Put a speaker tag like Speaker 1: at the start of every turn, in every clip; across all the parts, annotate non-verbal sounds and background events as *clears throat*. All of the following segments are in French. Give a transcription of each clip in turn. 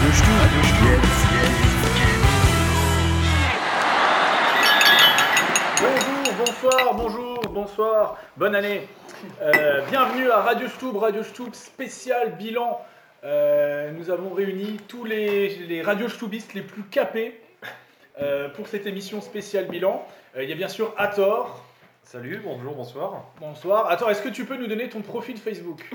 Speaker 1: du Stuhl. Jetzt,
Speaker 2: Bonjour, bonsoir, bonjour, bonsoir, bonne année. Euh, bienvenue à Radio Stoub, Radio Stoub spécial bilan. Euh, nous avons réuni tous les, les Radio Stoubistes les plus capés euh, pour cette émission spéciale bilan. Euh, il y a bien sûr Ator.
Speaker 3: Salut, bonjour, bonsoir.
Speaker 2: Bonsoir. Ator, est-ce que tu peux nous donner ton profil
Speaker 3: *laughs*
Speaker 2: Facebook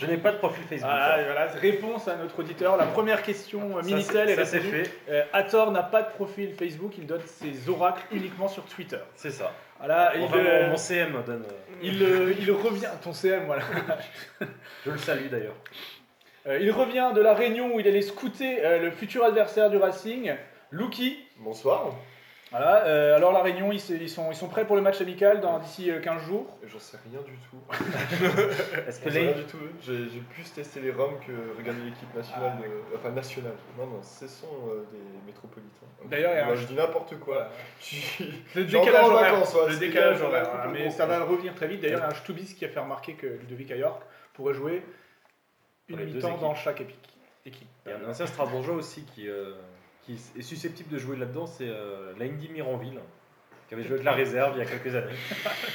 Speaker 3: Je n'ai pas de profil Facebook.
Speaker 2: Ah, voilà, réponse à notre auditeur. La première question euh,
Speaker 3: Ça,
Speaker 2: Minitel
Speaker 3: c'est-
Speaker 2: est
Speaker 3: ça c'est
Speaker 2: répondue.
Speaker 3: fait,
Speaker 2: Euh, Hathor n'a pas de profil Facebook, il donne ses oracles uniquement sur Twitter.
Speaker 3: c'est ça.
Speaker 2: Voilà,
Speaker 3: Bon,
Speaker 2: il,
Speaker 3: vraiment,
Speaker 2: euh,
Speaker 3: mon CM donne. euh,
Speaker 2: il, euh, il revient, ton CM, voilà.
Speaker 3: Je le salue d'ailleurs.
Speaker 2: Euh, il revient de la réunion où il allait scouter euh, le futur adversaire du Racing, Lucky.
Speaker 4: Bonsoir.
Speaker 2: Voilà, euh, alors la réunion, ils, se- ils sont, ils sont prêts pour le match amical dans- d'ici euh, 15 jours.
Speaker 4: J'en sais rien du tout.
Speaker 5: Euh,
Speaker 3: Est-ce que
Speaker 4: J'en sais rien
Speaker 3: les.
Speaker 4: du tout. J'ai j'ai plus testé les roms que regarder l'équipe
Speaker 2: Ah,
Speaker 4: nationale. de- Enfin, nationale. Non, non, ce sont euh, des métropolitains.
Speaker 2: D'ailleurs, il y a
Speaker 4: Bah,
Speaker 2: un-
Speaker 4: je dis n'importe quoi.
Speaker 2: *laughs*
Speaker 4: Je suis-
Speaker 2: Le
Speaker 4: J'ai encore
Speaker 2: décalage
Speaker 4: en
Speaker 2: horaire.
Speaker 4: vacances, ouais,
Speaker 2: le
Speaker 4: c'est
Speaker 2: décalage
Speaker 4: décalage
Speaker 2: horaire,
Speaker 4: horaire,
Speaker 2: voilà, mais
Speaker 4: complètement.
Speaker 2: ça va revenir très vite. D'ailleurs, il y a un Stubis qui a fait remarquer que Ludovic à York pourrait jouer
Speaker 3: Pour
Speaker 2: une
Speaker 3: les deux
Speaker 2: mi-temps
Speaker 3: équipes.
Speaker 2: dans chaque épique- équipe.
Speaker 3: Il y a un ancien Strasbourgeois aussi qui, euh, qui est susceptible de jouer là-dedans, c'est euh, Landy Miranville, qui avait joué avec la réserve il y a quelques
Speaker 5: *laughs*
Speaker 3: années.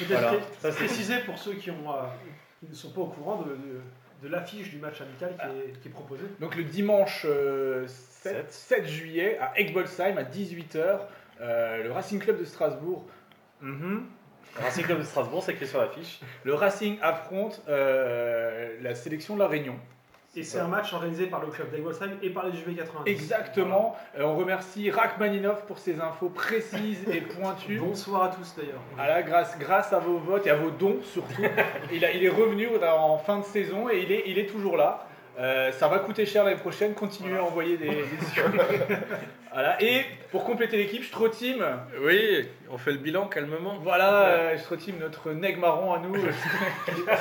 Speaker 3: Voilà, ça c'est
Speaker 5: Préciser pour ceux qui, ont, euh, qui ne sont pas au courant de, de- de l'affiche du match amical qui est, qui est proposé.
Speaker 2: Donc le dimanche euh, 7,
Speaker 3: Sept.
Speaker 2: 7 juillet à Egbolsheim à 18h, le Racing Club de Strasbourg. mhm,
Speaker 3: Racing Club de Strasbourg, c'est écrit sur l'affiche.
Speaker 2: Le Racing affronte euh, la sélection de la Réunion.
Speaker 5: Et c'est un match organisé par le club d'Egolsheim et par les JV 90.
Speaker 2: Exactement. Euh, on remercie Rachmaninov pour ses infos précises et pointues.
Speaker 5: Voilà. Bonsoir à tous d'ailleurs.
Speaker 2: Voilà, Ah grâce, grâce à vos votes et à vos dons surtout, il, a- il est revenu en fin de saison et il est, il est toujours là. Euh, ça va coûter cher l'année prochaine, continuez à envoyer des, des sujets. Voilà, et pour compléter l'équipe, Strotim,
Speaker 6: Oui, on fait le bilan calmement.
Speaker 2: voilà, euh, Strotim, notre neg marron à nous, euh, *laughs*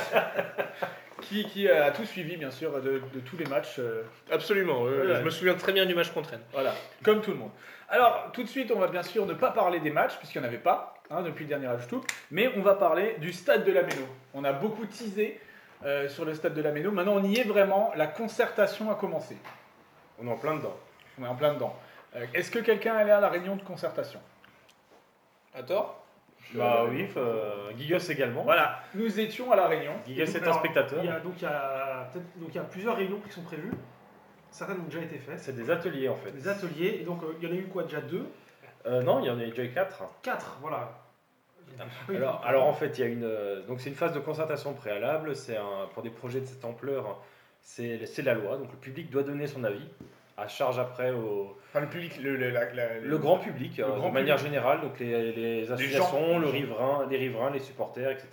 Speaker 2: qui, qui euh, a tout suivi bien sûr de, de tous les matchs. euh,
Speaker 6: Absolument. euh,
Speaker 2: Ouais, ouais.
Speaker 6: Je me souviens très bien du match contre Rennes.
Speaker 2: Voilà, comme tout le monde. Alors, tout de suite, on va bien sûr ne pas parler des matchs, puisqu'il n'y en avait pas hein, depuis le dernier Rajoutou, mais on va parler du stade de la Méno. On a beaucoup teasé euh, sur le stade de la Méno. Maintenant, on y est vraiment. La concertation a commencé.
Speaker 3: On est en plein dedans.
Speaker 2: On est en plein dedans. Euh, Est-ce que quelqu'un est allé à la réunion de concertation
Speaker 6: À tort
Speaker 4: je suis
Speaker 3: Bah
Speaker 4: allé-
Speaker 3: oui, euh, Gigas également.
Speaker 2: Voilà, nous étions à la réunion.
Speaker 3: Gigas est un
Speaker 5: Alors,
Speaker 3: spectateur.
Speaker 5: Il y a, donc, il y a, peut-être- donc il y a plusieurs réunions qui sont prévues. Certaines ont déjà été faites.
Speaker 3: C'est des ateliers en fait.
Speaker 5: Des ateliers. Et donc euh, il y en a eu quoi déjà Deux
Speaker 3: Euh, non, il y en a déjà eu quatre.
Speaker 5: Quatre Voilà.
Speaker 3: Alors, alors, en fait, il y a une euh, donc c'est une phase de concertation préalable. C'est un- pour des projets de cette ampleur, hein, c'est c'est la loi. Donc le public doit donner son avis à charge après au
Speaker 2: Enfin, le public, le, le- la- la-
Speaker 3: le grand public euh,
Speaker 2: grand
Speaker 3: de manière générale. Donc les, les associations, le riverain, les riverains, les supporters, etc.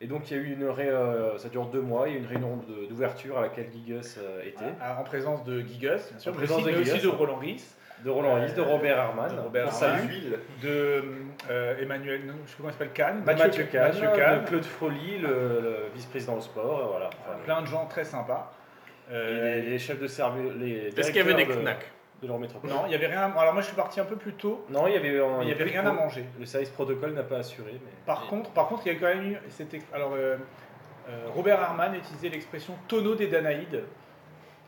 Speaker 3: Et donc il y a eu une ré- euh, ça dure deux mois. Il y a eu une réunion de- d'ouverture à laquelle Gigas euh, était
Speaker 2: à- Ah, en présence de Gigas, bien sûr,
Speaker 3: En
Speaker 2: mais
Speaker 3: présence
Speaker 2: aussi-
Speaker 3: de
Speaker 2: mais aussi
Speaker 3: Gigas.
Speaker 2: de Roland Ries,
Speaker 3: de Roland Ries, de Robert Harman,
Speaker 2: de Robert
Speaker 3: on
Speaker 4: Ah,
Speaker 3: salue,
Speaker 4: l'huile.
Speaker 2: de euh, Emmanuel, non, je sais plus comment il s'appelle, Kahn,
Speaker 3: de Mathieu Kahn,
Speaker 2: Mathieu Kahn.
Speaker 3: de Claude Froli, le, le vice-président au sport, euh, voilà.
Speaker 2: Enfin, plein de gens très sympas.
Speaker 3: Et
Speaker 2: Euh,
Speaker 3: les, les chefs de service, les
Speaker 6: Est-ce qu'il y avait des
Speaker 3: directeurs de-
Speaker 6: knacks
Speaker 3: de leur métropole.
Speaker 2: Non, il n'y avait rien. à- Alors moi, je suis parti un peu plus tôt.
Speaker 3: Non, il y avait, un-
Speaker 2: mais Il n'y avait rien à manger.
Speaker 3: Le service protocole n'a pas assuré. Mais...
Speaker 2: Par contre, par contre, il y a quand même eu. cette ex- Alors, euh, euh, Robert Harman utilisait l'expression tonneau des Danaïdes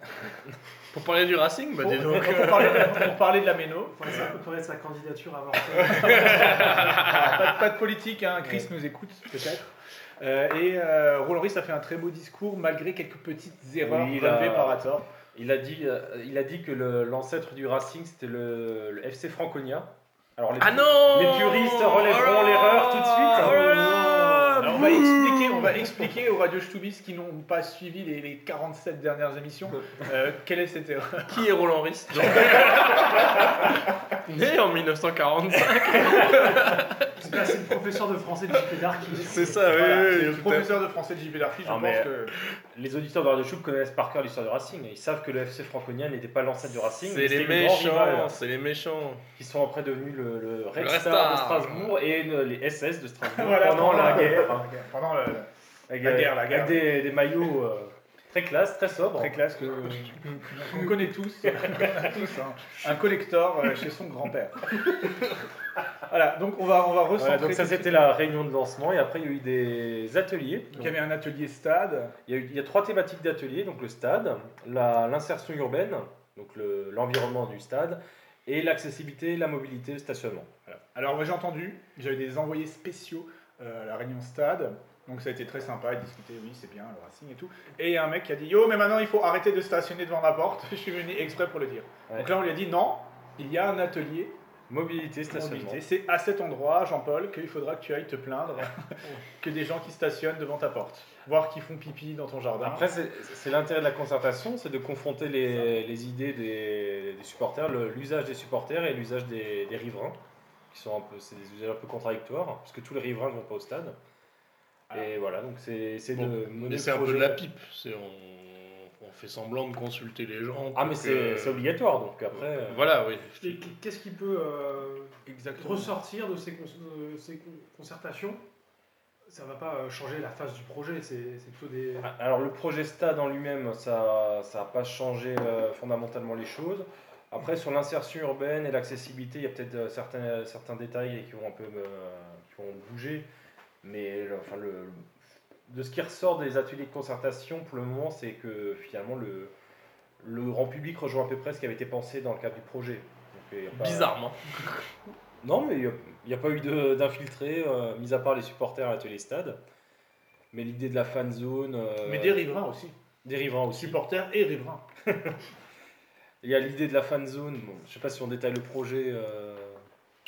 Speaker 6: *laughs* Pour parler du Racing bah,
Speaker 2: pour,
Speaker 6: dis donc.
Speaker 2: pour parler, pour parler de la
Speaker 6: *laughs*
Speaker 2: méno.
Speaker 5: Il faudrait préparer sa candidature avant. *laughs*
Speaker 2: Alors, pas, de- pas de politique, hein. Chris nous écoute peut-être. Euh, et euh, Roland Ries a fait un très beau discours malgré quelques petites erreurs
Speaker 3: Oui, il a-
Speaker 2: relevées par Hathor.
Speaker 3: Il, a dit, euh, il a dit que le- l'ancêtre du Racing, c'était le, le FC Franconia. Alors, les
Speaker 6: Ah non Oh
Speaker 3: Les puristes relèveront
Speaker 6: là
Speaker 3: l'erreur tout de suite.
Speaker 6: Oh là là
Speaker 2: Alors, on, va expliquer, on va expliquer aux Radio Stubis qui n'ont pas suivi les, les 47 dernières
Speaker 6: *laughs*
Speaker 2: émissions euh, quelle est cette erreur.
Speaker 6: Qui est Roland Ries Né en 1945.
Speaker 5: C'est pas- c'est le professeur de français du Pédard qui.
Speaker 6: ça,
Speaker 2: Voilà, c'est le professeur de français de JP Darky, je
Speaker 3: Non,
Speaker 2: pense
Speaker 3: mais-
Speaker 2: que.
Speaker 3: Les auditeurs de Radio Choub connaissent par cœur l'histoire du Racing. Ils savent que le FC Franconia n'était pas l'ancêtre du Racing. mais
Speaker 6: C'est les
Speaker 3: c'était le grand rival, hein,
Speaker 6: méchants, c'est les méchants.
Speaker 3: Qui sont après devenus le, le Red Star,
Speaker 6: Red Star.
Speaker 3: de Strasbourg et le- les SS de Strasbourg
Speaker 2: Voilà,
Speaker 3: pendant la guerre.
Speaker 2: Pendant le-
Speaker 3: Avec,
Speaker 2: La
Speaker 3: euh,
Speaker 2: guerre, la guerre.
Speaker 3: avec des, des maillots euh, Très classe, très sobre.
Speaker 2: Très classe, que qu'on connaît tous, tous, hein. un collector euh, chez son grand-père. voilà, donc on va, on va recentrer.
Speaker 3: Voilà, donc ça
Speaker 2: tout de suite.
Speaker 3: c'était la réunion de lancement et après il y a eu des ateliers.
Speaker 2: Donc, il y avait un atelier stade,
Speaker 3: Il y, a eu- il y a trois thématiques d'ateliers, donc le stade, la- l'insertion urbaine, donc le- l'environnement du stade, et l'accessibilité, la mobilité, le stationnement.
Speaker 2: Voilà. Alors moi j'ai entendu, j'avais des envoyés spéciaux euh, à la réunion stade, donc ça a été très sympa, ils discutaient, oui c'est bien le Racing et tout. Et il y a un mec qui a dit, yo mais maintenant il faut arrêter de stationner devant la porte, *laughs* je suis venu exprès pour le dire.
Speaker 3: Ouais.
Speaker 2: Donc là on lui a dit, non, il y a un atelier
Speaker 3: Mobilité, stationnement.
Speaker 2: mobilité, c'est à cet endroit, Jean-Paul, qu'il faudra que tu ailles te plaindre *laughs* que des gens qui stationnent devant ta porte, voire qui font pipi dans ton
Speaker 6: Hein.
Speaker 2: jardin.
Speaker 3: Bah, Après, c'est c'est l'intérêt de la concertation, c'est de confronter les, les idées des, des supporters, le- l'usage des supporters et l'usage des, des riverains, qui sont un peu, c'est des usages un peu contradictoires, parce que tous les riverains ne vont pas au stade. Et voilà, donc c'est c'est
Speaker 6: Bon,
Speaker 3: de mener
Speaker 6: Mais
Speaker 3: le
Speaker 6: c'est un peu
Speaker 3: projet.
Speaker 6: de la pipe. C'est on... on fait semblant de consulter les gens.
Speaker 3: Ah, mais
Speaker 6: pour
Speaker 3: c'est
Speaker 6: que-
Speaker 3: c'est obligatoire, donc après. euh,
Speaker 6: Voilà, oui.
Speaker 5: Et Qu'est-ce qui peut euh,
Speaker 2: Exactement.
Speaker 5: ressortir de ces, cons- de ces con- concertations Ça va pas euh, changer la phase du projet, c'est c'est plutôt des.
Speaker 3: Ah, Alors le projet stade en lui-même, ça n'a pas changé euh, fondamentalement les choses. Après, sur l'insertion urbaine et l'accessibilité, il y a peut-être euh, certains, certains détails qui vont un peu euh, qui vont bouger. Mais le- enfin, le, de ce qui ressort des ateliers de concertation pour le moment, c'est que finalement le, le rang public rejoint à peu près ce qui avait été pensé dans le cadre du projet. Donc, il y a pas-
Speaker 6: Bizarrement.
Speaker 3: non, mais il n'y a, il y a pas eu de- d'infiltré, euh, mis à part les supporters à l'atelier stade. Mais l'idée de la fan zone. euh,
Speaker 2: Mais des riverains aussi,
Speaker 3: des riverains aussi.
Speaker 2: supporters et riverains.
Speaker 3: Il y a l'idée de la fan zone. Bon, je sais pas si on détaille le projet. euh,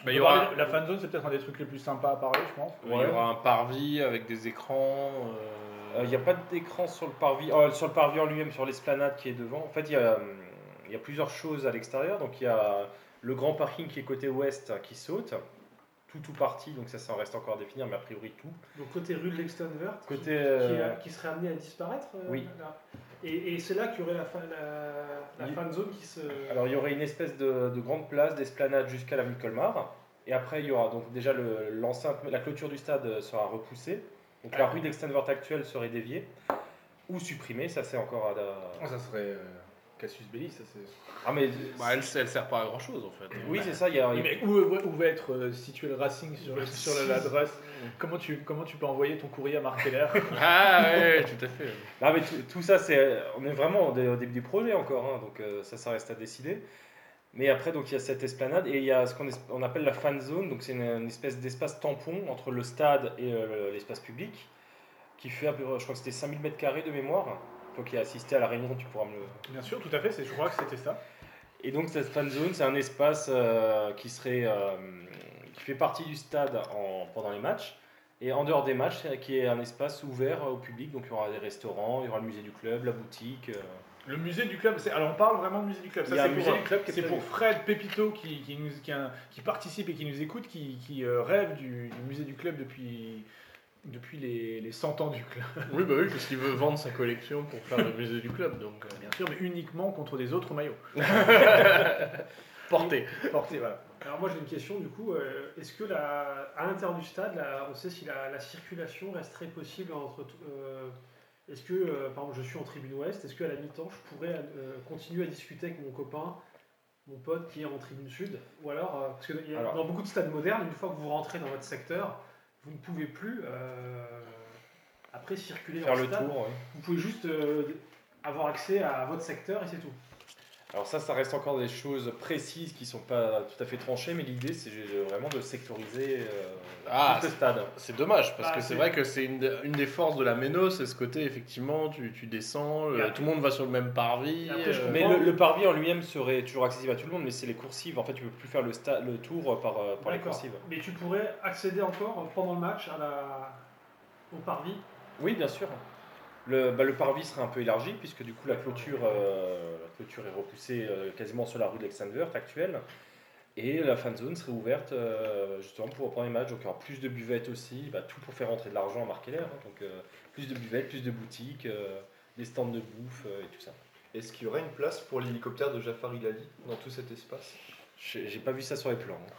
Speaker 6: Bah, il y
Speaker 2: On
Speaker 6: aura.
Speaker 2: parlait- La fan zone, c'est peut-être un des trucs les plus sympas à parler, je pense.
Speaker 6: Il y aura un parvis avec des écrans.
Speaker 3: euh,
Speaker 6: euh,
Speaker 3: Il n'y a pas d'écran sur le parvis, euh, sur le parvis en lui-même, sur l'esplanade qui est devant. En fait, il y a, hum, il y a plusieurs choses à l'extérieur. Donc il y a le grand parking qui est côté ouest euh, qui saute, tout ou partie. Donc ça, ça en reste encore à définir, mais a priori tout.
Speaker 5: Donc côté rue de l'Externe Verte, qui-
Speaker 3: Côté,
Speaker 5: qui,
Speaker 3: euh,
Speaker 5: qui serait amené à disparaître euh,
Speaker 3: Oui.
Speaker 5: là. Et, et c'est là qu'il y aurait la, fin, la, la
Speaker 3: Oui.
Speaker 5: fan zone qui se.
Speaker 3: Alors il y aurait une espèce de, de grande place, d'esplanade jusqu'à l'avenue Colmar. Et après, il y aura donc déjà le- l'enceinte, la clôture du stade euh, sera repoussée. Donc la rue d'Extenvert actuelle serait déviée ou supprimée. Ça, c'est encore à. la-
Speaker 2: ça serait euh, Cassius Belli, ça c'est.
Speaker 3: Ah, mais.
Speaker 6: bah, elle, elle sert pas à grand chose en fait.
Speaker 3: Oui, c'est ça. Il y a...
Speaker 2: Mais où, où- où va être euh, situé le Racing sur, le- sur la- *laughs* l'adresse comment tu, comment tu peux envoyer ton courrier à Marc *laughs* Keller
Speaker 6: Ah, ouais, ouais, tout à fait.
Speaker 3: Non, mais tout, tout ça, c'est... on est vraiment au dé- au début du projet encore. hein, donc euh, ça, ça reste à décider. Mais après, donc, il y a cette esplanade et il y a ce qu'on es- on appelle la fan zone. Donc c'est une, une espèce d'espace tampon entre le stade et euh, l'espace public qui fait à peu près, je crois que c'était 5000 mètres carrés de mémoire. Toi qui as assisté à la réunion, tu pourras me le,
Speaker 2: Bien sûr, tout à fait, c'est- je crois que c'était ça.
Speaker 3: Et donc cette fan zone, c'est un espace euh, qui serait euh, qui fait partie du stade en- pendant les matchs et en dehors des matchs, c'est- qui est un espace ouvert euh, au public. Donc il y aura des restaurants, il y aura le musée du club, la boutique. euh.
Speaker 2: Le musée du club, c'est- alors on parle vraiment de musée du club.
Speaker 3: Il y a
Speaker 2: Ça,
Speaker 3: un
Speaker 2: c'est
Speaker 3: musée
Speaker 2: pour,
Speaker 3: du club qui est
Speaker 2: c'est
Speaker 3: prévu.
Speaker 2: pour Fred Pépito qui, qui nous, qui, a- qui participe et qui nous écoute, qui, qui, euh, rêve du, du musée du club depuis, depuis les, les 100 ans du club.
Speaker 6: Oui, bah oui, parce qu'il veut vendre sa collection pour faire le musée du club, donc euh,
Speaker 2: Bien sûr, mais uniquement contre des autres maillots.
Speaker 6: porté.
Speaker 2: *laughs* Portés, voilà.
Speaker 5: Alors moi j'ai une question du coup, euh, est-ce que la, à l'intérieur du stade, là, on sait si la, la circulation resterait possible entre... tout- euh, est-ce que, euh, par exemple, je suis en tribune ouest, est-ce qu'à la mi-temps, je pourrais euh, continuer à discuter avec mon copain, mon pote qui est en tribune sud Ou alors, euh, parce que il y a-
Speaker 3: Alors-
Speaker 5: dans beaucoup de stades modernes, une fois que vous rentrez dans votre secteur, vous ne pouvez plus, euh, après, circuler
Speaker 3: Faire
Speaker 5: dans
Speaker 3: le
Speaker 5: stade.
Speaker 3: tour. ouais.
Speaker 5: Vous pouvez juste euh, avoir accès à votre secteur et c'est tout.
Speaker 3: Alors ça, ça reste encore des choses précises qui sont pas tout à fait tranchées, mais l'idée c'est euh, vraiment de sectoriser euh,
Speaker 6: Ah,
Speaker 3: tout le stade.
Speaker 6: C'est dommage, parce
Speaker 5: Ah,
Speaker 6: que
Speaker 5: c'est-
Speaker 6: c'est vrai que c'est une, de- une des forces de la méno, c'est ce côté, effectivement, tu, tu descends, le-
Speaker 5: Et après-
Speaker 6: tout le monde va sur le même parvis.
Speaker 5: Et après, je
Speaker 6: euh,
Speaker 3: Mais le, le parvis en lui-même serait toujours accessible à tout le monde, mais c'est les coursives. En fait, tu peux plus faire le, sta- le tour par, euh, par les
Speaker 5: D'accord.
Speaker 3: coursives.
Speaker 5: Mais tu pourrais accéder encore euh, pendant le match à la... au parvis.
Speaker 3: Oui, bien sûr. Le, bah, le parvis serait un peu élargi, puisque du coup la clôture, euh, la clôture est repoussée euh, quasiment sur la rue de l'Extendevert actuelle. Et la fan zone serait ouverte euh, justement pour reprendre les matchs. Donc il y aura plus de buvettes aussi, bah, tout pour faire rentrer de l'argent à Marqueller. hein. donc euh, plus de buvettes, plus de boutiques, euh, des stands de bouffe euh, et tout ça.
Speaker 4: Est-ce qu'il y aurait une place pour l'hélicoptère de Jafar Ilali dans tout cet espace
Speaker 3: J'ai j'ai pas vu ça sur les plans. hein.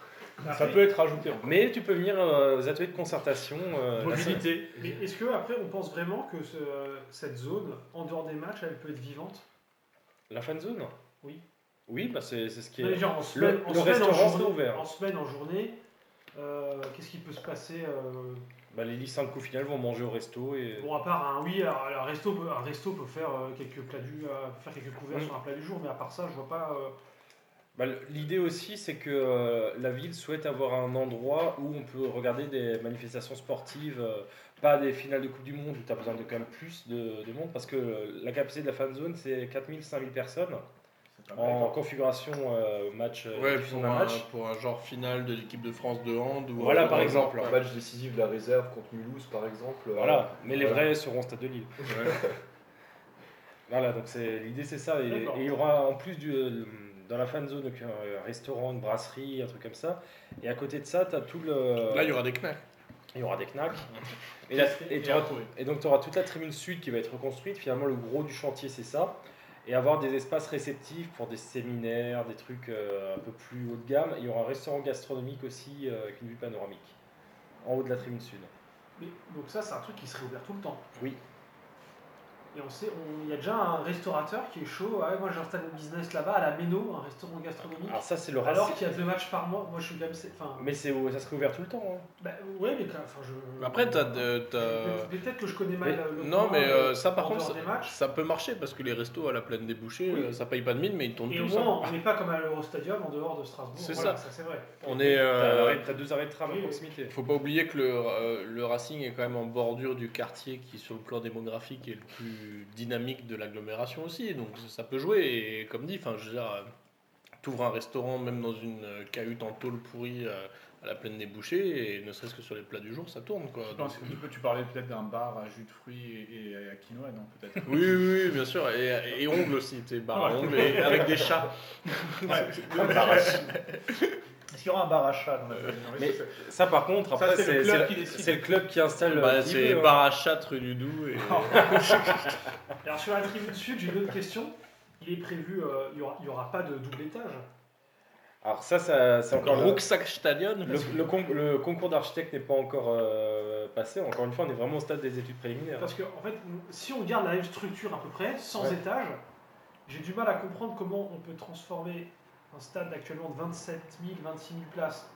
Speaker 2: Ça peut être ajouté.
Speaker 3: Mais tu peux venir euh, aux ateliers de concertation. euh, la semaine-
Speaker 2: Mobilité.
Speaker 5: Mais est-ce que après on pense vraiment que ce- cette zone, en dehors des matchs, elle peut être vivante
Speaker 3: La fan zone
Speaker 5: Oui.
Speaker 3: Oui, bah c'est c'est ce qui
Speaker 5: Non, mais
Speaker 3: est.
Speaker 5: genre, en
Speaker 3: Le-
Speaker 5: semaine, en
Speaker 3: le
Speaker 5: semaine, en
Speaker 3: restaurant
Speaker 5: journée-
Speaker 3: sera ouvert.
Speaker 5: en semaine, en journée, euh, qu'est-ce qui peut se passer euh,
Speaker 3: Bah, les lycéens de Cofinal vont manger au resto et.
Speaker 5: Bon, à part un oui, alors, alors, un resto, peut, un resto peut faire euh, quelques plats du, euh, peut faire quelques couverts
Speaker 3: Mm.
Speaker 5: sur un plat du jour, mais à part ça, je vois pas. euh,
Speaker 3: Bah, L'idée aussi, c'est que euh, la ville souhaite avoir un endroit où on peut regarder des manifestations sportives, euh, pas des finales de Coupe du Monde où tu as besoin de quand même plus de, de monde, parce que euh, la capacité de la fan zone, c'est 4000-5000 personnes en configuration euh, match, euh,
Speaker 6: Ah, Ouais,
Speaker 3: diffusion
Speaker 6: pour
Speaker 3: d'un
Speaker 6: un,
Speaker 3: match.
Speaker 6: pour un genre finale de l'équipe de France de hand. Ou
Speaker 3: Voilà,
Speaker 6: ou-
Speaker 3: par exemple.
Speaker 6: Ouais.
Speaker 4: Un match décisif de la réserve contre Mulhouse, par exemple. euh,
Speaker 3: Voilà, mais les
Speaker 4: Voilà.
Speaker 3: vrais seront au stade de Lille. *laughs* Voilà, donc c'est l'idée, c'est ça. Et,
Speaker 5: D'accord.
Speaker 3: et il y aura en plus du, euh, dans la fan zone donc, un restaurant, une brasserie, un truc comme ça. Et à côté de ça, tu as tout
Speaker 5: Bah,
Speaker 3: le.
Speaker 6: Là, il y aura des knacks.
Speaker 3: il y aura des knacks. Et, la- et
Speaker 5: Et
Speaker 3: t'auras- et donc tu auras toute la tribune sud qui va être reconstruite. Finalement, le gros du chantier, c'est ça. Et avoir des espaces réceptifs pour des séminaires, des trucs euh, un peu plus haut de gamme. Il y aura un restaurant gastronomique aussi euh, avec une vue panoramique en haut de la tribune sud.
Speaker 5: mais- donc ça, c'est un truc qui serait ouvert tout le temps.
Speaker 3: Oui.
Speaker 5: Et on sait, on- il y a déjà un restaurateur qui est chaud. Ouais, moi, j'installe mon business là-bas à la Méno, un restaurant gastronomique.
Speaker 3: Alors ça, c'est le
Speaker 5: alors
Speaker 3: racisme.
Speaker 5: qu'il y a deux matchs par mois. Moi, je suis quand même. c'est- Enfin,
Speaker 3: Mais c'est, ça serait ouvert tout le temps. hein.
Speaker 5: bah, ouais, mais quand- enfin, je.
Speaker 6: Après, t'as. de- t'as-
Speaker 5: Mais Peut-être que je connais
Speaker 3: Mais-
Speaker 5: mal. le coin,
Speaker 6: Non, mais euh, ça, par
Speaker 5: en
Speaker 6: contre,
Speaker 5: dehors Euh, des
Speaker 6: ça,
Speaker 5: matchs.
Speaker 6: ça peut marcher parce que les restos à la plaine des bouchers,
Speaker 5: Oui.
Speaker 6: euh, ça paye pas de mine, mais ils tournent
Speaker 5: Et au
Speaker 6: tous. hein.
Speaker 5: moins, on n'est pas comme à l'Eurostadium en dehors de Strasbourg.
Speaker 6: C'est
Speaker 5: Voilà,
Speaker 6: ça.
Speaker 5: c'est vrai.
Speaker 6: On est.
Speaker 3: T'as,
Speaker 6: euh,
Speaker 3: l'arrêt- t'as deux arrêts de tram à
Speaker 5: oui.
Speaker 3: proximité.
Speaker 6: faut pas oublier que le, euh, le Racing est quand même en bordure du quartier qui, sur le plan démographique, est le plus dynamique de l'agglomération aussi. Donc ça peut jouer. Et comme dit, enfin, je veux dire, euh, t'ouvres un restaurant même dans une euh, cahute en tôle pourrie euh, à la plaine des bouchers, et ne serait-ce que sur les plats du jour, ça tourne quoi.
Speaker 1: Je pense que tu peux- tu parlais peut-être d'un bar à jus de fruits et, et à quinoa, non peut-être.
Speaker 2: *laughs*
Speaker 6: Oui, oui, oui, bien sûr. Et, et ongles aussi, t'es bar
Speaker 1: Ah,
Speaker 6: à ongles et avec
Speaker 1: *laughs*
Speaker 6: des chats.
Speaker 1: Est-ce qu'il y aura un bar à chat dans la
Speaker 2: Euh,
Speaker 1: plaine
Speaker 3: Mais ça, par contre, après,
Speaker 1: c'est
Speaker 3: c'est,
Speaker 1: le
Speaker 3: c'est
Speaker 1: club
Speaker 3: la-
Speaker 1: qui décide.
Speaker 3: c'est le club qui installe. euh,
Speaker 6: Bah,
Speaker 3: qui
Speaker 6: c'est
Speaker 3: veut, hein.
Speaker 6: bar à chat rue du Doubs et
Speaker 5: Alors sur la tribune sud, j'ai une autre question. Il est prévu, euh, il n'y aura, il y aura pas de double étage.
Speaker 3: Alors ça, ça c'est encore le,
Speaker 6: Rucksack Stadion.
Speaker 3: le- le con- le concours d'architecte n'est pas encore euh, passé. Encore une fois, on est vraiment au stade des études préliminaires.
Speaker 5: Parce que en fait, si on garde la même structure à peu près, sans
Speaker 3: Ouais.
Speaker 5: étage, j'ai du mal à comprendre comment on peut transformer un stade actuellement de 27 000, 26 000 places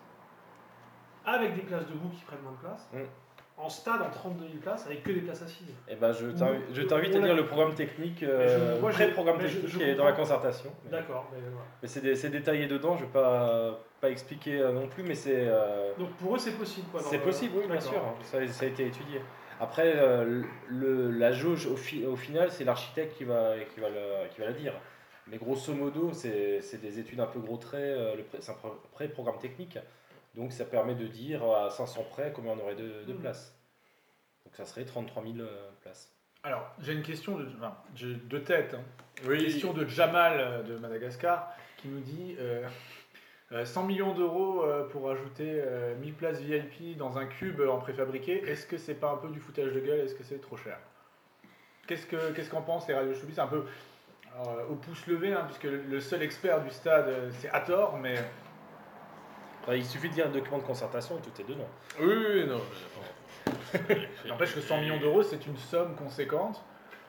Speaker 5: avec des places debout qui prennent moins de place,
Speaker 3: Mm.
Speaker 5: en stade en 32 000 places avec que des places assises.
Speaker 3: Eh ben, je t'invite, je t'invite à
Speaker 5: Oula.
Speaker 3: lire le programme technique,
Speaker 5: Mais
Speaker 3: euh,
Speaker 5: je- moi, je-
Speaker 3: pré-programme
Speaker 5: mais je-
Speaker 3: technique
Speaker 5: je
Speaker 3: qui est dans
Speaker 5: comprends.
Speaker 3: la concertation. Mais,
Speaker 5: D'accord. mais voilà.
Speaker 3: mais c'est, dé- c'est détaillé dedans, je ne vais pas, pas expliquer euh, non plus, mais c'est, euh,
Speaker 5: Donc pour eux, c'est possible. quoi, dans
Speaker 3: c'est
Speaker 5: le-
Speaker 3: possible, oui, bien
Speaker 5: D'accord.
Speaker 3: sûr. hein. Ça, ça a été étudié. Après, euh, le, la jauge, au, fi- au final, c'est l'architecte qui va, qui, va le- qui va la dire. Mais grosso modo, c'est c'est des études un peu gros traits, euh, le pré- c'est un pro- pré-programme technique. Donc ça permet de dire à 500 près combien on aurait de, de
Speaker 5: Mm.
Speaker 3: places. Donc ça serait 33 000 euh, places.
Speaker 1: Alors j'ai une question de, enfin, j'ai deux têtes. hein.
Speaker 6: Oui.
Speaker 1: Question de Jamal euh, de Madagascar qui nous dit euh, euh, 100 millions d'euros euh, pour ajouter euh, 1000 places VIP dans un cube en préfabriqué. Est-ce que c'est pas un peu du foutage de gueule Est-ce que c'est trop cher Qu'est-ce que qu'est-ce qu'en pensent les radios showbiz C'est un peu euh, au pouce levé, hein, puisque le seul expert du stade euh, c'est Hathor, mais
Speaker 3: Enfin, Il suffit de dire le document de concertation et tout est dedans.
Speaker 6: Oui, oui, oui, non.
Speaker 1: *laughs* n'empêche que 100 millions d'euros c'est une somme conséquente.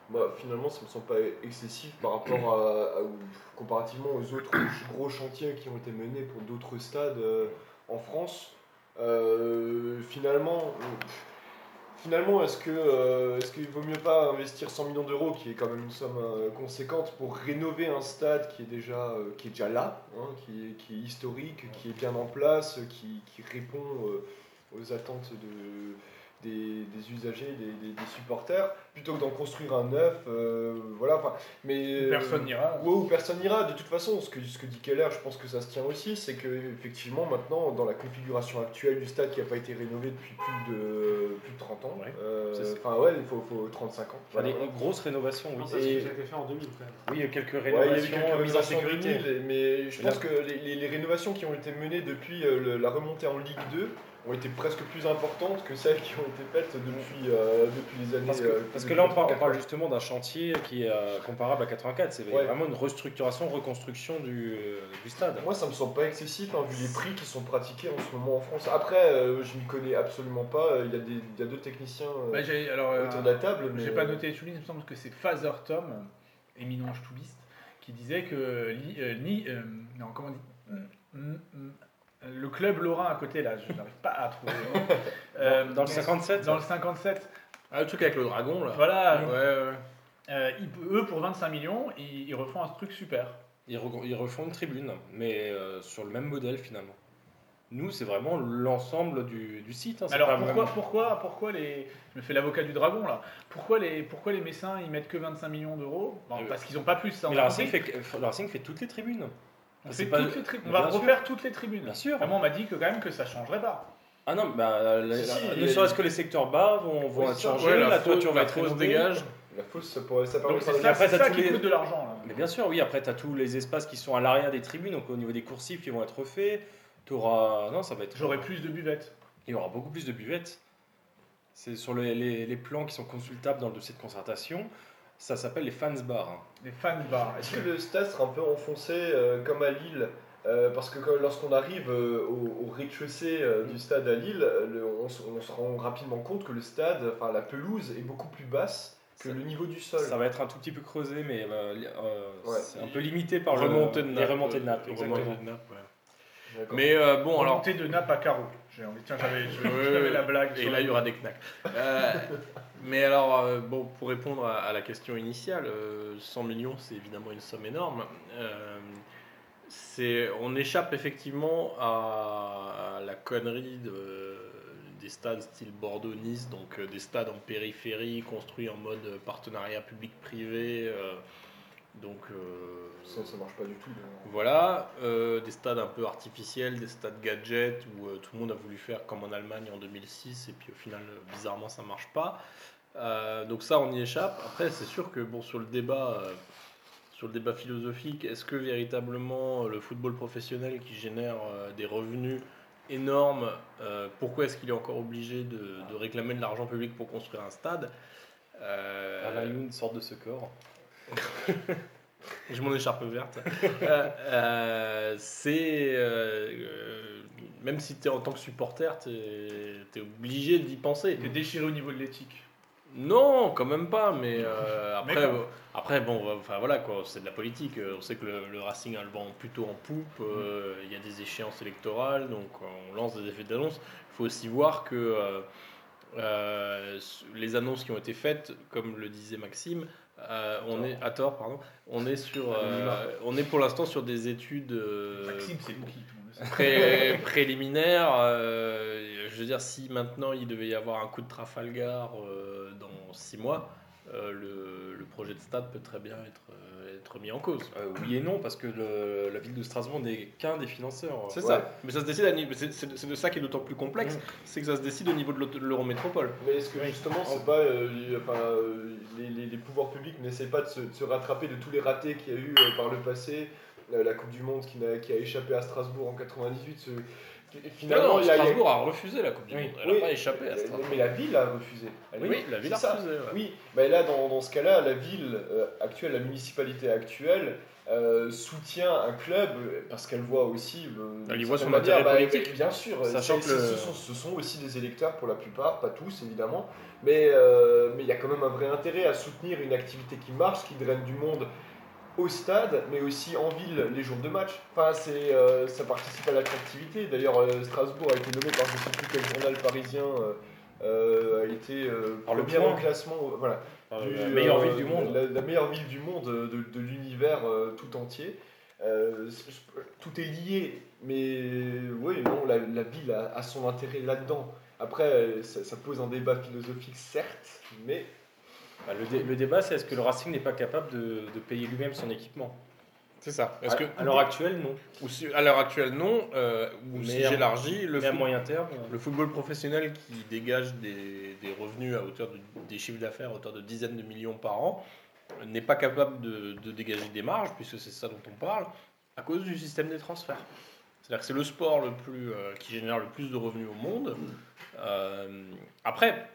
Speaker 4: Bah, finalement, ça me semble pas excessif par rapport à, à- ou- comparativement aux autres ch- gros chantiers qui ont été menés pour d'autres stades euh, en France. Euh, finalement, euh, pff, finalement, est-ce que euh, est-ce qu'il vaut mieux pas investir 100 millions d'euros, qui est quand même une somme euh, conséquente, pour rénover un stade qui est déjà euh, qui est déjà là, hein, qui, est, qui est historique, qui est bien en place, qui, qui répond euh, aux attentes de des, des usagers, des, des- des supporters, plutôt que d'en construire un neuf, euh, voilà. enfin, Mais
Speaker 1: Personne n'ira.
Speaker 4: Ouais, Euh, où personne n'ira. De toute façon, ce que, ce que dit Keller, je pense que ça se tient aussi, c'est que effectivement maintenant, dans la configuration actuelle du stade qui n'a pas été rénové depuis plus de, plus de 30 ans,
Speaker 3: Ouais,
Speaker 4: euh,
Speaker 3: c'est ça.
Speaker 4: enfin ouais, il faut, faut 35 ans.
Speaker 3: Enfin,
Speaker 4: voilà.
Speaker 3: des grosses rénovations, oui.
Speaker 5: Enfin, Ah, ça, c'est
Speaker 3: Et-
Speaker 5: ce qui a été fait en 2000 quand même.
Speaker 3: oui, quelques
Speaker 4: Ouais, il y a eu
Speaker 3: rénovations,
Speaker 4: quelques
Speaker 3: euh, mise en
Speaker 4: rénovations
Speaker 3: sécurité.
Speaker 4: 2000, mais je
Speaker 3: Mais
Speaker 4: pense que les, les- les rénovations qui ont été menées depuis euh, le- la remontée en Ligue 2 ont été presque plus importantes que celles qui ont été faites depuis, euh, depuis les années.
Speaker 3: Parce que,
Speaker 4: euh,
Speaker 3: parce que
Speaker 4: depuis
Speaker 3: là, on parle, on
Speaker 4: 1984.
Speaker 3: parle justement d'un chantier qui est euh, comparable à 84. C'est
Speaker 4: Ouais.
Speaker 3: vraiment une restructuration, reconstruction du, euh, du stade.
Speaker 4: Moi, ça me semble pas excessif hein, vu les prix qui sont pratiqués en ce moment en France. Après, euh, je m'y connais absolument pas. Il y a, des, il y a deux techniciens euh,
Speaker 2: Bah, j'ai- alors, euh,
Speaker 4: autour de la table. mais-
Speaker 2: J'ai pas noté Toubis, il me semble que c'est Father Tom, éminent toubiste, qui disait que li- euh, ni, euh, non, comment on dit Mm, mm, le club Lorrain à côté là, je n'arrive pas à trouver. le
Speaker 3: *laughs*
Speaker 2: nom. Euh,
Speaker 3: Dans le 57
Speaker 2: dans le 57,
Speaker 6: Ah, le truc avec le dragon, là.
Speaker 2: voilà,
Speaker 6: Ouais, ouais.
Speaker 2: euh, ils- eux pour 25 millions, ils, ils refont un truc super.
Speaker 3: Ils, re- ils refont une tribune, mais euh, sur le même modèle finalement. Nous, c'est vraiment l'ensemble du, du site. hein, c'est
Speaker 2: Alors
Speaker 3: pas
Speaker 2: pourquoi,
Speaker 3: vraiment-
Speaker 2: pourquoi, pourquoi les, je me fais l'avocat du dragon là, pourquoi les, pourquoi les Messins ils mettent que 25 millions d'euros Bon,
Speaker 3: Euh,
Speaker 2: Parce qu'ils n'ont pas plus ça. On,
Speaker 3: Mais
Speaker 2: a
Speaker 3: le Racing,
Speaker 2: compris.
Speaker 3: fait, que- le Racing fait toutes les tribunes.
Speaker 2: On
Speaker 3: c'est
Speaker 2: fait
Speaker 3: pas-
Speaker 2: toutes les tri- on
Speaker 3: Mais
Speaker 2: va
Speaker 3: bien sûr.
Speaker 2: refaire toutes les tribunes.
Speaker 3: Bien sûr.
Speaker 2: Vraiment, on m'a dit que quand même que ça changerait pas.
Speaker 3: Ah non, bah, la-
Speaker 4: Si,
Speaker 3: la-
Speaker 4: si,
Speaker 3: ne
Speaker 4: il y a-
Speaker 3: serait-ce que les secteurs bas vont, vont
Speaker 4: Oui,
Speaker 3: être
Speaker 4: ça,
Speaker 3: changés,
Speaker 6: Ouais,
Speaker 3: la,
Speaker 6: la, fausse,
Speaker 3: toiture va
Speaker 6: la
Speaker 3: être
Speaker 6: fausse
Speaker 3: rénovée.
Speaker 6: dégage.
Speaker 4: La fausse, ça, pourrait, ça permet
Speaker 2: Donc
Speaker 4: de
Speaker 2: c'est
Speaker 4: faire
Speaker 2: ça,
Speaker 3: après,
Speaker 2: c'est
Speaker 3: t'as
Speaker 2: ça
Speaker 3: tous
Speaker 2: qui
Speaker 3: les-
Speaker 2: coûte de l'argent. là.
Speaker 3: Mais bien sûr, oui, après, tu as tous les espaces qui sont à l'arrière des tribunes, donc au niveau des coursives qui vont être refaits. T'auras... Non, ça va être...
Speaker 2: J'aurais plus de buvettes.
Speaker 3: Il y aura beaucoup plus de buvettes. C'est sur les, les- les plans qui sont consultables dans le dossier de concertation. Ça s'appelle les fans bars. hein.
Speaker 2: Les fans bars.
Speaker 4: Est-ce que le stade sera un peu enfoncé euh, comme à Lille Euh, Parce que quand- lorsqu'on arrive euh, au, au rez-de-chaussée euh,
Speaker 2: Mm.
Speaker 4: du stade à Lille, euh, le- on, se- on se rend rapidement compte que le stade, enfin la pelouse, est beaucoup plus basse que
Speaker 3: Ça-
Speaker 4: le niveau du sol.
Speaker 3: Ça va être un tout petit peu creusé, mais euh, li- euh,
Speaker 4: Ouais.
Speaker 3: c'est un peu limité par le-
Speaker 6: Remontée de
Speaker 3: les
Speaker 6: nappe.
Speaker 3: remontées de nappe.
Speaker 6: euh,
Speaker 3: exactement.
Speaker 6: remontée de nappe, ouais.
Speaker 4: D'accord.
Speaker 6: Mais euh, bon, alors.
Speaker 2: Remontée de nappe à carreaux. J'ai envie, tiens, j'avais je-
Speaker 6: Ouais, ouais,
Speaker 2: j'avais
Speaker 6: ouais.
Speaker 2: la blague.
Speaker 6: Et
Speaker 2: sur
Speaker 6: là,
Speaker 2: le-
Speaker 6: il y aura des knacks. Euh, mais alors, euh, bon, pour répondre à, à la question initiale, euh, 100 millions, c'est évidemment une somme énorme. Euh, c'est- on échappe effectivement à, à la connerie de- des stades style Bordeaux-Nice, donc euh, des stades en périphérie construits en mode euh, partenariat public-privé. euh, donc, euh,
Speaker 4: Ça, ça marche pas du tout. hein. donc.
Speaker 6: voilà, euh, des stades un peu artificiels, des stades gadgets où euh, tout le monde a voulu faire comme en Allemagne en 2006 et puis au final, euh, bizarrement, ça marche pas. Euh, donc ça, on y échappe. Après, c'est sûr que bon, sur le débat, euh, sur le débat philosophique, est-ce que véritablement euh, le football professionnel qui génère euh, des revenus énormes, euh, pourquoi est-ce qu'il est encore obligé de, de réclamer de l'argent public pour construire un stade Euh,
Speaker 3: Alain Youn Ah, sort de ce
Speaker 6: *laughs*
Speaker 3: corps.
Speaker 6: J'ai mon écharpe verte. Euh, euh, c'est. euh, euh, même si tu es en tant que supporter, tu es, obligé d'y penser.
Speaker 2: T'es déchiré au niveau de l'éthique.
Speaker 6: Non, quand même pas, mais euh,
Speaker 2: Mais
Speaker 6: après,
Speaker 2: quand-
Speaker 6: euh, après, bon, euh, enfin voilà quoi, c'est de la politique. Euh, On sait que le, le Racing a le vent plutôt en poupe, euh, il y a des échéances électorales, donc euh, on lance des effets d'annonce. Il faut aussi voir que euh, euh, les annonces qui ont été faites, comme le disait Maxime, euh, on est à tort, pardon, on est sur, euh, on est pour l'instant sur des études. euh,
Speaker 2: Maxime, c'est qui tout le monde le sait.
Speaker 6: pré- préliminaire. euh, je veux dire, si maintenant il devait y avoir un coup de Trafalgar euh, dans six mois, euh, le, le projet de stade peut très bien être, euh, être mis en cause.
Speaker 3: Euh, oui et non, parce que le- la ville de Strasbourg n'est qu'un des financeurs.
Speaker 6: C'est
Speaker 4: Ouais.
Speaker 6: ça. Mm. Mais ça se décide à ni- c'est- C'est c'est de ça qui est d'autant plus complexe, c'est que ça se décide au niveau de l'auto- de l'Eurométropole.
Speaker 4: Mais est-ce que justement, c'est pas, euh, les- enfin, euh, les, les- les pouvoirs publics n'essaient pas de se, de se rattraper de tous les ratés qu'il y a eu euh, par le passé Euh, La Coupe du Monde qui, n'a- qui a échappé à Strasbourg en 98. ce- qui-
Speaker 6: Non, non,
Speaker 4: il y a- il y a-
Speaker 6: Strasbourg a refusé la Coupe du
Speaker 4: Oui.
Speaker 6: Monde. Elle n'a
Speaker 4: Oui.
Speaker 6: pas échappé à Strasbourg.
Speaker 4: Mais la ville a refusé. Elle-
Speaker 6: Oui, la ville a
Speaker 4: c'est ça.
Speaker 6: refusé. ouais.
Speaker 4: Oui, mais là, dans, dans ce cas-là, la ville euh, actuelle, la municipalité actuelle, euh, soutient un club euh, parce qu'elle voit aussi. euh,
Speaker 6: Elle y
Speaker 4: d'une
Speaker 6: voit
Speaker 4: certaine
Speaker 6: son intérêt politique.
Speaker 4: Bien sûr,
Speaker 3: Sachant
Speaker 4: c'est-
Speaker 3: que le-
Speaker 4: ce, sont, ce sont aussi des électeurs pour la plupart, pas tous évidemment, mais euh, mais il y a quand même un vrai intérêt à soutenir une activité qui marche, qui draine du monde au stade, mais aussi en ville les jours de match. Enfin, c'est, euh, ça participe à l'attractivité. D'ailleurs, euh, Strasbourg a été nommé par je ne sais plus quel journal parisien. euh, euh, a été euh,
Speaker 3: Par le
Speaker 4: premier
Speaker 3: Point.
Speaker 4: au classement. euh, Voilà,
Speaker 3: Euh,
Speaker 4: du,
Speaker 3: la meilleure
Speaker 4: euh,
Speaker 3: ville du monde.
Speaker 4: La, la meilleure ville du monde, euh, de, de l'univers euh, tout entier. Euh, c- c- tout est lié, mais oui, non, la, la ville a, a son intérêt là-dedans. Après, euh, ça, ça pose un débat philosophique, certes, mais
Speaker 3: Bah, le, dé- le débat, c'est est-ce que le Racing n'est pas capable de, de payer lui-même son équipement
Speaker 6: C'est ça. Est-ce
Speaker 3: à,
Speaker 6: que,
Speaker 3: à l'heure actuelle, non.
Speaker 6: ou si- à l'heure actuelle, non. euh, ou si
Speaker 3: Mais à-
Speaker 6: j'élargis, le
Speaker 3: Mais à
Speaker 6: foot-
Speaker 3: moyen terme, euh.
Speaker 6: euh, Le football professionnel qui dégage des, des revenus à hauteur de, des chiffres d'affaires à hauteur de dizaines de millions par an euh, n'est pas capable de, de dégager des marges, puisque c'est ça dont on parle, à cause du système des transferts. C'est-à-dire que c'est le sport le plus, euh, qui génère le plus de revenus au monde. Euh, après,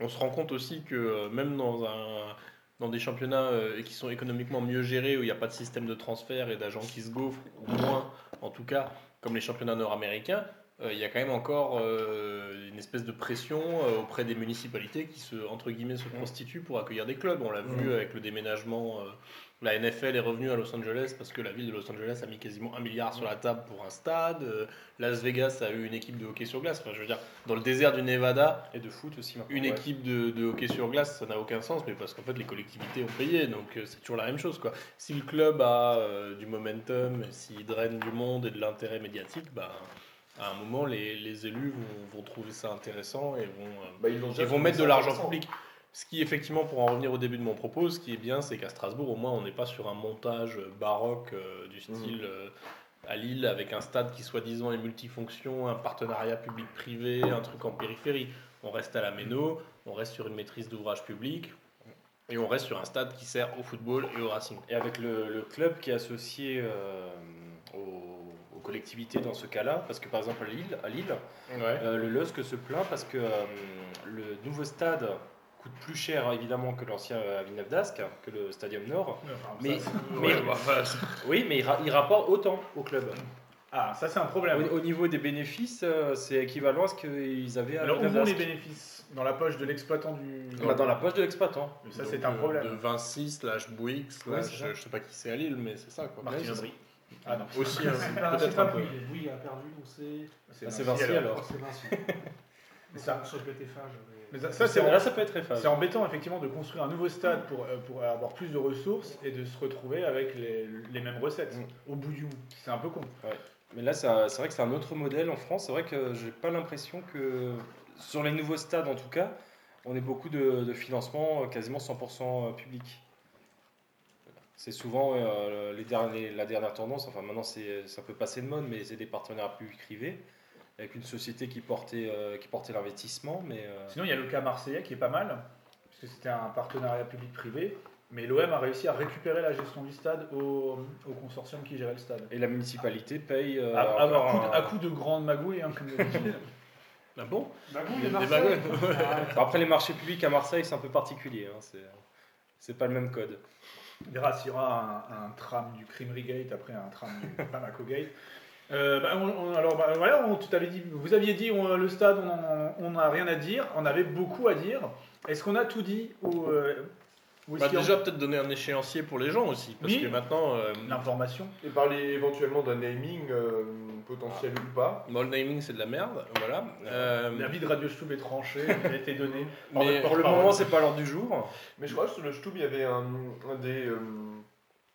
Speaker 6: on se rend compte aussi que euh, même dans, un, dans des championnats euh, qui sont économiquement mieux gérés, où il n'y a pas de système de transfert et d'agents qui se gaufrent, ou moins en tout cas, comme les championnats nord-américains, euh, il y a quand même encore euh, une espèce de pression euh, auprès des municipalités qui se, entre guillemets, se constituent pour accueillir des clubs. On l'a vu avec le déménagement. euh, la NFL est revenue à Los Angeles parce que la ville de Los Angeles a mis quasiment un milliard sur la table pour un stade. Euh, Las Vegas a eu une équipe de hockey sur glace. Enfin, je veux dire, dans le désert du Nevada,
Speaker 3: Et de foot aussi maintenant.
Speaker 6: une
Speaker 3: ouais.
Speaker 6: équipe de, de hockey sur glace, ça n'a aucun sens, mais parce qu'en fait, les collectivités ont payé, donc euh, c'est toujours la même chose. Quoi. Si le club a euh, du momentum, s'il draine du monde et de l'intérêt médiatique, bah, à un moment, les, les élus vont, vont trouver ça intéressant et vont, euh,
Speaker 4: Bah, ils, l'ont déjà
Speaker 6: ils vont
Speaker 4: trouvé
Speaker 6: mettre
Speaker 4: ça
Speaker 6: de l'argent
Speaker 4: intéressant.
Speaker 6: public. Ce qui, effectivement, pour en revenir au début de mon propos, ce qui est bien, c'est qu'à Strasbourg, au moins, on n'est pas sur un montage euh, baroque euh, du
Speaker 3: Mmh.
Speaker 6: style euh, à Lille avec un stade qui, soi-disant, est multifonction, un partenariat public-privé, un truc en périphérie. On reste à la méno, on reste sur une maîtrise d'ouvrage public et on reste sur un stade qui sert au football et au racing.
Speaker 3: Et avec le, le club qui est associé euh, aux, aux collectivités dans ce cas-là, parce que par exemple à Lille, à Lille euh, le LOSC se plaint parce que euh, le nouveau stade coûte plus cher évidemment que l'ancien euh, à Villeneuve d'Ascq, que le Stadium Nord.
Speaker 2: Enfin,
Speaker 3: Mais,
Speaker 2: ça,
Speaker 3: mais-
Speaker 6: Ouais, bah, enfin, c'est-
Speaker 3: oui, mais il, ra- il rapporte autant au club.
Speaker 2: ah, ça c'est un problème.
Speaker 3: Bah, Au, au niveau des bénéfices, euh, c'est équivalent à ce qu'ils avaient à
Speaker 2: Alors, où
Speaker 3: Villeneuve
Speaker 2: vont les
Speaker 3: d'Ascq.
Speaker 2: bénéfices Dans la poche de l'exploitant du.
Speaker 3: Bah, dans la poche de l'exploitant.
Speaker 2: Mais Ça,
Speaker 6: donc,
Speaker 2: c'est un
Speaker 6: euh,
Speaker 2: problème.
Speaker 6: De 26 slash Bouygues,
Speaker 3: Ouais,
Speaker 6: slash, euh,
Speaker 3: c'est ça.
Speaker 6: je sais pas qui c'est à Lille, mais c'est ça quoi.
Speaker 2: Martin
Speaker 6: Ouais,
Speaker 2: Aubry. Ah non. *laughs*
Speaker 6: c'est- Aussi, hein,
Speaker 5: Ah, c'est
Speaker 6: peut-être
Speaker 5: pas
Speaker 6: un peu.
Speaker 5: Bouygues. Bouygues a perdu, donc c'est.
Speaker 3: Ah,
Speaker 2: Vinci,
Speaker 3: c'est Vinci
Speaker 2: alors.
Speaker 3: alors.
Speaker 5: C'est Vinci.
Speaker 2: Mais
Speaker 5: Mais
Speaker 2: ça-
Speaker 5: ça, je vais phage.
Speaker 2: Mais ça, ça, c'est
Speaker 3: Là, ça peut être efface.
Speaker 2: C'est embêtant effectivement de construire un nouveau stade pour, euh, pour avoir plus de ressources et de se retrouver avec les, les mêmes recettes
Speaker 3: Mm.
Speaker 2: au bout du bout. C'est un peu con.
Speaker 3: Mais là, ça- c'est vrai que c'est un autre modèle en France. C'est vrai que j'ai pas l'impression que, sur les nouveaux stades en tout cas, on ait beaucoup de, de financement euh, quasiment 100% public. C'est souvent euh, les derniers, la dernière tendance. Enfin, maintenant, c'est- ça peut passer de mode, mais c'est des partenariats publics-privés avec une société qui portait, euh, qui portait l'investissement. Mais euh,
Speaker 2: Sinon, il y a le cas marseillais qui est pas mal, puisque c'était un partenariat public-privé, mais l'OM a réussi à récupérer la gestion du stade au, au consortium qui gérait le stade.
Speaker 3: et la municalité paye. euh,
Speaker 2: À, à- Ah, à
Speaker 3: encore
Speaker 2: coup, de-
Speaker 3: un-
Speaker 2: à coup de grandes magouilles, hein, comme
Speaker 3: *laughs*
Speaker 2: d'habitude.
Speaker 6: Ah bon
Speaker 5: Bagou,
Speaker 6: Des
Speaker 5: les Marseillais.
Speaker 6: bagouilles.
Speaker 5: Ah,
Speaker 3: Après, les marchés publics à Marseille, c'est un peu particulier. hein. C'est- c'est pas le même code.
Speaker 2: Grâce, il y aura un, un tram du Crimery Gate après un tram du *laughs* Bamako Gate. Euh, bah, on- on- alors bah, voilà, on, tu t'avais dit, vous aviez dit on- le stade, on en- on n'a rien à dire, on avait beaucoup à dire. Est-ce qu'on a tout dit ou, euh, ou est-ce
Speaker 6: Bah
Speaker 2: qu'il y a
Speaker 6: déjà peut-être donner un échéancier pour les gens aussi, parce
Speaker 2: Oui.
Speaker 6: que maintenant, euh,
Speaker 2: l'information
Speaker 4: Et parler éventuellement d'un naming euh, potentiel ou pas.
Speaker 6: bon, le naming c'est de la merde, voilà. Euh,
Speaker 2: La vie de Radio Stube est tranchée, elle a été
Speaker 3: *laughs*
Speaker 2: donnée.
Speaker 6: mais
Speaker 3: Pour le moment, c'est pas l'heure du jour.
Speaker 4: Mais je crois que sur le Stub, il y avait un, un des, euh,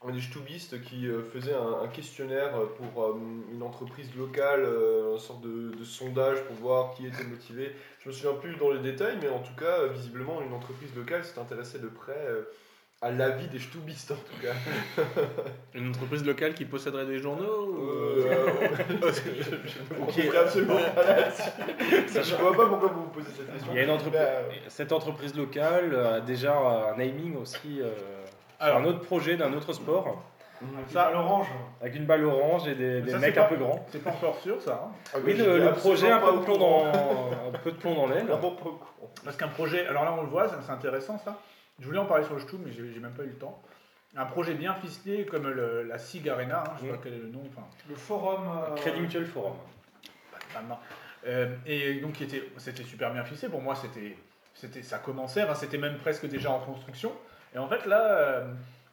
Speaker 4: un des Stubistes qui euh, faisait un, un questionnaire pour euh, une entreprise locale, euh, une sorte de, de sondage pour voir qui était motivé. Je me souviens plus dans les détails, mais en tout cas, euh, visiblement, une entreprise locale s'est intéressée de près euh, à l'avis des Stubistes, en tout cas.
Speaker 6: une entreprise locale qui posséderait des journaux ou-
Speaker 4: Euh, je ne comprends absolument pas là-dessus. Je vois pas pourquoi vous vous posez cette question.
Speaker 3: Il y a une entreprise-
Speaker 4: Bah,
Speaker 3: Cette entreprise locale euh, a déjà un naming aussi, euh, sur
Speaker 2: Alors.
Speaker 3: un autre projet d'un autre sport,
Speaker 2: Ça-
Speaker 5: Ça, l'orange.
Speaker 3: avec une balle orange et des, des
Speaker 2: Ça, c'est
Speaker 3: mecs
Speaker 2: pas-
Speaker 3: un peu grands.
Speaker 2: C'est pas encore sûr ça. hein.
Speaker 4: ah,
Speaker 3: Oui,
Speaker 4: mais
Speaker 3: le,
Speaker 4: j'étais
Speaker 3: le projet
Speaker 4: absolument
Speaker 3: un
Speaker 4: pas
Speaker 3: peu, de
Speaker 4: au
Speaker 3: plomb
Speaker 4: courant.
Speaker 3: dans, un peu de plomb dans l'aile.
Speaker 4: Vraiment pas au courant.
Speaker 2: Parce qu'un projet, alors là on le voit, ça- c'est intéressant ça. Je voulais en parler sur le Stube, mais j'ai j'ai même pas eu le temps. Un projet bien ficelé comme le- la SIG Arena, hein, je sais
Speaker 3: Mm.
Speaker 2: pas quel est le nom. enfin,
Speaker 5: Le forum. euh,
Speaker 3: Crédit Mutuel Forum.
Speaker 2: Ah, non. Euh, et donc qui était- c'était super bien ficelé. Pour moi, c'était, c'était, ça commençait, enfin, c'était même presque déjà en construction. Et en fait, là, euh,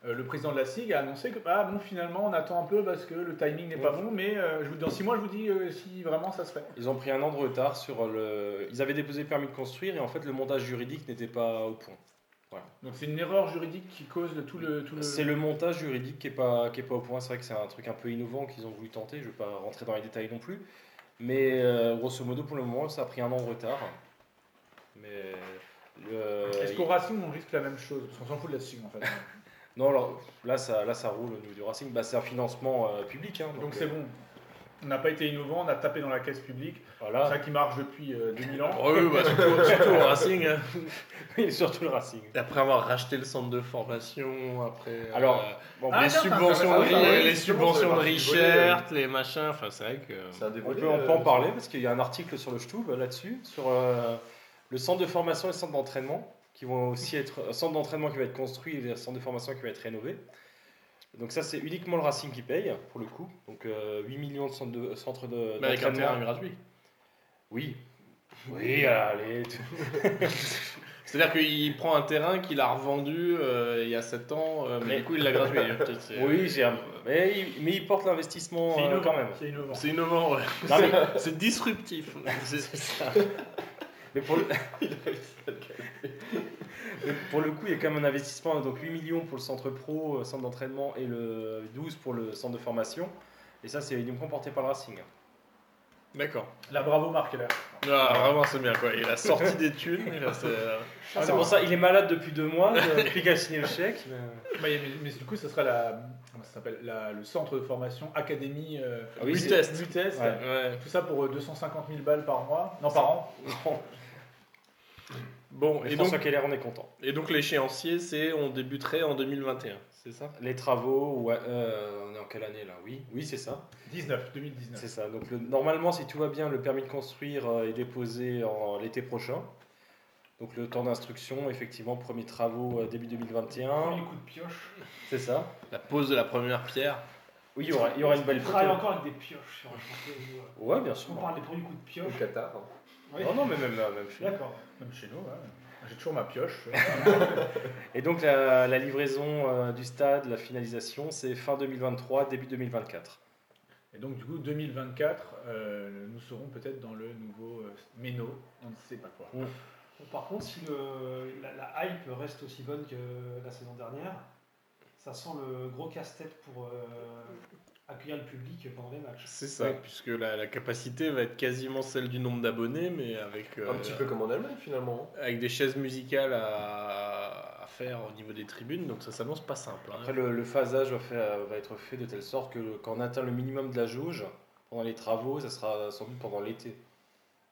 Speaker 2: euh, le président de la SIG a annoncé que ah, bon, finalement, on attend un peu parce que le timing n'est pas
Speaker 3: Mm.
Speaker 2: bon, mais euh, je vous, dans six mois, je vous dis euh, si vraiment ça se fait.
Speaker 3: Ils ont pris un an de retard sur le. Ils avaient déposé le permis de construire et en fait le montage juridique n'était pas au point.
Speaker 2: Donc c'est une erreur juridique qui cause le- tout le. Tout le...
Speaker 3: C'est le montage juridique qui est pas, qui est pas au point. C'est vrai que c'est un truc un peu innovant qu'ils ont voulu tenter. Je ne vais pas rentrer dans les détails non plus. Mais euh, grosso modo, pour le moment, ça a pris un an de retard. Mais. euh,
Speaker 2: Est-ce qu'au Racing, on risque la même chose Parce qu'on s'en fout de la SIG en fait.
Speaker 3: Non, alors, là, ça, là, ça roule au niveau du Racing. Bah, c'est un financement euh, public. hein,
Speaker 2: *laughs* donc c'est
Speaker 3: euh,
Speaker 2: bon. On n'a pas été innovant, on a tapé dans la caisse publique. C'est
Speaker 3: Voilà.
Speaker 2: ça qui marche depuis euh, 2000 *laughs* ans.
Speaker 6: Oh oui, bah, surtout, surtout au
Speaker 3: *laughs*
Speaker 6: Racing. hein.
Speaker 3: Et surtout le Racing.
Speaker 6: Après avoir racheté le centre de formation, après.
Speaker 3: Alors,
Speaker 6: euh,
Speaker 3: bon,
Speaker 6: les,
Speaker 2: tiens,
Speaker 6: subventions
Speaker 2: Ah, ça, ça,
Speaker 6: de,
Speaker 2: ça,
Speaker 6: Ri-
Speaker 2: ça,
Speaker 4: oui,
Speaker 6: les
Speaker 4: justement,
Speaker 6: subventions
Speaker 4: ça
Speaker 6: de
Speaker 4: fait partie du
Speaker 6: Richert, les machins, enfin c'est vrai que.
Speaker 4: C'est un des
Speaker 3: On
Speaker 4: volets,
Speaker 3: peut, on
Speaker 4: euh,
Speaker 3: peut en parler parce qu'il y a un article sur le Stub là-dessus, sur euh, le centre de formation et le centre d'entraînement qui vont aussi être un centre d'entraînement qui va être construit et un centre de formation qui va être rénové. Donc ça c'est uniquement le Racing qui paye pour le coup. Donc euh, 8 millions de centres de centres de-
Speaker 6: Mais Bah, avec un terrain
Speaker 3: d'entraînement.
Speaker 6: gratuit. *laughs*
Speaker 3: oui. Oui, allez.
Speaker 6: C'est-à-dire qu'il prend un terrain qu'il a revendu euh, il y a 7 ans, euh, mais
Speaker 3: Mais-
Speaker 6: du coup il
Speaker 2: *laughs*
Speaker 6: l'a gratuit. hein, peut-être, c'est-
Speaker 3: Oui, j'ai un- mais, il- mais il porte l'investissement
Speaker 2: C'est
Speaker 3: euh,
Speaker 2: innovant
Speaker 3: quand même.
Speaker 2: C'est innovant.
Speaker 6: C'est innovant, ouais. *laughs*
Speaker 3: Non, mais-
Speaker 2: *laughs*
Speaker 6: c'est disruptif. C'est-
Speaker 3: Mais pour, le... *laughs* Mais pour le coup, il y a quand même un investissement, donc 8 millions pour le centre pro, euh, centre d'entraînement et le 12 pour le centre de formation. Et ça, c'est uniquement porté par le Racing.
Speaker 6: D'accord.
Speaker 2: La bravo Marc là.
Speaker 6: Ah, vraiment, c'est bien quoi. Il a sorti des thunes. il a- euh, c'est-
Speaker 3: Ah, c'est pour ça, il est malade depuis deux mois, euh,
Speaker 6: *laughs*
Speaker 3: depuis qu'il a signé le chèque. mais- euh,
Speaker 2: Bah, mais, mais du coup, ça sera la, comment ça s'appelle La- le centre de formation Académie euh,
Speaker 3: Ah oui, c'est-
Speaker 6: Lutest.
Speaker 2: Lutest.
Speaker 3: Ouais.
Speaker 6: Ouais.
Speaker 2: Tout ça pour euh, 250 000 balles par mois, non par an.
Speaker 3: Non.
Speaker 6: Bon,
Speaker 3: Mais
Speaker 6: et donc,
Speaker 3: François Keller, on est content.
Speaker 6: et donc l'échéancier, c'est on débuterait en 2021, c'est ça
Speaker 3: Les travaux, ouais, euh, on est en quelle année là Oui, oui c'est ça.
Speaker 2: 19, 2019.
Speaker 3: C'est ça. Donc le- normalement, si tout va bien, le permis de construire euh, est déposé en- l'été prochain. Donc le temps d'instruction, effectivement, premiers travaux euh, début 2021.
Speaker 5: Premier coup de pioche.
Speaker 3: C'est ça.
Speaker 6: La pose de la première pierre.
Speaker 3: Oui, il y aura, il y aura une belle
Speaker 5: On travaille
Speaker 3: photo.
Speaker 5: encore avec des pioches sur un chantier. nous, euh.
Speaker 3: Ouais, bien
Speaker 5: On
Speaker 3: sûr.
Speaker 5: parle des premiers coups de
Speaker 4: Au
Speaker 5: pioche.
Speaker 4: Qatar. hein.
Speaker 6: Euh,
Speaker 5: Oui.
Speaker 3: Non, non, mais même, euh, même chez-
Speaker 5: D'accord.
Speaker 2: Même chez nous, ouais. J'ai toujours ma pioche. *laughs*
Speaker 3: Et donc la, la livraison euh, du stade, la finalisation, c'est fin 2023, début 2024.
Speaker 2: Et donc, du coup, 2024, euh, nous serons peut-être dans le nouveau euh, Méno, on ne sait pas quoi.
Speaker 5: Bon, par contre, si le- la, la hype reste aussi bonne que la saison dernière, ça sent le gros casse-tête pour euh, accueillir le public pendant les matchs.
Speaker 6: C'est ça, puisque la, la capacité va être quasiment celle du nombre d'abonnés, mais avec, euh,
Speaker 4: Un petit peu comme en Allemagne finalement.
Speaker 6: avec des chaises musicales à, à faire au niveau des tribunes, donc ça s'annonce pas simple. hein.
Speaker 3: Après, le, le phasage va, faire- va être fait de telle sorte que quand on atteint le minimum de la jauge, pendant les travaux, ça sera sans doute pendant l'été.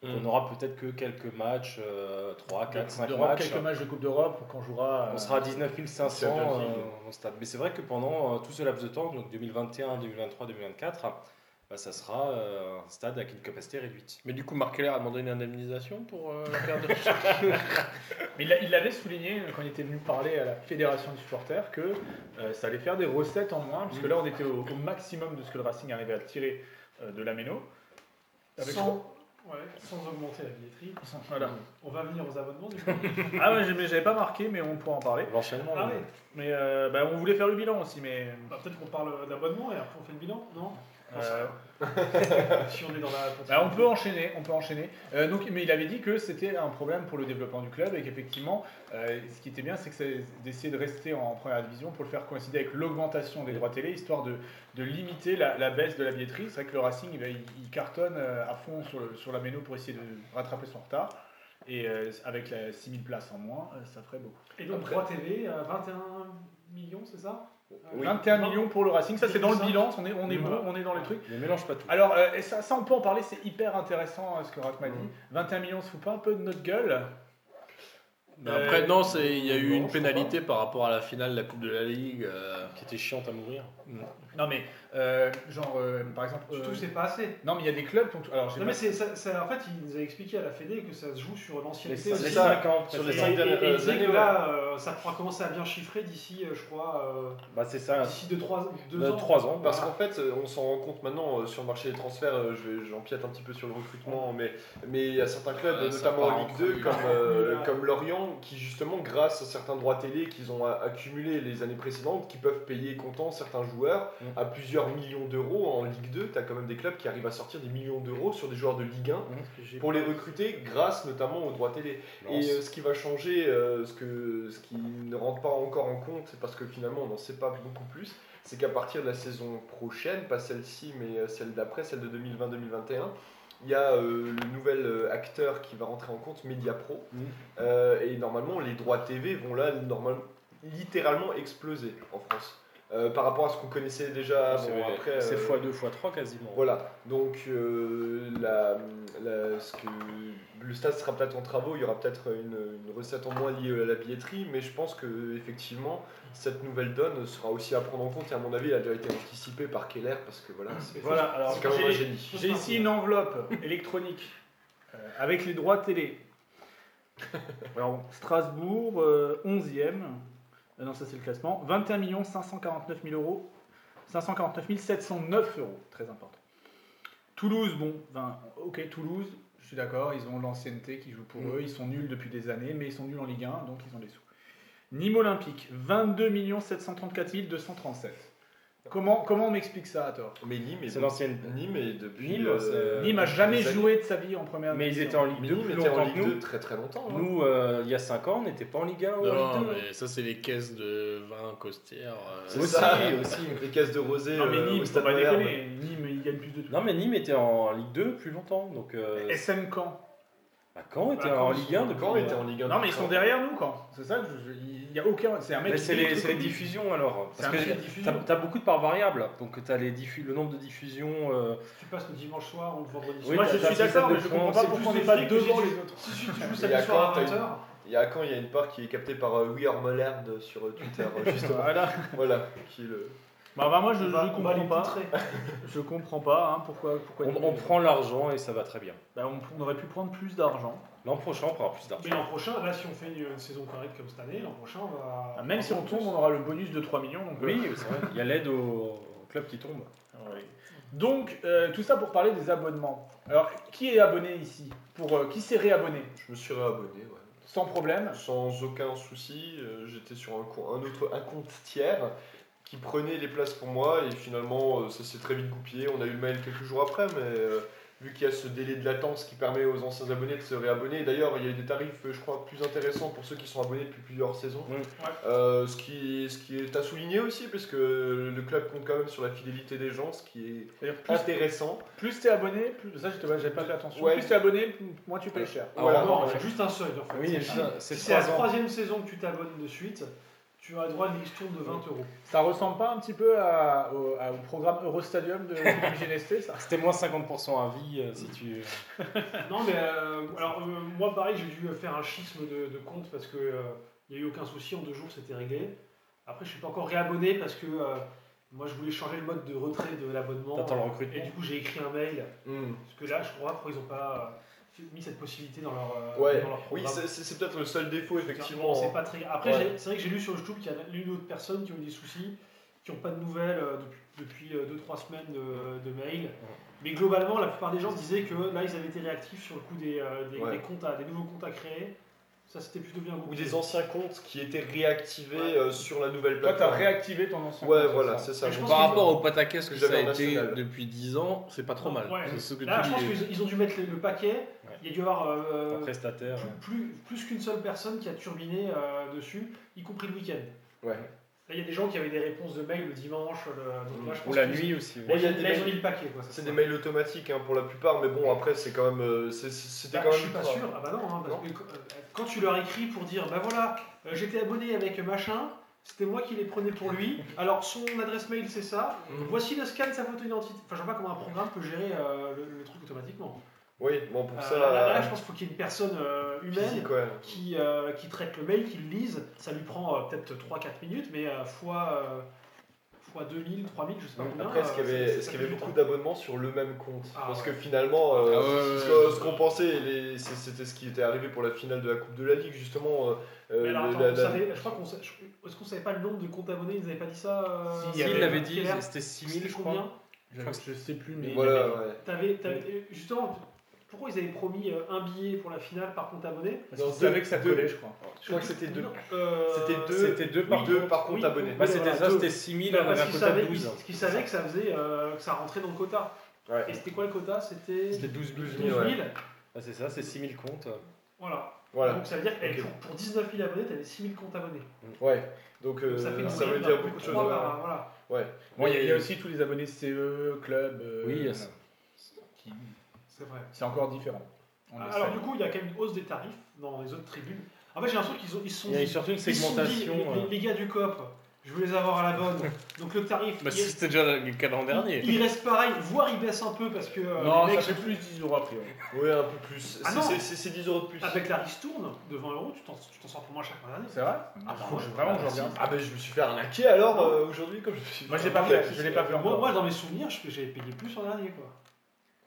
Speaker 3: Donc,
Speaker 6: Mm.
Speaker 3: On aura peut-être que quelques matchs, 3, 4, 5
Speaker 2: d'Europe,
Speaker 3: matchs.
Speaker 2: quelques matchs hein. de Coupe d'Europe qu'on jouera. euh,
Speaker 3: On sera à 19 500
Speaker 4: C'est bien dit.
Speaker 3: euh, au stade. Mais c'est vrai que pendant euh, tout ce laps de temps, donc 2021, 2023, 2024, bah, ça sera euh, un stade avec une capacité réduite.
Speaker 6: Mais du coup, Marc Keller a demandé une indemnisation pour euh, la *laughs* perte de
Speaker 2: Mais il l'a- il l'avait souligné euh, quand il était venu parler à la fédération de supporters que euh, ça allait faire des recettes en moins, puisque là on était au, au maximum de ce que le Racing arrivait à tirer euh, de la Méno.
Speaker 3: Ah,
Speaker 2: Avec-
Speaker 5: Sans, ouais, sans augmenter la billetterie.
Speaker 2: Voilà.
Speaker 5: On va venir aux abonnements du coup.
Speaker 2: Ah ouais, j'ai- mais j'avais pas marqué, mais on pourra en parler.
Speaker 3: L'enchaînement,
Speaker 5: Ah
Speaker 3: mais- *laughs*
Speaker 5: ouais.
Speaker 2: Mais euh, bah, on voulait faire le bilan aussi, mais
Speaker 5: Bah, Peut-être qu'on parle d'abonnement et après on fait le bilan, non
Speaker 2: euh,
Speaker 3: *laughs*
Speaker 5: Si on est dans la.
Speaker 2: bah, on peut enchaîner, on peut enchaîner. Euh, donc, mais il avait dit que c'était un problème pour le développement du club et qu'effectivement, euh, ce qui était bien, c'est que c'est d'essayer de rester en première division pour le faire coïncider avec l'augmentation des droits télé, histoire de, de limiter la, la baisse de la billetterie. C'est vrai que le Racing, eh bien, il, il cartonne euh, à fond sur, le- sur la méno pour essayer de rattraper son retard. Et euh, avec la 6000 places en moins, euh, ça ferait beaucoup.
Speaker 5: Et donc,
Speaker 4: Après-
Speaker 5: 3 TV, euh, 21 millions, c'est ça Euh, Oui.
Speaker 2: 21 millions pour le Racing, ça c'est dans le bilan, on est, on est
Speaker 5: Voilà.
Speaker 2: bon, on est dans les trucs.
Speaker 3: Ne mélange pas tout.
Speaker 2: Alors, euh, et ça, ça, on peut en parler, c'est hyper intéressant euh, ce que Raph m'a
Speaker 5: Mmh.
Speaker 2: dit. 21 millions se fout pas un peu de notre gueule
Speaker 6: Mais après, non, c'est- il y a eu
Speaker 4: non,
Speaker 6: une
Speaker 4: je crois
Speaker 6: pénalité par rapport à la finale de la Coupe de la Ligue. euh,
Speaker 3: Qui était chiante à mourir.
Speaker 2: Non, mais euh, genre, euh, par exemple. euh,
Speaker 5: Surtout, c'est pas assez.
Speaker 2: non, mais il y a des clubs qui ont tout- Alors, j'ai pas-
Speaker 5: Non, mais c'est, ça- ça- en fait, il nous a expliqué à la Fédé que ça se joue sur l'ancienneté
Speaker 4: Les-
Speaker 5: aussi.
Speaker 4: les-
Speaker 5: Et-
Speaker 4: cinq
Speaker 3: ans
Speaker 4: sur
Speaker 5: et-
Speaker 4: les
Speaker 5: et-
Speaker 4: cinq
Speaker 5: et
Speaker 4: dernières
Speaker 5: il disait
Speaker 4: années,
Speaker 5: que
Speaker 4: ouais.
Speaker 5: là, euh, ça pourra commencer à bien chiffrer d'ici, euh, je crois, euh,
Speaker 3: Bah, c'est ça,
Speaker 4: Ah.
Speaker 5: d'ici 2-3
Speaker 3: de
Speaker 5: ans.
Speaker 3: 3 ans.
Speaker 4: Parce
Speaker 3: bah.
Speaker 4: qu'en fait, euh, on s'en rend compte maintenant euh, sur le marché des transferts, euh, je vais- j'empiète un petit peu sur le recrutement, mais, mais il y a certains clubs,
Speaker 6: Ouais, ça
Speaker 4: notamment
Speaker 6: part
Speaker 4: en
Speaker 6: en
Speaker 4: Ligue 2,
Speaker 6: couille.
Speaker 4: comme, euh,
Speaker 5: Ouais.
Speaker 4: comme Lorient, qui justement, grâce à certains droits télé qu'ils ont a- accumulés les années précédentes, qui peuvent payer comptant certains joueurs
Speaker 3: Mm.
Speaker 4: à plusieurs millions d'euros en Ligue 2. Tu as quand même des clubs qui arrivent à sortir des millions d'euros sur des joueurs de Ligue 1 pour les recruter grâce notamment aux droits télé. Et
Speaker 3: Lance.
Speaker 4: euh, ce qui va changer, euh, ce, que, ce qui ne rentre pas encore en compte, c'est parce que finalement on n'en sait pas beaucoup plus, c'est qu'à partir de la saison prochaine, pas celle-ci mais euh, celle d'après, celle de 2020-2021, il y a euh, le nouvel euh, acteur qui va rentrer en compte, MediaPro,
Speaker 3: Mhm.
Speaker 4: Euh, et normalement les droits TV vont là normalement, littéralement exploser en France. euh, par rapport à ce qu'on connaissait déjà.
Speaker 3: C'est
Speaker 4: bon, après,
Speaker 3: c'est
Speaker 4: euh,
Speaker 3: x2, x3 quasiment.
Speaker 4: Voilà, donc euh, la, la- ce que, le stade sera peut-être en travaux, il y aura peut-être une, une recette en moins liée à la billetterie, mais je pense que effectivement cette nouvelle donne sera aussi à prendre en compte et à mon avis elle a déjà été anticipée par Keller parce que voilà, c'est
Speaker 2: Voilà, alors
Speaker 4: c'est quand même un
Speaker 2: j'ai-
Speaker 4: génie.
Speaker 2: J'ai ici hein. une enveloppe électronique euh, avec les droits télé. *laughs* Alors, Strasbourg, euh, 11e. Euh, non, ça c'est le classement. 21 549 000 euros. 549 709 euros, très important. Toulouse, bon, ben, ok, Toulouse, je suis d'accord, ils ont l'ancienneté qui joue pour eux, ils sont nuls depuis des années, mais ils sont nuls en Ligue 1, donc ils ont des sous. Nîmes Olympique, 22 734 237. Comment, comment on m'explique ça à tort
Speaker 4: Mais Nîmes est,
Speaker 3: C'est l'ancienne.
Speaker 4: Nîmes est depuis
Speaker 3: Nîmes,
Speaker 4: euh,
Speaker 3: c'est-
Speaker 4: Nîmes
Speaker 2: Nîmes a jamais joué de sa vie en première
Speaker 3: Mais ils
Speaker 2: division.
Speaker 3: étaient en Ligue 2
Speaker 4: Nîmes
Speaker 3: plus
Speaker 4: était en
Speaker 3: longtemps que
Speaker 4: Ligue 2
Speaker 3: nous.
Speaker 4: très très longtemps. hein.
Speaker 3: Nous, euh, il y a 5 ans, on n'était pas en Ligue 1 ou en
Speaker 6: Non,
Speaker 3: Ligue 2.
Speaker 6: mais ça, c'est les caisses de vin costière. euh,
Speaker 4: C'est
Speaker 3: Aussi,
Speaker 4: ça.
Speaker 3: aussi.
Speaker 4: Les caisses de rosé
Speaker 5: Ah,
Speaker 2: Non, mais
Speaker 4: euh,
Speaker 2: Nîmes,
Speaker 4: au
Speaker 2: faut
Speaker 4: stade
Speaker 2: pas
Speaker 4: Malherbe.
Speaker 2: déconner. Nîmes, ils gagnent plus de tout.
Speaker 3: Non, mais Nîmes était en Ligue 2 plus longtemps. Donc, euh,
Speaker 2: SM Caen.
Speaker 3: bah, Caen était
Speaker 2: Bah,
Speaker 3: en
Speaker 2: Caen,
Speaker 3: Ligue 1 depuis.
Speaker 4: Caen était en Ligue 1
Speaker 2: Non, mais ils sont derrière nous, Caen. C'est ça que je- je- Il n'y a aucun. C'est un mec
Speaker 3: Mais
Speaker 2: qui
Speaker 3: c'est
Speaker 2: dit
Speaker 3: les,
Speaker 2: le
Speaker 3: c'est
Speaker 2: truc
Speaker 3: les
Speaker 2: comme-
Speaker 3: diffusions alors.
Speaker 2: C'est un
Speaker 3: Parce que
Speaker 2: sujet de
Speaker 3: t'as
Speaker 2: diffusion.
Speaker 3: as beaucoup de parts variables. Donc t'as les diffu- le nombre de diffusions. euh,
Speaker 5: Tu passes le dimanche soir ou le vendredi
Speaker 3: Oui,
Speaker 5: soir.
Speaker 2: Moi,
Speaker 3: t'as-
Speaker 2: je
Speaker 3: t'as
Speaker 2: suis
Speaker 3: le système
Speaker 2: d'accord,
Speaker 3: de
Speaker 2: mais je comprends
Speaker 3: points,
Speaker 2: pas
Speaker 3: c'est
Speaker 2: pourquoi on
Speaker 5: plus
Speaker 2: n'est
Speaker 5: de
Speaker 2: pas
Speaker 5: fric que
Speaker 2: devant
Speaker 5: j'ai-
Speaker 2: les autres.
Speaker 5: Si tu
Speaker 4: Et
Speaker 5: joues
Speaker 4: à
Speaker 5: samedi soir
Speaker 4: quand
Speaker 5: à
Speaker 4: t'as
Speaker 5: 20h,
Speaker 4: Il y a quand il y a une part qui est captée par euh, We Are Mollard sur euh, Twitter euh, justement.
Speaker 2: Voilà.
Speaker 4: voilà, qui est le
Speaker 2: Bah, bah, moi, je
Speaker 5: on
Speaker 2: je
Speaker 5: va- on va
Speaker 2: comprends
Speaker 5: les
Speaker 2: pas.
Speaker 5: poutrer.
Speaker 2: Je comprends pas hein, pourquoi. pourquoi
Speaker 3: On, on prend l'argent et ça va très bien.
Speaker 2: Bah, on- on aurait pu prendre plus d'argent.
Speaker 3: L'an prochain, on prendra plus d'argent.
Speaker 5: Mais l'an prochain, là, si on fait une, une saison correcte comme cette année, l'an prochain, on va.
Speaker 2: Ah, Même si on tombe, on aura le bonus de 3 millions. Donc, euh,
Speaker 3: Oui, c'est vrai. Il y a l'aide au au club qui tombe.
Speaker 2: *laughs* Ouais. Donc, euh, tout ça pour parler des abonnements. Alors, qui est abonné ici Pour euh, Qui s'est réabonné
Speaker 4: je me suis réabonné ouais.
Speaker 2: Sans problème.
Speaker 4: Sans aucun souci, euh, j'étais sur un, co- un autre un compte tiers qui prenait les places pour moi et finalement euh, ça s'est très vite goupillé. On a eu le mail quelques jours après, mais euh, vu qu'il y a ce délai de latence qui permet aux anciens abonnés de se réabonner. D'ailleurs, il y a eu des tarifs, euh, je crois, plus intéressants pour ceux qui sont abonnés depuis plusieurs saisons.
Speaker 3: Mm.
Speaker 4: Euh, ce qui, ce qui est à souligner aussi, parce que le club compte quand même sur la fidélité des gens, ce qui est
Speaker 2: C'est-à-dire, plus-
Speaker 4: intéressant.
Speaker 2: Ah, Plus t'es abonné, plus ça j'étais- j'avais pas fait attention.
Speaker 4: Ouais.
Speaker 2: Plus t'es abonné, plus- moins tu payes cher.
Speaker 4: Voilà.
Speaker 5: Non, il y a juste un seuil en fait.
Speaker 3: Oui,
Speaker 5: Si-
Speaker 3: c'est
Speaker 5: si c'est la
Speaker 3: 3 ans.
Speaker 5: troisième saison que tu t'abonnes de suite, tu as droit à une ristourne de 20
Speaker 3: *laughs*
Speaker 5: euros.
Speaker 2: Ça ressemble pas un petit peu à- au, à- au programme *laughs* Eurostadium de Philippe Genesté, ça
Speaker 3: C'était moins 50% à vie euh, si tu.
Speaker 5: Non, mais euh, alors euh, moi, pareil, j'ai dû faire un schisme de, de compte parce que euh, il n'y a eu aucun souci. En deux jours, c'était réglé. Après, je suis pas encore réabonné parce que euh, moi, je voulais changer le mode de retrait de l'abonnement.
Speaker 3: T'attends le
Speaker 5: Et
Speaker 3: recrutement.
Speaker 5: du coup, j'ai écrit un mail
Speaker 6: Hmm.
Speaker 4: Mm.
Speaker 5: parce que là, je crois, pourquoi ils ont pas euh, mis cette possibilité dans leur, euh,
Speaker 4: Ouais.
Speaker 5: dans leur
Speaker 4: Oui,
Speaker 5: programme.
Speaker 4: c'est- c'est c'est peut-être le seul défaut, effectivement.
Speaker 5: C'est pas très. Après,
Speaker 4: Ouais.
Speaker 5: j'ai- c'est vrai que j'ai lu sur YouTube qu'il y a une autre personne qui ont eu des soucis, qui n'ont pas de nouvelles euh, depuis 2-3 semaines de, de mail. Mais globalement, la plupart des gens disaient que là, ils avaient été réactifs sur le coup des, euh, des,
Speaker 4: Ouais.
Speaker 5: des comptes à, des nouveaux comptes à créer. Ça, c'était plutôt bien.
Speaker 4: ou
Speaker 5: compris.
Speaker 4: des anciens comptes qui étaient réactivés euh, sur la nouvelle
Speaker 2: Toi, t'as
Speaker 4: plateforme.
Speaker 2: réactivé ton ancien.
Speaker 4: ouais,
Speaker 2: compte,
Speaker 4: voilà,
Speaker 2: ça.
Speaker 4: c'est ça. bah,
Speaker 5: Mais je
Speaker 4: Donc,
Speaker 5: pense
Speaker 6: Par
Speaker 5: qu'ils
Speaker 6: rapport
Speaker 5: ont-
Speaker 6: au pataquès que
Speaker 4: que
Speaker 6: ça a
Speaker 4: j'avais en
Speaker 6: été
Speaker 4: national.
Speaker 6: depuis 10 ans, c'est pas trop mal.
Speaker 5: Ouais.
Speaker 6: C'est ce que
Speaker 5: Là,
Speaker 6: tu
Speaker 5: je pense
Speaker 6: dis.
Speaker 5: qu'ils ils ont dû mettre le, le paquet.
Speaker 3: Ouais.
Speaker 5: Il y a dû y avoir euh,
Speaker 3: Un prestataire.
Speaker 5: plus, plus- plus qu'une seule personne qui a turbiné euh, dessus, y compris le week-end.
Speaker 4: Ouais.
Speaker 5: Là, il y a des gens qui avaient des réponses de mail le dimanche. Le... donc là, je
Speaker 3: Ou
Speaker 5: pense
Speaker 3: la
Speaker 5: que-
Speaker 3: nuit aussi. ouais.
Speaker 5: Là, il y a
Speaker 4: des
Speaker 5: là, ils
Speaker 4: mails-
Speaker 5: ont mis le paquet. Quoi, ça,
Speaker 4: C'est des mails automatiques hein, pour la plupart, mais bon, après, c'est quand même. euh, c'est- C'était
Speaker 5: Bah,
Speaker 4: quand
Speaker 5: je
Speaker 4: même.
Speaker 5: suis pas sûr. Ah bah non, hein, parce
Speaker 4: Non.
Speaker 5: que quand- euh, quand tu leur écris pour dire bah voilà, euh, j'étais abonné avec machin, c'était moi qui les prenais
Speaker 4: *laughs*
Speaker 5: pour lui. Alors son adresse mail c'est ça.
Speaker 4: Mhm.
Speaker 5: Voici le scan de sa photo d'identité. Enfin, je vois pas comment un programme peut gérer euh, le, le truc automatiquement.
Speaker 4: Oui, bon, pour
Speaker 5: Euh,
Speaker 4: ça,
Speaker 5: là,
Speaker 4: la-
Speaker 5: là, je pense qu'il faut qu'il y ait une personne euh, humaine
Speaker 4: physique, ouais.
Speaker 5: qui, euh, qui traite le mail, qui le lise. Ça lui prend euh, peut-être 3-4 minutes, mais euh, fois, euh, fois 2000, 3000, je sais pas combien.
Speaker 4: Après, ce qu'il y
Speaker 5: euh, ça-
Speaker 4: avait,
Speaker 5: ça
Speaker 4: ce qu'il
Speaker 5: fait
Speaker 4: y avait
Speaker 5: du temps.
Speaker 4: beaucoup d'abonnements sur le même compte.
Speaker 5: Ah,
Speaker 4: parce que
Speaker 5: ouais.
Speaker 4: finalement, euh,
Speaker 6: Ah, ouais,
Speaker 4: ce
Speaker 6: ouais,
Speaker 4: que-
Speaker 6: ouais.
Speaker 4: ce qu'on pensait, les- c'est- c'était ce qui était arrivé pour la finale de la Coupe de la Ligue, justement. euh,
Speaker 5: Mais
Speaker 4: euh,
Speaker 5: alors, attends,
Speaker 4: la-
Speaker 5: on
Speaker 4: la-
Speaker 5: savait- je crois qu'on sa- je- est-ce qu'on savait pas le nombre de comptes abonnés Ils n'avaient pas dit ça euh,
Speaker 2: Si, il y
Speaker 3: S'il
Speaker 2: avait-
Speaker 3: l'avait dit,
Speaker 5: Keller
Speaker 3: c'était 6000,
Speaker 5: C'était
Speaker 3: je
Speaker 5: combien
Speaker 3: crois.
Speaker 2: Je, je
Speaker 3: Bah,
Speaker 2: sais plus, mais.
Speaker 4: Voilà, ouais.
Speaker 5: T'avais- t'avais- euh, Justement, pourquoi ils avaient promis euh, un billet pour la finale par compte abonné
Speaker 2: Parce qu'ils
Speaker 4: Dans
Speaker 2: savaient que ça
Speaker 4: deux-
Speaker 2: collait, je crois.
Speaker 4: Je crois que c'était deux.
Speaker 5: Non, euh,
Speaker 4: C'était deux.
Speaker 3: C'était deux par
Speaker 4: deux
Speaker 3: contre.
Speaker 4: par compte
Speaker 5: oui.
Speaker 4: abonné.
Speaker 3: Bah, c'était
Speaker 5: Voilà,
Speaker 3: ça,
Speaker 5: deux.
Speaker 3: c'était 6000, on avait
Speaker 5: parce
Speaker 3: un
Speaker 5: qu'ils
Speaker 3: quota de
Speaker 5: savaient,
Speaker 3: 12.
Speaker 5: parce qu'ils savaient que ça faisait, euh, que ça rentrait dans le quota.
Speaker 4: Ouais.
Speaker 5: Et c'était quoi le quota C'était
Speaker 3: C'était 12 000.
Speaker 5: 12
Speaker 4: 000,
Speaker 5: 000.
Speaker 4: ouais.
Speaker 3: Ah, c'est ça, c'est 6000 comptes.
Speaker 5: Voilà.
Speaker 4: Voilà.
Speaker 5: Donc ça veut dire que
Speaker 4: Ok.
Speaker 5: pour, pour 19 000 abonnés, t'avais 6 000 comptes abonnés.
Speaker 4: Ouais. Donc, euh,
Speaker 5: Donc
Speaker 4: ça,
Speaker 5: ça fait une
Speaker 4: veut
Speaker 5: moyenne
Speaker 4: dire
Speaker 5: d'un peu
Speaker 4: beaucoup de choses.
Speaker 5: trois
Speaker 4: ouais.
Speaker 5: par- euh, voilà.
Speaker 2: Bon, il y, a- il y a aussi tous les abonnés CE, club. euh,
Speaker 3: Oui, il y a ça.
Speaker 2: qui-
Speaker 5: C'est vrai.
Speaker 2: C'est encore différent. On le
Speaker 5: Alors
Speaker 2: sait.
Speaker 5: du coup, il y a quand même une hausse des tarifs dans les autres tribunes. En fait, Ah, j'ai l'impression qu'ils ont- ils se sont
Speaker 3: Il y a
Speaker 5: dit-
Speaker 3: surtout une
Speaker 5: Ils se sont dit,
Speaker 3: segmentation. euh.
Speaker 5: les, les- les gars du COP, Je voulais avoir à la bonne. Donc le tarif,
Speaker 6: Bah,
Speaker 5: il,
Speaker 6: si c'était déjà le cas l'an dernier.
Speaker 5: il reste pareil, voire il baisse un peu parce que euh,
Speaker 1: Non,
Speaker 5: les
Speaker 1: ça
Speaker 5: mecs,
Speaker 1: fait plus de 10 euros a priori.
Speaker 4: Ouais, un peu plus.
Speaker 5: Ah
Speaker 4: C'est-
Speaker 5: non.
Speaker 4: c'est- c'est c'est 10 euros de plus.
Speaker 5: avec la ristourne de 20 euros, tu t'en tu t'en sors pour moins chaque fin d'année.
Speaker 1: C'est vrai
Speaker 5: Ah, bah,
Speaker 1: Faut que
Speaker 5: ouais.
Speaker 1: je- Vraiment,
Speaker 4: Ah,
Speaker 1: je
Speaker 4: bah, si.
Speaker 1: regarde.
Speaker 4: Ah, bah, je me suis fait arnaquer alors euh, aujourd'hui, comme je me suis
Speaker 2: Ah,
Speaker 1: Moi, je l'ai pas fait, je l'ai pas fait
Speaker 5: Moi,
Speaker 1: encore.
Speaker 5: moi, dans mes souvenirs, je- j'avais payé plus l'an dernier. Quoi.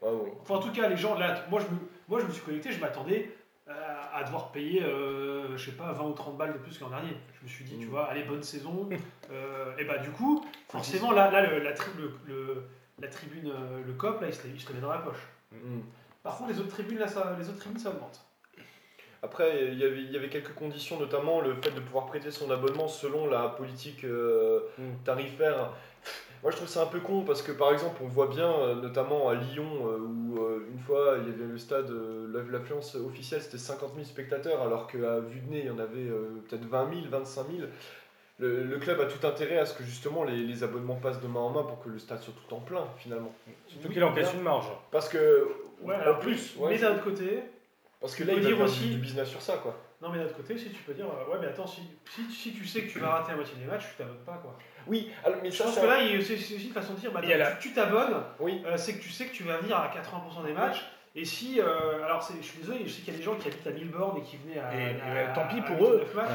Speaker 4: Ah, bon.
Speaker 5: Enfin, en tout cas, les gens, là, moi je me, moi, je me suis connecté, je m'attendais euh, à devoir payer, euh, je sais pas, 20 ou 30 balles de plus que l'an dernier. Je me suis dit, tu
Speaker 4: Mm.
Speaker 5: vois, allez,
Speaker 4: *laughs*
Speaker 5: bonne saison. et bah, du coup, forcément, là, là le- la, tri- le- le- la tribune, euh, le COP, là, il se, il se le met dans la poche.
Speaker 4: Mm.
Speaker 5: Par contre, les autres tribunes, là, ça, les autres tribunes, ça augmente.
Speaker 4: Après, il y avait- il y avait quelques conditions, notamment le fait de pouvoir prêter son abonnement selon la politique euh,
Speaker 3: Mm.
Speaker 4: tarifaire. Moi, je trouve ça un peu con parce que, par exemple, on voit bien, euh, notamment à Lyon, euh, où euh, une fois, il y avait le stade, euh, la- l'affluence officielle, c'était 50 000 spectateurs, alors qu'à vue de nez, il y en avait euh, peut-être 20 000, 25 000. Le, le club a tout intérêt à ce que justement les, les abonnements passent de main en main pour que le stade soit tout en plein finalement.
Speaker 3: Surtout qu'il encaisse une
Speaker 5: *laughs*
Speaker 3: marge.
Speaker 4: Parce que
Speaker 5: Ouais,
Speaker 4: en
Speaker 5: alors,
Speaker 4: plus, ouais,
Speaker 5: mais d'un autre côté,
Speaker 4: parce que
Speaker 5: tu
Speaker 4: là
Speaker 5: peux
Speaker 4: il va
Speaker 5: dire
Speaker 4: faire
Speaker 5: aussi-
Speaker 4: du, du business sur ça quoi.
Speaker 5: non, mais d'un autre côté aussi, tu peux dire, euh, ouais, mais attends, si, si, si tu sais que tu vas rater la moitié des matchs, tu t'abonnes pas, quoi.
Speaker 4: Oui, alors, mais
Speaker 5: Je
Speaker 4: ça,
Speaker 5: pense
Speaker 4: c'est
Speaker 5: que
Speaker 4: un-
Speaker 5: là, il y a- c'est c'est aussi une façon de dire, bah,
Speaker 3: Il y a la-
Speaker 5: tu tu t'abonnes,
Speaker 4: Oui.
Speaker 5: euh, c'est que tu sais que tu vas venir à 80% des matchs. Et si, euh, alors c'est- je suis désolé, je sais qu'il y a des gens qui habitent à Melbourne et qui venaient à.
Speaker 1: Et- et,
Speaker 5: à-
Speaker 1: euh, tant pis
Speaker 5: à
Speaker 1: pour eux.
Speaker 5: 19 matchs.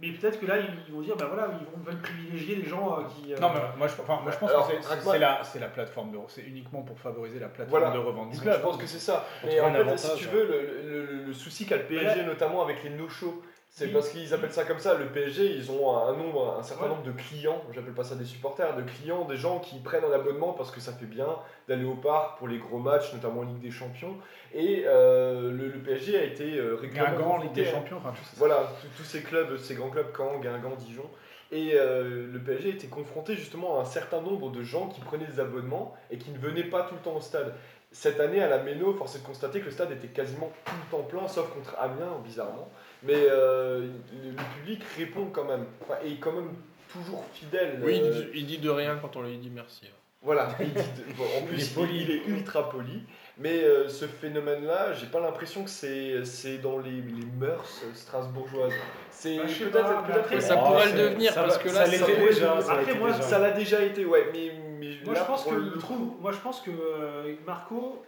Speaker 5: Mais peut-être que là, ils ils vont dire, bah voilà, ils vont veulent privilégier les gens euh, qui. euh,
Speaker 1: Non, mais
Speaker 2: bah.
Speaker 1: moi je, enfin, moi, je pense
Speaker 4: Alors,
Speaker 1: que c'est- c'est
Speaker 4: Hackman-
Speaker 1: c'est la, c'est la plateforme de. C'est uniquement pour favoriser la plateforme
Speaker 4: Voilà.
Speaker 1: de revente du
Speaker 4: Je
Speaker 1: club.
Speaker 4: pense que c'est ça.
Speaker 3: On
Speaker 4: Mais
Speaker 3: trouve
Speaker 4: en
Speaker 3: un
Speaker 4: fait,
Speaker 3: avantage,
Speaker 4: si tu
Speaker 3: hein.
Speaker 4: veux, le, le- le- le souci qu'a le PSG, notamment avec les no-shows, c'est
Speaker 5: Oui.
Speaker 4: parce qu'ils appellent ça comme ça. Le PSG, ils ont un nombre, un certain
Speaker 5: Ouais.
Speaker 4: nombre de clients, j'appelle pas ça des supporters, de clients, des gens qui prennent un abonnement parce que ça fait bien d'aller au parc pour les gros matchs, notamment en Ligue des Champions. Et euh, le, le PSG a été euh, régulièrement
Speaker 1: Guingamp, Ligue des
Speaker 4: confronté à-
Speaker 1: Champions, enfin tout ça.
Speaker 4: Voilà, tous- tous ces clubs, ces grands clubs, Caen, Guingamp, Dijon. Et euh, le PSG était confronté justement à un certain nombre de gens qui prenaient des abonnements et qui ne venaient pas tout le temps au stade. Cette année, à la Méno, force est de constater que le stade était quasiment tout le temps plein, sauf contre Amiens, bizarrement. Mais euh, le, le public répond quand même, Enfin, et est quand même toujours fidèle.
Speaker 6: Oui, il
Speaker 4: euh,
Speaker 6: dit, il dit de rien quand on lui dit merci. hein.
Speaker 4: voilà, il dit- bon, en plus il est, il est ultra poli, mais euh, ce phénomène-là, j'ai pas l'impression que c'est c'est dans les, les mœurs strasbourgeoises. C'est
Speaker 5: Bah, je sais
Speaker 4: peut-être
Speaker 5: pas, mais
Speaker 4: peut-être-
Speaker 5: après-
Speaker 6: Mais ça
Speaker 3: Ah,
Speaker 6: pourrait
Speaker 3: c'est-
Speaker 6: le devenir
Speaker 3: ça
Speaker 6: parce
Speaker 3: va-
Speaker 6: que
Speaker 3: ça
Speaker 6: là,
Speaker 3: l'était
Speaker 6: ça-
Speaker 3: déjà. ça
Speaker 5: Après,
Speaker 3: l'était
Speaker 5: moi,
Speaker 3: déjà.
Speaker 4: ça l'a déjà été, ouais, mais, mais
Speaker 5: Moi,
Speaker 4: là,
Speaker 5: je pense
Speaker 4: pour
Speaker 5: que
Speaker 4: le
Speaker 5: le trou- moi je pense que euh, Marco,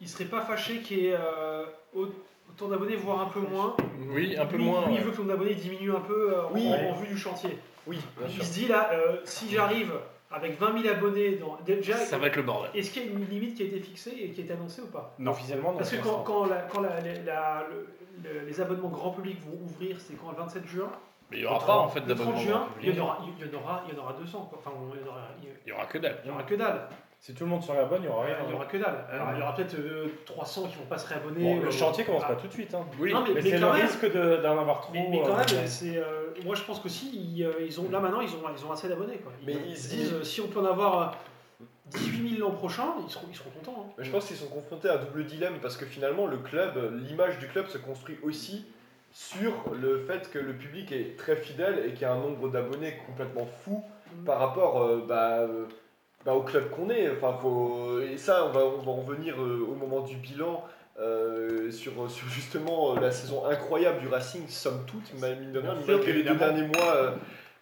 Speaker 5: il serait pas fâché qu'il y ait euh, au- autant d'abonnés, voire un peu moins.
Speaker 6: Oui, un peu
Speaker 5: Lui,
Speaker 6: moins.
Speaker 5: lui, Il
Speaker 6: ouais.
Speaker 5: veut que ton abonné diminue un peu euh, en-
Speaker 4: Oui.
Speaker 5: en, en vue du chantier.
Speaker 4: Oui, bien sûr.
Speaker 5: Il se dit là, euh, si j'arrive avec 20 000 abonnés, dans, déjà,
Speaker 6: Ça va être le bordel.
Speaker 5: est-ce qu'il y a une limite qui a été fixée et qui est annoncée ou pas
Speaker 1: Non.
Speaker 3: Officiellement, non.
Speaker 5: Parce que
Speaker 3: pour
Speaker 5: quand,
Speaker 3: l'instant.
Speaker 5: quand la- quand la- la- la- le- le- les abonnements grand public vont ouvrir, c'est quand le 27 juin
Speaker 6: Mais il n'y aura pas en fait
Speaker 5: Le 30
Speaker 6: d'abonnement.
Speaker 5: juin, il
Speaker 6: public.
Speaker 5: y en aura, il y en aura, il y en aura 200. quoi. Enfin, il y en aura- il
Speaker 6: Il y aura que dalle.
Speaker 5: y en aura que dalle.
Speaker 3: Si tout le monde se réabonne, il n'y aura rien.
Speaker 5: Ah, Il n'y aura que dalle. Alors, il y aura peut-être euh, 300 qui vont pas se réabonner.
Speaker 3: Ah Bon,
Speaker 5: Euh,
Speaker 3: le chantier commence
Speaker 5: ah.
Speaker 3: pas tout de suite. hein.
Speaker 6: Oui,
Speaker 5: Non, mais,
Speaker 3: Mais
Speaker 5: mais
Speaker 3: c'est le
Speaker 5: quand même,
Speaker 3: risque de- d'en avoir trop.
Speaker 5: mais, mais
Speaker 4: Oh,
Speaker 5: quand
Speaker 3: euh,
Speaker 5: même, c'est, euh, moi je pense qu'aussi, ils, euh, ils ont, là maintenant, ils ont, ils ont assez d'abonnés. quoi.
Speaker 4: Mais
Speaker 5: ils
Speaker 4: ils-
Speaker 5: se disent, euh, si on peut en avoir euh, 18 000 l'an prochain, ils seront, ils seront contents. hein.
Speaker 4: Mais je pense qu'ils sont confrontés à un double dilemme parce que finalement le club, l'image du club se construit aussi sur le fait que le public est très fidèle et qu'il y a un nombre d'abonnés complètement fou par rapport euh, bah, euh, bah, au club qu'on est. Enfin, faut- Et ça, on va, on va en venir euh, au moment du bilan euh, sur, sur justement euh, la saison incroyable du Racing, somme toute, ma- mine de rien,
Speaker 1: Bien sûr,
Speaker 4: malgré les deux
Speaker 1: évidemment.
Speaker 4: derniers mois. euh,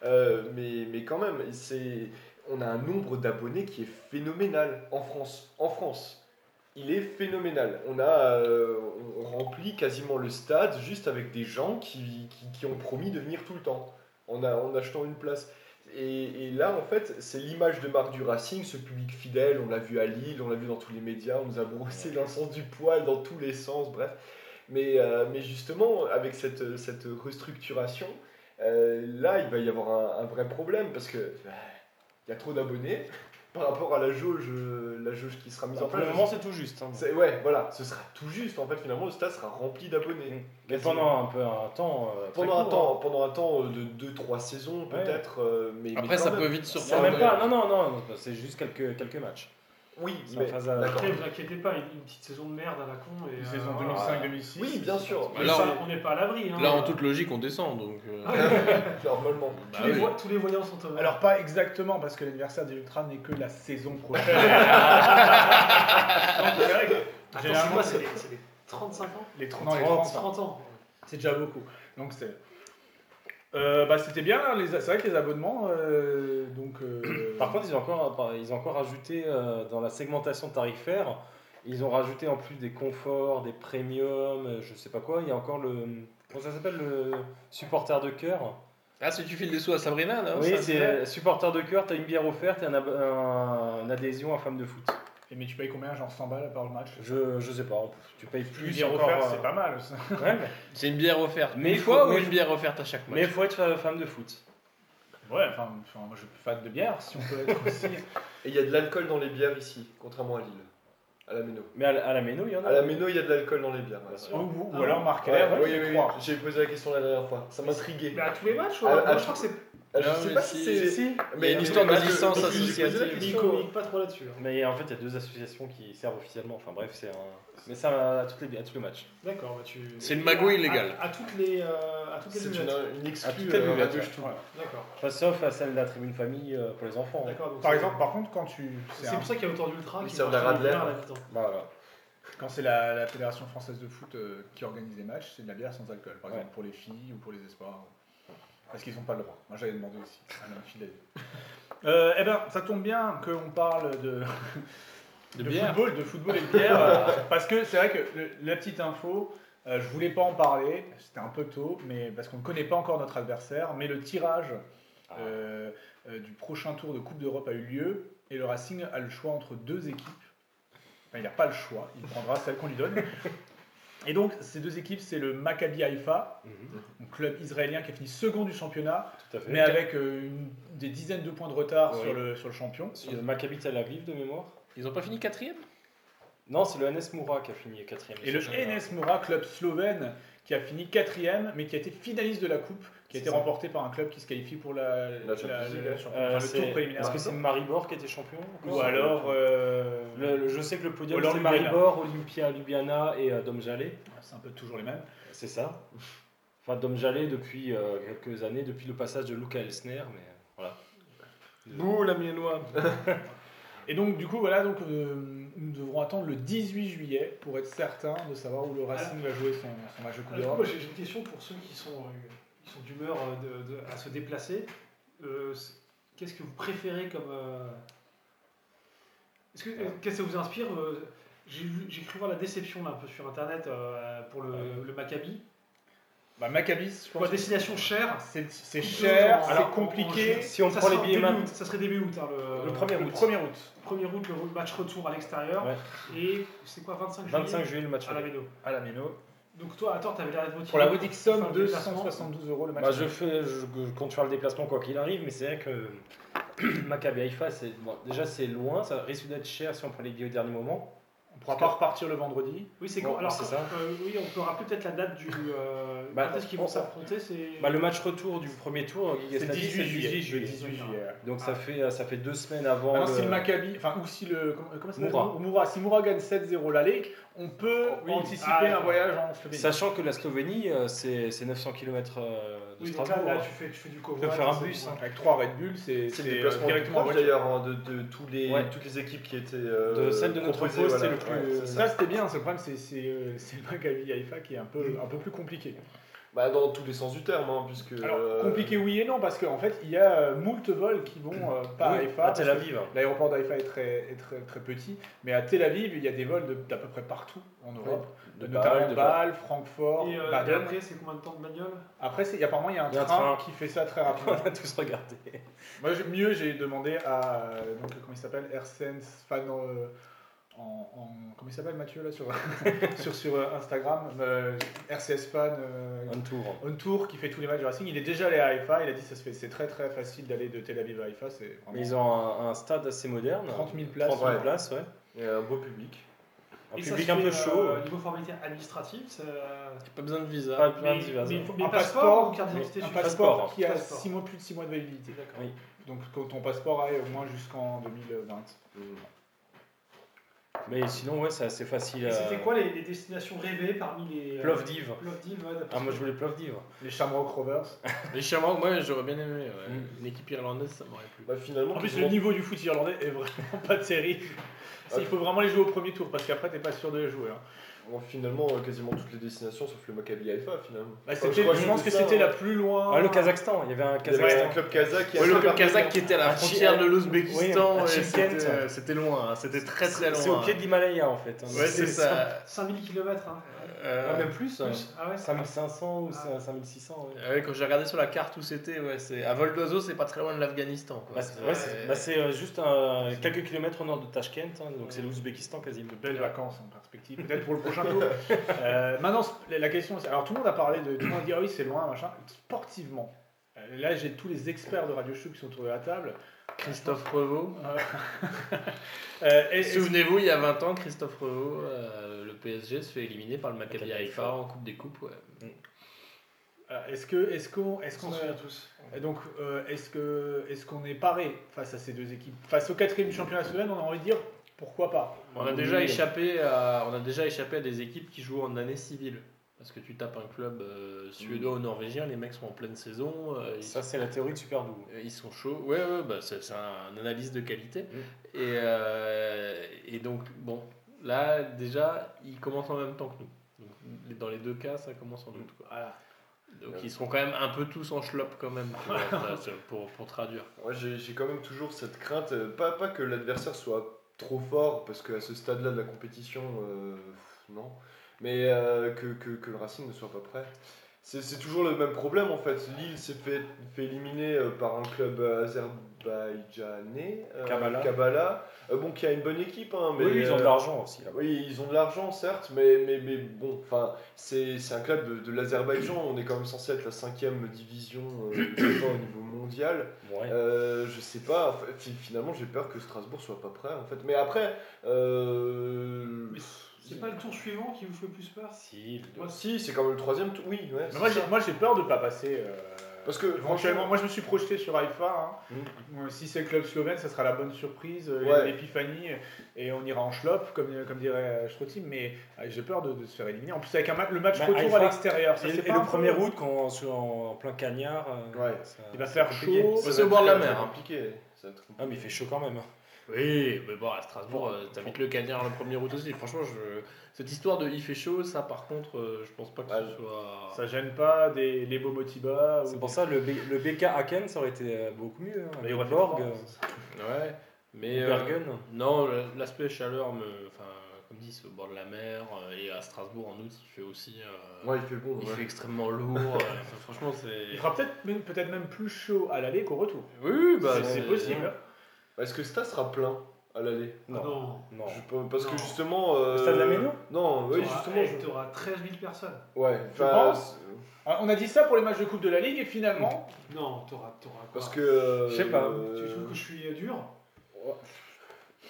Speaker 4: euh, mais, mais quand même, c'est, on a un nombre d'abonnés qui est phénoménal en France. En France. Il est phénoménal. On, a, euh, on- on remplit quasiment le stade juste avec des gens qui, qui- qui ont promis de venir tout le temps en, a- en achetant une place. Et, et là, en fait, c'est l'image de marque du Racing, ce public fidèle. On l'a vu à Lille, on l'a vu dans tous les médias, on nous a brossé dans le sens du poil, dans tous les sens, bref. Mais, euh, mais justement, avec cette, cette restructuration, euh, là, il va y avoir un, un vrai problème parce que euh, il y a trop d'abonnés *laughs* par rapport à la jauge, euh, la jauge qui sera mise en
Speaker 3: Pour le
Speaker 4: place.
Speaker 3: moment, Bah, c'est tout juste. hein.
Speaker 4: C'est- Ouais, voilà, ce sera tout juste. En fait, finalement, le stade sera rempli d'abonnés.
Speaker 3: Mais pendant un peu un temps. euh, Mm. très
Speaker 4: Pendant un,
Speaker 3: court,
Speaker 4: temps, pendant un temps euh, de 2-3 saisons,
Speaker 3: Ouais.
Speaker 4: peut-être. euh, mais, mais
Speaker 6: Après,
Speaker 4: quand
Speaker 6: ça
Speaker 4: même.
Speaker 6: peut vite se euh,
Speaker 3: hein. Non,
Speaker 4: Ouais,
Speaker 3: même
Speaker 4: ouais.
Speaker 3: pas. Non, non, non. C'est juste quelques, quelques matchs.
Speaker 4: Oui,
Speaker 3: C'est en
Speaker 4: mais.
Speaker 3: phase à-
Speaker 4: d'accord.
Speaker 5: Après, vous inquiétez pas, une, une petite saison de merde à la con. Et,
Speaker 1: Une
Speaker 5: euh,
Speaker 1: saison
Speaker 2: Ah.
Speaker 5: voilà.
Speaker 1: 2005-2006.
Speaker 4: Oui, bien sûr.
Speaker 6: Bah
Speaker 5: Mais
Speaker 6: là,
Speaker 5: ça, on n'est pas à l'abri. hein.
Speaker 6: Là, en toute logique, on descend donc. euh,
Speaker 4: Normalement.
Speaker 6: bah
Speaker 5: tous, les
Speaker 6: oui.
Speaker 5: voix- tous les voyants sont euh, au
Speaker 1: Alors pas exactement parce que l'anniversaire des Ultras n'est que la saison prochaine. Donc, c'est vrai que
Speaker 5: Attends, c'est
Speaker 1: généralement,
Speaker 5: quoi C'est des, c'est des 35 ans
Speaker 2: hein.
Speaker 1: les 30, les 30,
Speaker 5: 30 ans.
Speaker 1: c'est déjà beaucoup. Donc c'est
Speaker 2: Euh, bah, c'était bien, hein, les, c'est vrai que les abonnements. euh, donc,
Speaker 3: *coughs*
Speaker 2: euh,
Speaker 3: Par contre, ils ont encore, ils ont encore ajouté euh, dans la segmentation tarifaire, ils ont rajouté en plus des conforts, des premiums, euh, je sais pas quoi. Il y a encore le. Comment ça s'appelle le supporter de cœur
Speaker 6: *laughs* Ah, si tu files des sous à Sabrina, là
Speaker 3: Oui,
Speaker 6: ça,
Speaker 3: c'est euh, supporter de cœur, t'as une bière offerte et un ab- un- une adhésion à femme de foot.
Speaker 2: et mais tu payes combien Genre 100 balles par match
Speaker 3: Je, je sais pas, tu payes
Speaker 2: Plus
Speaker 3: plus.
Speaker 2: dire
Speaker 3: encore,
Speaker 2: offert,
Speaker 3: euh,
Speaker 2: c'est pas mal. ça.
Speaker 3: ouais, mais-
Speaker 6: C'est une bière offerte.
Speaker 3: Mais
Speaker 6: une
Speaker 3: il
Speaker 6: fois
Speaker 3: faut-
Speaker 6: ou
Speaker 3: mais-
Speaker 6: une bière offerte à chaque match
Speaker 3: Mais il faut être euh, femme de foot.
Speaker 2: Ouais, enfin, enfin, moi je suis fan de bière, si on peut être aussi.
Speaker 4: Et il y a de l'alcool dans les bières ici, contrairement à Lille, à la Méno.
Speaker 3: Mais à, la- à la méno, il y en a.
Speaker 4: À la Méno, il y a de l'alcool dans les bières. ouais.
Speaker 3: Bien
Speaker 2: ou,
Speaker 3: sûr.
Speaker 2: ou- ou
Speaker 5: Ah,
Speaker 2: alors marquer
Speaker 4: Ouais,
Speaker 2: l'air,
Speaker 4: oui, oui,
Speaker 2: je
Speaker 4: oui,
Speaker 2: crois.
Speaker 4: J'ai posé la question la dernière fois, ça m'intriguait.
Speaker 5: Mais à bah, tous les
Speaker 4: À-
Speaker 5: matchs, moi,
Speaker 4: à
Speaker 5: je crois que c'est
Speaker 4: Ah, Je
Speaker 6: Ah,
Speaker 4: sais
Speaker 6: mais
Speaker 4: pas si
Speaker 6: si,
Speaker 4: c'est.
Speaker 3: si.
Speaker 6: Il y a une histoire de
Speaker 4: parce que-
Speaker 6: licence
Speaker 4: parce que j'ai posé la
Speaker 6: associative.
Speaker 5: ils
Speaker 4: question,
Speaker 5: communiquent pas trop là-dessus. hein.
Speaker 3: Mais en fait, il y a deux associations qui servent officiellement. Enfin bref, c'est un. Mais ça à, toutes les- à tous les matchs.
Speaker 5: D'accord, bah tu.
Speaker 6: C'est une magouille illégale.
Speaker 5: À, à toutes les, euh, à toutes les
Speaker 4: C'est
Speaker 5: lunettes.
Speaker 4: une,
Speaker 3: À
Speaker 4: une
Speaker 3: toutes
Speaker 4: exclue
Speaker 3: les
Speaker 4: euh,
Speaker 3: lunettes,
Speaker 4: radio
Speaker 3: ouais.
Speaker 4: Stube.
Speaker 5: D'accord.
Speaker 3: Enfin, sauf à celle de la tribune famille euh, pour les enfants. hein.
Speaker 5: D'accord. donc
Speaker 2: Par
Speaker 5: c'est-
Speaker 2: exemple, par contre, quand tu. c'est
Speaker 5: c'est
Speaker 2: un-
Speaker 5: pour ça qu'il y a autant d'ultra
Speaker 4: Ils
Speaker 5: qui
Speaker 4: servent la
Speaker 5: marchent
Speaker 4: Radler.
Speaker 5: bien à la mi-temps.
Speaker 3: Bah, voilà.
Speaker 2: Quand c'est la, la Fédération française de foot euh, qui organise les matchs, c'est de la bière sans alcool, par
Speaker 3: Ouais.
Speaker 2: exemple pour les filles ou pour les espoirs. Parce qu'ils n'ont pas le droit. Moi j'avais demandé aussi à ma fille d'aller. Euh, eh bien, ça tombe bien qu'on parle de,
Speaker 6: de
Speaker 2: de
Speaker 6: bière.
Speaker 2: football, de football et de bière, euh, *laughs* parce que c'est vrai que le- la petite info, euh, je voulais pas en parler, c'était un peu tôt, mais parce qu'on ne connaît pas encore notre adversaire, mais le tirage
Speaker 3: Ah.
Speaker 2: euh, euh, du prochain tour de Coupe d'Europe a eu lieu et le Racing a le choix entre deux équipes. Enfin, il n'a pas le choix, il prendra celle qu'on lui donne. Et donc, ces deux équipes, c'est le Maccabi Haïfa,
Speaker 3: Mhm,
Speaker 2: un club israélien qui a fini second du championnat,
Speaker 3: Tout à fait.
Speaker 2: mais avec euh, une- des dizaines de points de retard
Speaker 3: Oui.
Speaker 2: sur, le, sur le champion.
Speaker 3: Sur le Maccabi Tel Aviv de mémoire
Speaker 6: Ils ont pas fini quatrième
Speaker 3: Non, c'est le NS Moura qui a fini quatrième.
Speaker 2: Et le NS Mora, club slovène, qui a fini quatrième, mais qui a été finaliste de la Coupe, qui a
Speaker 3: C'est
Speaker 2: été
Speaker 3: ça.
Speaker 2: remporté par un club qui se qualifie pour la,
Speaker 4: La Champions League, ouais.
Speaker 2: Champions-
Speaker 3: Euh,
Speaker 2: enfin,
Speaker 3: c'est-
Speaker 2: le tour préliminaire.
Speaker 3: Est-ce que c'est Maribor qui était champion
Speaker 2: Ou alors, euh,
Speaker 3: Le- le- je sais que le podium
Speaker 2: Hollande
Speaker 3: c'est
Speaker 2: Ljubljana.
Speaker 3: Maribor, Olympia Ljubljana et euh, Domžale.
Speaker 2: c'est un peu toujours les mêmes.
Speaker 3: C'est ça. Enfin, Domžale depuis euh, quelques années, depuis le passage de Luca Elsner, mais euh, voilà.
Speaker 6: Bouh, la miennoise
Speaker 2: Et donc, du coup, voilà, donc, euh, nous devrons attendre le 18 juillet pour être certain de savoir où le Racing va jouer son, son match de Coupe
Speaker 5: Alors, du coup,
Speaker 2: d'Europe.
Speaker 5: moi, j'ai j'ai une question pour ceux qui sont, euh, qui sont d'humeur euh, de- de- à se déplacer. Euh, c'est- Qu'est-ce que vous préférez comme. euh, est-ce que- euh, Qu'est-ce que ça vous inspire euh, J'ai vu- j'ai cru voir la déception là, un peu sur internet euh, pour le, le Maccabi.
Speaker 2: Bah, Maccabi, je
Speaker 5: Quoi,
Speaker 2: pense que
Speaker 5: destination chère.
Speaker 2: c'est c'est
Speaker 5: Coûteuse
Speaker 2: cher,
Speaker 5: en-
Speaker 2: c'est
Speaker 5: en-
Speaker 2: compliqué.
Speaker 5: en-
Speaker 3: Si on
Speaker 5: ça
Speaker 3: prend
Speaker 5: sera
Speaker 3: les billets
Speaker 5: début
Speaker 3: maintenant-
Speaker 5: août, Ça serait début août. hein, le,
Speaker 3: Le premier
Speaker 2: Le
Speaker 3: août.
Speaker 2: 1er août.
Speaker 5: premier août, le match retour à l'extérieur.
Speaker 3: Ouais.
Speaker 5: Et c'est quoi 25 juillet
Speaker 3: 25 juillet, le match
Speaker 5: à la
Speaker 3: aller.
Speaker 5: Méno.
Speaker 3: à la Méno.
Speaker 5: Donc toi, attends, t'avais l'air de motivé
Speaker 2: Pour la modique
Speaker 5: Enfin,
Speaker 2: somme
Speaker 5: le
Speaker 2: de
Speaker 5: déplacement.
Speaker 2: 172 euros le match.
Speaker 3: Bah, je, fais, je, je compte faire le déplacement quoi qu'il arrive, mais c'est vrai que *clears throat* Maccabi Haïfa, c'est- bon, déjà c'est loin, ça risque d'être cher si on prend les billets au dernier moment.
Speaker 2: On pourra pas repartir le vendredi.
Speaker 5: Oui, c'est
Speaker 3: Bon,
Speaker 5: quand- Alors,
Speaker 3: c'est ça.
Speaker 5: euh, oui, on peut rappeler peut-être la date du. Euh,
Speaker 3: Bah,
Speaker 5: quand est-ce qu'ils
Speaker 3: on-
Speaker 5: vont s'affronter C'est.
Speaker 3: Bah, le match retour du premier tour, Guy
Speaker 2: C'est
Speaker 3: Gastati,
Speaker 2: 18 juillet.
Speaker 3: juillet.
Speaker 2: Le 18 juillet.
Speaker 3: Donc
Speaker 5: Ah.
Speaker 3: ça, fait, ça fait deux semaines avant.
Speaker 2: Alors, Hein, si
Speaker 3: Oh, le-
Speaker 2: le Maccabi, enfin, ou si le. Comment, comment ça s'appelle
Speaker 3: Moura.
Speaker 2: Moura. Si Moura gagne 7-0 l'aller, on peut
Speaker 5: Oui.
Speaker 2: anticiper
Speaker 5: Ah,
Speaker 2: un voyage en Slovénie.
Speaker 3: Sachant que la Slovénie, euh, c'est c'est 900 km de
Speaker 5: Oui, donc là,
Speaker 3: Strasbourg.
Speaker 5: là,
Speaker 3: hein.
Speaker 5: tu, fais, tu fais du covoit.
Speaker 3: peux faire un
Speaker 5: c'est-
Speaker 3: bus, hein.
Speaker 2: Avec 3 Red Bull, c'est
Speaker 4: C'est
Speaker 2: c'est,
Speaker 4: le
Speaker 2: euh,
Speaker 4: déplacement
Speaker 2: directement en
Speaker 4: directement
Speaker 2: voiture.
Speaker 4: d'ailleurs hein, de, de tous les,
Speaker 3: Ouais.
Speaker 4: toutes les équipes qui étaient. euh,
Speaker 3: De celle de notre
Speaker 4: proposées,
Speaker 3: poste,
Speaker 4: voilà.
Speaker 3: c'est le plus-
Speaker 4: Ouais, c'est ça.
Speaker 2: Ça, c'était bien. C'est le problème, c'est, c'est, euh, c'est le Maccabi Haïfa qui est un peu, un peu plus compliqué.
Speaker 4: Bah, dans tous les sens du terme, hein, puisque.
Speaker 2: Alors,
Speaker 4: euh,
Speaker 2: compliqué, oui et non, parce qu'en fait, il y a euh, moult vols qui vont euh, pas à
Speaker 3: Oui,
Speaker 2: Haïfa.
Speaker 3: à Tel
Speaker 2: parce que
Speaker 3: Aviv. hein.
Speaker 2: L'aéroport d'Haïfa est, très, est très, très petit, mais à Tel Aviv, il y a des vols de- d'à peu près partout en Europe,
Speaker 3: De
Speaker 2: notamment
Speaker 3: Bâle,
Speaker 2: Bâle,
Speaker 3: de Bâle. *laughs*
Speaker 2: Francfort,
Speaker 5: Et, euh,
Speaker 3: Bah,
Speaker 5: et
Speaker 2: Baden.
Speaker 5: après, c'est combien de temps de bagnole
Speaker 2: Après, c'est- apparemment, il y a un,
Speaker 3: Il y a un
Speaker 2: train,
Speaker 3: train.
Speaker 2: qui fait ça très
Speaker 3: On *laughs*
Speaker 2: rapidement.
Speaker 3: a tous regardé.
Speaker 2: Moi, j'ai- mieux, j'ai demandé à. euh, Donc, comment il s'appelle Airsense, fan. euh, en, en- comment il s'appelle Mathieu là sur, *laughs* sur, sur euh, Instagram euh, RCS fan euh,
Speaker 3: Un tour.
Speaker 2: on tour qui fait tous les matchs du Racing il est déjà allé à Haïfa il a dit ça se fait c'est très très facile d'aller de Tel Aviv à Haïfa c'est vraiment
Speaker 3: Mais ils ont un, un stade assez moderne.
Speaker 2: 30 000 places
Speaker 3: 30 000
Speaker 4: ouais.
Speaker 3: places, ouais.
Speaker 4: Il y a un beau public.
Speaker 3: Un
Speaker 5: Et ça
Speaker 3: public
Speaker 5: se
Speaker 3: un
Speaker 5: fait,
Speaker 3: peu
Speaker 5: euh,
Speaker 3: chaud.
Speaker 5: niveau formalité administrative, ça.
Speaker 6: Pas besoin Ah, de visa.
Speaker 3: Pas besoin
Speaker 5: mais,
Speaker 3: de divers.
Speaker 5: mais il faut- mais
Speaker 2: Un
Speaker 5: passeport,
Speaker 2: passeport,
Speaker 5: ou carte
Speaker 3: mais
Speaker 5: d'identité
Speaker 2: un
Speaker 5: suffit
Speaker 2: passeport
Speaker 3: passeport.
Speaker 2: qui a
Speaker 5: Passeport.
Speaker 2: 6 mois plus de 6 mois de validité
Speaker 5: D'accord.
Speaker 3: Oui.
Speaker 2: donc quand ton passeport aille au moins jusqu'en 2020
Speaker 3: Mais sinon, ouais, c'est assez facile.
Speaker 5: Et
Speaker 3: euh,
Speaker 5: c'était quoi les, les destinations rêvées parmi les. euh,
Speaker 3: Plovdiv.
Speaker 5: Plovdiv, ouais, d'après
Speaker 3: Ah, moi
Speaker 5: ce
Speaker 3: je
Speaker 5: que-
Speaker 3: voulais Plovdiv.
Speaker 2: les Shamrock Rovers
Speaker 6: Les Shamrocks, moi j'aurais bien aimé. ouais.
Speaker 3: Mm.
Speaker 6: Une équipe irlandaise, ça m'aurait plu.
Speaker 4: Bah, finalement,
Speaker 2: en plus
Speaker 4: ils
Speaker 2: le
Speaker 4: ont-
Speaker 2: niveau du foot
Speaker 5: *laughs*
Speaker 3: Ah,
Speaker 2: irlandais est vraiment pas terrible il faut vraiment les jouer au premier tour parce qu'après t'es pas sûr de les jouer hein.
Speaker 4: bon, finalement, euh, quasiment toutes les destinations, sauf le Maccabi Haifa, finalement.
Speaker 2: Bah,
Speaker 4: Enfin,
Speaker 2: c'était-
Speaker 4: crois
Speaker 2: je, pense que
Speaker 4: c'est ça,
Speaker 2: c'était
Speaker 4: hein.
Speaker 2: la plus
Speaker 5: Oh.
Speaker 2: loin.
Speaker 3: Ah, le Kazakhstan, il y avait un
Speaker 4: Il y avait
Speaker 3: Kazakhstan.
Speaker 4: un club kazakh qui a
Speaker 6: Ouais, le
Speaker 4: fait
Speaker 6: club
Speaker 4: partie
Speaker 6: kazakh qui était à la
Speaker 3: Un chi-
Speaker 6: frontière de
Speaker 3: oui,
Speaker 6: l'Ouzbékistan,
Speaker 3: un
Speaker 6: et
Speaker 3: Chimkent.
Speaker 6: c'était euh, c'était loin, hein, c'était très très loin. hein.
Speaker 3: C'est au pied de l'Himalaya en fait. hein.
Speaker 6: Ouais, c'est ça.
Speaker 5: 5000 km. Hein.
Speaker 6: Euh,
Speaker 3: Ah, même plus. hein.
Speaker 5: Plus. Ah ouais, ça-
Speaker 3: 5500 ou 5600. ouais.
Speaker 6: Ah ouais, quand j'ai regardé sur la carte où c'était, ouais, c'est à vol d'oiseau, c'est pas très loin de l'Afghanistan. quoi.
Speaker 3: Bah, c'est ouais, c'est- bah, c'est, euh, juste un- quelques kilomètres au nord de Tashkent, hein, donc c'est l'Ouzbékistan quasiment.
Speaker 2: de belles vacances en perspective, peut-être pour le prochain tour. Euh, maintenant, la la question, c'est- alors tout le monde a parlé de, tout le monde a dit ah oui c'est loin, machin. Sportivement, euh, là j'ai tous les experts de Radio Chou qui sont autour de la table.
Speaker 6: Christophe Revaux.
Speaker 2: Euh, et- et-
Speaker 6: Souvenez-vous, il y a 20 ans, Christophe Revaux, euh, le PSG se fait éliminer par le Maccabi Haïfa en Coupe des Coupes. ouais.
Speaker 2: euh, est-ce que, est-ce qu'on, est-ce
Speaker 5: On
Speaker 2: qu'on,
Speaker 5: s'en
Speaker 2: a-
Speaker 5: souvient tous.
Speaker 2: et donc euh, est-ce que, est-ce qu'on est paré face à ces deux équipes, face au quatrième du championnat soudan, on a envie de dire pourquoi pas.
Speaker 6: On a déjà échappé à, on a déjà échappé à des équipes qui jouent en année civile. Parce que tu tapes un club euh, suédois ou norvégien, les mecs sont en pleine saison, euh, ils,
Speaker 3: Ça, c'est la théorie de Super Doux.
Speaker 6: ils sont chauds. Ouais, ouais, bah, c'est c'est un analyse de qualité.
Speaker 3: Mm.
Speaker 6: Et, euh, et donc, bon, là, déjà, ils commencent en même temps que nous. Donc, dans les deux cas, ça commence en août. Quoi.
Speaker 2: Voilà.
Speaker 6: Donc,
Speaker 4: Ouais.
Speaker 6: ils seront quand même un peu tous en schlopp, quand même,
Speaker 3: *laughs*
Speaker 6: tu vois, ça, c'est pour, pour traduire.
Speaker 4: Moi, j'ai j'ai quand même toujours cette crainte, euh, pas, pas que l'adversaire soit trop fort, parce qu'à ce stade-là de la compétition, euh, pff, non, mais euh, que, que, que le Racing ne soit pas prêt. C'est c'est toujours le même problème en fait. Lille s'est fait, fait éliminer euh, par un club azerbaïdjanais, euh,
Speaker 3: Kabbalah.
Speaker 4: euh, bon, qui a une bonne équipe, hein, mais.
Speaker 3: Oui, ils ont de
Speaker 4: euh,
Speaker 3: l'argent aussi là-bas.
Speaker 4: oui, ils ont de l'argent, certes, mais, mais, mais bon, enfin, c'est c'est un club de, de l'Azerbaïdjan. On est quand même censé être la cinquième division euh, au niveau mondial.
Speaker 3: Ouais.
Speaker 4: Euh, je sais pas, en fait, fi- finalement j'ai peur que Strasbourg soit pas prêt en fait. Mais après, euh...
Speaker 5: Mais C'est pas le tour suivant qui vous fait le plus peur
Speaker 3: Si, le-
Speaker 5: Moi,
Speaker 4: si, c'est quand même le troisième tour. Oui, ouais.
Speaker 2: Mais moi,
Speaker 4: c'est
Speaker 2: j'ai,
Speaker 4: ça.
Speaker 2: moi j'ai peur de pas passer. euh,
Speaker 4: Parce que,
Speaker 2: éventuellement,
Speaker 4: franchement-
Speaker 2: moi je me suis projeté sur Haïfa. hein. Euh, Si c'est le club slovène, ça sera la bonne surprise, euh,
Speaker 4: Ouais.
Speaker 2: l'épiphanie, et on ira en schlop, comme, comme dirait euh, Strotti. Mais euh, j'ai peur de, de se faire éliminer. En plus, avec un ma- le match
Speaker 3: Bah,
Speaker 2: retour
Speaker 3: Haïfa,
Speaker 2: à l'extérieur, ça
Speaker 3: Et,
Speaker 2: c'est
Speaker 3: et
Speaker 2: pas
Speaker 3: le
Speaker 2: un peu-
Speaker 3: 1er août, quand on se- en, en plein cagnard, euh,
Speaker 4: Ouais.
Speaker 3: ça-
Speaker 2: Il va faire
Speaker 4: compliqué.
Speaker 2: chaud.
Speaker 4: Ça
Speaker 6: C'est au
Speaker 4: va
Speaker 6: bord de la
Speaker 4: être
Speaker 6: mer, hein.
Speaker 4: compliqué. Ça va être compliqué.
Speaker 3: Ah, mais il fait chaud quand même. hein.
Speaker 6: Oui, mais bon, à Strasbourg, euh, t'habites le cagnard le 1er août aussi. Franchement, je... cette histoire de il fait chaud, ça par contre, euh, je pense pas que
Speaker 4: Ah,
Speaker 6: ce soit.
Speaker 2: Ça gêne pas des, les beaux Motiba.
Speaker 3: C'est
Speaker 2: ou-
Speaker 3: pour ça le, B- le BK Haken, ça aurait été euh, beaucoup mieux. hein,
Speaker 2: il
Speaker 3: avec
Speaker 2: aurait fait
Speaker 3: Borg,
Speaker 2: froid.
Speaker 3: euh,
Speaker 5: Ah
Speaker 6: Ouais, mais. euh,
Speaker 3: Bergen.
Speaker 6: Non, le- l'aspect chaleur, me... enfin, comme dit, c'est au bord de la mer. euh, Et à Strasbourg, en août, il fait aussi. euh,
Speaker 4: Ouais, il fait bon.
Speaker 6: Il
Speaker 4: ouais.
Speaker 6: fait extrêmement lourd. euh, enfin, franchement, c'est.
Speaker 2: Il fera peut-être même, peut-être même plus chaud à l'aller qu'au retour.
Speaker 6: Oui, oui, bah,
Speaker 2: C'est- c'est possible.
Speaker 4: Bah, Est-ce que Stas sera plein à l'aller
Speaker 3: Non. non.
Speaker 5: Non.
Speaker 4: Je peux- Parce
Speaker 5: Non.
Speaker 4: que justement. Euh...
Speaker 3: Le stade de la Méno
Speaker 4: Non, oui,
Speaker 5: T'auras-
Speaker 4: justement.
Speaker 5: eh,
Speaker 4: je-
Speaker 5: T'auras 13 000 personnes.
Speaker 4: Ouais,
Speaker 2: Je
Speaker 4: enfin,
Speaker 2: pense.
Speaker 4: euh,
Speaker 2: Ah, On a dit ça pour les matchs de Coupe de la Ligue, et finalement,
Speaker 5: Mm. Non, t'auras. t'auras
Speaker 4: Parce
Speaker 5: quoi
Speaker 4: que. euh,
Speaker 3: Je sais pas.
Speaker 5: Tu trouves
Speaker 4: euh,
Speaker 5: que je suis dur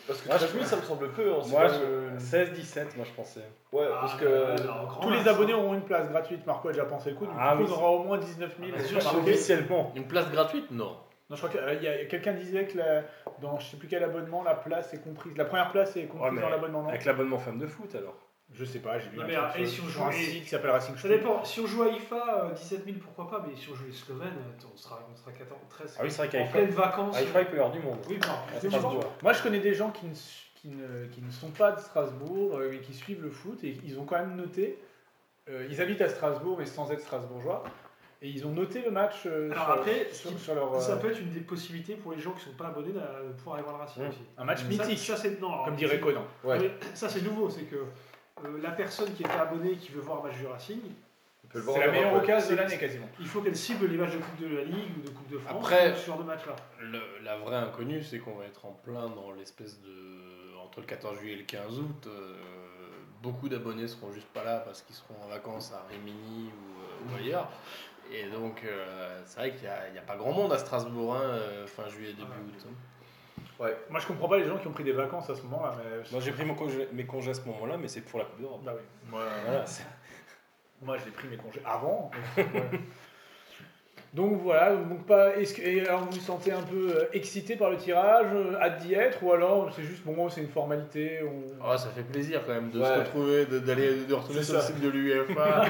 Speaker 4: Parce que
Speaker 3: Moi, je-
Speaker 4: 13 000, ça me semble peu. hein, c'est
Speaker 3: Moi,
Speaker 4: pas
Speaker 3: je-
Speaker 4: le-
Speaker 3: 16-17, moi je pensais.
Speaker 4: Ouais,
Speaker 5: Ah,
Speaker 4: parce
Speaker 5: euh,
Speaker 4: que.
Speaker 5: non, grand
Speaker 2: tous les
Speaker 5: max,
Speaker 2: abonnés
Speaker 5: hein.
Speaker 2: auront une place gratuite. Marco a déjà pensé le coup. Du
Speaker 3: Ah
Speaker 2: coup,
Speaker 3: oui,
Speaker 2: on aura au moins 19 000.
Speaker 5: Ah, bien sûr,
Speaker 2: sur-
Speaker 5: c'est obligé.
Speaker 3: Officiellement.
Speaker 6: Une place gratuite Non.
Speaker 2: Non, je crois que euh, il y a- quelqu'un disait que la- dans je sais plus quel abonnement la place est comprise. La première place est comprise
Speaker 3: Ouais, mais-
Speaker 2: dans l'abonnement. non
Speaker 3: Avec l'abonnement femme de foot alors.
Speaker 2: Je sais pas, j'ai vu
Speaker 5: Non,
Speaker 2: un
Speaker 5: mais,
Speaker 2: truc
Speaker 5: euh,
Speaker 2: sur,
Speaker 5: et si on
Speaker 2: sur
Speaker 5: joue-
Speaker 2: un
Speaker 5: et-
Speaker 2: site qui s'appelle Racing
Speaker 5: Ça
Speaker 2: Street.
Speaker 5: dépend. Si on joue à IFA, euh, 17 000, pourquoi pas, mais si on joue les Slovènes, euh, on sera, on sera 14, 13
Speaker 3: Ah oui, c'est vrai
Speaker 5: En
Speaker 3: qu'Haïfa,
Speaker 5: pleine vacances.
Speaker 3: Haïfa, il peut y avoir du monde.
Speaker 5: Oui,
Speaker 2: Ah,
Speaker 3: À
Speaker 5: pardon.
Speaker 3: Ah, Strasbourg.
Speaker 2: Moi, je connais des gens qui ne, su- qui ne, qui ne sont pas de Strasbourg, euh, mais qui suivent le foot et ils ont quand même noté. euh, ils habitent à Strasbourg, mais sans être strasbourgeois. Et ils ont noté le match euh,
Speaker 5: Alors
Speaker 2: sur,
Speaker 5: après,
Speaker 2: sur-
Speaker 5: ce qui-
Speaker 2: sur leur.
Speaker 5: Ça
Speaker 2: euh,
Speaker 5: peut être une des possibilités pour les gens qui sont pas abonnés d'a- de euh, pouvoir aller voir le Racing
Speaker 3: Mmh.
Speaker 5: aussi.
Speaker 2: un match
Speaker 5: Ça-
Speaker 2: mythique,
Speaker 5: Ça, c'est non, alors,
Speaker 2: comme dirait Conan.
Speaker 4: Ouais.
Speaker 5: Ça, c'est nouveau, c'est que euh, la personne qui était abonnée et qui veut voir un match du Racing,
Speaker 4: on peut le voir
Speaker 2: C'est la
Speaker 4: en
Speaker 2: meilleure
Speaker 3: euh,
Speaker 4: Europe, ouais.
Speaker 2: occasion de l'année quasiment.
Speaker 5: il faut qu'elle cible les matchs de Coupe de la Ligue ou de Coupe de France,
Speaker 6: Après-
Speaker 5: ou ce genre de match-là.
Speaker 6: Le- la vraie inconnue, c'est qu'on va être en plein dans l'espèce de. Entre le 14 juillet et le 15 août. euh, beaucoup d'abonnés seront juste pas là parce qu'ils seront en vacances à Rimini ou, euh, ou ailleurs. Et donc, euh, c'est vrai qu'il n'y a, il y a pas grand monde à Strasbourg, hein, euh, fin juillet, début
Speaker 5: Ah.
Speaker 6: août. hein.
Speaker 2: Moi, je comprends pas les gens qui ont pris des vacances à ce moment-là. mais-
Speaker 3: Moi j'ai pris mon congé- mes congés à ce moment-là, mais c'est pour la Coupe d'Europe.
Speaker 2: Bah oui.
Speaker 3: Voilà, c'est-
Speaker 2: *laughs* Moi, j'ai pris mes congés avant. donc, *laughs* ouais. Donc voilà, donc pas. Est-ce que et alors vous vous sentez un peu euh, excité par le tirage, euh, hâte d'y être, ou alors c'est juste bon, c'est une formalité. on-
Speaker 4: Ah,
Speaker 6: Oh, ça fait plaisir quand même de
Speaker 4: Ouais.
Speaker 6: se retrouver, de- d'aller de retourner
Speaker 4: C'est
Speaker 6: sur le
Speaker 4: ça.
Speaker 6: site de
Speaker 4: *laughs*
Speaker 6: l'UEFA,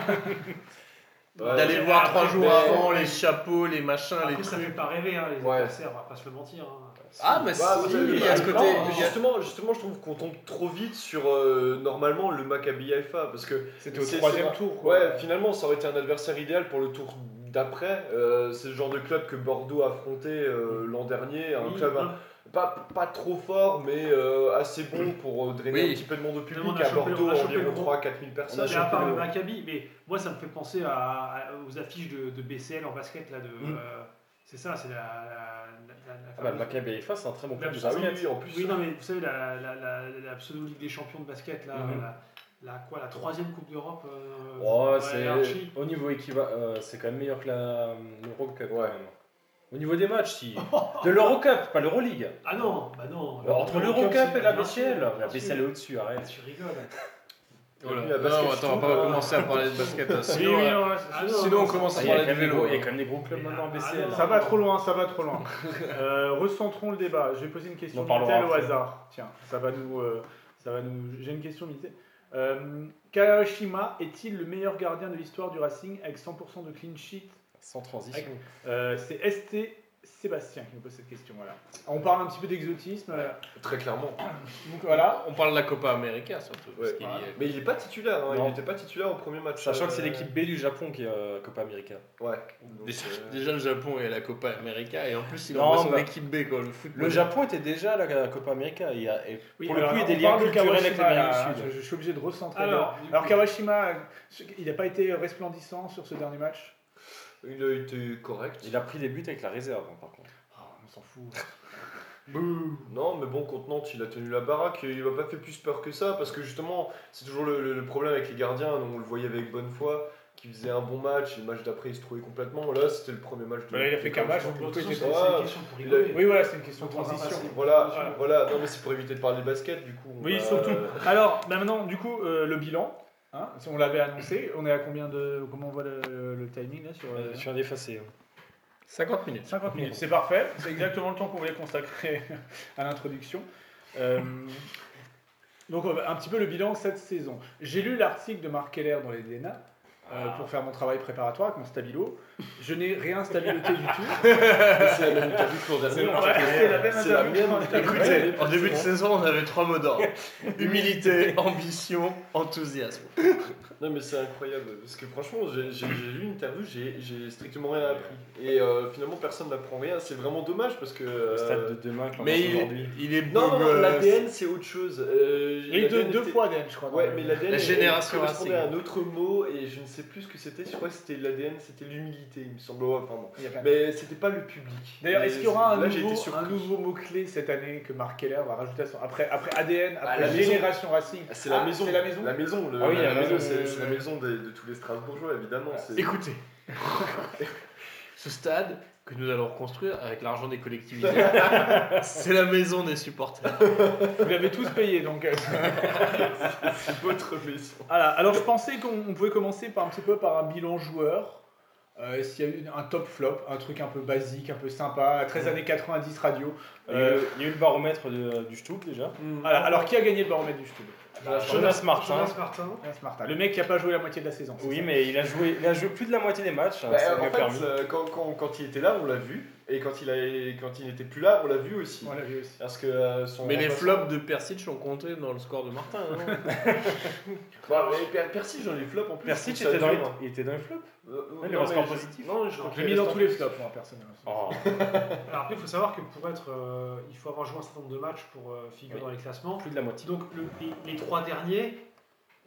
Speaker 4: Ouais.
Speaker 6: d'aller voir trois jours
Speaker 4: mais-
Speaker 6: avant les chapeaux, les machins, les
Speaker 5: Après, ça
Speaker 6: trucs.
Speaker 5: fait pas rêver, hein, les
Speaker 4: Ouais.
Speaker 5: adversaires, on va pas se le mentir. hein.
Speaker 6: Ah, mais
Speaker 4: Bah,
Speaker 6: si,
Speaker 4: vous avez-
Speaker 6: il y a ce
Speaker 4: non,
Speaker 6: côté.
Speaker 4: mais
Speaker 6: il y a-
Speaker 4: justement, justement, je trouve qu'on tombe trop vite sur euh, normalement le Maccabi Haifa parce que
Speaker 7: C'était au
Speaker 4: c'est-
Speaker 7: troisième
Speaker 4: c'est-
Speaker 7: tour. Quoi.
Speaker 4: ouais, finalement, ça aurait été un adversaire idéal pour le tour d'après. Euh, c'est le genre de club que Bordeaux a affronté euh, l'an dernier, un
Speaker 5: Oui,
Speaker 4: club
Speaker 5: hein.
Speaker 4: pas, pas trop fort mais euh, assez bon pour euh, drainer
Speaker 6: Oui.
Speaker 4: un petit peu de monde au public.
Speaker 5: Mais on a
Speaker 4: À
Speaker 5: chopé-
Speaker 4: Bordeaux,
Speaker 5: on a chopé le
Speaker 4: environ
Speaker 5: gros.
Speaker 4: 3 4 000
Speaker 5: Mais
Speaker 4: personnes.
Speaker 5: à part
Speaker 4: le-
Speaker 5: le Maccabi, mais moi ça me fait penser à, à- aux affiches de, de BCL en basket là de.
Speaker 6: Mm.
Speaker 5: euh, c'est ça, c'est la. la, la- la- la
Speaker 3: Ah bah, le
Speaker 5: fameuse-
Speaker 3: Maccabi Haïfa, c'est un très bon club de
Speaker 4: Ah oui,
Speaker 3: basket.
Speaker 4: oui, en plus.
Speaker 5: Oui, non, mais vous savez, la, la, la, la pseudo Ligue des Champions de basket, là,
Speaker 3: Mhm.
Speaker 5: la, la, quoi, la troisième Coupe d'Europe euh,
Speaker 3: Oh,
Speaker 5: ouais,
Speaker 3: c'est
Speaker 5: Archie.
Speaker 3: au niveau équivalent, c'est quand même meilleur que la l'Eurocup quand
Speaker 4: Ouais.
Speaker 3: même. Au niveau des matchs, si. de l'Eurocup, pas l'Euroleague.
Speaker 5: Ah non, bah non.
Speaker 3: Alors, Entre l'Eurocup et la BCL, la BCL est au-dessus, arrête.
Speaker 5: Tu rigoles.
Speaker 6: Voilà.
Speaker 4: Il y a
Speaker 6: Non,
Speaker 4: basket,
Speaker 6: attends,
Speaker 4: surtout,
Speaker 6: on va pas
Speaker 4: euh,
Speaker 6: commencer à parler de basket.
Speaker 4: *laughs*
Speaker 6: hein.
Speaker 5: Oui,
Speaker 6: Sinon,
Speaker 5: oui,
Speaker 6: euh,
Speaker 5: ouais, ah non,
Speaker 6: sinon, on
Speaker 5: non,
Speaker 6: commence
Speaker 3: Ah,
Speaker 6: à
Speaker 3: il, y a
Speaker 6: parler
Speaker 3: quand même
Speaker 6: du
Speaker 3: des
Speaker 6: vélo.
Speaker 3: gros- il y a quand même des gros clubs maintenant en BCL.
Speaker 5: Ah,
Speaker 2: Ça va trop loin, ça va trop loin. *laughs* Euh, recentrons le débat. Je vais poser une question
Speaker 3: On en parlera
Speaker 2: Minitel au
Speaker 3: après.
Speaker 2: hasard. Tiens, ça va nous, euh, ça va nous. J'ai une question Minitel. Euh, Kawashima est-il le meilleur gardien de l'histoire du Racing avec 100% de clean sheet
Speaker 3: Sans transition.
Speaker 2: Euh, C'est ST Sébastien qui nous pose cette question. Voilà. On parle un petit peu d'exotisme. euh,
Speaker 4: Très clairement.
Speaker 2: donc voilà.
Speaker 6: On parle de la Copa América surtout. parce
Speaker 4: Ouais.
Speaker 6: qu'il y a-
Speaker 4: Mais il n'est pas titulaire. hein,
Speaker 3: Non.
Speaker 4: Il n'était pas titulaire au premier match.
Speaker 3: Sachant que c'est
Speaker 4: euh,
Speaker 3: l'équipe B du Japon qui est euh, Copa América.
Speaker 4: Ouais. Donc,
Speaker 6: Déjà,
Speaker 4: euh,
Speaker 6: déjà, le Japon est à la Copa América et en plus il
Speaker 3: Non,
Speaker 6: envoie son
Speaker 3: bah,
Speaker 6: équipe B quoi, le foot.
Speaker 3: Le Japon était déjà à la Copa América. Il y a- et
Speaker 2: Oui,
Speaker 3: pour le
Speaker 2: alors,
Speaker 3: coup, il y a des
Speaker 2: on
Speaker 3: liens
Speaker 2: parle de
Speaker 3: culturels avec
Speaker 2: Kawashima,
Speaker 3: l'Amérique
Speaker 2: là,
Speaker 3: du Sud.
Speaker 2: je, je suis obligé de recentrer. Alors,
Speaker 5: Alors, du
Speaker 2: alors
Speaker 5: coup-
Speaker 2: Kawashima, euh, il n'a pas été resplandissant sur ce dernier match.
Speaker 4: Il a été correct.
Speaker 3: Il a pris des buts avec la réserve, hein, par contre.
Speaker 2: Oh, on s'en fout.
Speaker 4: Non, mais bon, contre Nantes, il a tenu la baraque. et Il m'a pas fait plus peur que ça parce que justement, c'est toujours le, le- le problème avec les gardiens. donc on le voyait avec Bonnefoy qui faisait un bon match. Et le match d'après, il se trouvait complètement. Là, c'était le premier match. De,
Speaker 2: Bah là, il a fait qu'un match,
Speaker 5: De
Speaker 2: donc,
Speaker 5: toute façon,
Speaker 2: était
Speaker 5: c'est c'est une question pour
Speaker 4: il
Speaker 5: rigoler.
Speaker 2: Oui, voilà, c'est une question de
Speaker 5: On va passer.
Speaker 2: transition.
Speaker 4: Voilà,
Speaker 5: Voilà.
Speaker 4: voilà. Non, mais c'est pour éviter de parler basket, du coup. on
Speaker 2: Oui,
Speaker 4: va- euh,
Speaker 2: surtout. Alors, bah maintenant, du coup, euh, le bilan, hein, si on l'avait annoncé, on est à combien de. Comment on voit le, le timing là sur, euh,
Speaker 3: Euh, sur un défacé. hein.
Speaker 6: 50 minutes.
Speaker 2: 50 minutes, c'est parfait, c'est exactement le temps qu'on voulait consacrer *laughs* à l'introduction. Euh, donc, euh, un petit peu le bilan de cette saison. J'ai lu l'article de Marc Keller dans les DNA
Speaker 4: Ah.
Speaker 2: euh, pour faire mon travail préparatoire avec mon stabilo. Je n'ai rien stabilité du
Speaker 4: *laughs*
Speaker 2: tout.
Speaker 4: C'est la même interview que l'an dernier.
Speaker 2: Ouais, c'est la même
Speaker 4: C'est la
Speaker 2: interview.
Speaker 4: même.
Speaker 6: Écoutez, en début de saison, on avait trois mots d'ordre
Speaker 3: hein.
Speaker 6: *laughs* humilité, ambition, enthousiasme.
Speaker 4: Non mais c'est incroyable parce que franchement j'ai j'ai- j'ai lu l'interview, j'ai j'ai strictement rien appris et euh, finalement personne n'apprend rien. C'est vraiment dommage parce que
Speaker 3: Le stade
Speaker 4: euh,
Speaker 3: de demain, qu'on
Speaker 6: Mais
Speaker 3: lance
Speaker 6: il,
Speaker 3: aujourd'hui.
Speaker 6: il est
Speaker 4: non, non,
Speaker 6: beau
Speaker 4: non,
Speaker 6: gosse.
Speaker 4: l'ADN c'est autre chose. Euh,
Speaker 2: Il y a eu deux,
Speaker 4: l'ADN
Speaker 2: deux
Speaker 4: était-
Speaker 2: fois Dan, je crois. dans
Speaker 4: Ouais
Speaker 2: le-
Speaker 4: mais l'ADN
Speaker 6: La
Speaker 4: est-
Speaker 6: génération
Speaker 4: correspondait à
Speaker 6: Racing.
Speaker 4: un autre mot et je ne sais plus ce que c'était. Je crois que c'était l'ADN, c'était l'humilité, il me semble. Ouais, enfin bon.
Speaker 2: il y a pas-
Speaker 4: Mais c'était pas le public.
Speaker 2: D'ailleurs,
Speaker 4: Et
Speaker 2: est-ce qu'il y aura un
Speaker 4: là, j'ai été
Speaker 2: nouveau,
Speaker 4: surpris.
Speaker 2: un nouveau mot-clé cette année que Marc Keller va rajouter à son... après, après ADN,
Speaker 4: Ah,
Speaker 2: après
Speaker 4: la maison.
Speaker 2: Génération Racing
Speaker 4: C'est la
Speaker 2: Ah,
Speaker 4: maison.
Speaker 2: C'est la maison
Speaker 4: La maison. le-
Speaker 3: Ah oui,
Speaker 4: la,
Speaker 3: la
Speaker 4: maison,
Speaker 3: maison,
Speaker 4: c'est c'est
Speaker 6: euh,
Speaker 4: la maison des- de tous les Strasbourgeois évidemment. c'est-
Speaker 6: Écoutez, ce stade que nous allons reconstruire avec l'argent des collectivités,
Speaker 3: *laughs*
Speaker 6: c'est la maison des supporters.
Speaker 2: Vous l'avez tous payé, donc... euh,
Speaker 4: c'est votre maison.
Speaker 2: voilà. Alors, je pensais qu'on on pouvait commencer par un petit peu par un bilan joueur. Euh, S'il y a eu un top flop, un truc un peu basique, un peu sympa, 13
Speaker 3: Ouais.
Speaker 2: années 90 radio. euh,
Speaker 3: Il y a eu le- il y a eu le baromètre de- euh, du Stoop déjà.
Speaker 2: Voilà. Alors, qui a gagné le baromètre du Stube
Speaker 6: Bah,
Speaker 3: Jonas Martin.
Speaker 5: Jonas Martin.
Speaker 2: Le mec qui a pas joué la moitié de la saison. c'est
Speaker 3: Oui,
Speaker 2: ça
Speaker 3: mais il a joué, il a joué plus de la moitié des matchs. hein,
Speaker 4: Bah,
Speaker 3: ça
Speaker 4: en
Speaker 3: lui a
Speaker 4: fait,
Speaker 3: permis.
Speaker 4: euh, quand, quand- quand il était là, on l'a vu. Et quand il, a- quand il n'était plus là, on l'a vu aussi.
Speaker 2: On l'a vu aussi.
Speaker 4: Parce que euh, son
Speaker 6: Mais les
Speaker 4: remplaçant-
Speaker 6: flops de Persic ont compté dans le score de Martin. hein.
Speaker 3: *laughs*
Speaker 6: non
Speaker 4: Bah, mais Per- Persic, dans les flops en plus.
Speaker 3: Persic
Speaker 4: ça
Speaker 3: était dans, les,
Speaker 4: dure.
Speaker 3: il était dans les flops.
Speaker 4: Euh, euh,
Speaker 3: il
Speaker 4: non,
Speaker 3: reste
Speaker 4: mais
Speaker 3: en
Speaker 4: je-
Speaker 3: positif.
Speaker 4: Non, je crois
Speaker 2: Je
Speaker 4: qu'il
Speaker 2: l'ai mis
Speaker 4: reste
Speaker 2: dans
Speaker 4: en
Speaker 2: tous les
Speaker 4: positif.
Speaker 2: flops, moi, personnellement.
Speaker 3: Oh.
Speaker 5: Alors après, il faut savoir que pour être, euh, il faut avoir joué un certain nombre de matchs pour euh, figurer
Speaker 3: Oui.
Speaker 5: dans les classements.
Speaker 3: Plus de la
Speaker 5: *laughs*
Speaker 3: moitié.
Speaker 5: Donc le- les, les trois derniers,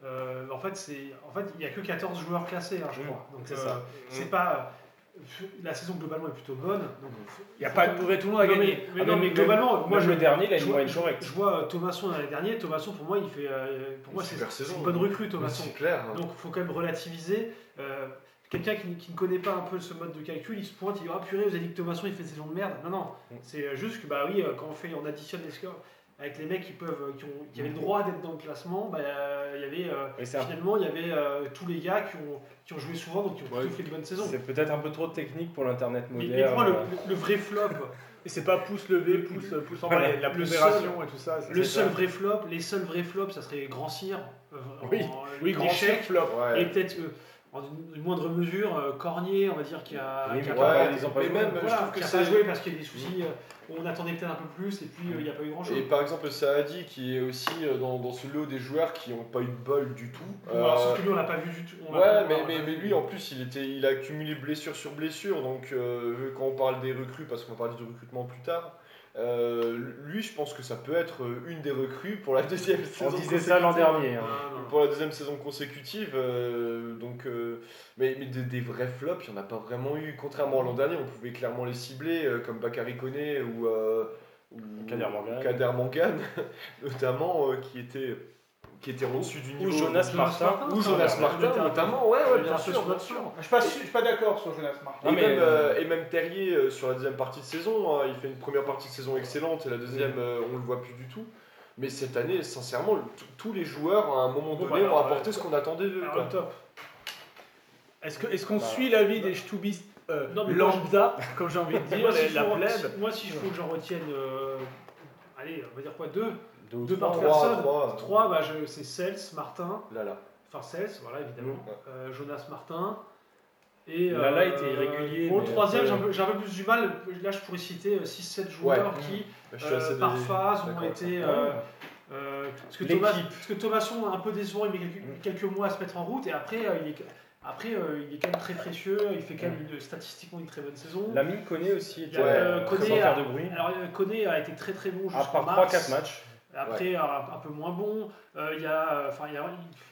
Speaker 5: euh, en fait, c'est, en fait, il n'y a que 14 joueurs classés, hein, je
Speaker 3: Mmh.
Speaker 5: crois. Donc
Speaker 3: C'est
Speaker 5: euh,
Speaker 3: ça.
Speaker 5: c'est pas, euh, la saison globalement est plutôt bonne. Donc
Speaker 2: Il n'y a pas de mauvais, tout le monde a
Speaker 5: Non, mais-
Speaker 2: gagné.
Speaker 5: mais
Speaker 3: Ah,
Speaker 5: non,
Speaker 3: mais
Speaker 5: mais
Speaker 3: le-
Speaker 5: globalement, moi
Speaker 3: Moi,
Speaker 5: je,
Speaker 3: le dernier, il a
Speaker 5: je
Speaker 3: une
Speaker 5: vois-
Speaker 3: moyenne correcte.
Speaker 5: je vois euh, Thomasson l'année dernière. Thomasson pour moi, il fait, euh, pour
Speaker 4: Une
Speaker 5: moi, c'est,
Speaker 4: super
Speaker 5: c'est
Speaker 4: saison,
Speaker 5: une bonne
Speaker 4: hein.
Speaker 5: recrue
Speaker 4: Mais
Speaker 5: Thomasson.
Speaker 4: C'est clair. hein.
Speaker 5: Donc faut quand même relativiser. Euh, Quelqu'un qui, qui ne connaît pas un peu ce mode de calcul, il se pointe, il dit Ah purée, vous avez dit que Thomasson il fait des saison de merde. Non, non,
Speaker 3: Mm.
Speaker 5: c'est juste que bah oui, euh, quand on fait, on additionne les scores avec les mecs qui peuvent, euh, qui, ont- qui avaient le droit d'être dans le classement, bah, euh, il y avait euh,
Speaker 3: Et c'est un-
Speaker 5: finalement il y avait euh, tous les gars qui ont, qui ont joué souvent donc qui ont plutôt
Speaker 3: Ouais.
Speaker 5: fait de bonnes saisons.
Speaker 3: c'est peut-être un peu trop technique pour l'internet
Speaker 5: Mais,
Speaker 3: moderne.
Speaker 5: mais pour moi, le,
Speaker 3: euh.
Speaker 5: le- le vrai flop,
Speaker 3: *laughs*
Speaker 2: Et c'est pas pouce levé, pouce, pouce en bas, il y a de la
Speaker 5: Le
Speaker 2: pondération et tout ça. c'est-
Speaker 5: le
Speaker 2: c'est
Speaker 5: seul
Speaker 2: ça.
Speaker 5: vrai flop, les seuls vrais flops, ça serait Grand Cyr, euh,
Speaker 2: Oui.
Speaker 5: en-
Speaker 2: Oui,
Speaker 5: en
Speaker 2: grand
Speaker 5: échec.
Speaker 2: chef flop.
Speaker 4: Ouais.
Speaker 5: Et peut-être euh, en une, une moindre mesure, euh, Cornier, on va dire, qui a,
Speaker 3: Oui,
Speaker 5: qui
Speaker 3: mais
Speaker 5: a
Speaker 4: ouais,
Speaker 5: pas,
Speaker 3: ils ont pas
Speaker 4: mais
Speaker 3: joué.
Speaker 4: même,
Speaker 5: voilà,
Speaker 4: je trouve
Speaker 5: qui
Speaker 4: que
Speaker 5: a pas
Speaker 4: c'est
Speaker 5: joué parce qu'il y a des soucis. euh, on attendait peut-être un peu plus et puis euh, il n'y a pas eu grand-chose.
Speaker 4: Et par exemple, Saadi qui est aussi euh, dans, dans ce lot des joueurs qui n'ont pas eu de bol du tout.
Speaker 5: Bon, alors,
Speaker 4: Euh,
Speaker 5: sauf que lui, on l'a pas vu du tout. on l'a
Speaker 4: ouais,
Speaker 5: pas vu,
Speaker 4: mais,
Speaker 5: on l'a
Speaker 4: mais,
Speaker 5: pas
Speaker 4: mais
Speaker 5: vu.
Speaker 4: lui en plus, il, était, il a accumulé blessure sur blessure. Donc euh, quand on parle des recrues, parce qu'on parle du recrutement plus tard, euh, lui, je pense que ça peut être euh, une des recrues pour la deuxième
Speaker 3: On
Speaker 4: saison.
Speaker 3: disait ça l'an dernier.
Speaker 5: Ah,
Speaker 3: hein.
Speaker 5: non, non.
Speaker 4: Pour la deuxième saison consécutive, euh, donc, euh, mais, mais des, des vrais flops, il n'y en a pas vraiment eu. Contrairement à l'an dernier, on pouvait clairement les cibler, euh, comme Bakary Koné ou, euh, ou
Speaker 3: Kader Morgan.
Speaker 4: Kader Mangan, *laughs* notamment, euh, qui était, qui était au-dessus du
Speaker 3: Ou
Speaker 4: niveau.
Speaker 3: Jonas Martin.
Speaker 4: Ou Jonas Martin, notamment, ouais, ouais, bien sûr.
Speaker 5: bien sûr.
Speaker 2: Je suis pas, su- je suis pas d'accord sur Jonas Martin.
Speaker 4: Et,
Speaker 3: Non, mais,
Speaker 4: même,
Speaker 3: euh,
Speaker 4: euh, et même Terrier euh, sur la deuxième partie de saison, hein, il fait une première partie de saison excellente et la
Speaker 5: Mm.
Speaker 4: deuxième euh, on le voit plus du tout. Mais cette année, sincèrement, le- t- tous les joueurs à un moment
Speaker 5: Bon,
Speaker 4: donné
Speaker 5: bah, alors,
Speaker 4: ont apporté ce qu'on attendait d'eux.
Speaker 5: Alors,
Speaker 4: quoi.
Speaker 5: le top.
Speaker 2: Est-ce que- est-ce qu'on
Speaker 3: Bah,
Speaker 2: suit l'avis des Stubistes
Speaker 5: Non, mais moi,
Speaker 2: lambda, comme j'ai envie de dire,
Speaker 5: Moi, si
Speaker 2: les-
Speaker 5: je
Speaker 2: la
Speaker 5: faut-
Speaker 2: plèbe
Speaker 5: Moi, si je faut que j'en retienne, euh, allez, on va dire quoi, deux,
Speaker 3: ou
Speaker 5: deux
Speaker 3: trois.
Speaker 5: par
Speaker 4: Trois,
Speaker 5: personne.
Speaker 4: trois.
Speaker 5: Trois, bah, je- c'est Cels, Martin,
Speaker 4: Là, là.
Speaker 5: enfin Cels, voilà évidemment,
Speaker 4: Mm, ouais.
Speaker 5: euh, Jonas Martin. Et,
Speaker 3: Lala était irrégulier,
Speaker 5: Pour
Speaker 3: mais
Speaker 5: le troisième,
Speaker 4: euh,
Speaker 3: après-
Speaker 5: j'ai un, peu, j'ai un peu plus du mal. Là, je pourrais citer 6-7 joueurs
Speaker 4: Ouais.
Speaker 5: qui,
Speaker 4: Je suis
Speaker 5: euh,
Speaker 4: assez
Speaker 5: par
Speaker 4: dés-
Speaker 5: phase, ont
Speaker 4: d'accord.
Speaker 5: été.
Speaker 3: Ouais.
Speaker 5: euh, euh, parce, que
Speaker 3: L'équipe. Mm.
Speaker 5: Thomas, parce que Thomasson a un peu décevant, il met quelques, quelques mois à se mettre en route et après, euh, il, est, après euh, il est quand même très précieux, il fait quand même
Speaker 3: Mm.
Speaker 5: une- statistiquement une très bonne saison.
Speaker 3: L'ami connaît aussi. était,
Speaker 5: Ouais,
Speaker 3: euh,
Speaker 5: Koné
Speaker 3: sans faire
Speaker 5: a-
Speaker 3: de bruit.
Speaker 5: Alors, euh, Koné a été très très bon
Speaker 3: À
Speaker 5: jusqu'en
Speaker 3: part
Speaker 5: mars.
Speaker 3: 3-4 matchs.
Speaker 5: Après, euh, un, un peu moins bon. Euh, Il y a, euh, enfin, il y a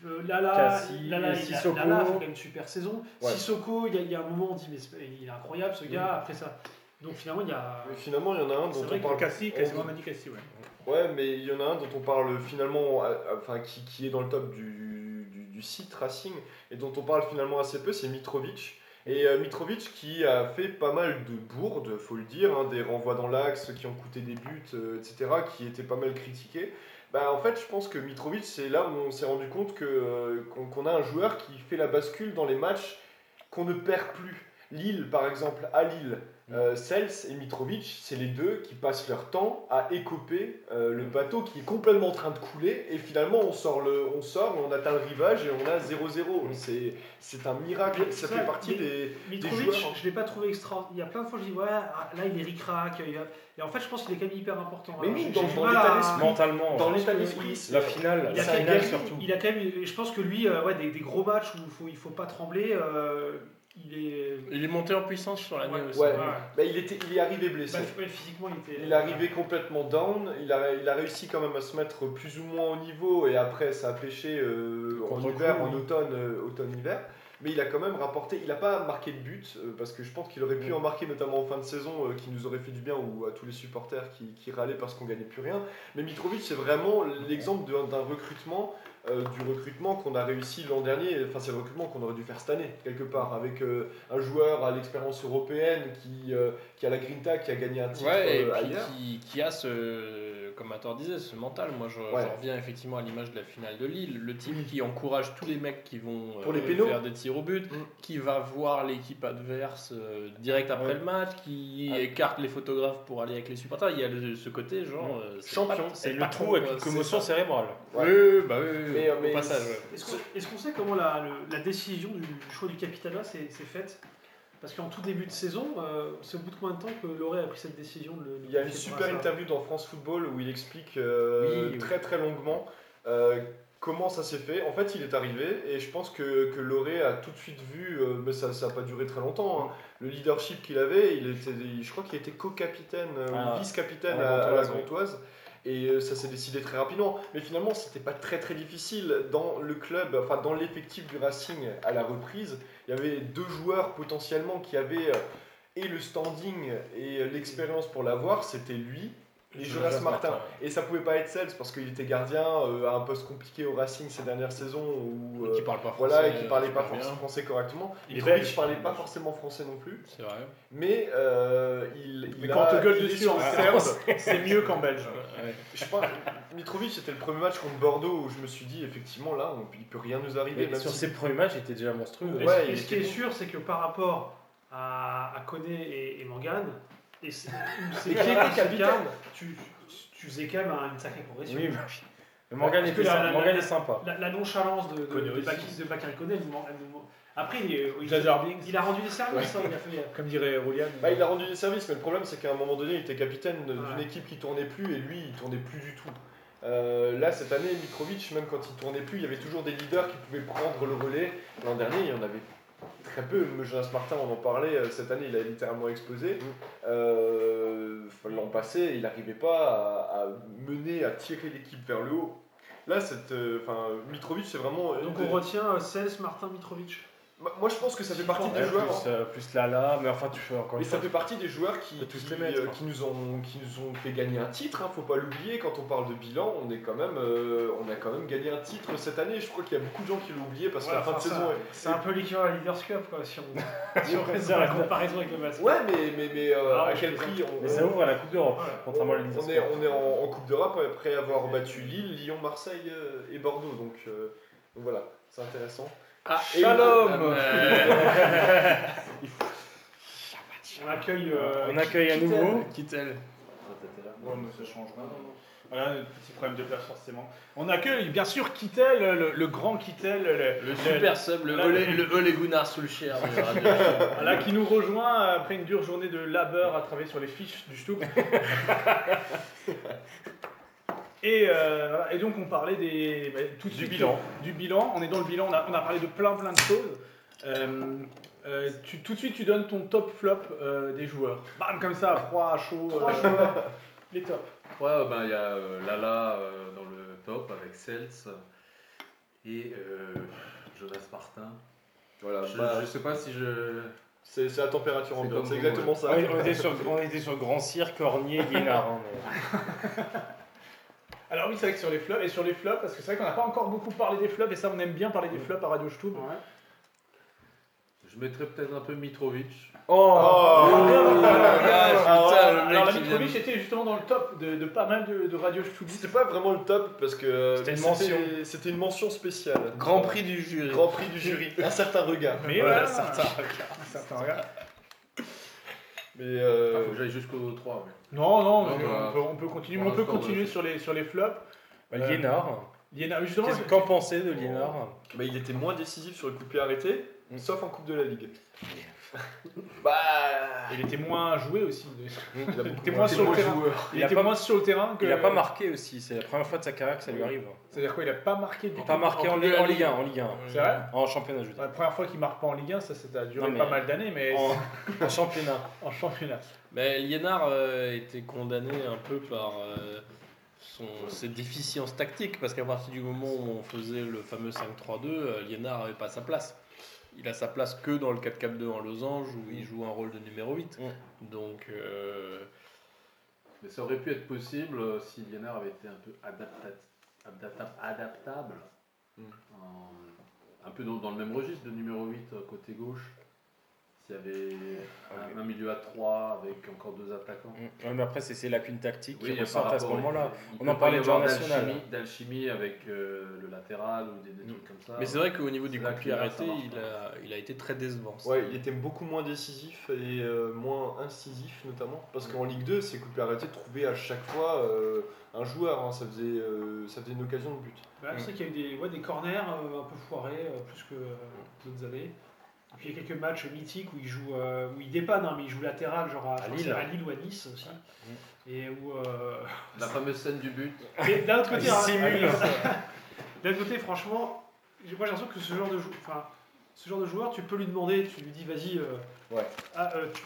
Speaker 5: euh, Lala,
Speaker 3: Cassie,
Speaker 5: Lala, il a-
Speaker 3: Sissoko.
Speaker 5: Lala fait quand même une super saison.
Speaker 4: Ouais.
Speaker 5: Sissoko, il y, a, il y a un moment, on dit mais c'est- il est incroyable
Speaker 3: Mm.
Speaker 5: ce gars. Après ça, donc finalement, il y a.
Speaker 4: Mais finalement, il y en a un
Speaker 5: C'est
Speaker 4: dont
Speaker 5: vrai
Speaker 4: on
Speaker 5: que
Speaker 4: parle.
Speaker 2: Cassie, quasiment on a dit Cassie, ouais.
Speaker 4: Ouais, mais il y en a un dont on parle finalement, euh, enfin qui, qui est dans le top du, du, du site Racing et dont on parle finalement assez peu, c'est Mitrovic. Et euh, Mitrovic qui a fait pas mal de bourdes, faut le dire, hein, des renvois dans l'axe qui ont coûté des buts, euh, etc., qui étaient pas mal critiqués. Bah, en fait, je pense que Mitrovic, c'est là où on s'est rendu compte que, euh, qu'on, qu'on a un joueur qui fait la bascule dans les matchs qu'on ne perd plus. Lille, par exemple, à Lille,
Speaker 5: Mm.
Speaker 4: euh, Sels et Mitrovic, c'est les deux qui passent leur temps à écoper euh,
Speaker 5: Mm.
Speaker 4: le bateau qui est complètement en train de couler. Et finalement, on sort, le, on, sort on atteint le rivage et on a 0-0. C'est, c'est un miracle. Ça
Speaker 5: Mm. Ça,
Speaker 4: fait partie
Speaker 5: mais-
Speaker 4: des.
Speaker 5: Mitrovic,
Speaker 4: joueurs.
Speaker 5: je ne l'ai pas trouvé extra. Il y a plein de fois, je dis ouais, ah, là, il est ricrac. il va- Et en fait, je pense qu'il est quand même hyper important. hein.
Speaker 4: Mais
Speaker 5: Alors,
Speaker 4: oui,
Speaker 5: j'ai-
Speaker 4: dans-
Speaker 5: j'ai du
Speaker 4: dans
Speaker 5: mal
Speaker 4: l'état
Speaker 5: à-
Speaker 4: d'esprit.
Speaker 3: Mentalement.
Speaker 4: Dans
Speaker 3: hein.
Speaker 4: l'état
Speaker 5: oui,
Speaker 4: d'esprit,
Speaker 5: oui.
Speaker 4: c'est-
Speaker 3: La finale,
Speaker 5: Il a,
Speaker 3: la
Speaker 5: quand
Speaker 4: ça
Speaker 5: même,
Speaker 3: finale
Speaker 4: gagne,
Speaker 3: surtout.
Speaker 5: il a quand même- et je pense que lui, euh, ouais, des, des gros matchs où il faut, il faut pas trembler, euh, il est.
Speaker 6: Il est monté en puissance sur l'année
Speaker 5: Ouais.
Speaker 6: aussi.
Speaker 4: Ouais. Bah, il, était, il est arrivé blessé.
Speaker 5: Bah, ouais, physiquement, il était.
Speaker 4: Il est arrivé complètement down, il a, il a réussi quand même à se mettre plus ou moins au niveau et après ça a pêché euh, en
Speaker 3: Contre-coup,
Speaker 4: hiver, en
Speaker 3: oui.
Speaker 4: automne, euh, automne-hiver. Mais il a quand même rapporté, il n'a pas marqué de but euh, parce que je pense qu'il aurait pu en marquer notamment en fin de saison euh, qui nous aurait fait du bien ou à tous les supporters qui, qui râlaient parce qu'on gagnait plus rien. Mais Mitrovic c'est vraiment l'exemple d'un d'un recrutement, euh, du recrutement qu'on a réussi l'an dernier, enfin c'est le recrutement qu'on aurait dû faire cette année quelque part avec euh, un joueur à l'expérience européenne qui, euh, qui a la grinta, qui a gagné un titre
Speaker 6: Ouais, et
Speaker 4: euh,
Speaker 6: puis
Speaker 4: ailleurs.
Speaker 6: qui, qui a ce, comme Hathor disait, ce mental. Moi, je,
Speaker 4: Ouais.
Speaker 6: je reviens effectivement à l'image de la finale de Lille. Le type qui encourage tous les mecs qui vont euh,
Speaker 4: Pour les pénaux.
Speaker 6: faire des tirs au but,
Speaker 4: Mm.
Speaker 6: qui va voir l'équipe adverse euh, direct après
Speaker 4: Ouais.
Speaker 6: le match, qui
Speaker 4: Ah.
Speaker 6: écarte les photographes pour aller avec les supporters. Il y a le- ce côté, genre, euh, c'est
Speaker 4: Mm. Champion.
Speaker 6: pas-
Speaker 3: C'est le
Speaker 6: pas
Speaker 3: trou
Speaker 6: con,
Speaker 3: et puis
Speaker 2: euh,
Speaker 6: quoi.
Speaker 3: commotion
Speaker 6: C'est
Speaker 3: cérébrale.
Speaker 6: ça. Oui, oui, bah oui, oui,
Speaker 4: Mais,
Speaker 6: au
Speaker 4: mais-
Speaker 6: passage. ouais.
Speaker 5: euh, Est-ce qu'on est-ce qu'on sait comment la, le- la décision du, du choix du Capitana s'est s'est faite Parce qu'en tout début de saison, euh, c'est au bout de combien de temps que Loré a pris cette décision de le-
Speaker 4: Il y a une
Speaker 5: confier
Speaker 4: super
Speaker 5: Brassard
Speaker 4: interview dans France Football où il explique euh,
Speaker 3: Oui, oui.
Speaker 4: très très longuement euh, comment ça s'est fait. En fait, il est arrivé et je pense que, que Loré a tout de suite vu, euh, mais ça n'a pas duré très longtemps, hein. le leadership qu'il avait. Il était, il- je crois qu'il était co-capitaine euh,
Speaker 3: Ah,
Speaker 4: ou vice-capitaine
Speaker 3: à la
Speaker 4: à, à la
Speaker 3: Gantoise, oui.
Speaker 4: Gantoise. Et euh, ça s'est décidé très rapidement. Mais finalement, c'était pas très très difficile. Dans le club, enfin dans l'effectif du Racing à la reprise, il y avait deux joueurs potentiellement qui avaient euh, et le standing et l'expérience pour l'avoir, c'était lui et Jonas Martin. Et ça pouvait pas être Sels parce qu'il était gardien euh, à un poste compliqué au Racing ces dernières saisons où euh,
Speaker 6: Qui parle pas français.
Speaker 4: voilà et qui parlait
Speaker 6: euh,
Speaker 4: pas
Speaker 6: super bien.
Speaker 4: forcément français correctement.
Speaker 2: Il est
Speaker 4: Mitrovic
Speaker 2: belge.
Speaker 4: parlait pas forcément français non plus,
Speaker 6: C'est vrai.
Speaker 4: mais euh, il, il
Speaker 2: Mais quand on te gueule
Speaker 4: il est
Speaker 2: dessus
Speaker 4: sur
Speaker 2: en
Speaker 4: le
Speaker 2: serbe,
Speaker 4: terrain.
Speaker 2: c'est mieux qu'en belge.
Speaker 6: Ouais.
Speaker 4: je pense, Mitrovic c'était le premier match contre Bordeaux où je me suis dit effectivement là on- il peut rien nous arriver.
Speaker 3: Et
Speaker 4: même
Speaker 3: sur
Speaker 4: si-
Speaker 3: ses premiers matchs, il était déjà monstrueux.
Speaker 5: Et
Speaker 4: Ouais,
Speaker 5: ce- et
Speaker 4: il
Speaker 5: ce qui
Speaker 4: était
Speaker 5: est
Speaker 4: bon.
Speaker 5: sûr, c'est que par rapport à, à Koné et, et Mangane, et c'est
Speaker 4: Et qui était capitaine.
Speaker 5: tu, tu faisais quand même une sacrée progression.
Speaker 3: Oui, Le Morgan
Speaker 5: Parce
Speaker 3: était
Speaker 5: que la-
Speaker 3: sympa.
Speaker 5: la-
Speaker 3: Morgan
Speaker 5: la-
Speaker 3: est sympa.
Speaker 5: La, la nonchalance de, de,
Speaker 2: Koné
Speaker 5: de
Speaker 2: aussi.
Speaker 5: Bakis- de Bakary Koné, elle nous man- elle nous man- Après, il, est- euh, il-
Speaker 2: Jar Binks,
Speaker 5: il a rendu des services, hein, il a fait.
Speaker 2: comme dirait Roulian.
Speaker 4: Bah, il a rendu des services, mais le problème c'est qu'à un moment donné, il était capitaine d'une
Speaker 5: Ouais.
Speaker 4: équipe qui tournait plus et lui, il tournait plus du tout. Euh, là, cette année, Mitrovic, même quand il tournait plus, il y avait toujours des leaders qui pouvaient prendre le relais. L'an dernier, il y en avait très peu. Mais Jonas Martin, on en parlait, euh, cette année, il a littéralement
Speaker 5: Mm.
Speaker 4: explosé. Euh, L'an passé, il n'arrivait pas à, à mener, à tirer l'équipe vers le haut. Là, cette, euh, enfin, Mitrovic, c'est vraiment. une
Speaker 5: Donc
Speaker 4: des-
Speaker 5: on retient euh, Cels, Martin Mitrovic.
Speaker 4: Moi, moi, je pense que ça fait partie des
Speaker 3: Ouais,
Speaker 4: joueurs. hein.
Speaker 2: hein.
Speaker 3: plus, euh, plus Lala, mais enfin, tu fais encore
Speaker 4: Mais
Speaker 3: une
Speaker 4: ça
Speaker 3: fois.
Speaker 4: fait partie des joueurs qui,
Speaker 3: Faut tous
Speaker 4: qui,
Speaker 3: les mettre,
Speaker 4: euh,
Speaker 3: hein.
Speaker 4: qui nous ont, qui nous ont fait gagner un titre. hein. Faut pas l'oublier. Quand on parle de bilan, on est quand même, euh, on a quand même gagné un titre cette année. Je crois qu'il y a beaucoup de gens qui l'ont oublié parce que
Speaker 5: Ouais,
Speaker 4: la fin de
Speaker 5: enfin, ça,
Speaker 4: saison.
Speaker 5: C'est un peu l'équivalent à la Leaders Cup, quoi, si *laughs* on, si on fait la comparaison avec le
Speaker 4: est-
Speaker 5: basket.
Speaker 4: Ouais, mais mais mais euh,
Speaker 5: Ah,
Speaker 4: à
Speaker 5: je
Speaker 4: quel
Speaker 5: plaisante.
Speaker 4: prix on,
Speaker 3: Mais ça ouvre à la Coupe d'Europe,
Speaker 5: Voilà.
Speaker 3: contrairement à la Ligue
Speaker 4: on est, on est en, en Coupe d'Europe après avoir battu Lille, Lyon, Marseille euh, et Bordeaux. Donc, euh, donc voilà, c'est intéressant.
Speaker 6: Ah,
Speaker 4: Et-
Speaker 2: Shalom
Speaker 6: euh,
Speaker 5: On accueille. euh,
Speaker 3: On accueille à nouveau.
Speaker 6: Kittel.
Speaker 2: Ouais, mais ça change rien. Voilà, le petit problème de place forcément. On accueille bien sûr Kittel, le, le grand Kittel, le,
Speaker 6: Le super sub,
Speaker 4: Ah,
Speaker 6: le
Speaker 2: Voilà.
Speaker 6: Ole- le Oh, Ole
Speaker 4: *laughs*
Speaker 6: Gunnar Solskjaer. de Radio.
Speaker 2: voilà, qui nous rejoint après une dure journée de labeur à travailler sur les fiches du Stoop. Et, euh, voilà. Et donc on parlait des, bah, tout de
Speaker 3: Du
Speaker 2: suite,
Speaker 3: bilan.
Speaker 2: Du bilan, on est dans le bilan, on a, on a parlé de plein plein de choses. Euh, euh, tu- tout de suite tu donnes ton top flop euh, des joueurs. Bam, comme ça, à froid, à chaud. euh, les tops.
Speaker 8: Ouais, ben, il y a euh, Lala euh, dans le top avec Seltz et euh, Jonas Martin.
Speaker 4: Voilà,
Speaker 8: Je,
Speaker 4: bah,
Speaker 8: je sais pas si je.
Speaker 4: c'est c'est la température
Speaker 8: C'est
Speaker 4: ambiante.
Speaker 8: comme
Speaker 4: C'est
Speaker 8: vous,
Speaker 4: exactement ça.
Speaker 3: Ouais, on, était sur, on était sur Grand Cirque, Cornier, Guénard. hein, mais-
Speaker 2: Alors oui, c'est vrai que sur les flops, et sur les flops, parce que c'est vrai qu'on n'a pas encore beaucoup parlé des flops, et ça on aime bien parler des flops à Radio Stube.
Speaker 8: Je mettrais peut-être un peu Mitrovic.
Speaker 3: Oh,
Speaker 5: Ah,
Speaker 4: Ah,
Speaker 2: alors,
Speaker 6: putain, le mec
Speaker 2: Euh, alors, la
Speaker 6: qui
Speaker 2: Mitrovic
Speaker 6: vient-
Speaker 2: était justement dans le top de, de pas mal de, de Radio Stube.
Speaker 4: C'était pas vraiment le top parce que euh,
Speaker 3: C'était une
Speaker 4: c'était c'était une mention spéciale.
Speaker 6: Grand prix du jury.
Speaker 4: Grand prix du jury, un certain regard.
Speaker 2: Mais
Speaker 6: Voilà,
Speaker 2: voilà, *laughs*
Speaker 6: certains.
Speaker 2: certains regardent.
Speaker 4: Mais
Speaker 8: Il
Speaker 4: euh,
Speaker 8: faut que j'aille jusqu'au 3. mais-
Speaker 2: Non, non,
Speaker 8: Non,
Speaker 2: mais
Speaker 8: bah,
Speaker 2: on, peut, on peut continuer,
Speaker 8: pour
Speaker 2: mais on peut
Speaker 8: l'instant,
Speaker 2: continuer
Speaker 8: ouais.
Speaker 2: sur les, sur les flops.
Speaker 3: bah, Liénard.
Speaker 2: Il y en a justement.
Speaker 3: Qu'est-ce- Qu'en pensez de Liénard
Speaker 4: bah, il était moins décisif sur le coup de pied arrêté,
Speaker 3: Mm.
Speaker 4: sauf en Coupe de la Ligue. bah,
Speaker 2: Il était moins joué aussi.
Speaker 6: Mm.
Speaker 4: il a
Speaker 2: Il
Speaker 4: beaucoup
Speaker 2: était moins
Speaker 4: moins-
Speaker 2: sur le terrain.
Speaker 4: joueur.
Speaker 2: Il,
Speaker 3: Il a
Speaker 2: était
Speaker 3: pas-
Speaker 2: moins sur le terrain que.
Speaker 3: Il a pas marqué aussi, c'est la première fois de sa carrière que ça lui arrive.
Speaker 2: C'est-à-dire quoi Il a pas marqué du
Speaker 3: Il a
Speaker 2: tout.
Speaker 3: pas marqué en,
Speaker 6: Coupe de la
Speaker 3: en Ligue
Speaker 6: Ligue.
Speaker 3: 1, en Ligue 1.
Speaker 2: C'est vrai
Speaker 3: En championnat, je veux dire.
Speaker 2: La première fois qu'il marque pas en Ligue 1, ça, ça a duré
Speaker 3: Non, mais-
Speaker 2: pas mal d'années, mais *laughs*
Speaker 3: *laughs* En, en championnat.
Speaker 2: en championnat.
Speaker 6: Mais Liénard euh, était condamné un peu par euh, son, ses déficiences tactiques, parce qu'à partir du moment où on faisait le fameux 5-3-2, euh, Liénard n'avait pas sa place. Il a sa place que dans le 4-4-2 en losange, où il joue un rôle de numéro 8. Donc, euh,
Speaker 8: Mais ça aurait pu être possible euh, si Lienard avait été un peu adaptat- adapta- adaptable.
Speaker 4: Mm.
Speaker 8: En- un peu dans, dans le même registre de numéro 8 euh, côté gauche. S'il y avait un, un milieu à 3 avec encore deux attaquants.
Speaker 3: Ouais, mais après, c'est ses lacunes tactiques qui
Speaker 8: il y a
Speaker 3: ressortent
Speaker 8: par
Speaker 3: à ce
Speaker 8: rapport,
Speaker 3: moment-là.
Speaker 8: il- il
Speaker 3: On
Speaker 8: peut
Speaker 3: en
Speaker 8: pas
Speaker 3: parlait
Speaker 8: y
Speaker 3: déjà en
Speaker 8: avoir
Speaker 3: national.
Speaker 8: d'alchimie- D'alchimie avec euh, le latéral ou des, des trucs comme ça.
Speaker 6: Mais c'est vrai qu'au niveau du
Speaker 8: C'est
Speaker 6: coup
Speaker 8: là
Speaker 6: de
Speaker 8: que
Speaker 6: pied
Speaker 8: Liénard,
Speaker 6: arrêté,
Speaker 8: ça marche
Speaker 6: il
Speaker 8: pas.
Speaker 6: a, il a été très décevant.
Speaker 4: Ouais, il était beaucoup moins décisif et euh, moins incisif notamment, parce qu'en Ligue 2, ses coups de pied arrêtés trouvaient à chaque fois euh, un joueur. hein. ça faisait, euh, ça faisait une occasion de but.
Speaker 5: Bah, Je sais qu'il y a eu des, ouais, des corners euh, un peu foirés, euh, plus que euh, d'autres années. Et puis il y a quelques matchs mythiques où il joue, euh, où il dépanne, hein, mais il joue latéral, genre à, je crois que c'est
Speaker 3: Lille.
Speaker 5: à Lille ou à Nice aussi. Et où. euh,
Speaker 8: La fameuse scène du
Speaker 5: *laughs*
Speaker 8: but.
Speaker 5: Mais d'un autre côté,
Speaker 3: Il
Speaker 5: hein,
Speaker 3: simule.
Speaker 5: *laughs* d'un autre côté, franchement, j'ai- moi j'ai l'impression que ce genre de jou- enfin, ce genre de joueur, tu peux lui demander, tu lui dis, vas-y. euh,
Speaker 4: Ouais.
Speaker 5: ah, euh, tu-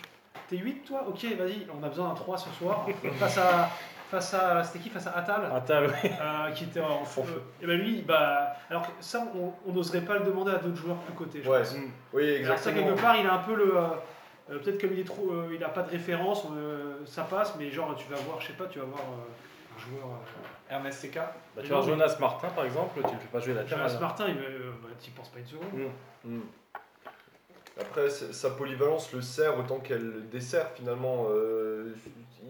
Speaker 5: T'es 8 toi Ok, vas-y, on a besoin d'un 3 ce soir. face à. Face à. C'était qui Face à Atal
Speaker 3: Ah, t'as- ouais.
Speaker 5: euh, qui était en feu. Et ben lui, bah, alors que ça, on on n'oserait pas le demander à d'autres joueurs plus cotés. je
Speaker 4: Ouais,
Speaker 5: pense.
Speaker 4: oui,
Speaker 5: Alors ça,
Speaker 4: exactement.
Speaker 5: quelque part, il a un peu le. euh, euh, Peut-être comme il est trop, euh, il a pas de référence, euh, ça passe, mais genre tu vas voir, je sais pas, tu vas voir euh, un joueur. euh,
Speaker 2: Ernest Seca.
Speaker 3: Bah, tu vois,
Speaker 5: Non, mais-
Speaker 3: Jonas Martin, par exemple, tu ne fais pas jouer latéral.
Speaker 5: Jonas Martin, il va- euh, bah, t'y penses pas une seconde.
Speaker 4: Hmm. Après, c- sa polyvalence le sert autant qu'elle le dessert finalement. Euh,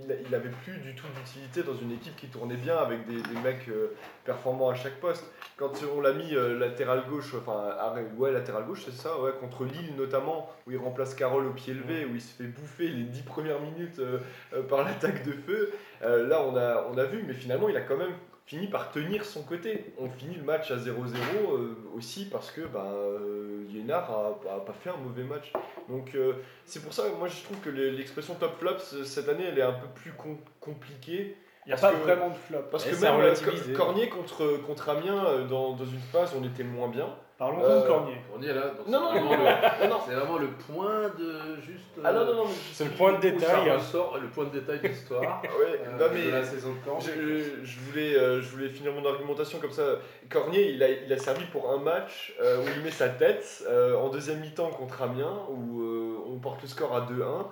Speaker 4: il, il avait plus du tout d'utilité dans une équipe qui tournait bien avec des, des mecs euh, performants à chaque poste. Quand on l'a mis euh, latéral gauche, enfin arrêt- ouais latéral gauche c'est ça, ouais, contre Lille notamment, où il remplace Carole au pied levé, où il se fait bouffer les dix premières minutes euh, euh, par l'attaque de feu. Euh, là on a, on a vu, mais finalement il a quand même finit par tenir son côté. On finit le match à 0-0 euh, aussi parce que bah, euh, Liénard a, a pas fait un mauvais match. Donc euh, c'est pour ça que moi je trouve que le- l'expression top flop c- cette année elle est un peu plus com- compliquée.
Speaker 2: Il n'y a
Speaker 4: Parce
Speaker 2: pas
Speaker 4: que-
Speaker 2: vraiment de flop.
Speaker 4: Parce
Speaker 3: Ouais,
Speaker 4: que
Speaker 3: c'est à
Speaker 4: même euh,
Speaker 3: relativiser.
Speaker 4: Co- Cornier contre, contre Amiens euh, dans, dans une phase on était moins bien.
Speaker 2: Parlons
Speaker 4: Euh,
Speaker 2: de Cornier.
Speaker 9: On y est là. donc
Speaker 4: Non, non,
Speaker 9: Ah c'est
Speaker 4: non,
Speaker 9: vraiment le-
Speaker 4: non, non.
Speaker 9: C'est vraiment le point de juste.
Speaker 4: Ah non,
Speaker 9: euh,
Speaker 4: non, non, mais-
Speaker 3: C'est le point de
Speaker 9: où ça
Speaker 3: détail. hein.
Speaker 9: ressort, le point de détail de l'histoire.
Speaker 4: Ah ouais,
Speaker 9: euh,
Speaker 4: non, mais-
Speaker 9: de la saison de Caen.
Speaker 4: Je, je voulais, euh, je voulais finir mon argumentation comme ça. Cornier, il a, il a servi pour un match euh, où il met sa tête euh, en deuxième mi-temps contre Amiens, où euh, on porte le score à 2-1.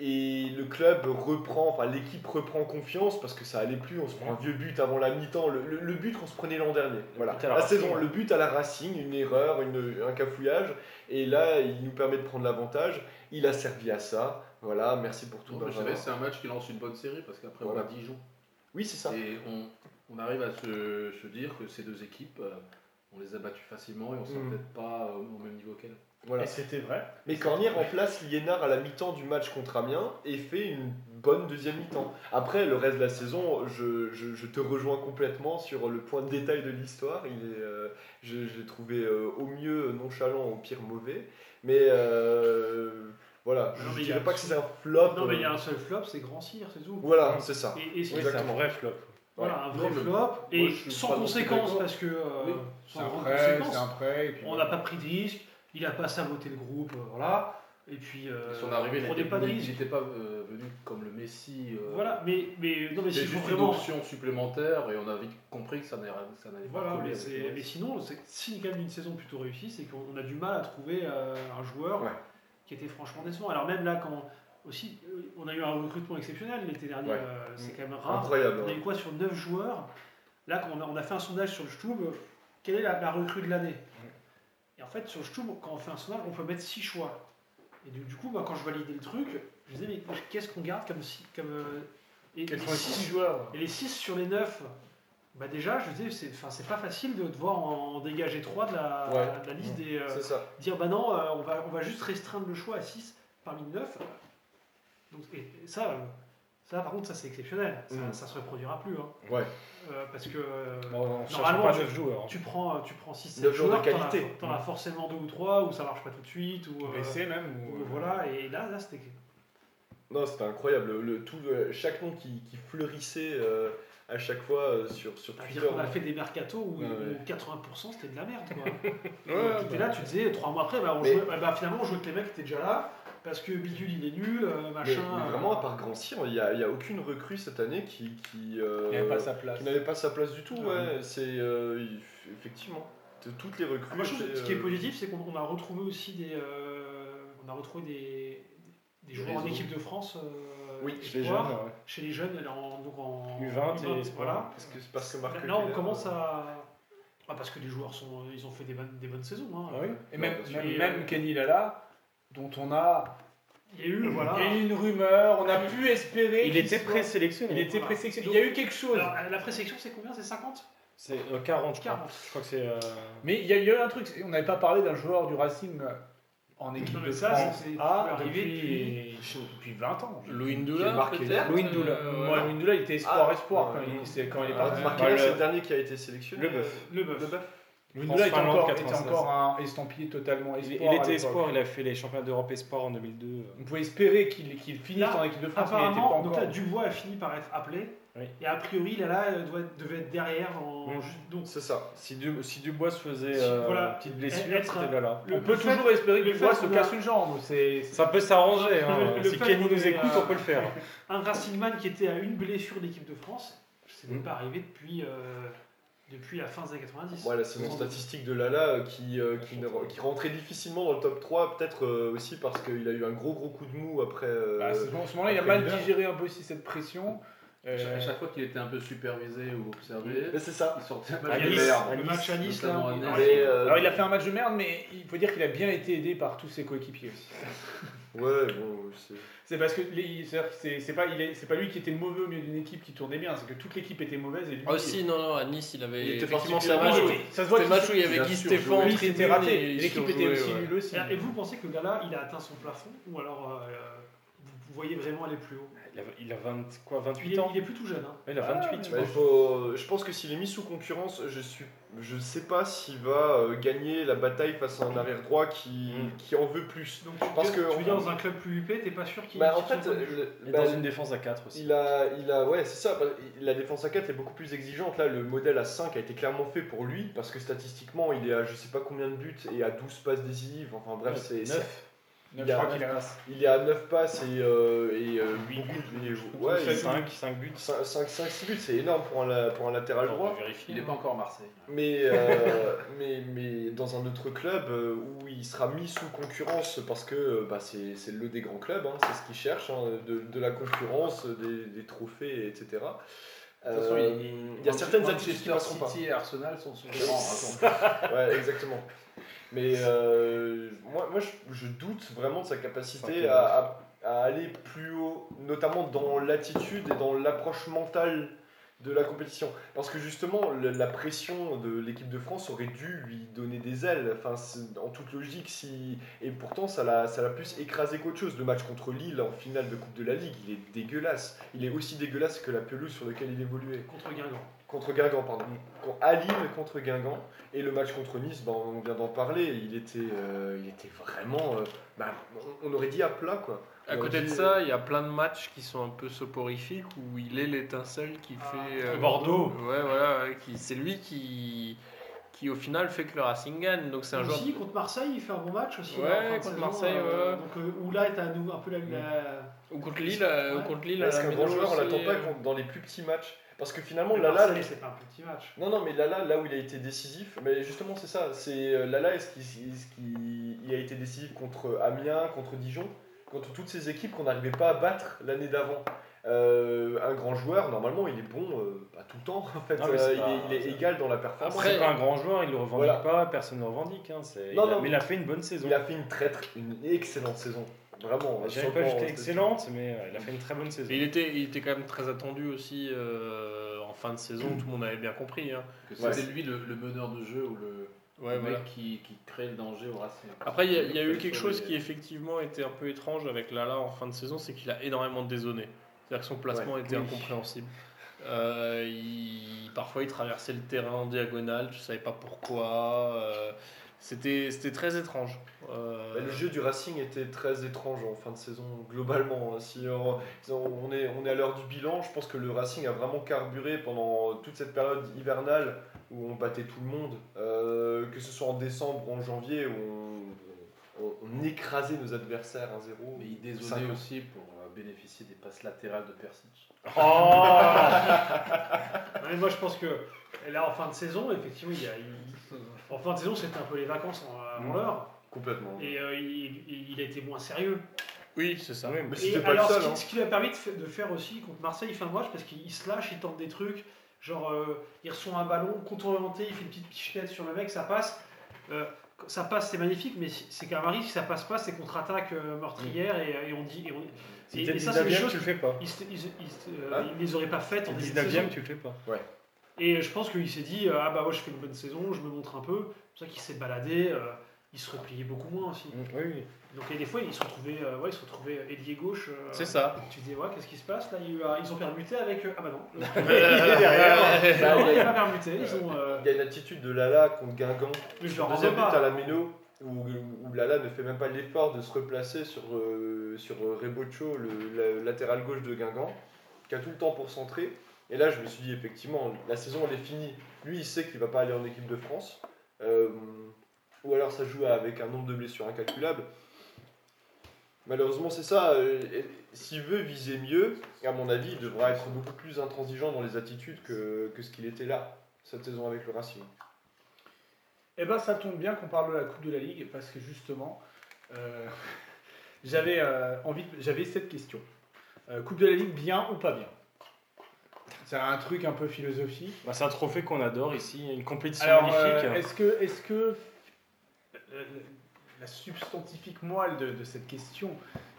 Speaker 4: Et le club reprend, enfin l'équipe reprend confiance parce que ça allait plus. On se prend un vieux but avant la mi-temps, le, le- le but qu'on se prenait l'an dernier. Voilà.
Speaker 3: but à
Speaker 4: La,
Speaker 3: la Racing.
Speaker 4: saison, le but à la Racing, une erreur, une- un cafouillage. Et là, il nous permet de prendre l'avantage. Il a servi à ça. Voilà, merci pour tout.
Speaker 9: Non, mais bah, je
Speaker 4: Benjamin.
Speaker 9: savais, c'est un match qui lance une bonne série parce qu'après
Speaker 4: Voilà.
Speaker 9: on a Dijon.
Speaker 4: Oui, c'est ça.
Speaker 9: Et on, on arrive à se, se dire que ces deux équipes, euh, on les a battues facilement et on ne sera
Speaker 4: Mm.
Speaker 9: peut-être pas euh, au même niveau qu'elles.
Speaker 4: Voilà.
Speaker 2: Et c'était vrai.
Speaker 4: Mais Cornier remplace Liénard à la mi-temps du match contre Amiens et fait une bonne deuxième mi-temps. Après, le reste de la saison, je, je- je te rejoins complètement sur le point de détail de l'histoire. Il est, euh, je, je l'ai trouvé euh, au mieux nonchalant, au pire mauvais. Mais euh, voilà,
Speaker 5: Non, mais
Speaker 4: je
Speaker 5: il y
Speaker 4: dirais
Speaker 5: a-
Speaker 4: pas que c'est un flop.
Speaker 5: Non, mais il y a
Speaker 4: euh,
Speaker 5: un seul flop, c'est Grand Cyr, c'est tout.
Speaker 4: Voilà, c'est ça.
Speaker 5: Et, et c'est-
Speaker 3: Oui, c'est un vrai flop.
Speaker 5: voilà, un vrai
Speaker 9: Non, mais
Speaker 5: flop, et
Speaker 9: je suis pas
Speaker 5: sans
Speaker 9: non plus
Speaker 5: conséquence,
Speaker 9: d'accord.
Speaker 5: parce que. euh,
Speaker 9: Oui,
Speaker 1: C'est
Speaker 5: sans
Speaker 1: un
Speaker 5: grande
Speaker 1: prêt,
Speaker 5: conséquence.
Speaker 1: c'est un prêt. et puis
Speaker 5: On n'a pas pris de risque, il n'a pas saboté le groupe, euh, voilà. Et puis, euh,
Speaker 9: Et son arrivée,
Speaker 5: on
Speaker 9: il
Speaker 5: prenait
Speaker 9: n'était
Speaker 5: pas de
Speaker 9: il
Speaker 5: risque.
Speaker 9: n'était pas euh, venu comme le Messi. euh,
Speaker 5: Voilà, mais, mais, non, mais
Speaker 9: C'était
Speaker 5: s'il faut
Speaker 9: juste une
Speaker 5: vraiment.
Speaker 9: option supplémentaire et on a vite compris que ça n'allait ça n'allait pas
Speaker 5: Voilà,
Speaker 9: coller
Speaker 5: mais,
Speaker 9: avec
Speaker 5: c'est-
Speaker 9: le
Speaker 5: mais
Speaker 9: reste.
Speaker 5: sinon, c'est signe quand même d'une saison plutôt réussie, c'est qu'on on a du mal à trouver euh, un joueur
Speaker 4: Ouais.
Speaker 5: qui était franchement décevant. Alors même là, quand aussi, euh, on a eu un recrutement exceptionnel l'été dernier,
Speaker 4: Ouais.
Speaker 5: euh, c'est
Speaker 4: Mm.
Speaker 5: quand même rare.
Speaker 4: Incroyable.
Speaker 5: On a
Speaker 4: ouais.
Speaker 5: eu quoi sur 9 joueurs Là, quand on a, on a fait un sondage sur le Stub, quelle est la, la recrue de l'année Et en fait, sur le Stub, quand on fait un sondage, on peut mettre 6 choix. Et du, du coup, moi, quand je validais le truc, je disais, mais qu'est-ce qu'on garde comme. si- comme euh, et-
Speaker 2: Quels
Speaker 5: et
Speaker 2: sont les
Speaker 5: six-
Speaker 2: six joueurs
Speaker 5: et les 6 sur les 9, bah déjà, je disais, c'est, enfin, c'est pas facile de devoir en, en dégager 3 de la,
Speaker 4: Ouais.
Speaker 5: de la liste des. euh,
Speaker 4: C'est ça.
Speaker 5: dire, bah non, euh, on, va, on va juste restreindre le choix à 6 parmi 9. Donc, et, et ça, euh, ça, par contre, ça c'est exceptionnel. Ça,
Speaker 4: Mm.
Speaker 5: ça se reproduira plus. hein.
Speaker 4: Ouais.
Speaker 5: Euh, parce que euh,
Speaker 3: Bon, on cherche
Speaker 5: Normalement,
Speaker 3: pas
Speaker 5: tu-
Speaker 3: 9 joueurs.
Speaker 5: tu prends, euh, tu prends 6
Speaker 4: Neuf joueurs
Speaker 5: joueurs
Speaker 4: de
Speaker 5: t'en as-
Speaker 4: qualité. Mm.
Speaker 5: T'en as forcément 2 ou 3, ou ça marche pas tout de suite, ou. euh,
Speaker 2: BC même
Speaker 5: ou
Speaker 2: ou... euh,
Speaker 5: voilà, et là, là c'était.
Speaker 4: Non, c'était incroyable. Le, tout, euh, chaque nom qui, qui fleurissait euh, à chaque fois euh, sur, sur
Speaker 5: Enfin, je
Speaker 4: Twitter. hein.
Speaker 5: veux dire, on Ah, a fait des mercatos où,
Speaker 4: Ouais, ouais. bah
Speaker 5: où 80% c'était de la merde.
Speaker 4: *laughs*
Speaker 5: Quoi.
Speaker 6: Ouais,
Speaker 5: tu étais là, tu disais, trois mois après, bah, on
Speaker 4: Mais-
Speaker 5: jouait- bah, finalement on jouait avec les mecs qui étaient déjà là, parce que Bidule il est nul, euh,
Speaker 4: Mais,
Speaker 5: machin.
Speaker 4: mais
Speaker 5: euh,
Speaker 4: vraiment, à part Grand Cyr, il n'y a, il y a aucune recrue cette année qui, qui, euh,
Speaker 2: Il n'avait pas sa place.
Speaker 4: qui n'avait pas sa place du tout.
Speaker 5: Ouais.
Speaker 4: Ouais. C'est euh, il- effectivement de toutes les recrues.
Speaker 5: Ah, Moi, je trouve que ce qui est
Speaker 4: euh,
Speaker 5: positif, c'est qu'on on a retrouvé aussi des, euh, on a retrouvé des, des
Speaker 9: Des
Speaker 5: joueurs en
Speaker 9: réseaux.
Speaker 5: équipe de France. euh,
Speaker 4: Oui,
Speaker 3: Chez les
Speaker 5: espoir,
Speaker 3: jeunes, ouais.
Speaker 5: Chez les jeunes, là, en, donc en
Speaker 3: U20 et
Speaker 5: voilà.
Speaker 3: espoir.
Speaker 4: parce que parce que Marc euh,
Speaker 5: Là, on
Speaker 4: Keller,
Speaker 5: commence à. Ah, parce que les joueurs sont, ils ont fait des bonnes, des bonnes saisons. hein.
Speaker 2: Ah oui. Et même,
Speaker 4: Non,
Speaker 2: même,
Speaker 5: mais-
Speaker 9: euh,
Speaker 2: même Kenny Lala, dont on a
Speaker 5: Il y a eu, voilà.
Speaker 2: il y a eu une rumeur,
Speaker 9: Ah.
Speaker 2: on a pu espérer.
Speaker 3: Il
Speaker 2: qu'il
Speaker 3: était
Speaker 2: soit-
Speaker 3: présélectionné.
Speaker 2: Il était
Speaker 5: Voilà.
Speaker 2: présélectionné. Il y a eu quelque chose. Ah.
Speaker 5: Alors, la présélection, c'est combien C'est 50
Speaker 3: C'est euh, 40, je crois.
Speaker 5: 40.
Speaker 3: Je crois que c'est. euh,
Speaker 2: Mais il y a eu un truc. c'est- On n'avait pas parlé d'un joueur du Racing euh, en équipe
Speaker 5: Non, mais
Speaker 2: de
Speaker 5: ça,
Speaker 2: France
Speaker 5: c'est- c'est
Speaker 2: A
Speaker 5: arrivé
Speaker 2: depuis, depuis 20 ans.
Speaker 6: Louis
Speaker 4: Qui est
Speaker 6: Ndoula,
Speaker 4: marqué
Speaker 6: peut-être
Speaker 4: derrière.
Speaker 2: Louis Ndoula.
Speaker 6: Euh,
Speaker 2: Moi,
Speaker 6: ouais.
Speaker 2: Louis Ndoula, il était espoir,
Speaker 4: Ah,
Speaker 2: espoir
Speaker 4: ouais.
Speaker 2: quand il, c'est- quand il est
Speaker 4: Ah,
Speaker 2: parti.
Speaker 4: Marc
Speaker 2: Bah,
Speaker 4: Keller,
Speaker 2: le-
Speaker 4: c'est le dernier qui a été sélectionné.
Speaker 3: Le bœuf.
Speaker 5: Le bœuf.
Speaker 4: Le bœuf.
Speaker 2: Louis Ndoula était
Speaker 3: France-Finlande,
Speaker 2: encore, était
Speaker 3: 96.
Speaker 2: encore un estampillé totalement
Speaker 3: Il,
Speaker 2: espoir.
Speaker 3: il
Speaker 2: à
Speaker 3: était
Speaker 2: l'époque.
Speaker 3: espoir, il a fait les championnats d'Europe espoir en 2002.
Speaker 2: On pouvait espérer qu'il qu'il finisse
Speaker 5: Là,
Speaker 2: en équipe de France, Ah, mais il n'était pas
Speaker 5: Apparemment, donc
Speaker 2: encore.
Speaker 5: là, Dubois a fini par être appelé.
Speaker 3: Oui.
Speaker 5: Et a priori, là, là doit, devait être derrière. En,
Speaker 3: Mm.
Speaker 5: juste- donc,
Speaker 4: C'est ça.
Speaker 3: Si, Du- si Dubois se faisait
Speaker 5: Si-
Speaker 3: euh,
Speaker 5: voilà.
Speaker 3: une petite blessure,
Speaker 5: Être
Speaker 3: c'était
Speaker 5: un-
Speaker 3: là là.
Speaker 5: le-
Speaker 2: on peut
Speaker 5: le fait-
Speaker 2: toujours espérer que
Speaker 5: le
Speaker 2: Dubois
Speaker 5: fait
Speaker 2: se
Speaker 5: qu'on a-
Speaker 2: casse une jambe. C'est
Speaker 3: Ça peut s'arranger. hein.
Speaker 5: Le- le
Speaker 3: si
Speaker 5: fait
Speaker 3: Kenny
Speaker 5: qu'on
Speaker 3: nous
Speaker 5: ait,
Speaker 3: écoute,
Speaker 5: euh,
Speaker 3: on peut le faire.
Speaker 5: un Racingman qui était à une blessure d'équipe de France, c'est n'est
Speaker 3: Mm.
Speaker 5: pas arrivé depuis, euh, depuis la fin des années 90.
Speaker 4: Voilà, c'est mon statistique de Lala euh, qui, euh, qui, ne- qui rentrait difficilement dans le top 3, peut-être euh, aussi parce qu'il a eu un gros gros coup de mou après. euh,
Speaker 2: Bah, à ce moment- à ce moment-là, il a
Speaker 4: après
Speaker 2: mal
Speaker 4: l'hiver.
Speaker 2: digéré un peu aussi cette pression. Euh,
Speaker 9: À chaque- À chaque fois qu'il était un peu supervisé ou observé,
Speaker 4: mais c'est ça.
Speaker 9: il sortait un peu
Speaker 3: À
Speaker 9: de
Speaker 5: Il y a
Speaker 3: Nice,
Speaker 5: le-
Speaker 9: merde.
Speaker 3: à
Speaker 5: le
Speaker 3: Nice,
Speaker 5: match à Nice, là,
Speaker 9: notamment à
Speaker 5: il-
Speaker 9: Nice.
Speaker 4: Mais, euh,
Speaker 2: Alors, il a fait un match de merde, mais il faut dire qu'il a bien été aidé par tous ses coéquipiers aussi.
Speaker 4: Ouais, bon, c'est.
Speaker 2: C'est parce que les- c'est-à-dire que c'est c'est pas, il est- c'est pas lui qui était mauvais au milieu d'une équipe qui tournait bien, c'est que toute l'équipe était mauvaise et lui.
Speaker 6: Ah, si, non, non, à Nice, il avait.
Speaker 4: Il était
Speaker 6: effectivement, c'est un
Speaker 4: particulièrement
Speaker 6: match où-
Speaker 4: mauvais.
Speaker 2: ça se voit
Speaker 6: c'était le
Speaker 2: qu'il
Speaker 6: match où il y
Speaker 9: il
Speaker 6: avait
Speaker 9: a
Speaker 6: Guy
Speaker 9: surjoué.
Speaker 6: Stéphane en
Speaker 2: oui,
Speaker 6: tribune
Speaker 2: c'était raté.
Speaker 6: et il
Speaker 2: L'équipe
Speaker 6: surjouait,
Speaker 2: était aussi
Speaker 6: ouais.
Speaker 2: nulle aussi.
Speaker 5: Et vous pensez que le gars-là, il a atteint son plafond Ou alors, euh, vous vous voyez vraiment aller plus haut.
Speaker 3: Il a, il a 20, quoi, 28
Speaker 5: Il est,
Speaker 3: ans
Speaker 5: il est plus tout jeune. hein.
Speaker 3: Ouais, Il a 28, je
Speaker 4: Bah, il
Speaker 3: pense.
Speaker 4: faut- je pense que s'il est mis sous concurrence, je suis, je sais pas s'il va euh, gagner la bataille face à un arrière droit qui, qui en veut plus.
Speaker 5: Donc, tu,
Speaker 4: Parce
Speaker 5: tu
Speaker 4: que-
Speaker 5: veux dire, dans un club plus huppé, t'es pas sûr qu'il.
Speaker 4: Bah, en
Speaker 5: qu'il
Speaker 4: fait,
Speaker 5: soit-
Speaker 4: le-
Speaker 3: Et
Speaker 4: bah,
Speaker 3: dans une défense à 4 aussi.
Speaker 4: il a, il a, ouais, c'est ça. bah, il- La défense à 4 est beaucoup plus exigeante. Là, le modèle à 5 a été clairement fait pour lui parce que statistiquement, il est à je sais pas combien de buts et à 12 passes décisives. Enfin bref, c'est c'est-
Speaker 3: 9.
Speaker 4: Il
Speaker 2: je
Speaker 4: a-
Speaker 2: crois qu'il a
Speaker 4: Il est à 9 passes et, euh, et euh, beaucoup de- et- ouais,
Speaker 3: 5, 5 buts.
Speaker 4: 5, 6 buts, c'est énorme pour un, la- pour un latéral
Speaker 3: On va
Speaker 4: droit.
Speaker 3: vérifier.
Speaker 9: Il
Speaker 6: hein.
Speaker 9: n'est pas encore Marseille.
Speaker 4: Mais, euh, *laughs* mais, mais dans un autre club euh, où il sera mis sous concurrence parce que euh, bah, c'est c'est le des grands clubs, hein, c'est ce qu'ils cherchent, hein, de, de la concurrence, des, des trophées, etc.
Speaker 9: De toute façon,
Speaker 4: Euh,
Speaker 9: il-
Speaker 4: il y a certaines
Speaker 9: Manchester
Speaker 4: attitudes qui passeront pas.
Speaker 9: City et Arsenal sont souvent
Speaker 4: *laughs* Ouais, exactement. Mais euh, moi, moi je, je doute vraiment de sa capacité
Speaker 3: Cinquième
Speaker 4: à, à- à aller plus haut, notamment dans l'attitude et dans l'approche mentale de la compétition. Parce que justement, le- la pression de l'équipe de France aurait dû lui donner des ailes, enfin, c'est- en toute logique. Si... Et pourtant, ça l'a ça l'a plus écrasé qu'autre chose. Le match contre Lille en finale de Coupe de la Ligue, il est dégueulasse. Il est aussi dégueulasse que la pelouse sur laquelle il évoluait.
Speaker 5: Contre Guingamp.
Speaker 4: Contre Guingamp, pardon. Con- À Lille contre Guingamp. Et le match contre Nice, ben, on vient d'en parler. Il était, euh, il était vraiment. euh, ben, on on aurait dit à plat, quoi.
Speaker 6: À côté de ça, il y a plein de matchs qui sont un peu soporifiques où il est l'étincelle qui
Speaker 5: Ah,
Speaker 6: fait. euh,
Speaker 3: Bordeaux.
Speaker 6: Ouais, voilà. ouais, qui- C'est lui qui, qui, au final, fait que le Racing gagne. Donc, c'est un joueur.
Speaker 5: Aussi, contre Marseille, il fait un bon match aussi. hein,
Speaker 6: Ouais,
Speaker 5: là, en fin de
Speaker 6: contre
Speaker 5: saison,
Speaker 6: Marseille,
Speaker 5: euh,
Speaker 6: ouais.
Speaker 5: Donc, euh, où là, t'as à nouveau un peu la. la-
Speaker 6: Ou contre Lille, euh, ou
Speaker 5: Ouais.
Speaker 6: contre Lille à
Speaker 4: Parce
Speaker 6: la
Speaker 4: qu'un
Speaker 6: maison
Speaker 4: grand joueur, on
Speaker 6: aussi,
Speaker 4: l'attend pas
Speaker 6: euh,
Speaker 4: contre- dans les plus petits matchs. Parce que finalement, Lala.
Speaker 5: Marseille, c'est pas un petit match.
Speaker 4: Non, non, mais Lala, là où il a été décisif, mais justement, c'est ça. C'est euh, Lala, est-ce qu'il est-ce qu'il- il a été décisif contre Amiens, contre Dijon, contre toutes ces équipes qu'on n'arrivait pas à battre l'année d'avant Euh, un grand joueur, normalement, il est bon euh, pas tout le temps. En fait,
Speaker 3: Non, mais c'est
Speaker 4: Euh, il,
Speaker 3: pas-
Speaker 4: est, il est
Speaker 3: c'est-
Speaker 4: égal dans la performance.
Speaker 6: Après,
Speaker 3: C'est pas un grand joueur, il le revendique
Speaker 4: Voilà.
Speaker 3: pas, personne ne le revendique. hein, c'est-
Speaker 4: Non,
Speaker 3: il a-
Speaker 4: non.
Speaker 3: mais il a fait une bonne saison. Bah,
Speaker 4: Il a fait une très, très- une excellente saison. Vraiment.
Speaker 3: J'avais
Speaker 4: sur
Speaker 3: pas
Speaker 4: le
Speaker 3: ajouté
Speaker 4: plan,
Speaker 3: excellente, mais euh, il a fait une très bonne saison.
Speaker 6: Et Il était, il était quand même très attendu aussi euh, en fin de saison, tout le monde avait bien compris. hein.
Speaker 9: Que
Speaker 4: Ouais.
Speaker 9: C'était lui le, le meneur de jeu ou le
Speaker 6: Ouais,
Speaker 9: le mec
Speaker 6: voilà.
Speaker 9: qui, qui crée le danger au Racing.
Speaker 6: Après, il y a, il y a eu quelque chose qui
Speaker 9: est
Speaker 6: effectivement était un peu étrange avec Lala en fin de saison, c'est qu'il a énormément dézonné. C'est-à-dire que son placement était incompréhensible. Euh, il- parfois, il traversait le terrain en diagonale, tu savais pas pourquoi. euh, c'était, c'était très étrange. Euh,
Speaker 4: Bah, Le jeu du Racing était très étrange en fin de saison, globalement. hein. Si on, on est, on est à l'heure du bilan, je pense que le Racing a vraiment carburé pendant toute cette période hivernale où on battait tout le monde, euh, que ce soit en décembre ou en janvier, où on, on- on écrasait nos adversaires 1-0.
Speaker 9: Mais il
Speaker 4: Cinq
Speaker 9: désolait
Speaker 4: ans.
Speaker 9: aussi pour euh, bénéficier des passes latérales de Persic.
Speaker 4: Oh.
Speaker 5: Non, mais moi, je pense que là, en fin de saison, effectivement, il y a. il- En fin de saison, c'était un peu les vacances en- avant
Speaker 3: Mm.
Speaker 5: l'heure.
Speaker 4: Complètement.
Speaker 5: Et euh, il, il- il a été moins sérieux.
Speaker 6: Oui, c'est ça.
Speaker 3: Oui, mais-
Speaker 4: Mais
Speaker 5: Et
Speaker 4: c'était pas le
Speaker 5: alors,
Speaker 4: seul.
Speaker 5: ce, qui,
Speaker 4: hein.
Speaker 5: ce qui lui a permis de, fa- de faire aussi contre Marseille, il fait un match parce qu'il il se lâche, il tente des trucs. Genre, euh, il reçoit un ballon, contre-orienté, il fait une petite pichenette sur le mec, ça passe. Euh, ça passe, c'est magnifique, mais si- c'est qu'un mari, si ça passe pas, c'est contre-attaque euh, meurtrière
Speaker 4: Mm.
Speaker 5: et, et on dit. et on-
Speaker 3: Si
Speaker 5: et-
Speaker 3: t'es
Speaker 5: et ça, c'est des
Speaker 3: 19ème,
Speaker 5: choses
Speaker 3: tu le fais pas.
Speaker 5: il se- il se- il se- euh,
Speaker 4: Hein
Speaker 5: il les aurait pas faites
Speaker 3: T'es
Speaker 5: en début de
Speaker 3: 19ème,
Speaker 5: saison.
Speaker 3: tu le fais pas.
Speaker 5: Et je pense qu'il s'est dit euh, Ah bah ouais, je fais une bonne saison, je me montre un peu. C'est pour ça qu'il s'est baladé, euh, il se repliait beaucoup moins aussi.
Speaker 3: Mm, Oui, oui.
Speaker 5: Donc, et des fois, il se retrouvait, euh, ouais, il se retrouvait ailier gauche. euh,
Speaker 6: C'est ça.
Speaker 5: tu dis, ouais, qu'est-ce qui se passe là Il y a- Ils ont permuté avec. euh, Ah bah non.
Speaker 4: derrière.
Speaker 5: Non, ils n'ont pas permuté. Ils ont. euh,
Speaker 4: Bah Il y a une attitude de Lala contre Guingamp.
Speaker 5: Mais je
Speaker 4: Le
Speaker 5: leur en veux
Speaker 4: deuxième but à
Speaker 5: pas.
Speaker 4: la Méno, où, où Lala ne fait même pas l'effort de se replacer sur, euh, sur euh, Reboccio, le, la- latéral gauche de Guingamp, qui a tout le temps pour centrer. Et là, je me suis dit, effectivement, la saison, elle est finie. Lui, il sait qu'il va pas aller en équipe de France. Euh, ou alors, ça joue avec un nombre de blessures incalculable. Malheureusement, c'est ça. euh, et S'il veut viser mieux, à mon avis, il devra être beaucoup plus intransigeant dans les attitudes que, que ce qu'il était là, cette saison avec le Racing.
Speaker 2: Eh ben, ça tombe bien qu'on parle de la Coupe de la Ligue parce que justement, euh, *laughs* j'avais euh, envie, de- j'avais cette question. Euh, coupe de la Ligue, bien ou pas bien C'est un truc un peu philosophique.
Speaker 3: Bah, c'est un trophée qu'on adore ici, une compétition
Speaker 2: Alors,
Speaker 3: magnifique.
Speaker 2: euh, est-ce que, est-ce que euh, la substantifique moelle de, de cette question,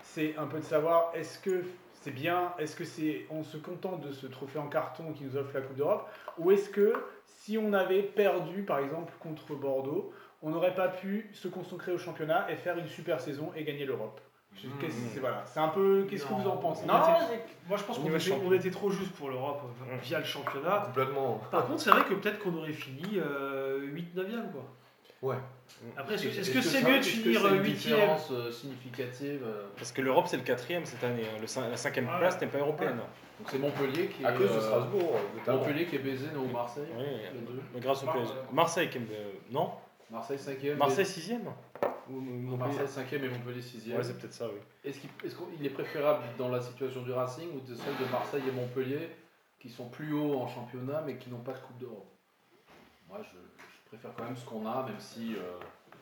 Speaker 2: c'est un peu de savoir est-ce que c'est bien, est-ce que c'est on se contente de ce trophée en carton qui nous offre la Coupe d'Europe, ou est-ce que si on avait perdu par exemple contre Bordeaux, on n'aurait pas pu se consacrer au championnat et faire une super saison et gagner l'Europe
Speaker 1: Je- qu'est-ce- C'est voilà. C'est un peu. Qu'est-ce que
Speaker 5: Non.
Speaker 1: vous en pensez
Speaker 5: Non,
Speaker 1: Vous
Speaker 5: c'est- moi je pense qu'on
Speaker 3: Niveau
Speaker 5: était,
Speaker 3: champion.
Speaker 5: on était trop juste pour l'Europe euh,
Speaker 3: Mm.
Speaker 5: via le championnat.
Speaker 4: Complètement.
Speaker 5: Par contre, c'est vrai que peut-être qu'on aurait fini 8-9e quoi.
Speaker 4: Ouais.
Speaker 5: Après, est-ce que- est-ce
Speaker 9: Est-ce
Speaker 5: que c'est
Speaker 9: ça-
Speaker 5: mieux de
Speaker 9: est-ce que
Speaker 5: finir
Speaker 9: c'est une
Speaker 5: 8e
Speaker 9: différence euh, significative. euh,
Speaker 3: Parce que l'Europe, c'est le quatrième cette année. hein. Le cin- la cinquième
Speaker 5: Ouais.
Speaker 3: place n'est pas européenne.
Speaker 9: donc C'est Montpellier qui est.
Speaker 4: À cause de
Speaker 9: euh,
Speaker 4: Strasbourg, hein, notamment.
Speaker 9: Montpellier qui est baisé, non ou Marseille
Speaker 3: Ouais.
Speaker 9: Les deux.
Speaker 3: Mais grâce au PSG. Marseille, qui est- euh, non
Speaker 9: Marseille 5ème.
Speaker 3: Marseille 6ème
Speaker 9: Marseille 5ème et Montpellier 6ème.
Speaker 3: Ouais, c'est peut-être ça, oui.
Speaker 9: Est-ce qu'il est-ce qu'on- il est préférable dans la situation du Racing ou de celle de Marseille et Montpellier qui sont plus hauts en championnat mais qui n'ont pas de Coupe d'Europe Moi, je, je préfère quand même ce qu'on a, même si euh,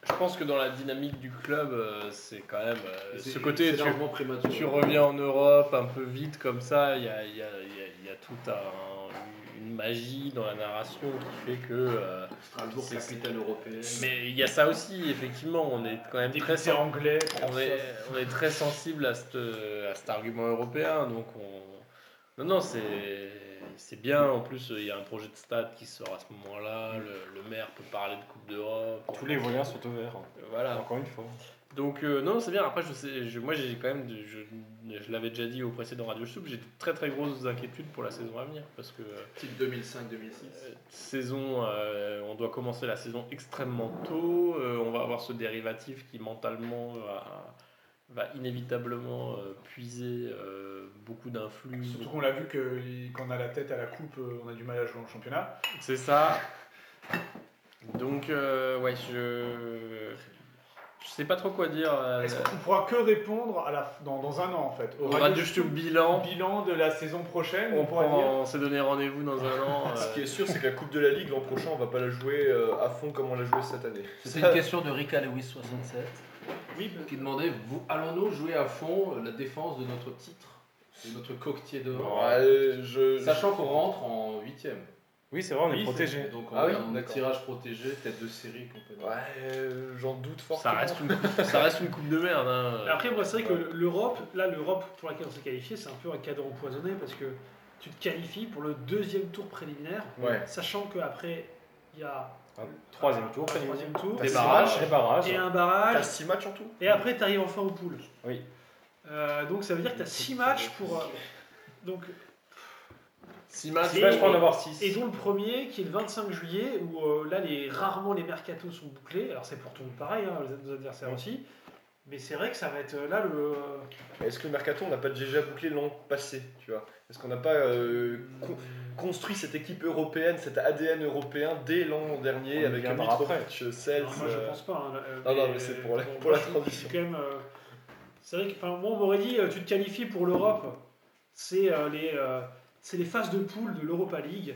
Speaker 6: Je pense que dans la dynamique du club, euh, c'est quand même euh,
Speaker 9: c'est-
Speaker 6: ce côté.
Speaker 9: c'est
Speaker 6: Tu,
Speaker 9: largement prématuré.
Speaker 6: tu reviens en Europe un peu vite comme ça, il y a, il y a- il y a- il y a tout un- une magie dans la narration qui fait que. euh,
Speaker 9: Strasbourg,
Speaker 6: c'est-
Speaker 9: capitale européenne.
Speaker 6: mais il y a ça aussi, effectivement, on est quand même
Speaker 1: Des
Speaker 6: très
Speaker 1: Français
Speaker 6: sen-
Speaker 1: anglais.
Speaker 6: on est, on est très sensible à, cette- à cet argument européen, donc on. Non, non, c'est. C'est bien, en plus il y a un projet de stade qui sort à ce moment-là, le, le maire peut parler de Coupe d'Europe.
Speaker 3: Tous les voyants sont au vert. hein.
Speaker 6: Voilà,
Speaker 3: Encore une fois.
Speaker 6: donc euh, non, c'est bien. Après, je sais, je- moi, j'ai quand même, du- je, je l'avais déjà dit au précédent Radio Soup, j'ai de très très grosses inquiétudes pour la saison à venir parce que euh,
Speaker 9: Type 2005-2006.
Speaker 6: saison, euh, on doit commencer la saison extrêmement tôt. euh, on va avoir ce dérivatif qui mentalement va, va inévitablement euh, puiser euh, beaucoup d'influx.
Speaker 1: Surtout qu'on l'a vu que il- quand on a la tête à la coupe, euh, on a du mal à jouer en championnat.
Speaker 6: C'est ça. Donc euh, ouais, je je sais pas trop quoi dire. euh,
Speaker 1: Est-ce qu'on pourra que répondre à la, dans, dans un an en fait
Speaker 6: au Radio Soup bilan.
Speaker 1: bilan de la saison prochaine
Speaker 6: On,
Speaker 1: On, pourra dire.
Speaker 6: prend- on s'est donné rendez-vous dans un an.
Speaker 4: Ce qui
Speaker 6: euh,
Speaker 4: est sûr, c'est que la Coupe de la Ligue l'an prochain, on va pas la jouer euh, à fond comme on l'a joué cette année.
Speaker 9: C'est une question de Rika Lewis67
Speaker 5: Oui,
Speaker 9: qui demandait vous- allons-nous jouer à fond la défense de notre titre et notre coquetier dehors
Speaker 4: Ouais, euh, je-
Speaker 9: Sachant qu'on rentre en 8ème.
Speaker 3: Oui, c'est vrai, on
Speaker 5: Oui,
Speaker 3: est
Speaker 5: c'est-
Speaker 3: protégé.
Speaker 9: Donc on
Speaker 4: Ah oui,
Speaker 9: a un
Speaker 4: d'accord.
Speaker 9: tirage protégé, tête de série qu'on peut dire.
Speaker 4: Ouais, euh, j'en doute fort.
Speaker 6: ça, reste une coupe, ça reste une coupe de merde. hein.
Speaker 5: Après, moi, c'est vrai que l'Europe, là, l'Europe pour laquelle on s'est qualifié, c'est un peu un cadeau empoisonné parce que tu te qualifies pour le deuxième tour préliminaire,
Speaker 4: Ouais.
Speaker 5: sachant qu'après, il y a
Speaker 3: Troisième tour,
Speaker 5: un
Speaker 3: préliminaire.
Speaker 5: troisième tour
Speaker 6: Des barrages.
Speaker 3: Les barrages.
Speaker 5: et un
Speaker 4: T'as
Speaker 5: barrage,
Speaker 4: 6 matchs en tout
Speaker 5: et après, tu arrives enfin aux poules.
Speaker 3: Oui.
Speaker 5: Euh, donc, ça veut dire que tu as 6 matchs pour. euh, Donc,
Speaker 6: Six matchs,
Speaker 5: Six
Speaker 3: Là, je
Speaker 5: matchs
Speaker 3: peux en avoir
Speaker 5: Et
Speaker 3: 6.
Speaker 5: dont le premier qui est le 25 juillet, où euh, là les, rarement les mercatos sont bouclés. Alors c'est pour tout le monde pareil, hein, nos adversaires aussi. Mais c'est vrai que ça va être euh, là le.
Speaker 4: Est-ce que le mercato, on n'a pas déjà bouclé l'an passé tu vois Est-ce qu'on n'a pas euh, con- construit cette équipe européenne, cet ADN européen dès l'an dernier
Speaker 3: On y
Speaker 4: avec
Speaker 3: viendra
Speaker 4: Mitrovic, Sells
Speaker 5: Alors, moi je pense pas. hein, euh,
Speaker 4: non, non, mais c'est pour la-
Speaker 5: bon,
Speaker 4: pour la
Speaker 5: moi, je- je suis
Speaker 4: transition.
Speaker 5: quand même, euh, C'est vrai que enfin, moi on m'aurait dit euh, tu te qualifies pour l'Europe. C'est euh, les, euh, c'est les phases de poule de l'Europa League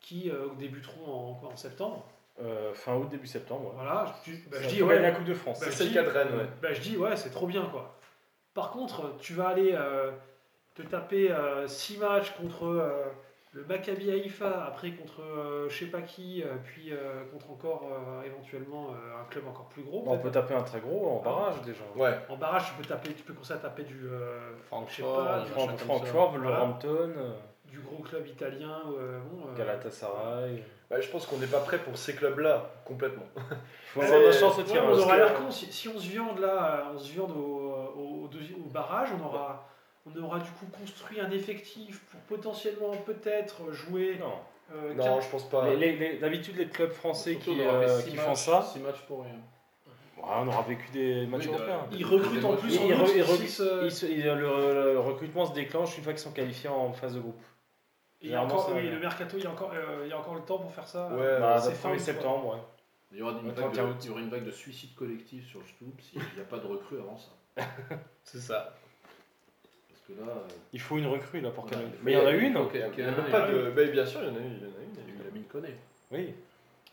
Speaker 5: qui euh, débuteront en, quoi, en septembre.
Speaker 3: Euh, fin août, début septembre. ouais.
Speaker 5: Voilà, je, bah, je
Speaker 3: Ça
Speaker 5: dis
Speaker 3: peut gagner
Speaker 5: ouais,
Speaker 3: la Coupe de France.
Speaker 5: Bah,
Speaker 4: C'est
Speaker 5: si.
Speaker 4: le cas de Rennes, ouais.
Speaker 5: Bah, je dis, ouais, c'est trop bien, quoi. Par contre, tu vas aller euh, te taper 6 matchs contre euh, le Maccabi Haïfa, après contre euh, je sais pas qui, euh, puis euh, contre encore euh, éventuellement euh, un club encore plus gros.
Speaker 3: Bah, on peut
Speaker 5: peut-être.
Speaker 3: taper un très gros en barrage déjà.
Speaker 4: Ouais,
Speaker 5: En barrage, tu peux, taper, tu peux commencer à taper du, euh, je sais
Speaker 6: Francfort,
Speaker 5: pas,
Speaker 6: euh,
Speaker 3: Fran-
Speaker 6: machin comme
Speaker 3: Francfort,
Speaker 5: Voilà.
Speaker 3: Wolverhampton, euh,
Speaker 5: du gros club italien. euh, bon, euh,
Speaker 3: Galatasaray.
Speaker 4: Bah, je pense qu'on n'est pas prêt pour ces clubs-là, complètement.
Speaker 3: Faut
Speaker 5: Ouais,
Speaker 3: avoir nos
Speaker 5: mais-
Speaker 3: chances au
Speaker 5: ouais,
Speaker 3: tirage.
Speaker 5: on aura
Speaker 3: Parce
Speaker 5: l'air
Speaker 3: que-
Speaker 5: con si, si on se viande là, euh, on se viande au, au- au deuxi- au barrage, on aura, on aura du coup construit un effectif pour potentiellement peut-être jouer.
Speaker 3: Non.
Speaker 5: euh,
Speaker 4: Non,
Speaker 5: quatre-
Speaker 4: je pense pas.
Speaker 3: Les- les- les- D'habitude, les clubs français
Speaker 9: Surtout,
Speaker 3: qui,
Speaker 9: on aura
Speaker 3: euh,
Speaker 9: fait six
Speaker 3: qui
Speaker 9: matchs-
Speaker 3: font ça,
Speaker 9: six matchs pour rien.
Speaker 3: ouais, on aura vécu des matchs
Speaker 9: Oui,
Speaker 3: européens.
Speaker 9: de-
Speaker 5: Ils recrutent en plus
Speaker 3: Ils-
Speaker 5: en
Speaker 3: ils
Speaker 5: août,
Speaker 3: re- ils
Speaker 5: six,
Speaker 3: recrutent-
Speaker 5: euh,
Speaker 3: Ils se- ils- le, le recrutement se déclenche une fois qu'ils sont qualifiés en phase de groupe.
Speaker 5: et il y a encore-
Speaker 3: Généralement, ça
Speaker 5: oui,
Speaker 3: va.
Speaker 5: le mercato, il y, a encore, euh, il y a encore le temps pour faire ça.
Speaker 4: Ouais,
Speaker 3: Bah,
Speaker 5: c'est
Speaker 3: le
Speaker 5: fin
Speaker 3: 1er
Speaker 5: août,
Speaker 3: septembre, ouais.
Speaker 9: Il y aura une
Speaker 3: Le
Speaker 9: vague
Speaker 3: 31 août.
Speaker 9: de, il y aura une vague de suicide collectif sur le Stoop s'il n'y a pas de recrue avant ça.
Speaker 6: C'est ça.
Speaker 9: Parce que là, euh,
Speaker 3: Il faut une recrue là pour
Speaker 9: Voilà.
Speaker 3: qu'elle- Mais il y en a une hein.
Speaker 9: Ok,
Speaker 4: Il y a-
Speaker 9: ok,
Speaker 4: il y a
Speaker 9: il y en a
Speaker 4: pas
Speaker 9: une.
Speaker 4: de. Bah, bien sûr, il y en a une. Il y en a une, il y en a
Speaker 9: il
Speaker 4: une.
Speaker 9: y en a mis une connaît.
Speaker 3: Oui.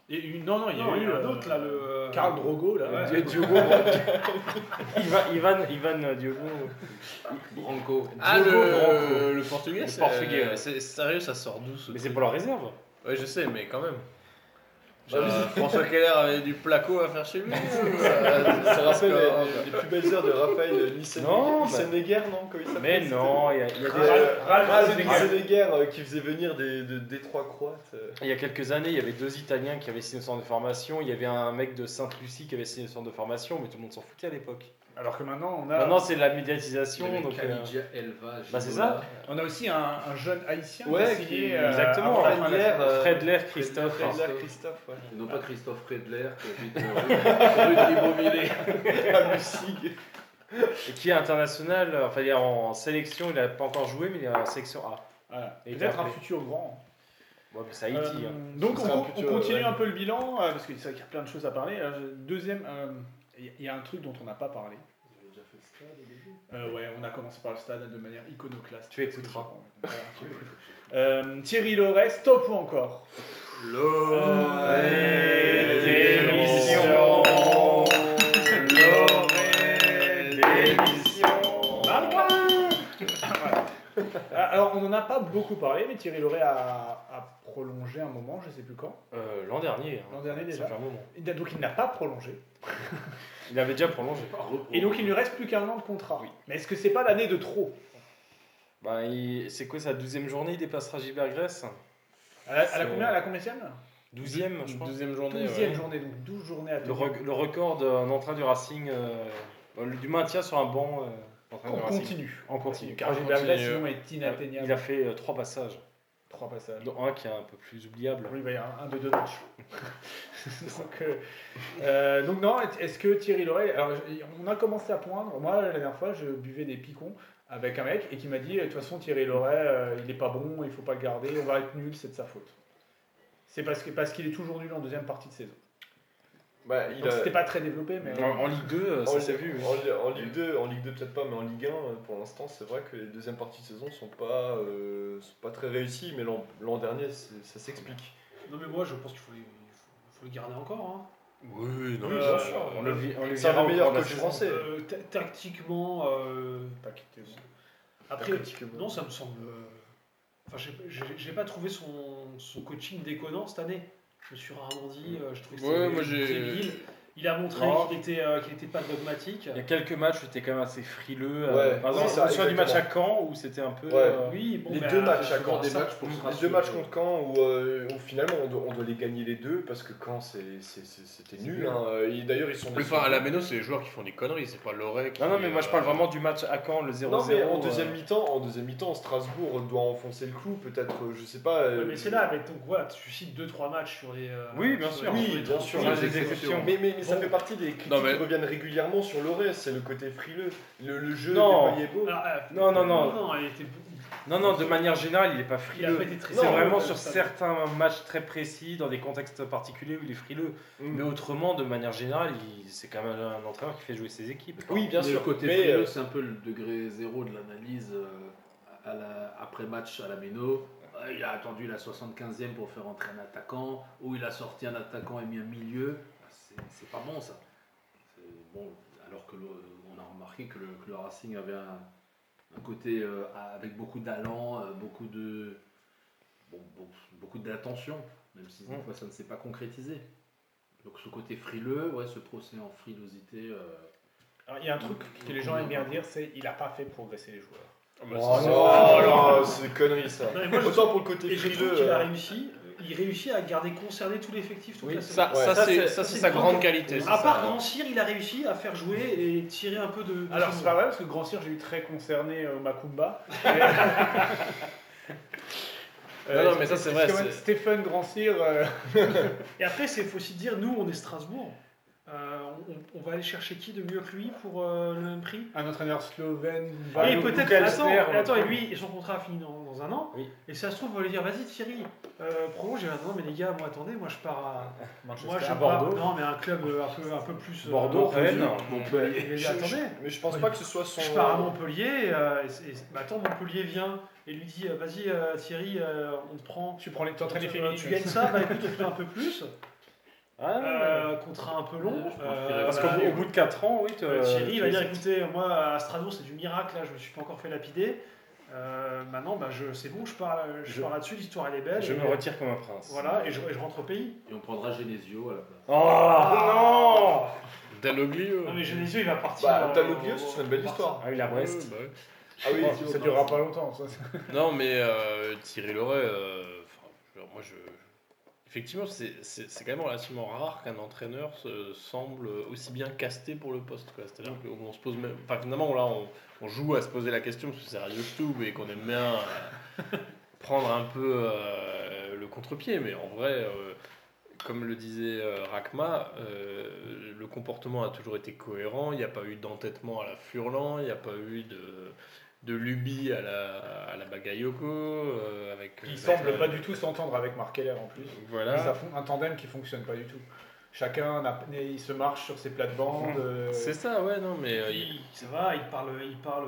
Speaker 1: Et une- non, non, il y a
Speaker 5: Non,
Speaker 1: eu
Speaker 5: il y a un
Speaker 1: euh,
Speaker 5: autre là, le.
Speaker 1: Karl Drogo là.
Speaker 5: Ouais.
Speaker 3: Di- *laughs* Diogo. Ivan, Ivan, Ivan euh, Diogo.
Speaker 9: euh, Branco.
Speaker 6: Ah,
Speaker 3: Diogo
Speaker 6: le, le portugais,
Speaker 3: Le
Speaker 6: c'est-
Speaker 3: Portugais, ouais.
Speaker 6: c'est sérieux, ça sort d'où ce
Speaker 3: Mais c'est
Speaker 6: truc
Speaker 3: pour la réserve.
Speaker 6: Ouais, je sais, mais quand même.
Speaker 4: Bah,
Speaker 6: Genre,
Speaker 4: vas-y.
Speaker 6: François Keller avait du placo à faire chez lui. ou, euh,
Speaker 4: Ça rappelle
Speaker 6: parce que-
Speaker 4: les, les plus belles heures
Speaker 3: *laughs*
Speaker 4: de Raphaël
Speaker 3: Non, bah-
Speaker 4: Lissenegger, non Comme il s'appelle,
Speaker 3: Mais
Speaker 4: c'était-
Speaker 3: non, il y a, il y a des-
Speaker 4: Euh,
Speaker 1: Ralph
Speaker 4: Ralph
Speaker 1: Lissenegger.
Speaker 4: Lissenegger, euh, qui faisait venir des, de- des trois croates. euh.
Speaker 3: Il y a quelques années, il y avait deux Italiens qui avaient signé au centre de formation. Il y avait un mec de Sainte-Lucie qui avait signé au centre de formation, mais tout le monde s'en foutait à l'époque.
Speaker 2: Alors que maintenant, on a,
Speaker 3: Maintenant, c'est la
Speaker 9: Il y
Speaker 3: médiatisation.
Speaker 9: avait
Speaker 3: Donc, euh,
Speaker 9: Khadija Elva.
Speaker 3: bah, c'est
Speaker 9: Ginola.
Speaker 2: on a aussi un, un jeune haïtien
Speaker 4: Ouais,
Speaker 2: qui
Speaker 4: qui-
Speaker 2: est, euh,
Speaker 3: exactement.
Speaker 2: à Montréal.
Speaker 4: Fred Lair, euh,
Speaker 3: Fred Lair, Christophe.
Speaker 4: Fred Lair,
Speaker 9: Christophe.
Speaker 4: Christophe, ouais.
Speaker 9: Non pas Christophe Redler, qui habite euh, rue rue de l'Immobilier.
Speaker 4: La musique.
Speaker 3: Et qui est international, euh, enfin il est en sélection, il n'a pas encore joué, mais il est en sélection A.
Speaker 2: Voilà.
Speaker 3: Et
Speaker 2: Peut-être un
Speaker 3: après.
Speaker 2: futur grand.
Speaker 3: Ouais, mais c'est Haïti.
Speaker 2: Euh,
Speaker 3: hein.
Speaker 2: donc
Speaker 4: Ce
Speaker 2: on,
Speaker 4: sera un
Speaker 2: on
Speaker 4: futur,
Speaker 2: continue
Speaker 4: ouais.
Speaker 2: un peu le bilan, euh, parce qu'il y a plein de choses à parler. Euh, je- Deuxième, euh, il y- y a un truc dont on n'a pas parlé. Euh, ouais, on a commencé par le stade de manière iconoclaste.
Speaker 3: Tu écouteras.
Speaker 2: Voilà, tu écouteras. Euh, Thierry Laurès, top ou encore
Speaker 3: Euh, L'émission.
Speaker 2: Euh, Ah, Alors, on n'en a pas beaucoup parlé, mais Thierry Lauré a, a prolongé un moment, je ne sais plus quand.
Speaker 3: Euh, L'an dernier. hein.
Speaker 2: L'an dernier,
Speaker 3: Ça
Speaker 2: déjà.
Speaker 3: fait un moment.
Speaker 2: Il a- donc, il n'a pas prolongé.
Speaker 3: Il avait déjà prolongé.
Speaker 2: Et
Speaker 3: Oh.
Speaker 2: donc, il lui reste plus qu'un an de contrat. Mais est-ce que c'est pas l'année de trop
Speaker 3: Bah, il- C'est quoi sa douzième journée Il dépassera Gilbert Grèce
Speaker 2: Elle a, elle a
Speaker 3: C'est-
Speaker 2: combien Elle a combienième
Speaker 3: Douzième, je pense.
Speaker 6: Deuxième journée.
Speaker 2: 12
Speaker 6: ouais.
Speaker 2: journée, donc 12 journées à
Speaker 3: Le,
Speaker 2: tenir.
Speaker 3: re- le record d'un entrain du Racing, euh, euh, du maintien sur un banc. euh, d'entrain
Speaker 2: On
Speaker 3: du Racing.
Speaker 2: continue.
Speaker 3: En continu. Ah,
Speaker 2: Car
Speaker 6: On
Speaker 2: Gilbert Blais,
Speaker 6: continue.
Speaker 2: sinon, est
Speaker 3: Il
Speaker 2: inatteignable.
Speaker 3: a fait euh, trois passages,
Speaker 2: Trois passages.
Speaker 3: dont un qui est un peu plus oubliable.
Speaker 2: Oui, bah, il y a un, un de deux matchs. *laughs* donc, euh, euh, donc non, est-ce que Thierry Loret... Alors, je- on a commencé à poindre. Moi, la dernière fois, je buvais des picons avec un mec et qui m'a dit, de toute façon, Thierry Loret, euh, il n'est pas bon, il faut pas le garder, on va être nul, c'est de sa faute. C'est parce que parce qu'il est toujours nul en deuxième partie de saison.
Speaker 4: Bah, il
Speaker 2: Donc,
Speaker 4: a-
Speaker 2: c'était pas très développé, mais...
Speaker 3: En, en Ligue 2, euh,
Speaker 4: En,
Speaker 3: ça s'est vu. oui.
Speaker 4: en- en Ligue 2, en Ligue 2 peut-être pas, mais en Ligue 1, euh, pour l'instant, c'est vrai que les deuxièmes parties de saison sont pas, euh, sont pas très réussies, mais l'an l'an dernier, c'est- ça s'explique.
Speaker 5: Non, mais moi, je pense qu'il faut, les- faut- faut le garder encore. hein.
Speaker 6: Oui, non,
Speaker 5: Oui,
Speaker 6: mais
Speaker 2: euh,
Speaker 5: bien
Speaker 6: ça,
Speaker 5: sûr.
Speaker 3: On le, vit- on le
Speaker 4: C'est
Speaker 3: verra
Speaker 4: un
Speaker 3: au
Speaker 4: des meilleurs
Speaker 3: cours de la
Speaker 4: coachs
Speaker 3: saison.
Speaker 4: français.
Speaker 5: Euh, ta- tactiquement, euh,
Speaker 2: Pas quitté, bon.
Speaker 5: après,
Speaker 4: Tactiquement.
Speaker 5: non, ça me semble. euh, Enfin, j'ai- j'ai j'ai pas trouvé son, son coaching déconnant cette année. Je me suis rarement dit, euh, je trouve que
Speaker 6: Ouais,
Speaker 5: c'était
Speaker 6: moi,
Speaker 5: très
Speaker 6: j'ai-
Speaker 5: vil. Il a montré
Speaker 3: Non.
Speaker 5: qu'il était, euh, qu'il était pas dogmatique.
Speaker 3: Il y a quelques matchs où c'était quand même assez frileux.
Speaker 4: Ouais,
Speaker 3: euh, par exemple,
Speaker 4: c'est
Speaker 3: je
Speaker 4: ça,
Speaker 3: me souviens du match à
Speaker 4: exactement.
Speaker 3: Caen où c'était un peu.
Speaker 4: Ouais.
Speaker 3: euh,
Speaker 5: Oui, bon,
Speaker 4: Les
Speaker 5: mais,
Speaker 4: deux
Speaker 5: euh,
Speaker 4: matchs à
Speaker 9: souvent
Speaker 4: Caen,
Speaker 9: des
Speaker 4: ça-
Speaker 9: matchs pour se
Speaker 4: les deux
Speaker 9: rassurer.
Speaker 4: matchs contre Caen où, euh, où finalement on doit, on doit les gagner les deux parce que Caen c'est- c'est- c'est- c'était nul. hein. Et D'ailleurs ils sont
Speaker 6: Mais enfin, à la Méno, c'est les joueurs qui font des conneries, c'est pas l'oreille qui.
Speaker 3: Non, non, mais moi je parle
Speaker 6: euh,
Speaker 3: vraiment du match à Caen, le 0-0.
Speaker 4: Non mais en
Speaker 3: euh,
Speaker 4: deuxième mi-temps, en deuxième mi-temps, Strasbourg doit enfoncer le clou, peut-être, euh, je sais pas.
Speaker 5: Ouais,
Speaker 4: euh,
Speaker 5: mais c'est là, mais donc voilà, tu cites 2-3 matchs sur les. euh,
Speaker 3: Oui, bien
Speaker 5: sur
Speaker 3: sûr.
Speaker 5: les-
Speaker 4: Oui,
Speaker 5: sur les
Speaker 4: bien
Speaker 5: trente
Speaker 4: sûr.
Speaker 5: minutes.
Speaker 3: Sur les exceptions.
Speaker 4: Mais, mais, mais ça
Speaker 5: Bon.
Speaker 4: fait partie des critiques
Speaker 6: Non, mais-
Speaker 4: qui reviennent régulièrement sur l'ORES, c'est le côté frileux. Le, le jeu
Speaker 3: Non.
Speaker 4: n'est pas beau.
Speaker 5: Alors, euh,
Speaker 3: Non, non, non.
Speaker 5: il était.
Speaker 3: Non, non, de manière générale, il n'est pas
Speaker 5: Il a pas
Speaker 3: frileux.
Speaker 5: été très.
Speaker 3: C'est
Speaker 5: sérieux,
Speaker 3: vraiment
Speaker 5: euh,
Speaker 3: sur
Speaker 5: ça.
Speaker 3: certains matchs très précis, dans des contextes particuliers où il est frileux.
Speaker 4: Mm.
Speaker 3: Mais autrement, de manière générale, il- c'est quand même un entraîneur qui fait jouer ses équipes. hein.
Speaker 4: Oui, bien
Speaker 9: Mais
Speaker 4: sûr.
Speaker 9: Le côté
Speaker 4: mais,
Speaker 9: frileux,
Speaker 4: euh,
Speaker 9: c'est un peu le degré zéro de l'analyse euh, à la- après match à la Méno. Euh, Il a attendu la 75e pour faire entrer un attaquant, ou il a sorti un attaquant et mis un milieu. Bah, C'est c'est pas bon ça. C'est Bon, alors que le- on a remarqué que le, que le Racing avait un, un côté euh, avec beaucoup d'allant, euh, beaucoup de bon, bon, beaucoup d'attention, même si des
Speaker 3: Mm.
Speaker 9: fois ça ne s'est pas concrétisé. Donc ce côté frileux, ouais, ce procès en frilosité. euh,
Speaker 2: Alors, il y a un truc que les gens aiment bien dire, c'est il n'a pas fait progresser les joueurs.
Speaker 6: ah bah,
Speaker 4: Oh
Speaker 6: c'est-
Speaker 4: non, non, c'est connerie ça.
Speaker 5: Non, mais moi, je-
Speaker 4: Autant pour le côté
Speaker 5: Et je trouve
Speaker 4: frileux.
Speaker 5: qu'il a
Speaker 4: euh,
Speaker 5: réussi. Il réussit à garder concerné tout l'effectif toute
Speaker 6: Oui,
Speaker 5: la saison.
Speaker 6: ça,
Speaker 4: Ouais,
Speaker 6: ça,
Speaker 4: ça,
Speaker 6: c'est
Speaker 4: c'est-
Speaker 6: ça, c'est
Speaker 5: c'est
Speaker 6: sa
Speaker 5: grand-
Speaker 6: grande qualité. c'est
Speaker 5: À
Speaker 6: ça.
Speaker 5: part
Speaker 3: hein.
Speaker 5: Grandsir, il a réussi à faire jouer et tirer un peu de. de
Speaker 2: Alors,
Speaker 5: son
Speaker 2: c'est
Speaker 5: jeu.
Speaker 2: pas vrai, parce que Grand Cyr, j'ai eu très concerné euh, *laughs* Macumba.
Speaker 6: Non, non, mais ça, c'est vrai,
Speaker 2: parce que
Speaker 6: c'est-
Speaker 2: euh, Stéphane Grand Cyr, euh,
Speaker 5: Et après, il faut aussi dire, nous, on est Strasbourg. Euh, on, on va aller chercher qui de mieux que lui pour euh, le même prix
Speaker 2: un entraîneur slovène.
Speaker 5: Et
Speaker 2: Valo-
Speaker 5: peut-être.
Speaker 3: Bah, Lucas
Speaker 5: Attends,
Speaker 3: Elsner,
Speaker 5: et attends,
Speaker 3: on
Speaker 5: et
Speaker 3: le
Speaker 5: lui, et son contrat finit dans, dans un an.
Speaker 3: Oui.
Speaker 5: Et ça se trouve, on va lui dire, vas-y Thierry, euh, prolonge. Et maintenant, mais les gars, moi, attendez, moi, je pars à.
Speaker 3: Manchester,
Speaker 5: Moi, je
Speaker 3: à
Speaker 5: pars-
Speaker 3: Bordeaux.
Speaker 5: Non, mais un club euh, un peu, un peu plus. euh,
Speaker 3: Bordeaux, Rennes.
Speaker 5: Mais
Speaker 4: je- je-
Speaker 5: attendez.
Speaker 4: mais je pense pas que ce soit son.
Speaker 5: Je pars à Montpellier, euh, et, et- bah, attends, Montpellier vient et lui dit euh, Vas-y euh, Thierry, euh, on te prend.
Speaker 2: Tu prends les
Speaker 5: Tu,
Speaker 2: t'entraînes les
Speaker 5: euh,
Speaker 2: féminines.
Speaker 5: tu gagnes ça, bah écoute, on te fait un peu plus.
Speaker 3: Ah, non,
Speaker 5: Euh, contrat un peu long.
Speaker 9: Ouais, je pense
Speaker 5: euh,
Speaker 9: qu'il reste
Speaker 3: Parce
Speaker 5: voilà.
Speaker 3: qu'au au bout de 4 ans, oui,
Speaker 5: Euh, Thierry
Speaker 3: tu
Speaker 5: va
Speaker 3: es-
Speaker 5: dire Écoutez, moi à Strasbourg, c'est du miracle, là, je me suis pas encore fait lapider. Euh, maintenant, bah, je- c'est bon, je pars, je
Speaker 3: Je-
Speaker 5: pars là-dessus, l'histoire elle est belle.
Speaker 3: Je
Speaker 5: et, euh,
Speaker 3: me retire comme un prince.
Speaker 5: Voilà, et je, et je rentre au pays.
Speaker 9: Et on prendra Genesio à la place.
Speaker 3: Oh non
Speaker 6: Daloglio.
Speaker 5: Non, mais Genesio, il va partir.
Speaker 4: Bah,
Speaker 5: euh,
Speaker 4: Daloglio, ce
Speaker 5: au-
Speaker 4: serait une belle
Speaker 5: au Barça.
Speaker 4: histoire.
Speaker 3: Ah oui, la Brest.
Speaker 6: Ouais, bah ouais.
Speaker 4: Ah oui,
Speaker 2: Oh, ça durera pas longtemps. Ça.
Speaker 6: Non, mais euh, Thierry Loret, euh, enfin, je veux dire, moi je. Effectivement, c'est- c'est c'est quand même relativement rare qu'un entraîneur se semble aussi bien casté pour le poste. quoi. C'est-à-dire qu'on se pose même. Enfin, finalement, là, on, on joue à se poser la question parce que c'est Radio Stube et qu'on aime bien euh, prendre un peu euh, le contre-pied. Mais en vrai, euh, comme le disait euh, Rakma, euh, le comportement a toujours été cohérent. Il n'y a pas eu d'entêtement à la Furlan, il n'y a pas eu de, de lubie à la, à la Bagayoko. euh, avec,
Speaker 2: Qui
Speaker 6: avec,
Speaker 2: semble
Speaker 6: euh,
Speaker 2: pas du tout s'entendre avec Marc Keller en plus.
Speaker 6: Voilà.
Speaker 2: Ça fon- un tandem qui fonctionne pas du tout. Chacun n'a- il se marche sur ses plates-bandes. euh,
Speaker 6: C'est ça, ouais, non, mais. euh, il-
Speaker 5: Puis, ça va, il parle, il parle,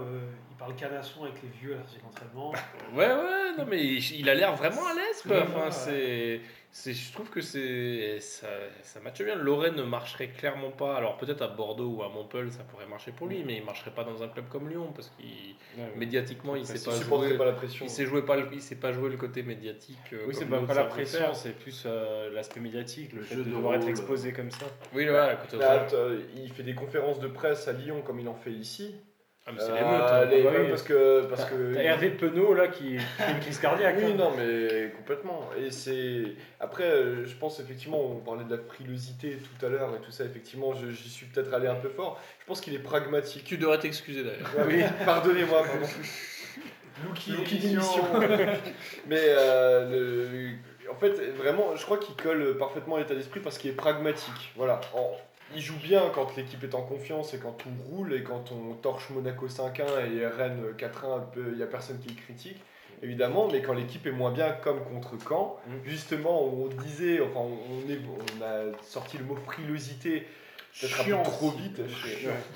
Speaker 5: il parle canasson avec les vieux à la d'entraînement.
Speaker 4: Bah,
Speaker 6: Ouais, ouais, non, mais il, il a l'air vraiment à l'aise, quoi.
Speaker 5: Ouais,
Speaker 6: Enfin,
Speaker 5: ouais.
Speaker 6: c'est. c'est- Je trouve que c'est ça, ça matche bien. Lorraine ne marcherait clairement pas. Alors, peut-être à Bordeaux ou à Montpellier, ça pourrait marcher pour lui, mais il marcherait pas dans un club comme Lyon parce qu'il
Speaker 4: Mm.
Speaker 6: médiatiquement, il s'est
Speaker 4: Il
Speaker 6: pas
Speaker 4: supporterait
Speaker 6: joué.
Speaker 4: pas la pression.
Speaker 6: Il s'est joué pas, le- il s'est pas joué le côté médiatique. euh,
Speaker 3: Oui, c'est
Speaker 6: comme
Speaker 3: pas,
Speaker 6: d'autres
Speaker 3: pas la
Speaker 6: savent le faire.
Speaker 3: pression, c'est plus euh, l'aspect médiatique, le,
Speaker 9: Le
Speaker 3: fait
Speaker 9: jeu
Speaker 3: de
Speaker 9: de
Speaker 3: devoir être
Speaker 9: rôle.
Speaker 3: exposé comme ça.
Speaker 6: Oui, voilà, côté
Speaker 4: Là, euh, il fait des conférences de presse à Lyon comme il en fait ici.
Speaker 6: Ah, mais c'est
Speaker 4: Euh,
Speaker 6: l'émeute, hein.
Speaker 4: les-
Speaker 3: Ah bah oui.
Speaker 4: Parce que. Parce que
Speaker 3: T'as Hervé Penaud là qui, qui fait une crise cardiaque.
Speaker 4: Oui,
Speaker 3: hein.
Speaker 4: non, mais complètement. Et c'est. Après, euh, je pense effectivement, on parlait de la frilosité tout à l'heure et tout ça, effectivement, je- j'y suis peut-être allé un peu fort. Je pense qu'il est pragmatique.
Speaker 6: Tu devrais t'excuser d'ailleurs.
Speaker 4: Ah Oui, pardonnez-moi, pardon.
Speaker 1: Lucky,
Speaker 4: Lucky
Speaker 1: d'émission.
Speaker 4: *laughs* Mais euh, le- en fait, vraiment, je crois qu'il colle parfaitement à l'état d'esprit parce qu'il est pragmatique. Voilà. En- Il joue bien quand l'équipe est en confiance et quand tout roule et quand on torche Monaco 5-1 et Rennes 4-1, un peu, il n'y a personne qui le critique, évidemment, mais quand l'équipe est moins bien comme contre Caen,
Speaker 3: Mm.
Speaker 4: justement, on disait, enfin, on, est, on a sorti le mot frilosité peut-être un peu
Speaker 2: Chiant
Speaker 4: trop
Speaker 2: aussi.
Speaker 4: vite.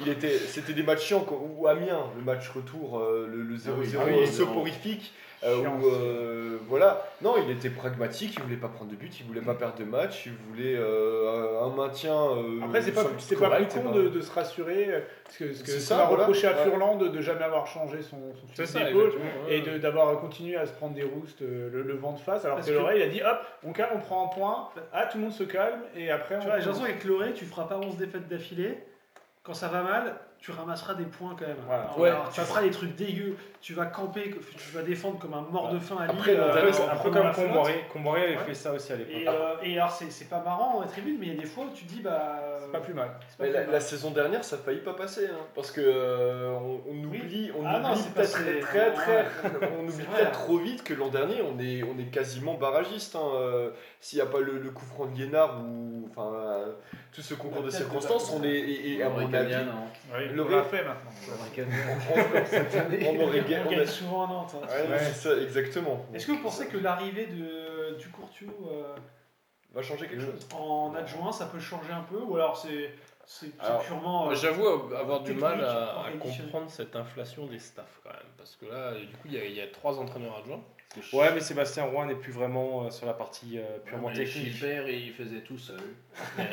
Speaker 4: Il était, c'était des matchs chiants ou Amiens, le match retour, euh, le, le 0-0
Speaker 9: Ah oui,
Speaker 4: soporifique. euh,
Speaker 2: Chiant
Speaker 4: où, euh, voilà, non, il était pragmatique, il voulait pas prendre de but, il voulait pas perdre de match, il voulait euh, un maintien. euh,
Speaker 2: Après, c'est pas,
Speaker 4: sur-
Speaker 2: c'est pas plus
Speaker 4: correct,
Speaker 2: con
Speaker 4: c'est
Speaker 2: de, de se rassurer. euh, Parce que, ce que
Speaker 4: C'est
Speaker 2: ce
Speaker 4: ça,
Speaker 2: qu'on a
Speaker 4: voilà.
Speaker 2: reproché à
Speaker 4: Ouais.
Speaker 2: Furland de, de jamais avoir changé son, son fusil d'épaule
Speaker 6: exactement, ouais.
Speaker 2: et de- d'avoir continué à se prendre des roustes euh, le, le vent de face. Alors
Speaker 5: Parce
Speaker 2: que
Speaker 5: que-
Speaker 2: l'oreille, il a dit hop, on calme, on prend un point. Ah, tout le monde se calme et après, on.
Speaker 5: Tu vois,
Speaker 4: euh,
Speaker 5: j'ai l'impression avec Loré, tu feras pas 11 défaites d'affilée. Quand ça va mal, tu ramasseras des points quand même.
Speaker 2: Voilà.
Speaker 5: Alors,
Speaker 6: Ouais.
Speaker 5: alors, tu feras des trucs dégueux. Tu vas camper, que- tu vas défendre comme un mort de faim à Lille.
Speaker 4: Après,
Speaker 5: euh,
Speaker 4: Londres,
Speaker 5: en
Speaker 4: c'est
Speaker 3: un peu
Speaker 5: prenant la
Speaker 3: comme
Speaker 5: flotte.
Speaker 3: Comboiré. Comboiré avait
Speaker 5: Ouais.
Speaker 3: fait ça aussi à l'époque.
Speaker 5: Et, euh, et alors, c'est c'est pas marrant en tribune, mais il y a des fois où tu te dis, bah.
Speaker 2: C'est pas plus mal.
Speaker 5: c'est pas
Speaker 4: Mais
Speaker 5: plus
Speaker 4: la,
Speaker 5: mal.
Speaker 4: la saison dernière, ça a failli pas passer, hein, parce que euh, on, on
Speaker 5: Oui.
Speaker 4: oublie, on
Speaker 5: Ah non,
Speaker 4: oublie
Speaker 5: c'est
Speaker 4: peut-être
Speaker 5: passé.
Speaker 4: très, très, *laughs* on
Speaker 5: C'est
Speaker 4: oublie
Speaker 5: vrai. hein.
Speaker 4: peut-être trop vite que l'an dernier, on est, on est quasiment barragiste. hein, euh, S'il n'y a pas le, le coup franc de Liénard ou enfin euh, tout ce concours de
Speaker 5: Peut-être
Speaker 4: circonstances, on est et, et à mon avis,
Speaker 9: Gagnant, non.
Speaker 2: Le
Speaker 4: on
Speaker 2: on
Speaker 4: l'a
Speaker 2: l'a fait maintenant.
Speaker 5: *laughs*
Speaker 4: on aurait
Speaker 5: On
Speaker 4: gagné. on
Speaker 5: gagne
Speaker 4: a-
Speaker 5: souvent à Nantes. hein.
Speaker 4: Ouais, c'est ça, exactement.
Speaker 5: Est-ce que vous pensez que l'arrivée de du Courtiou euh,
Speaker 4: va changer quelque chose
Speaker 5: en adjoint, ça peut changer un peu Ou alors c'est c'est- c'est
Speaker 6: Alors,
Speaker 5: purement. euh,
Speaker 6: J'avoue avoir du
Speaker 5: technique,
Speaker 6: mal à, à
Speaker 5: organisationnel.
Speaker 6: comprendre cette inflation des staffs quand même. Parce que là, du coup, il y, a- il y a trois entraîneurs adjoints.
Speaker 3: Ouais, mais Sébastien Roy n'est plus vraiment euh, sur la partie euh, purement
Speaker 9: Mais
Speaker 3: technique.
Speaker 9: Schiffer, il faisait tout seul.
Speaker 6: *laughs* Mais-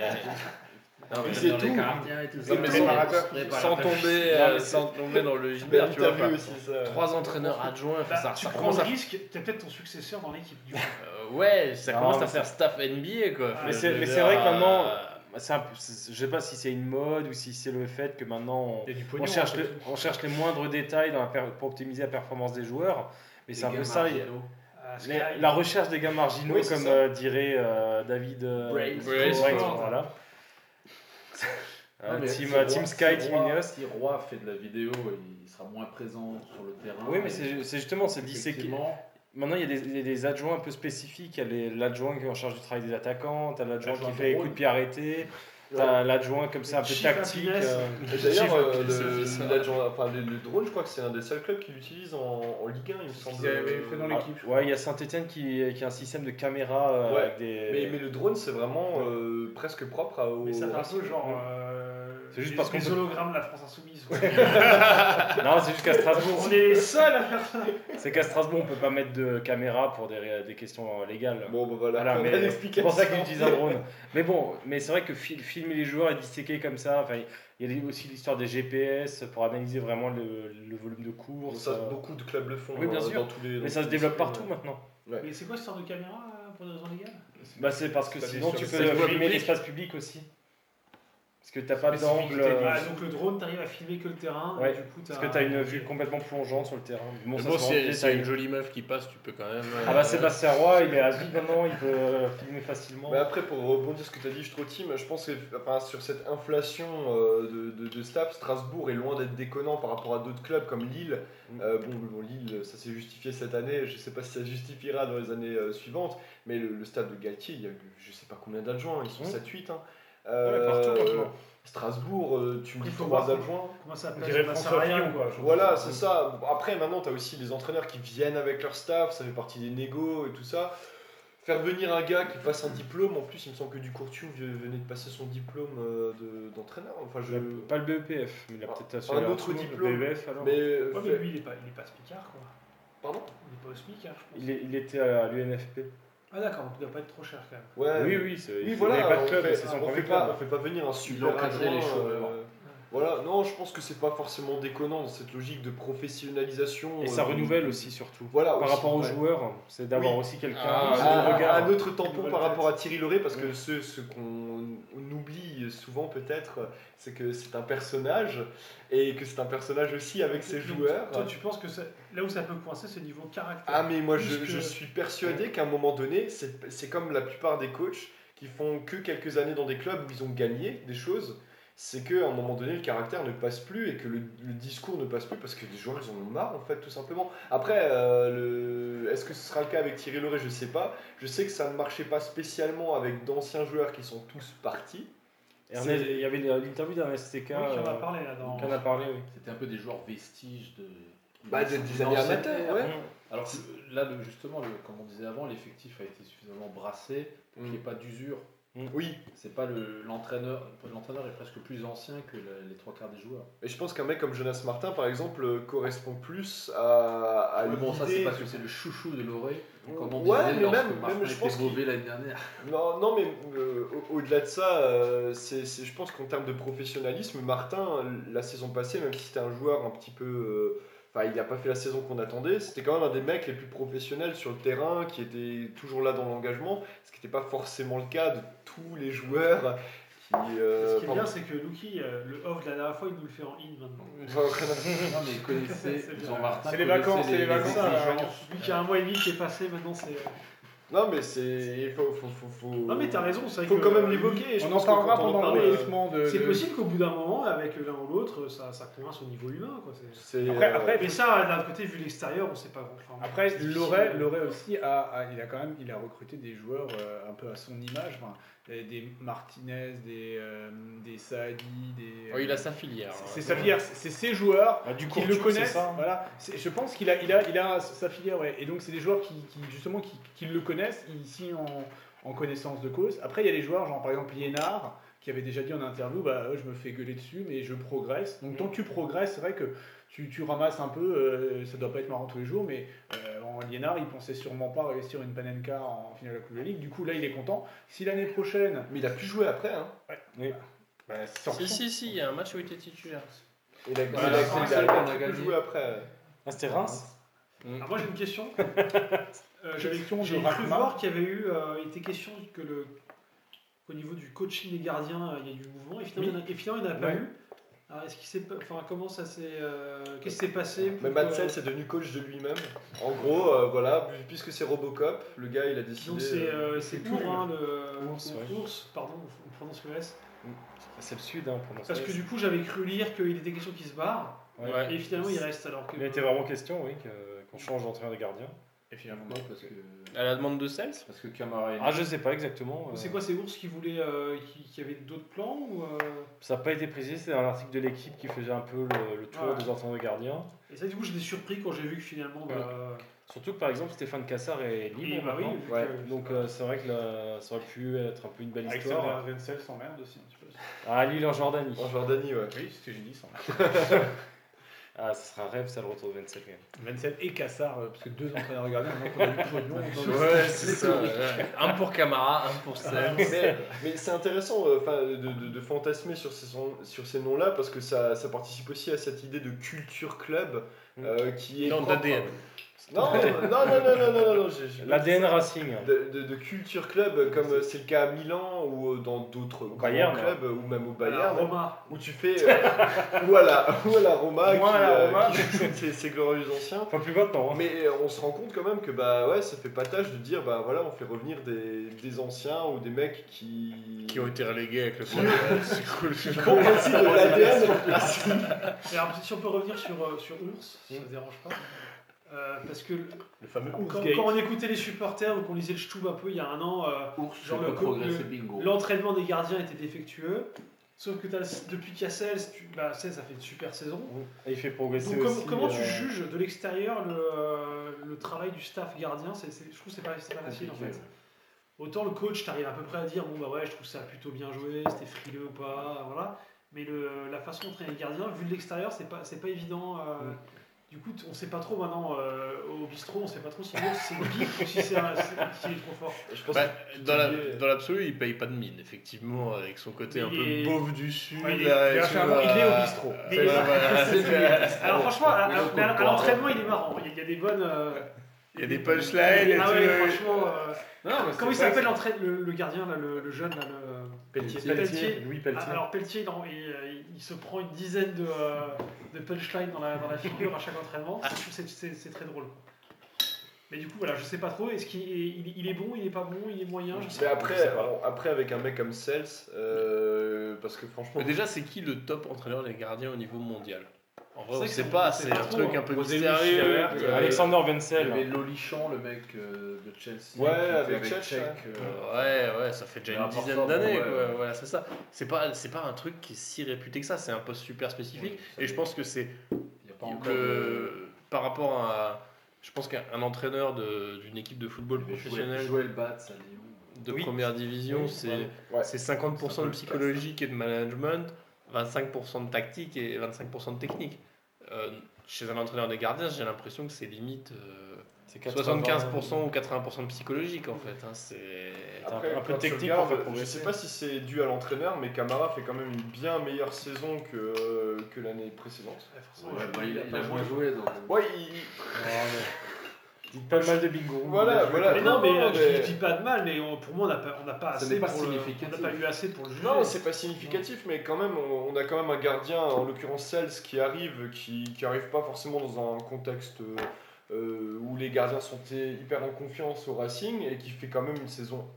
Speaker 6: Non, mais
Speaker 4: c'est
Speaker 6: dans les
Speaker 4: tout.
Speaker 6: gardiens
Speaker 9: Tiens, et tout
Speaker 6: Non, mais
Speaker 9: ça.
Speaker 6: sans-
Speaker 9: Préparateur.
Speaker 6: Sans tomber,
Speaker 3: Non,
Speaker 6: euh,
Speaker 3: mais c'est-
Speaker 6: sans tomber
Speaker 3: *laughs*
Speaker 6: dans le
Speaker 4: Ben,
Speaker 6: gibert, tu vois.
Speaker 4: t'as vu
Speaker 6: enfin,
Speaker 4: aussi ça.
Speaker 6: Trois entraîneurs adjoints, enfin,
Speaker 5: bah,
Speaker 6: ça,
Speaker 5: tu
Speaker 6: ça
Speaker 5: prends
Speaker 6: commence
Speaker 5: le
Speaker 6: à,
Speaker 5: risque, t'as peut-être ton successeur dans
Speaker 3: *laughs*
Speaker 5: l'équipe. du coup.
Speaker 6: euh, ouais, ça
Speaker 3: Non,
Speaker 6: commence
Speaker 3: mais
Speaker 6: à faire staff NBA quoi. Enfin,
Speaker 5: Mais
Speaker 3: c'est-
Speaker 6: je
Speaker 3: mais
Speaker 6: veux
Speaker 3: c'est
Speaker 6: dire,
Speaker 3: vrai que
Speaker 6: euh,
Speaker 3: maintenant, Bah, C'est un peu- c'est- je sais pas si c'est une mode ou si c'est le fait que maintenant
Speaker 2: Il y a du
Speaker 3: on,
Speaker 2: pognon.
Speaker 3: on cherche,
Speaker 2: en fait.
Speaker 3: le- on cherche les moindres détails dans la per- pour optimiser la performance des joueurs. Mais c'est un peu ça. il-
Speaker 5: Ah, parce que là,
Speaker 3: la, la recherche des gains marginaux,
Speaker 4: Oui, c'est
Speaker 3: comme
Speaker 4: ça.
Speaker 3: euh, dirait euh, David euh,
Speaker 9: Brains.
Speaker 6: Brains,
Speaker 5: ouais.
Speaker 3: *laughs* voilà. Euh,
Speaker 6: Ah,
Speaker 9: Non, mais
Speaker 3: team,
Speaker 9: si Roy-
Speaker 3: team
Speaker 9: si
Speaker 3: Sky,
Speaker 9: Roy-
Speaker 3: Team Ineos.
Speaker 9: Si Roy fait de la vidéo, il sera moins présent sur le terrain.
Speaker 3: Oui, mais
Speaker 9: Et
Speaker 3: c'est c'est justement, c'est disséqué.
Speaker 9: effectivement,
Speaker 3: Maintenant, il y a des, il y a des adjoints un peu spécifiques. Il y a les- l'adjoint qui est en charge du travail des attaquants, t'as l'adjoint qui
Speaker 9: L'adjoint
Speaker 3: fait les
Speaker 9: de
Speaker 3: coups de pied arrêtés, t'as l'adjoint comme ça un peu
Speaker 5: Chief
Speaker 3: tactique.
Speaker 5: happiness.
Speaker 3: euh,
Speaker 4: Et D'ailleurs,
Speaker 6: J'ai vu
Speaker 4: euh,
Speaker 6: que c'est ça.
Speaker 4: le, l'adjoint- enfin, le, le drone, je crois que c'est un des seuls clubs qui l'utilise en, en Ligue 1, il me
Speaker 2: Ce qu'ils
Speaker 4: semble.
Speaker 2: avaient fait dans
Speaker 3: ah,
Speaker 2: l'équipe. je crois.
Speaker 3: ouais, il y a Saint-Etienne qui, qui a un système de caméra euh,
Speaker 4: Ouais,
Speaker 3: avec des.
Speaker 4: Mais,
Speaker 3: *laughs*
Speaker 4: mais le drone, c'est vraiment euh, presque propre à- au.
Speaker 5: Mais ça fait un peu
Speaker 3: Ouais.
Speaker 5: genre. euh,
Speaker 3: C'est juste
Speaker 5: les-
Speaker 3: parce qu'on
Speaker 5: les
Speaker 3: peut-
Speaker 5: hologrammes de la France Insoumise.
Speaker 3: *laughs*
Speaker 5: quoi.
Speaker 3: Non, c'est juste qu'à Strasbourg.
Speaker 5: *laughs* on est les seuls à faire ça.
Speaker 3: C'est qu'à Strasbourg, on peut pas mettre de caméra pour des, des questions euh, légales.
Speaker 4: Bon, bah voilà, *laughs*
Speaker 3: Voilà,
Speaker 4: on
Speaker 3: mais
Speaker 4: a
Speaker 3: c'est
Speaker 4: l'explication.
Speaker 3: pour ça qu'ils utilisent un
Speaker 4: *laughs*
Speaker 3: drone. Mais bon, mais c'est vrai que fil- filmer les joueurs et disséquer comme ça, enfin, il y a aussi l'histoire des GPS pour analyser vraiment le, le volume de
Speaker 4: Bon,
Speaker 3: course.
Speaker 4: ça,
Speaker 3: euh.
Speaker 4: beaucoup de clubs le font.
Speaker 3: Oui, bien
Speaker 4: euh,
Speaker 3: sûr.
Speaker 4: Dans tous les, dans
Speaker 3: Mais ça
Speaker 4: tous
Speaker 3: se
Speaker 4: les
Speaker 3: développe
Speaker 4: disciplines.
Speaker 3: partout maintenant.
Speaker 5: Mais c'est quoi cette histoire de caméra euh, pour des raisons légales
Speaker 3: Bah, c'est parce que
Speaker 2: Ça,
Speaker 3: sinon
Speaker 2: c'est
Speaker 3: tu
Speaker 2: sur
Speaker 3: peux
Speaker 2: les
Speaker 3: filmer
Speaker 6: public.
Speaker 3: l'espace public aussi. Parce Parce que t'as pas
Speaker 2: Spécificité
Speaker 3: d'angle.
Speaker 2: du-
Speaker 3: euh,
Speaker 5: Ah, donc le drone, t'arrives à filmer que le terrain.
Speaker 3: Ouais,
Speaker 5: et du coup,
Speaker 3: Parce que t'as une vue complètement plongeante sur le terrain. Bon,
Speaker 10: Mais
Speaker 3: ça
Speaker 10: bon,
Speaker 3: se rend
Speaker 10: si
Speaker 3: pied,
Speaker 10: si y a
Speaker 3: c'est-
Speaker 10: une jolie meuf qui passe, tu peux quand même.
Speaker 3: Ah
Speaker 10: euh,
Speaker 3: bah Sébastien Roy, il est à vie maintenant, il peut euh, filmer facilement.
Speaker 4: Mais après, pour rebondir sur ce que tu as dit, je Tim, je pense que enfin, sur cette inflation euh, de, de, de staff, Strasbourg est loin d'être déconnant par rapport à d'autres clubs comme Lille.
Speaker 3: Mm.
Speaker 4: Euh, bon, bon, Lille, ça s'est justifié cette année, je sais pas si ça se justifiera dans les années euh, suivantes, mais le, le stade de Galtier, il y a eu je sais pas combien d'adjoints, ils sont
Speaker 3: Mm.
Speaker 4: 7-8. Hein.
Speaker 2: Ouais, partout,
Speaker 4: Euh,
Speaker 2: maintenant.
Speaker 4: Strasbourg, euh, tu me
Speaker 5: Il
Speaker 4: dis
Speaker 5: faut
Speaker 4: trois
Speaker 5: voir.
Speaker 4: adjoints.
Speaker 5: Comment ça
Speaker 2: On
Speaker 5: s'appelle
Speaker 2: dirait
Speaker 5: Ça sert à
Speaker 2: François
Speaker 5: rien,
Speaker 2: Fillon,
Speaker 5: quoi.
Speaker 2: quoi. je
Speaker 4: Voilà,
Speaker 2: trouve.
Speaker 4: c'est ça. Bon, Après, maintenant, tu as aussi les entraîneurs qui viennent avec leur staff, ça fait partie des négos et tout ça. Faire venir un gars qui passe un diplôme, en plus, il me semble que Ducourtiou venait de passer son diplôme euh, de- d'entraîneur. Enfin, je.
Speaker 3: Pas le BEPF, mais il a peut-être assuré
Speaker 4: un autre
Speaker 3: truc,
Speaker 4: diplôme.
Speaker 3: Le BEPF alors.
Speaker 4: Mais, euh,
Speaker 5: Ouais,
Speaker 4: fait-
Speaker 5: mais lui, il est pas, il est pas spicard, quoi.
Speaker 4: Pardon
Speaker 5: Il est pas au spicard, je pense.
Speaker 3: Il, est- il était à l'UNFP.
Speaker 5: Ah, d'accord, donc il doit pas être trop cher, quand même.
Speaker 4: Ouais.
Speaker 3: Oui, oui, c'est-
Speaker 4: Euh, Oui,
Speaker 3: il
Speaker 4: voilà,
Speaker 3: n'avait pas
Speaker 4: on
Speaker 3: de club,
Speaker 4: fait-
Speaker 3: c'est son
Speaker 4: on
Speaker 3: premier
Speaker 4: fait pas,
Speaker 3: club.
Speaker 4: on fait pas venir un
Speaker 6: ont
Speaker 4: super
Speaker 6: encadré
Speaker 4: adjoint,
Speaker 6: les choses,
Speaker 4: euh,
Speaker 6: alors.
Speaker 4: voilà, non, je pense que c'est pas forcément déconnant dans cette logique de professionnalisation.
Speaker 3: Et ça
Speaker 4: euh,
Speaker 3: renouvelle aussi surtout.
Speaker 4: Voilà,
Speaker 3: Par
Speaker 4: Ah, aussi,
Speaker 3: rapport aux
Speaker 4: ouais.
Speaker 3: joueurs, c'est d'avoir
Speaker 4: Oui.
Speaker 3: aussi quelqu'un
Speaker 10: Ah,
Speaker 3: qui
Speaker 4: Ah,
Speaker 3: nous regarde.
Speaker 4: un autre tampon
Speaker 5: Nouvelle
Speaker 4: par
Speaker 5: tête.
Speaker 4: rapport à Thierry Leray, parce que ce, ce qu'on on oublie souvent peut-être, c'est que c'est un personnage, et que c'est un personnage aussi avec ses
Speaker 5: Donc,
Speaker 4: joueurs.
Speaker 5: Toi, tu penses que ça- là où ça peut coincer, c'est niveau caractère.
Speaker 4: Ah mais moi je,
Speaker 5: Puisque-
Speaker 4: je suis persuadé qu'à un moment donné, c'est c'est comme la plupart des coachs qui font que quelques années dans des clubs où ils ont gagné des choses, c'est qu'à un moment donné le caractère ne passe plus et que le, le discours ne passe plus parce que les joueurs ils en ont marre en fait tout simplement. Après, euh, le- est-ce que ce sera le cas avec Thierry Loret Je sais pas. Je sais que ça ne marchait pas spécialement avec d'anciens joueurs qui sont tous partis.
Speaker 3: Ernest- il y avait l'interview d'Ernest
Speaker 5: Oui,
Speaker 3: TK.
Speaker 5: tu en as
Speaker 3: euh,
Speaker 5: parlé, là, dans...
Speaker 3: qui en a parlé, oui.
Speaker 6: C'était un peu des joueurs vestiges de.
Speaker 4: Bah, des, des années amateurs, ouais.
Speaker 6: Alors que là, le- justement, le- comme on disait avant, l'effectif a été suffisamment brassé pour qu'il n'y ait pas d'usure.
Speaker 4: Oui,
Speaker 6: C'est pas le- l'entraîneur. l'entraîneur est presque plus ancien que le- les trois quarts des joueurs.
Speaker 4: et je pense qu'un mec comme Jonas Martin par exemple euh, correspond plus à, à
Speaker 6: Mais bon, ça, c'est
Speaker 4: Ah, l'idée-
Speaker 6: parce que c'est le chouchou de l'oreille. Comme on
Speaker 4: Ouais,
Speaker 6: disait
Speaker 4: mais
Speaker 6: lorsque
Speaker 4: même-
Speaker 6: Martin
Speaker 4: même, je
Speaker 6: était
Speaker 4: pense qu'il-
Speaker 6: mauvais l'année dernière.
Speaker 4: Non, non mais euh, au- au-delà de ça, euh, c'est, c'est- je pense qu'en termes de professionnalisme, Martin, la saison passée, même si c'était un joueur un petit peu... euh, Enfin, il n'a pas fait la saison qu'on attendait, c'était quand même un des mecs les plus professionnels sur le terrain, qui était toujours là dans l'engagement, ce qui n'était pas forcément le cas de tous les joueurs qui... euh,
Speaker 5: Ce qui est
Speaker 4: pardon.
Speaker 5: bien, c'est que Luki, euh, le off de la dernière fois, il nous le fait en in maintenant. *laughs*
Speaker 6: Non, mais il connaissait
Speaker 5: C'est euh, bien.
Speaker 6: Jean-Martin.
Speaker 2: C'est les
Speaker 6: connaissait
Speaker 2: vacances, c'est les vacances.
Speaker 6: exigences.
Speaker 2: hein.
Speaker 5: Lui qui a un mois et demi qui est passé, maintenant c'est.
Speaker 4: *laughs*
Speaker 5: euh,
Speaker 4: non mais c'est... Il faut... faut, faut, faut...
Speaker 5: Non mais t'as raison, c'est vrai
Speaker 4: faut
Speaker 5: que- euh,
Speaker 4: quand même l'évoquer. je
Speaker 2: On en
Speaker 4: pense que
Speaker 2: parlera
Speaker 4: quand on
Speaker 2: pendant
Speaker 4: parle,
Speaker 2: le
Speaker 4: euh,
Speaker 2: lancement de.
Speaker 5: C'est
Speaker 2: de-
Speaker 5: possible qu'au bout d'un moment, avec l'un ou l'autre, ça, ça convince au niveau humain. Quoi. c'est-
Speaker 4: c'est,
Speaker 2: Après-
Speaker 4: euh,
Speaker 2: après,
Speaker 5: Mais ça, d'un côté, vu l'extérieur, on sait pas. enfin,
Speaker 2: Après,
Speaker 5: c'est difficile.
Speaker 2: Loret, Loret aussi, a, a- il a quand même il a recruté des joueurs euh, un peu à son image, enfin, des- des Martinez, des, euh, des Saadi,
Speaker 6: Oh,
Speaker 2: des. euh,
Speaker 10: Oui, il a sa filière.
Speaker 2: C'est-
Speaker 10: hein.
Speaker 2: C'est sa filière, c'est c'est ses joueurs
Speaker 3: Ah, du coup,
Speaker 2: qui le connaissent. Voilà. C'est- Je pense qu'il a, il a, il a sa filière, ouais. Et donc, c'est des joueurs qui, qui, justement, qui, qui le connaissent, ici en, en connaissance de cause. Après, il y a les joueurs, genre par exemple Liénard, qui avait déjà dit en interview bah, euh, Je me fais gueuler dessus, mais je progresse. Donc, tant que tu progresses, c'est vrai que tu, tu ramasses un peu, euh, ça doit pas être marrant tous les jours, mais euh, en Liénard, il pensait sûrement pas réussir une Panenka en finale de la Coupe de la Ligue. Du coup, là, il est content. Si l'année prochaine.
Speaker 4: Mais il a plus joué après, hein.
Speaker 2: Bah, sans-
Speaker 10: Si, si, si, il y a un match où il était titulaire.
Speaker 4: Il a, il
Speaker 6: Voilà,
Speaker 4: a-
Speaker 6: Bah, c'est
Speaker 4: il a-
Speaker 6: ça
Speaker 4: il
Speaker 6: qu'on a
Speaker 4: a plus
Speaker 6: gagné.
Speaker 4: joué après.
Speaker 3: Ah, c'était Reims
Speaker 5: Alors, moi j'ai une question. Euh, J'avais
Speaker 2: Question de
Speaker 5: j'ai cru
Speaker 2: Rahma.
Speaker 5: voir qu'il y avait eu. euh, il était question que le. Au niveau du coaching des gardiens, euh, il y a eu du mouvement et finalement, il y en a- et finalement, il n'y en a pas
Speaker 2: Ouais.
Speaker 5: eu. Alors, est-ce qu'il s'est pas- enfin, comment ça s'est, euh, qu'est-ce qui s'est passé pour
Speaker 4: Mais
Speaker 5: que-
Speaker 4: Matsel c'est devenu coach de lui-même. En gros, euh, voilà, puisque c'est Robocop, le gars il a décidé.
Speaker 5: Donc c'est
Speaker 4: euh,
Speaker 5: euh, c'est
Speaker 3: c'est
Speaker 5: pour
Speaker 3: tout,
Speaker 5: hein, le
Speaker 3: Ours, ouais.
Speaker 5: Ours, pardon, on prononce le S.
Speaker 3: C'est le sud, hein, pour moi.
Speaker 5: Parce que du coup j'avais cru lire qu'il était question qu'il se barre
Speaker 3: Ouais.
Speaker 10: Ouais.
Speaker 5: et finalement il reste alors que.
Speaker 3: Il était vraiment question, oui, que- qu'on change d'entraîneur de gardien.
Speaker 2: Et finalement,
Speaker 6: Non, parce que.
Speaker 10: À la demande de Sels
Speaker 6: Parce que Camara est-
Speaker 3: Ah, je sais pas exactement. euh,
Speaker 5: C'est quoi ces ours qui voulaient, euh, qui, qui avaient d'autres plans ou, euh,
Speaker 3: Ça n'a pas été précisé, c'est dans l'article de l'équipe qui faisait un peu le, le tour
Speaker 5: Ouais.
Speaker 3: des entraîneurs de gardien.
Speaker 5: Et ça du coup j'étais surpris quand j'ai vu que finalement.
Speaker 3: Voilà.
Speaker 5: bah,
Speaker 3: Surtout que par exemple, Stéphane Cassard est libre.
Speaker 5: Oui, bah oui,
Speaker 3: maintenant.
Speaker 5: vu que-
Speaker 3: Ouais. Donc euh, c'est vrai que là, ça aurait pu être un peu une belle histoire.
Speaker 2: Renzel s'emmerde aussi un petit peu.
Speaker 3: Ah, Lille en Jordanie.
Speaker 4: En Jordanie, ouais.
Speaker 2: Oui, c'est ce que j'ai dit, s'emmerde.
Speaker 3: Ah, ce sera un rêve, ça le retour de 27 quand même.
Speaker 2: 27 et Cassard, euh, parce que deux entraîneurs gardiens, maintenant qu'on a du pognon. dans le-
Speaker 10: Ouais, c'est ça. ouais. Un pour Camara, un pour Sels.
Speaker 4: mais mais c'est intéressant euh, 'fin, de, de- de fantasmer sur ces, son- sur ces noms-là parce que ça, ça participe aussi à cette idée de culture club euh, qui est
Speaker 6: Dans
Speaker 4: propre-
Speaker 6: l'ADN.
Speaker 4: Non, non, non, non, non, non, non, non, j'ai- j'ai pas dit
Speaker 3: L'ADN
Speaker 4: ça.
Speaker 3: Racing.
Speaker 4: de, de- de culture club comme euh, c'est le cas à Milan ou euh, dans d'autres grands
Speaker 3: Bayern,
Speaker 4: clubs ou même au
Speaker 5: Alors,
Speaker 4: Bayern
Speaker 5: Roma,
Speaker 4: où tu fais euh, *laughs* ou, à la, ou à la Roma
Speaker 3: Ou à
Speaker 4: qui,
Speaker 3: la
Speaker 4: euh,
Speaker 3: Roma.
Speaker 4: qui chouchoute ses, ses glorieux anciens
Speaker 3: Enfin, plus maintenant. hein.
Speaker 4: mais euh, on se rend compte quand même que bah ouais ça fait pas tâche de dire bah voilà on fait revenir des, des anciens ou des mecs qui
Speaker 6: Qui ont été relégués avec le Real, c'est cool.
Speaker 4: qui *laughs* font partie de l'ADN Ah,
Speaker 5: Et alors, si on peut revenir sur, euh, sur Ours, si ça ne dérange pas. Euh, parce que
Speaker 6: Le fameux
Speaker 5: quand,
Speaker 6: Ours
Speaker 5: quand on écoutait les supporters ou qu'on lisait le Stub un peu il y a un an, euh,
Speaker 9: Ours, je
Speaker 5: Genre le
Speaker 9: peux
Speaker 5: coup-
Speaker 9: progresser,
Speaker 5: le-
Speaker 9: bingo.
Speaker 5: l'entraînement des gardiens était défectueux. Sauf que t'as- depuis Cassel, tu- bah, Cassel, ça fait une super saison.
Speaker 3: Et il fait progresser
Speaker 5: Donc, com-
Speaker 3: aussi,
Speaker 5: comment tu
Speaker 3: euh,
Speaker 5: juges de l'extérieur le, euh, le travail du staff gardien C'est- c'est- Je trouve que c'est pas, c'est pas facile en fait. Autant le coach, t'arrives à peu près à dire bon bah ouais, je trouve ça plutôt bien joué, c'était frileux ou pas, voilà. Mais le, la façon d'entraîner les gardiens, vu de l'extérieur, c'est pas, c'est pas évident. euh,
Speaker 3: Mm.
Speaker 5: Du coup, t- on sait pas trop maintenant euh, au bistrot, on sait pas trop si Bourg, c'est le pic ou si c'est un- c'est- s'il est trop fort.
Speaker 4: je pense
Speaker 6: Bah,
Speaker 4: que
Speaker 6: dans la- dans l'absolu, il paye pas de mine, effectivement, avec son côté un
Speaker 5: Il
Speaker 6: peu
Speaker 5: est-
Speaker 6: beauf du sud.
Speaker 5: Ouais, il est-
Speaker 6: là,
Speaker 2: il
Speaker 6: et
Speaker 2: est
Speaker 6: tout,
Speaker 2: vraiment- il est au
Speaker 6: voilà.
Speaker 2: bistrot.
Speaker 6: Euh,
Speaker 5: Mais-
Speaker 6: voilà, voilà, c'est-
Speaker 5: Alors franchement, à, à-
Speaker 9: Oui, donc,
Speaker 5: mais à- à
Speaker 9: on-
Speaker 5: l'entraînement, il est marrant. Il y a- il y a des bonnes. euh,
Speaker 6: Il y a des punchlines. et
Speaker 5: Ah
Speaker 6: tout,
Speaker 5: ouais,
Speaker 6: euh,
Speaker 5: franchement. euh,
Speaker 3: Non, mais Ah,
Speaker 5: Comment il
Speaker 3: bah, c'est pas-
Speaker 5: s'appelle l'entraîne le, le gardien là, le, le jeune là, le...
Speaker 3: Pelletier.
Speaker 5: Pelletier.
Speaker 3: Pelletier. Louis Pelletier.
Speaker 5: Ah, Alors Pelletier, non, il, euh, il se prend une dizaine de, euh, de punchlines dans la, dans la figure à chaque entraînement. Je trouve que c'est- c'est c'est très drôle. quoi. Mais du coup, voilà, je sais pas trop. Est-ce qu'il est, il, il est bon, il est pas bon, il est moyen je sais
Speaker 4: mais
Speaker 5: pas.
Speaker 4: après, on- après avec un mec comme Cels, euh, parce que franchement,
Speaker 6: Mais déjà, c'est qui le top entraîneur des gardiens au niveau mondial En
Speaker 5: C'est
Speaker 6: vrai, on
Speaker 5: vrai que
Speaker 6: sait
Speaker 5: c'est-
Speaker 6: pas,
Speaker 5: c'est
Speaker 6: c'est
Speaker 5: pas
Speaker 6: un
Speaker 5: trop,
Speaker 6: truc
Speaker 5: hein.
Speaker 6: un peu
Speaker 9: José Luis
Speaker 6: mystérieux.
Speaker 9: Schiavert,
Speaker 6: que-
Speaker 9: euh,
Speaker 3: Alexander
Speaker 9: Il y
Speaker 3: Wenzel.
Speaker 9: avait Lolichon, le mec euh, de Chelsea.
Speaker 4: Ouais,
Speaker 9: qui était
Speaker 4: avec Chelsea,
Speaker 9: euh,
Speaker 6: Ouais, ouais, ça fait déjà
Speaker 9: Mais
Speaker 6: une
Speaker 9: important,
Speaker 6: dizaine d'années,
Speaker 9: ouais.
Speaker 6: quoi. Voilà, c'est ça. C'est pas, c'est pas un truc qui est si réputé que ça. C'est un poste super spécifique.
Speaker 9: Oui, ça
Speaker 6: et je
Speaker 9: l'est.
Speaker 6: pense que c'est
Speaker 9: il y a pas encore de-
Speaker 6: le- par rapport à, je pense qu'un un entraîneur de- d'une équipe de football
Speaker 9: il y avait
Speaker 6: professionnelle
Speaker 9: Joël Joël Batz à Lyon.
Speaker 6: de
Speaker 3: Oui.
Speaker 6: première division,
Speaker 3: Oui,
Speaker 6: c'est
Speaker 4: ouais.
Speaker 6: c'est
Speaker 9: C'est un peu
Speaker 6: 50% de
Speaker 9: le
Speaker 6: psychologique et de management, 25% de tactique et 25% de technique. Euh, chez un entraîneur des gardiens, j'ai l'impression que c'est limite euh,
Speaker 3: C'est
Speaker 6: 75% ou 80% de psychologique en fait. hein, c'est
Speaker 3: un
Speaker 4: Après,
Speaker 3: peu- un peu
Speaker 4: quand tu
Speaker 3: technique
Speaker 4: regardes,
Speaker 3: pour faire
Speaker 4: Je
Speaker 3: progresser.
Speaker 4: sais pas si c'est dû à l'entraîneur, mais Camara fait quand même une bien meilleure saison que, euh, que l'année précédente.
Speaker 5: Ouais, forcément,
Speaker 9: Ouais,
Speaker 5: je-
Speaker 9: bah, il, a- il
Speaker 5: pas
Speaker 9: a moins joué. Donc, euh.
Speaker 4: Ouais, il-
Speaker 3: Non, mais- Dites pas le mal de Bingo.
Speaker 4: Voilà, voilà.
Speaker 5: Mais non, mais,
Speaker 4: Non,
Speaker 5: euh,
Speaker 4: mais-
Speaker 5: Je, je dis pas de mal, mais on- pour moi, on n'a pas, on n'a pas
Speaker 9: Ce
Speaker 5: assez.
Speaker 9: n'est pas
Speaker 5: pour le-
Speaker 9: significatif.
Speaker 5: on n'a pas eu assez pour le juger.
Speaker 4: non, c'est pas significatif, mais quand même, on, on a quand même un gardien, en l'occurrence Sels, qui arrive, qui, qui arrive pas forcément dans un contexte euh, euh, où les gardiens sont hyper en confiance au Racing et qui fait quand même une saison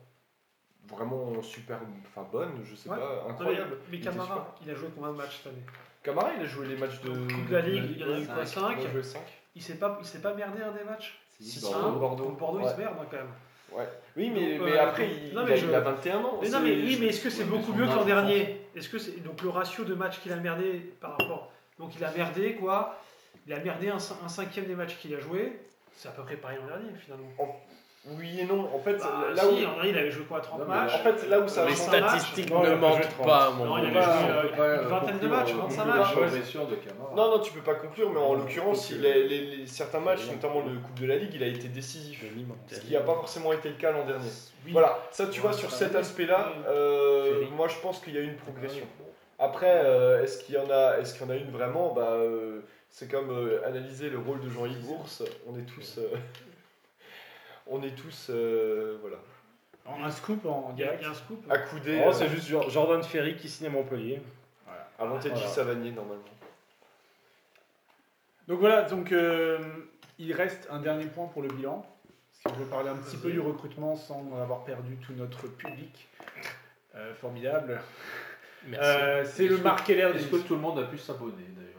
Speaker 4: vraiment super, enfin bonne, je sais
Speaker 5: Ouais.
Speaker 4: pas,
Speaker 5: Non, mais,
Speaker 4: incroyable.
Speaker 5: mais
Speaker 4: Il était super.
Speaker 5: Camara, il a joué combien de matchs cette année
Speaker 4: Camara, il a joué les matchs de.
Speaker 5: Coupe de la Ligue, il y en a eu quoi, cinq
Speaker 4: Il a joué 5.
Speaker 5: Il s'est pas, il s'est pas merdé un des matchs
Speaker 4: Si,
Speaker 9: Bordeaux.
Speaker 4: Bordeaux.
Speaker 5: Bordeaux, Bordeaux il se merde hein, quand même.
Speaker 4: Oui, mais,
Speaker 5: Donc,
Speaker 4: mais
Speaker 5: euh,
Speaker 4: après,
Speaker 5: donc-
Speaker 4: il,
Speaker 5: non,
Speaker 4: il
Speaker 5: mais
Speaker 4: a,
Speaker 5: je-
Speaker 4: il a 21 ans.
Speaker 5: Mais non,
Speaker 4: c'est-
Speaker 5: mais oui, mais est-ce que c'est
Speaker 9: Ouais,
Speaker 5: beaucoup
Speaker 9: mais
Speaker 5: mieux
Speaker 9: son
Speaker 5: que l'an
Speaker 9: âge,
Speaker 5: dernier Est-ce que c'est donc le ratio de matchs qu'il a merdé par rapport Donc il a merdé quoi Il a merdé un, cin- un cinquième des matchs qu'il a joué. C'est à peu près pareil l'an dernier finalement.
Speaker 4: Oui et non. En fait,
Speaker 5: Bah,
Speaker 4: là,
Speaker 5: si,
Speaker 4: où,
Speaker 5: l'an dernier il avait joué quoi 30
Speaker 9: Non, mais
Speaker 4: en
Speaker 5: matchs Euh,
Speaker 4: fait, là où ça
Speaker 6: les
Speaker 5: Les
Speaker 4: change-
Speaker 5: stats-
Speaker 6: statistiques
Speaker 3: matchs. Non,
Speaker 6: ne
Speaker 3: il a
Speaker 6: mentent
Speaker 3: joué
Speaker 6: pas,
Speaker 5: Non,
Speaker 6: mon
Speaker 5: il
Speaker 6: dieu.
Speaker 5: avait
Speaker 4: Voilà.
Speaker 5: joué euh, une vingtaine de matchs, 25 matchs.
Speaker 4: conclure.
Speaker 9: blessure de Camara.
Speaker 4: Non, non, tu peux pas conclure, mais en
Speaker 9: Non,
Speaker 4: l'occurrence,
Speaker 9: faut que-
Speaker 4: il est- les- les- certains matchs,
Speaker 9: Ouais.
Speaker 4: notamment le Coupe de la Ligue, il a été décisif.
Speaker 6: Je mime en
Speaker 4: Ce
Speaker 6: Italie.
Speaker 4: qui n'a pas forcément été le cas l'an dernier.
Speaker 5: Oui.
Speaker 4: Voilà, ça tu
Speaker 9: Ouais,
Speaker 4: vois, sur
Speaker 9: ça
Speaker 4: cet
Speaker 9: va.
Speaker 4: aspect-là, euh,
Speaker 6: Ferry.
Speaker 4: moi je pense qu'il y a une progression. Après, euh, est-ce qu'il y, en a- est-ce qu'il y en a une vraiment bah, euh, C'est comme euh, analyser le rôle de Jean-Yves Ours, on est tous. euh, *laughs* on est tous. euh, voilà.
Speaker 2: Un scoop en
Speaker 5: Il y, a, il
Speaker 2: direct.
Speaker 5: y a un scoop.
Speaker 4: accoudés
Speaker 3: Oh,
Speaker 4: euh,
Speaker 3: c'est juste Jor- Jordan Ferry qui signe à Montpellier.
Speaker 4: avant Teddy
Speaker 3: Voilà.
Speaker 4: Savanier normalement.
Speaker 2: Donc voilà, donc euh, il reste un dernier point pour le bilan. Parce qu'on veut parler un petit peu du recrutement sans avoir perdu tout notre public. Euh, formidable.
Speaker 6: Merci.
Speaker 2: Euh, c'est le
Speaker 9: Est-ce que-
Speaker 2: Marc Keller
Speaker 9: Est-ce que
Speaker 2: des-
Speaker 9: tout le monde a pu s'abonner d'ailleurs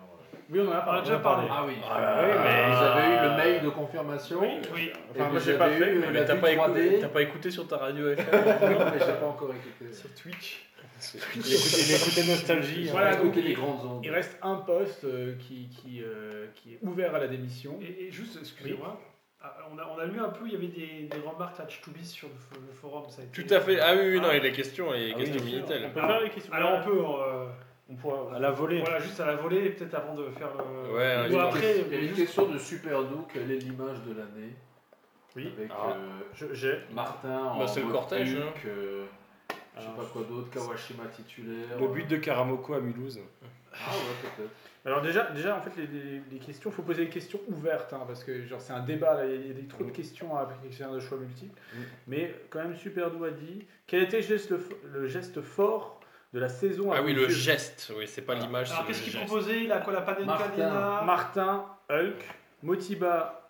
Speaker 2: Oui, on en a,
Speaker 5: On en a déjà parlé.
Speaker 9: Ah oui.
Speaker 6: Ah là là.
Speaker 9: mais ils avaient eu le mail de confirmation.
Speaker 5: Oui, oui.
Speaker 2: Enfin,
Speaker 9: Et
Speaker 2: moi,
Speaker 9: vous
Speaker 2: j'ai pas
Speaker 9: avez
Speaker 2: fait,
Speaker 9: eu
Speaker 2: mais
Speaker 9: la
Speaker 6: t'as
Speaker 9: vue
Speaker 6: pas, écouté,
Speaker 9: 3D.
Speaker 6: t'as pas écouté sur ta radio FM
Speaker 9: Non, mais j'ai pas encore écouté.
Speaker 4: Sur Twitch.
Speaker 3: Il écoutait- il écoutait Nostalgie. hein.
Speaker 2: Voilà, donc
Speaker 9: Écoutez les
Speaker 2: il,
Speaker 9: grandes ondes.
Speaker 2: il reste un poste euh, qui, qui, euh, qui est ouvert à la démission.
Speaker 5: Et, et juste, excusez-moi. ah, On a, on a lu un peu, il y avait des, des remarques là de Stubis sur le, fo- le forum. Ça a été-
Speaker 6: Tout à fait. Ah oui, oui, non,
Speaker 5: Ah.
Speaker 6: il est question, il est
Speaker 3: Ah oui, bien
Speaker 6: question
Speaker 3: sûr.
Speaker 6: Minitel.
Speaker 2: peut faire les questions.
Speaker 5: Alors on peut. euh,
Speaker 2: On pourra-
Speaker 3: À la volée.
Speaker 5: Voilà, juste à la volée, peut-être avant de faire le.
Speaker 6: Ouais,
Speaker 5: Ou
Speaker 6: ouais,
Speaker 5: après,
Speaker 9: Il y a une
Speaker 5: juste-
Speaker 9: question de Superdo, quelle est l'image de l'année
Speaker 2: Oui.
Speaker 9: Avec
Speaker 6: Ah.
Speaker 9: euh,
Speaker 2: Je- j'ai-
Speaker 9: Martin en
Speaker 6: Bah, c'est le
Speaker 9: mode
Speaker 6: cortège,
Speaker 9: Hulk, euh, Je sais pas quoi d'autre, Kawashima titulaire.
Speaker 3: Le but de Karamoko à Mulhouse.
Speaker 9: Ah ouais, peut-être.
Speaker 2: Alors déjà, déjà en fait, les, les- les questions, faut poser des questions ouvertes, hein, parce que genre c'est un débat, là, il y a- il y a des- trop de questions à faire de choix multiples.
Speaker 3: Mm.
Speaker 2: Mais quand même, Super Dou a dit, quel était le geste, fo- le geste fort de la saison à
Speaker 6: Ah oui, le
Speaker 2: Bruxelles
Speaker 6: geste, oui, c'est pas l'image.
Speaker 5: Alors
Speaker 6: c'est
Speaker 5: qu'est-ce
Speaker 6: le
Speaker 5: qu'il
Speaker 6: geste.
Speaker 5: proposait Il a quoi la
Speaker 9: Martin.
Speaker 5: Panenka
Speaker 2: Martin, Hulk, Motiba,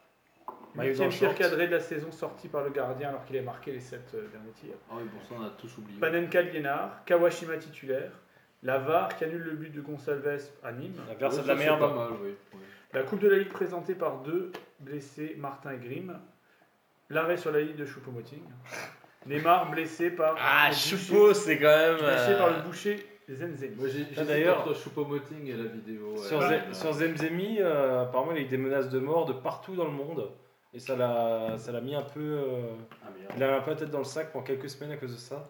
Speaker 3: Maillot
Speaker 2: huitième
Speaker 3: dans le
Speaker 2: tir
Speaker 3: short.
Speaker 2: cadré de la saison sorti par le gardien alors qu'il a marqué les 7 derniers tirs.
Speaker 9: Ah oui, pour ça, on a tous oublié.
Speaker 2: Panenka Liénard, Kawashima titulaire, Lavar qui annule le but de Gonsalves à Nîmes.
Speaker 3: La verse
Speaker 9: Ouais,
Speaker 3: c'est de la
Speaker 9: ça, c'est Pas
Speaker 3: merde.
Speaker 9: mal, oui. Ouais.
Speaker 2: La Coupe de la Ligue présentée par deux blessés, Martin et Grimm. L'arrêt sur la ligne de Choupo-Moting. Neymar blessé par,
Speaker 6: Ah,
Speaker 2: le, boucher,
Speaker 6: Choupo, c'est quand même.
Speaker 2: blessé par
Speaker 6: euh,
Speaker 2: le boucher Zenzen.
Speaker 9: Moi, j'ai j'ai
Speaker 3: d'ailleurs-
Speaker 9: d'ailleurs Choupo-Moting et la vidéo.
Speaker 3: Sur,
Speaker 9: ouais.
Speaker 3: Ze- sur Zemzemi, euh, apparemment, il y a eu des menaces de mort de partout dans le monde. Et ça l'a ça l'a mis un peu. euh,
Speaker 9: Ah, merde.
Speaker 3: il a un peu la tête dans le sac pendant quelques semaines à cause
Speaker 9: *laughs*
Speaker 3: de ça.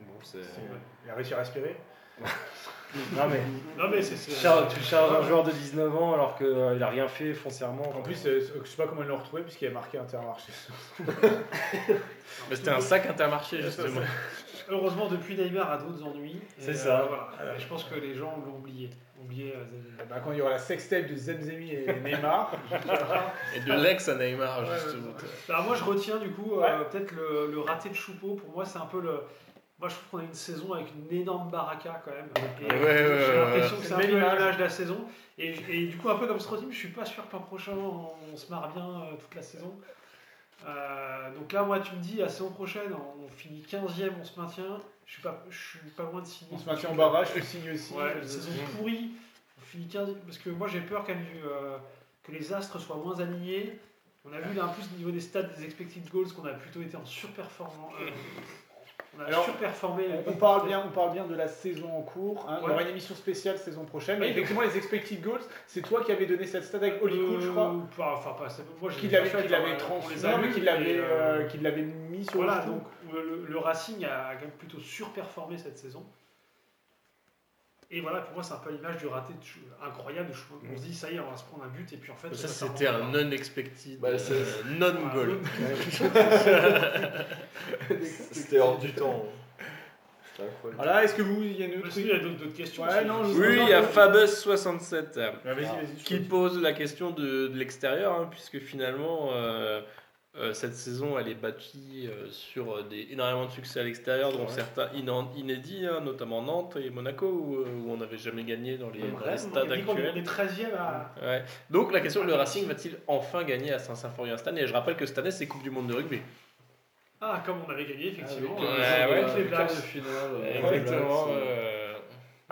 Speaker 3: Bon, c'est.
Speaker 2: Il a réussi à respirer.
Speaker 3: Non, mais
Speaker 5: Non mais c'est
Speaker 3: tu
Speaker 5: c'est-
Speaker 3: charges, tu charges un joueur de 19 ans alors qu'il a rien fait foncièrement.
Speaker 2: En plus, euh, je sais pas comment ils l'ont retrouvé puisqu'il a marqué Intermarché.
Speaker 6: mais C'était un sac intermarché, justement.
Speaker 5: Heureusement, depuis Neymar a d'autres ennuis. Et, euh,
Speaker 3: C'est ça.
Speaker 5: voilà. Et je pense que les gens l'ont oublié. Oublié. euh, Zenzen.
Speaker 2: *laughs* Eh ben, quand il y aura la sextape de Zemzemi et Neymar,
Speaker 5: *laughs*
Speaker 6: Et de l'ex à Neymar,
Speaker 5: Ouais, ouais,
Speaker 6: justement.
Speaker 5: Alors moi, je retiens du coup euh, peut-être le, le raté de Choupeau. Pour moi, c'est un peu le. Moi, je trouve qu'on a une saison avec une énorme baraka quand même. Et
Speaker 6: Ouais, ouais, ouais,
Speaker 5: j'ai
Speaker 6: ouais.
Speaker 5: l'impression que
Speaker 2: C'est
Speaker 5: c'est un
Speaker 2: une
Speaker 5: peu
Speaker 2: belle image.
Speaker 5: l'âge de la saison. Et, et du coup, un peu comme Strotim, je suis pas sûr que l'an prochain, on, on se marre bien euh, toute la saison. Euh, donc là, moi, tu me dis, la saison prochaine, on, on finit 15e, on se maintient. Je suis pas, je suis pas loin de signer.
Speaker 2: on se maintient en barrage, je signe aussi.
Speaker 5: Ouais, une saison pourrie. On finit 15 Parce que moi, j'ai peur quand même du, euh, que les astres soient moins alignés. On a vu là, en plus, au niveau des stats, des expected goals, qu'on a plutôt été en surperformant. euh, on a
Speaker 2: Alors,
Speaker 5: surperformé. euh,
Speaker 2: On- On parle, bien, on parle bien de la saison en cours. hein. On
Speaker 5: Ouais.
Speaker 2: aura une émission spéciale saison prochaine.
Speaker 5: Oui.
Speaker 2: Mais effectivement, les expected goals, c'est toi qui avais donné cette stat avec Oli Kool, je crois.
Speaker 5: Euh, pas- enfin, pas, ça- moi, je
Speaker 2: Qu'il
Speaker 5: l'ai pas
Speaker 2: l'avait
Speaker 5: fait,
Speaker 2: qu'il l'avait
Speaker 5: enfin, euh, on
Speaker 2: transmis,
Speaker 5: les a
Speaker 2: non, mais
Speaker 5: lus,
Speaker 2: qu'il l'avait
Speaker 5: et,
Speaker 2: euh,
Speaker 5: euh,
Speaker 2: qu'il l'avait mis sur
Speaker 5: Voilà,
Speaker 2: le
Speaker 5: donc euh, le, le Racing a quand même plutôt surperformé cette saison. Et voilà, pour moi, c'est un peu l'image du raté de Chou- incroyable. de Chou- On se dit, ça y est, on va se prendre un but, et puis en fait.
Speaker 6: Ça,
Speaker 5: va
Speaker 6: c'était
Speaker 5: faire
Speaker 6: un non-expected,
Speaker 4: Bah, c'est-
Speaker 6: euh, non-goal.
Speaker 2: *laughs*
Speaker 4: C'était hors du temps. C'était incroyable.
Speaker 2: Voilà, est-ce que vous, il y a une autre
Speaker 5: Parce qu'il y a d'autres d'autres questions.
Speaker 2: Ouais,
Speaker 5: parce que
Speaker 2: non,
Speaker 5: je-
Speaker 2: je-
Speaker 6: Oui, il y a Fabus67
Speaker 2: Ah, Vas-y, vas-y. je
Speaker 6: qui
Speaker 2: t'écoute.
Speaker 6: pose la question de, de l'extérieur, hein, puisque finalement, euh, euh, cette saison, elle est bâtie euh, sur des, énormément de succès à l'extérieur, dont certains inan- inédits, hein, notamment Nantes et Monaco, où, euh, où on n'avait jamais gagné dans les, dans les stades
Speaker 5: on
Speaker 6: actuels.
Speaker 5: est 13e à.
Speaker 6: Ouais. Donc la question, le Racing va-t-il enfin gagner à Saint-Symphorien cette année Et je rappelle que cette année, c'est Coupe du Monde de rugby.
Speaker 5: Ah, comme on avait gagné, effectivement.
Speaker 9: Avec
Speaker 6: Ouais,
Speaker 9: les-
Speaker 6: ouais.
Speaker 9: avec les quarts de
Speaker 5: Blacks.
Speaker 9: finale. euh,
Speaker 6: Exactement.
Speaker 9: les Blacks, euh,
Speaker 6: euh,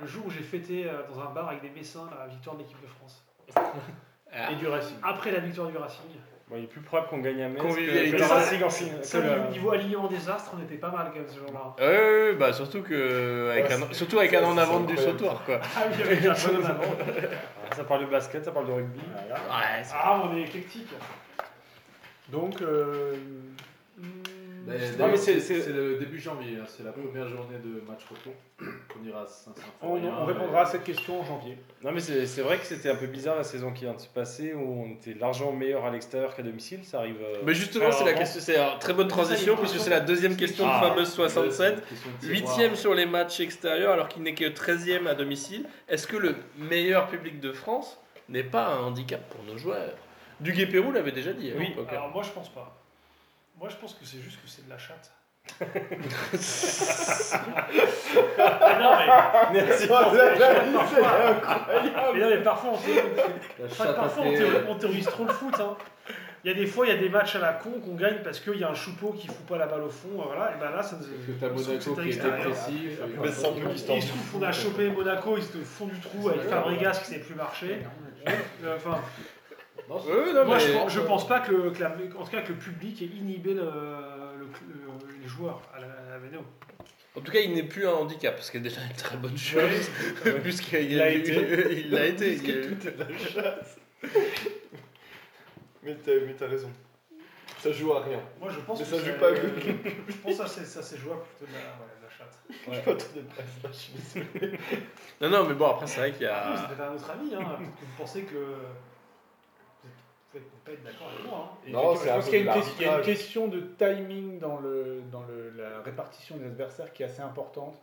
Speaker 5: Le jour où j'ai fêté euh, dans un bar avec des Messins la victoire de l'équipe de France.
Speaker 6: ah.
Speaker 2: Et du Racing.
Speaker 5: Après la victoire du Racing.
Speaker 3: Bon, il est plus probable qu'on gagne à Metz. Euh,
Speaker 6: Convivialité.
Speaker 3: que- que le Racing en finale.
Speaker 5: Ça,
Speaker 3: que le-
Speaker 5: niveau- niveau alignement des astres, on était pas mal quand même ce jour-là.
Speaker 6: Ouais, ouais, ouais, bah surtout que avec
Speaker 4: Ouais,
Speaker 6: un, surtout avec un an en avant du sautoir quoi.
Speaker 5: *laughs* Ah oui, avec un bon avant. *laughs*
Speaker 3: Ah, Ça parle de basket, ça parle de rugby.
Speaker 6: Ouais, c'est-
Speaker 5: Ah, on est éclectique.
Speaker 2: Donc, euh,
Speaker 6: Bah,
Speaker 9: mais
Speaker 5: Mmh.
Speaker 9: d'ailleurs,
Speaker 3: mais c'est-
Speaker 9: C'est
Speaker 3: c'est-
Speaker 9: c'est le début janvier, hein, c'est la première journée de match retour. *clears throat* On ira à
Speaker 2: on, on répondra
Speaker 3: euh,
Speaker 2: à cette question en janvier.
Speaker 3: Non, mais c'est c'est vrai que c'était un peu bizarre la saison qui vient de se passer où on était largement meilleur à l'extérieur qu'à domicile. Ça arrive. euh,
Speaker 6: Mais justement, c'est la
Speaker 3: rarement.
Speaker 6: question, c'est une très bonne transition puisque c'est la deuxième question de
Speaker 3: Ah.
Speaker 6: Fameuse 67. Huitième sur les matchs extérieurs alors qu'il n'est que 13e à domicile. Est-ce que le meilleur public de France n'est pas un handicap pour nos joueurs Duguay Pérou l'avait déjà dit. hein,
Speaker 3: Oui.
Speaker 6: au poker.
Speaker 5: Alors, moi, je pense pas. Moi, je pense que c'est juste que c'est de la
Speaker 6: *laughs*
Speaker 5: chatte. Ah non, mais,
Speaker 4: *laughs*
Speaker 3: Merci.
Speaker 5: mais non, mais parfois, on se-
Speaker 9: La
Speaker 5: Enfin,
Speaker 9: chatte euh,
Speaker 5: parfois, on
Speaker 9: à
Speaker 5: théorise, on théorise trop le foot. hein. Il y a des fois, il y a des matchs à la con qu'on gagne parce qu'il y a un choupeau qui fout pas la balle au fond. euh, Voilà, et ben là, ça nous
Speaker 9: Parce que t'as
Speaker 5: il se
Speaker 9: Monaco
Speaker 5: trouve que
Speaker 9: qui est
Speaker 5: c'était extérieur.
Speaker 9: dépressif. euh,
Speaker 6: Mais sans doute,
Speaker 5: Il se trouve qu'on a chopé Monaco, ils étaient au fond du trou avec Fabregas qui s'est plus marché. Euh, Enfin,
Speaker 9: Non, c'est-
Speaker 6: Ouais, non,
Speaker 5: moi, je
Speaker 6: mais-
Speaker 5: pense, je pense pas que, le- que la- en tout cas, que le public ait inhibé le- le- le- les joueurs à la, à la Méno.
Speaker 6: En tout cas, il n'est plus un handicap, ce qui est déjà une très bonne chose, *laughs* puisqu'il y
Speaker 3: l'a
Speaker 6: a eu-
Speaker 3: été.
Speaker 6: *laughs* il l'a été. il y a eu-
Speaker 4: Tout est de la chasse. mais t'as mais t'as raison. Ça joue à rien.
Speaker 5: Moi, je pense
Speaker 4: Mais
Speaker 5: que
Speaker 4: ça joue
Speaker 5: c'est-
Speaker 4: pas avec le
Speaker 5: *laughs* Je pense que ça, c'est- ça s'est joué à plutôt de la, ouais, de la chatte.
Speaker 2: *laughs*
Speaker 4: Je m'attendais pas
Speaker 2: bah,
Speaker 4: à ça, je suis désolé.
Speaker 6: Non, non, mais bon, après, c'est vrai qu'il y
Speaker 5: Ah,
Speaker 6: a.
Speaker 5: Vous êtes un autre ami, hein. Peut-être que vous pensez que. Vous êtes- peut-être ne pas être d'accord avec moi. hein.
Speaker 2: Et
Speaker 4: Non,
Speaker 2: je
Speaker 4: c'est un
Speaker 2: pense
Speaker 4: peu
Speaker 2: qu'il y, a une question- il y a
Speaker 4: de
Speaker 2: une
Speaker 4: l'arbitrage.
Speaker 2: question de timing dans, le, dans le- la répartition des adversaires qui est assez importante.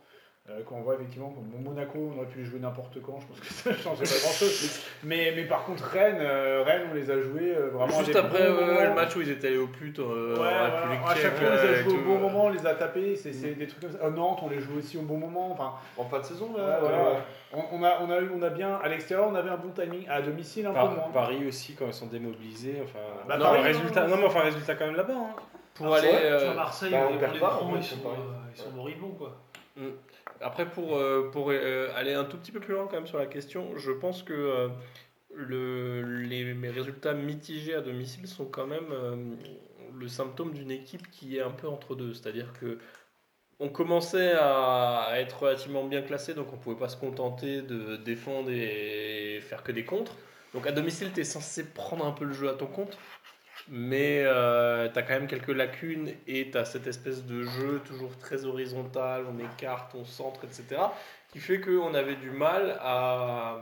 Speaker 2: Euh, quand on voit effectivement bon, Monaco, on aurait pu les jouer n'importe quand, je pense que ça ne changeait pas grand chose. Mais, mais par contre, Rennes, euh, Rennes, on les a joués euh, vraiment. à
Speaker 6: Juste
Speaker 2: des
Speaker 6: après
Speaker 2: bons
Speaker 6: ouais,
Speaker 2: moments.
Speaker 6: le match où ils étaient allés au pute
Speaker 2: Ouais,
Speaker 6: euh, en
Speaker 2: voilà.
Speaker 6: République
Speaker 2: à chaque fois, on
Speaker 6: tchèque,
Speaker 2: les
Speaker 6: euh,
Speaker 2: a
Speaker 6: et
Speaker 2: joués au
Speaker 6: tout,
Speaker 2: bon
Speaker 6: euh.
Speaker 2: moment, on les a tapés, c'est
Speaker 3: Mm.
Speaker 2: c'est des trucs comme ça. Euh, Nantes, on les joue aussi au bon moment. Enfin,
Speaker 4: En fin de saison,
Speaker 2: ouais,
Speaker 4: là
Speaker 2: voilà.
Speaker 4: euh,
Speaker 2: on, on a, on, a eu, on a bien, à l'extérieur, on avait un bon timing, à domicile un peu moins.
Speaker 3: Par- Paris aussi, quand ils sont démobilisés. Enfin,
Speaker 2: Bah,
Speaker 3: non,
Speaker 2: Paris,
Speaker 3: le résultat, non, mais enfin, résultat quand même là-bas. hein.
Speaker 2: Ah,
Speaker 6: Pour aller,
Speaker 4: ouais,
Speaker 5: Tu vois,
Speaker 6: euh,
Speaker 5: Marseille,
Speaker 4: bah,
Speaker 5: on,
Speaker 4: on
Speaker 5: les-
Speaker 4: perd
Speaker 5: on les
Speaker 4: pas,
Speaker 5: prend,
Speaker 4: ouais,
Speaker 5: ils
Speaker 4: c'est
Speaker 5: sont,
Speaker 4: pareil.
Speaker 5: euh, ils sont moribonds, quoi.
Speaker 6: Après, pour, euh, pour euh, aller un tout petit peu plus loin quand même sur la question, je pense que euh, le, les, mes résultats mitigés à domicile sont quand même euh, le symptôme d'une équipe qui est un peu entre deux. C'est-à-dire que on commençait à, à être relativement bien classé, donc on pouvait pas se contenter de défendre et faire que des contres. Donc à domicile, tu es censé prendre un peu le jeu à ton compte. Mais tu as quand même quelques lacunes et tu as cette espèce de jeu toujours très horizontal, on écarte, on centre, etc. qui fait qu'on avait du mal à.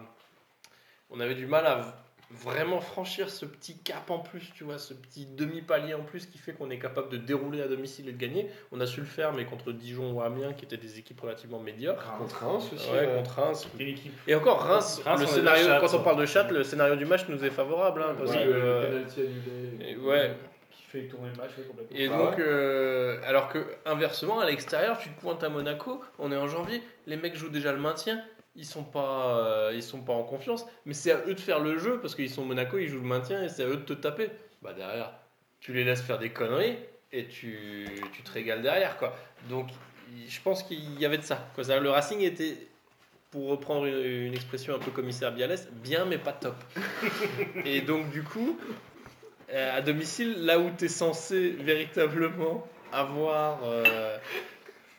Speaker 6: On avait du mal à v- vraiment franchir ce petit cap en plus, tu vois, ce petit demi-palier en plus qui fait qu'on est capable de dérouler à domicile et de gagner. On a su le faire, mais contre Dijon ou Amiens, qui étaient des équipes relativement médiocres.
Speaker 4: Contre Reims aussi.
Speaker 6: Ouais,
Speaker 4: euh,
Speaker 6: contre Reims.
Speaker 2: Quelle équipe
Speaker 6: Et encore, Reims,
Speaker 3: Reims, on a
Speaker 6: le
Speaker 3: de la
Speaker 6: scénario,
Speaker 3: chatte,
Speaker 6: quand on
Speaker 3: ouais.
Speaker 6: parle de chatte, le scénario du match nous est favorable. hein, parce
Speaker 4: Ouais,
Speaker 6: que, euh,
Speaker 9: Penalty annulé.
Speaker 6: et ouais,
Speaker 2: euh, qui fait tourner le match ouais, complètement.
Speaker 6: Et
Speaker 4: Ah
Speaker 6: donc,
Speaker 4: ouais
Speaker 6: euh, alors que inversement, à l'extérieur, tu te pointes à Monaco, on est en janvier, les mecs jouent déjà le maintien, ils sont pas, euh, ils sont pas en confiance, mais c'est à eux de faire le jeu parce qu'ils sont Monaco, ils jouent le maintien et c'est à eux de te taper. Bah derrière, tu les laisses faire des conneries et tu, tu te régales derrière quoi. Donc, il- je pense qu'il y avait de ça. quoi. Ça, Le Racing était, pour reprendre une, une expression un peu commissaire Bialès, bien mais
Speaker 4: *laughs*
Speaker 6: pas top. et donc du coup. Euh, à domicile, là où tu es censé véritablement avoir, euh,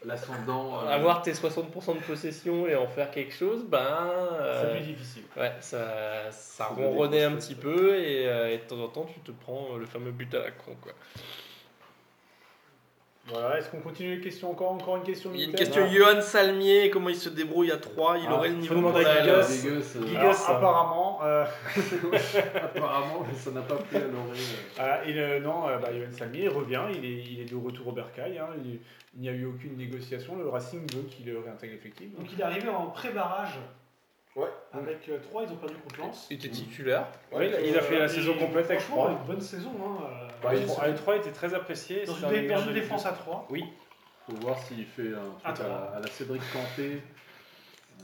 Speaker 9: L'ascendant. euh,
Speaker 3: Ah,
Speaker 6: avoir tes 60% de possession et en faire quelque chose, ben.
Speaker 2: Ça
Speaker 6: euh,
Speaker 2: devient difficile.
Speaker 6: ouais, ça, ça
Speaker 4: Ça donne des
Speaker 6: ronronnait un
Speaker 4: grosses
Speaker 6: petit peu et, euh, et de temps en temps, tu te prends euh, le fameux but à la con. Quoi.
Speaker 2: Voilà, est-ce qu'on continue les questions encore Encore une question
Speaker 6: Il y a une
Speaker 2: Minitel
Speaker 6: question Johan Salmier, comment il se débrouille à 3 Il
Speaker 3: Ah,
Speaker 6: aurait le
Speaker 3: faut
Speaker 6: niveau
Speaker 3: demander
Speaker 6: pour
Speaker 3: à
Speaker 6: la-
Speaker 3: Gigas.
Speaker 9: dégueulasse, euh,
Speaker 2: Alors,
Speaker 3: Gigas, ça.
Speaker 2: apparemment, euh,
Speaker 9: Apparemment, ça n'a pas plu à l'oreille.
Speaker 2: voilà, il, euh, non, euh, bah, Yoann Salmier revient, il est, il est de retour au Bercail, hein, il, il n'y a eu aucune négociation, le Racing veut qu'il euh, réintègre l'effectif. donc.
Speaker 5: Donc il est arrivé en pré-barrage.
Speaker 4: Ouais.
Speaker 5: Avec 3, ils ont perdu contre Lens.
Speaker 6: Il était titulaire.
Speaker 3: Oui, il a- il a fait la saison complète avec
Speaker 5: Franchement,
Speaker 3: Troyes.
Speaker 5: une bonne saison. Hein.
Speaker 4: Bah,
Speaker 5: euh,
Speaker 4: ils sont-
Speaker 3: Ah, les trois étaient très appréciés.
Speaker 5: dans
Speaker 3: c'était
Speaker 5: une,
Speaker 3: un
Speaker 5: dé-
Speaker 3: des
Speaker 5: dans
Speaker 3: meilleurs
Speaker 5: une
Speaker 3: de la
Speaker 5: défense
Speaker 3: Ligue.
Speaker 5: à 3.
Speaker 9: Faut voir s'il fait un
Speaker 2: Ah.
Speaker 9: truc à, la- à la Cédric Canté. euh,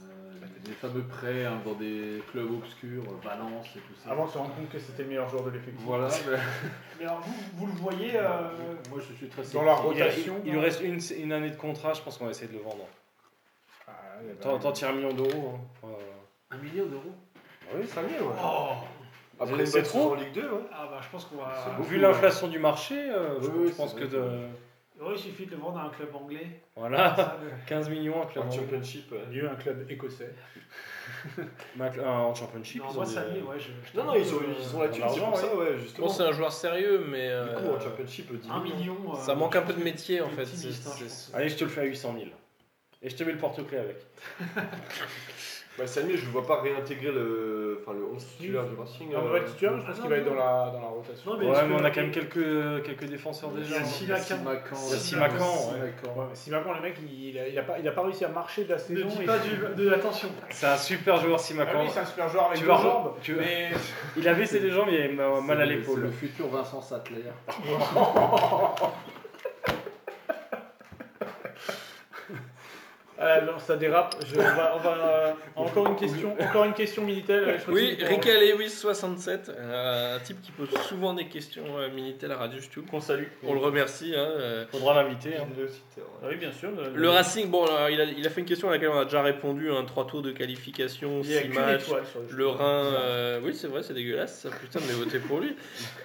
Speaker 9: des fameux prêts hein, dans des clubs obscurs, euh, Valence et tout ça.
Speaker 2: Avant de se rendre compte que c'était le meilleur joueur de l'effectif.
Speaker 9: Voilà. mais-
Speaker 5: Mais alors vous, vous le voyez. euh,
Speaker 9: Moi, je suis très
Speaker 2: Dans la
Speaker 3: Il, reste-
Speaker 2: rotation.
Speaker 3: il lui reste une, une année de contrat, je pense qu'on va essayer de le vendre.
Speaker 2: Ah, ouais, bah,
Speaker 3: T'en t'en tires un million d'euros. hein. Enfin,
Speaker 9: Un million d'euros.
Speaker 4: Oui, ça vient, ouais.
Speaker 5: oh,
Speaker 3: c'est
Speaker 4: Après une bonne
Speaker 3: trop.
Speaker 4: saison en Ligue hein. 2, ouais.
Speaker 5: ah bah, je pense qu'on va.
Speaker 9: C'est beau.
Speaker 3: Vu l'inflation du marché, euh, je
Speaker 9: Oui, oui,
Speaker 3: pense
Speaker 9: c'est
Speaker 3: que
Speaker 9: vrai.
Speaker 3: de...
Speaker 5: Ouais, Oh, il suffit de le vendre à un club anglais.
Speaker 3: Voilà, *laughs*
Speaker 5: Ça, le-
Speaker 3: 15 millions à
Speaker 4: En
Speaker 3: Clermont.
Speaker 4: Championship. ouais.
Speaker 2: mieux un club écossais.
Speaker 3: Ma- ah, en championship.
Speaker 5: Non,
Speaker 3: ils
Speaker 5: moi,
Speaker 3: ont des-
Speaker 5: ça y est, ouais, je, je
Speaker 4: Non, non,
Speaker 5: t'avoue
Speaker 4: ils sont,
Speaker 5: que,
Speaker 4: ils sont
Speaker 5: euh,
Speaker 4: là-dessus
Speaker 3: l'argent,
Speaker 4: c'est pour ça, ouais,
Speaker 6: Je pense
Speaker 4: justement.
Speaker 6: que c'est un joueur sérieux, mais
Speaker 4: Du
Speaker 6: euh,
Speaker 4: coup, en Championship, 10
Speaker 5: Un
Speaker 2: Hein
Speaker 4: millions.
Speaker 5: million.
Speaker 6: ça
Speaker 5: euh,
Speaker 6: manque un peu de métier en fait.
Speaker 5: optimiste,
Speaker 6: C'est-
Speaker 5: hein, je
Speaker 6: c'est-
Speaker 5: pense.
Speaker 3: Allez, je te le fais à 800 000. Et je te mets le porte-clés avec.
Speaker 4: Bah, Samy, je ne vois pas réintégrer le, enfin, le 11 titulaire du Racing.
Speaker 2: Non,
Speaker 4: euh,
Speaker 2: mais ouais, tu vois, je pense
Speaker 5: Ah,
Speaker 2: qu'il
Speaker 5: non,
Speaker 2: va être
Speaker 5: non.
Speaker 2: dans la, dans la rotation.
Speaker 5: Non, mais
Speaker 3: Ouais,
Speaker 5: est-ce
Speaker 3: mais
Speaker 5: que-
Speaker 3: on a quand même quelques, quelques défenseurs
Speaker 9: Il
Speaker 5: y
Speaker 3: déjà.
Speaker 5: a
Speaker 3: hein.
Speaker 5: Silla-
Speaker 9: Simacan.
Speaker 3: Simacan, ouais.
Speaker 2: Ouais, mais si maintenant le mec, il n'a il a pas, il a pas réussi à marcher de la
Speaker 5: Ne
Speaker 2: saison.
Speaker 5: dis
Speaker 2: et-
Speaker 5: pas du, de l'attention.
Speaker 3: C'est un super joueur,
Speaker 2: Ah
Speaker 3: Simacan.
Speaker 2: oui, c'est un super joueur avec
Speaker 3: Tu
Speaker 2: deux
Speaker 3: vas-
Speaker 2: jambes.
Speaker 3: tu-
Speaker 2: Mais
Speaker 3: Il avait ses deux jambes, il avait ma- mal à
Speaker 9: C'est le- C'est
Speaker 3: l'épaule.
Speaker 9: le futur Vincent Sattler.
Speaker 2: Ah, non, ça dérape. Je- on va, on va- encore une question, encore une question Minitel. je crois
Speaker 6: Oui,
Speaker 2: que c'est-
Speaker 6: Rick Lewis 67, euh, un type qui pose souvent des questions euh, Minitel à Radio Stu.
Speaker 11: Qu'on salue.
Speaker 6: On le remercie. hein, euh.
Speaker 3: Faudra l'inviter. hein.
Speaker 4: le titre, ouais.
Speaker 11: Ah Oui, bien sûr.
Speaker 6: Le Racing, bon, alors, il a, il a fait une question à laquelle on a déjà répondu, hein, trois tours de qualification,
Speaker 2: Il y a
Speaker 6: six
Speaker 2: qu'une
Speaker 6: matchs.
Speaker 2: étoile sur le
Speaker 6: Le Rhin, euh, oui c'est vrai, c'est dégueulasse, ça, putain, mais votez pour lui.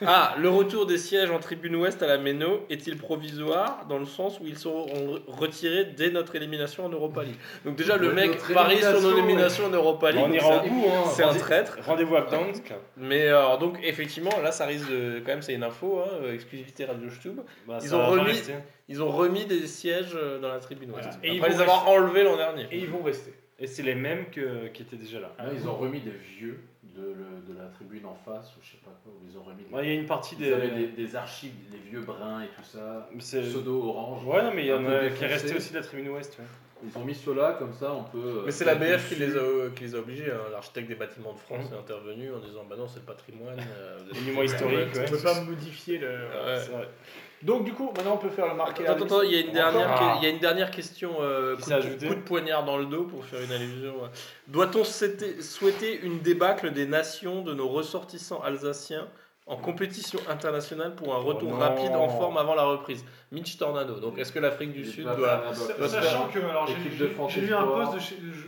Speaker 6: Ah, le retour des sièges en tribune ouest à la Méno est-il provisoire dans le sens où ils seront retirés dès notre élimination en Europa League Donc déjà le
Speaker 9: Dès
Speaker 6: mec
Speaker 9: notre
Speaker 6: parie sur
Speaker 9: élimination,
Speaker 6: nos éliminations en Europa League,
Speaker 3: On
Speaker 6: donc
Speaker 3: ira
Speaker 6: ça-
Speaker 3: au bout. hein.
Speaker 6: c'est un
Speaker 3: Rendez-
Speaker 6: traître.
Speaker 3: Rendez-vous à Gdansk.
Speaker 6: Mais alors, donc effectivement, là, ça risque de... Quand même, c'est une info, hein, euh, exclusivité Radio Stube.
Speaker 3: Bah,
Speaker 6: Ils
Speaker 3: ça
Speaker 6: ont
Speaker 3: va pas
Speaker 6: remis-
Speaker 3: rester.
Speaker 6: Ils ont remis des sièges euh, dans la tribune ouest.
Speaker 2: Voilà. Et ils
Speaker 6: Après
Speaker 2: vont
Speaker 6: les avoir enlevés l'an dernier.
Speaker 2: Et ils vont rester.
Speaker 3: Et c'est les mêmes que, qui étaient déjà là.
Speaker 4: Là, Ah, ils ont remis des vieux de, le- de la tribune en face, ou je sais pas quoi. Ils ont remis des,
Speaker 3: Ouais, Il y a une partie
Speaker 4: ils
Speaker 3: des.
Speaker 4: avaient des, des archives, des vieux bruns et tout ça.
Speaker 3: c'est-
Speaker 4: Pseudo orange.
Speaker 3: Ouais, non, mais il y en
Speaker 4: Un peu
Speaker 3: a qui est resté
Speaker 4: défoncé.
Speaker 3: aussi de la tribune ouest. ouais.
Speaker 4: Ils ont mis ceux-là, comme ça, on peut.
Speaker 6: Mais c'est la BF qui les a, qui les a obligés. hein. L'architecte des bâtiments de France est intervenu en disant Bah non, c'est le patrimoine. euh, vous êtes-
Speaker 3: Monument historique, ouais.
Speaker 2: On ne peut pas modifier le.
Speaker 6: Ouais.
Speaker 3: C'est vrai.
Speaker 2: Donc, du coup, maintenant on peut faire le marqué.
Speaker 6: Attends, attends, attends, il y a une dernière,
Speaker 3: Ah.
Speaker 6: que- il y a une dernière question. euh,
Speaker 3: Qui
Speaker 6: coup,
Speaker 3: s'est
Speaker 6: de,
Speaker 3: ajoutée.
Speaker 6: coup de poignard dans le dos pour faire une allusion. ouais. Doit-on souhaiter, souhaiter une débâcle des nations de nos ressortissants alsaciens en compétition internationale pour un retour
Speaker 3: Hmm. Oh non.
Speaker 6: rapide en forme avant la reprise Mitch Tornado. Donc est-ce que l'Afrique du Sud doit. doit se
Speaker 5: Sachant que alors j'ai
Speaker 4: Équipe de
Speaker 5: j'ai-
Speaker 4: France
Speaker 5: j'ai lu un
Speaker 4: Espoir.
Speaker 5: post de chez- je-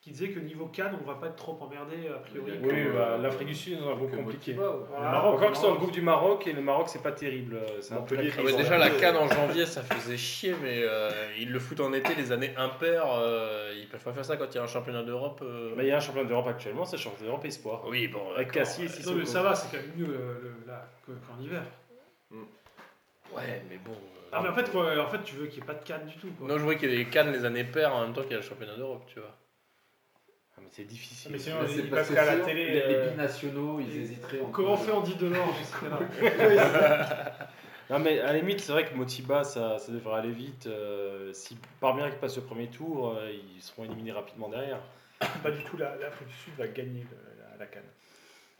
Speaker 5: qui disait que niveau Cannes, on va pas être trop emmerdé a priori.
Speaker 4: Oui,
Speaker 3: Oui,
Speaker 4: Comme,
Speaker 3: bah,
Speaker 4: euh,
Speaker 3: l'Afrique du Sud, c'est un groupe compliqué.
Speaker 5: Voilà.
Speaker 3: Le Maroc, Encore que c'est dans le groupe du Maroc, et le Maroc, c'est pas terrible. euh, C'est un peu lié.
Speaker 6: Ah ouais, déjà la canne en janvier ça faisait chier mais euh, ils le foutent en été les années impaires euh, ils peuvent pas faire ça quand il y a un championnat d'Europe euh.
Speaker 3: Bah, Il y a un championnat d'Europe actuellement, c'est le championnat d'Europe Espoir.
Speaker 6: oui bon
Speaker 3: Avec Cassis,
Speaker 6: d'accord.
Speaker 5: Non, mais ça va, c'est quand même mieux euh, le- là, que- qu'en hiver.
Speaker 6: ouais mais bon euh,
Speaker 5: Ah, mais en fait, quoi, en fait, tu veux qu'il n'y ait pas de Cannes du tout. Quoi.
Speaker 6: non je vois qu'il y a des cannes les années paires en même temps qu'il y a le championnat d'Europe tu vois
Speaker 3: Ah, mais c'est difficile.
Speaker 2: Mais sinon,
Speaker 4: Là, c'est
Speaker 2: ils
Speaker 4: parce
Speaker 2: passeraient
Speaker 4: que
Speaker 2: à la
Speaker 4: c'est-
Speaker 2: télé.
Speaker 4: Les, les
Speaker 2: euh,
Speaker 4: binationaux, ils hésiteraient. entre-
Speaker 5: Comment fait Andy
Speaker 4: *laughs*
Speaker 5: Delors jusqu'à là
Speaker 3: Non, mais à la limite, c'est vrai que Motiba, ça, ça devrait aller vite. euh, si par bien qu'ils passent le premier tour, euh, ils seront éliminés rapidement derrière.
Speaker 2: Pas du tout, la- l'Afrique du Sud va gagner le- la, la canne.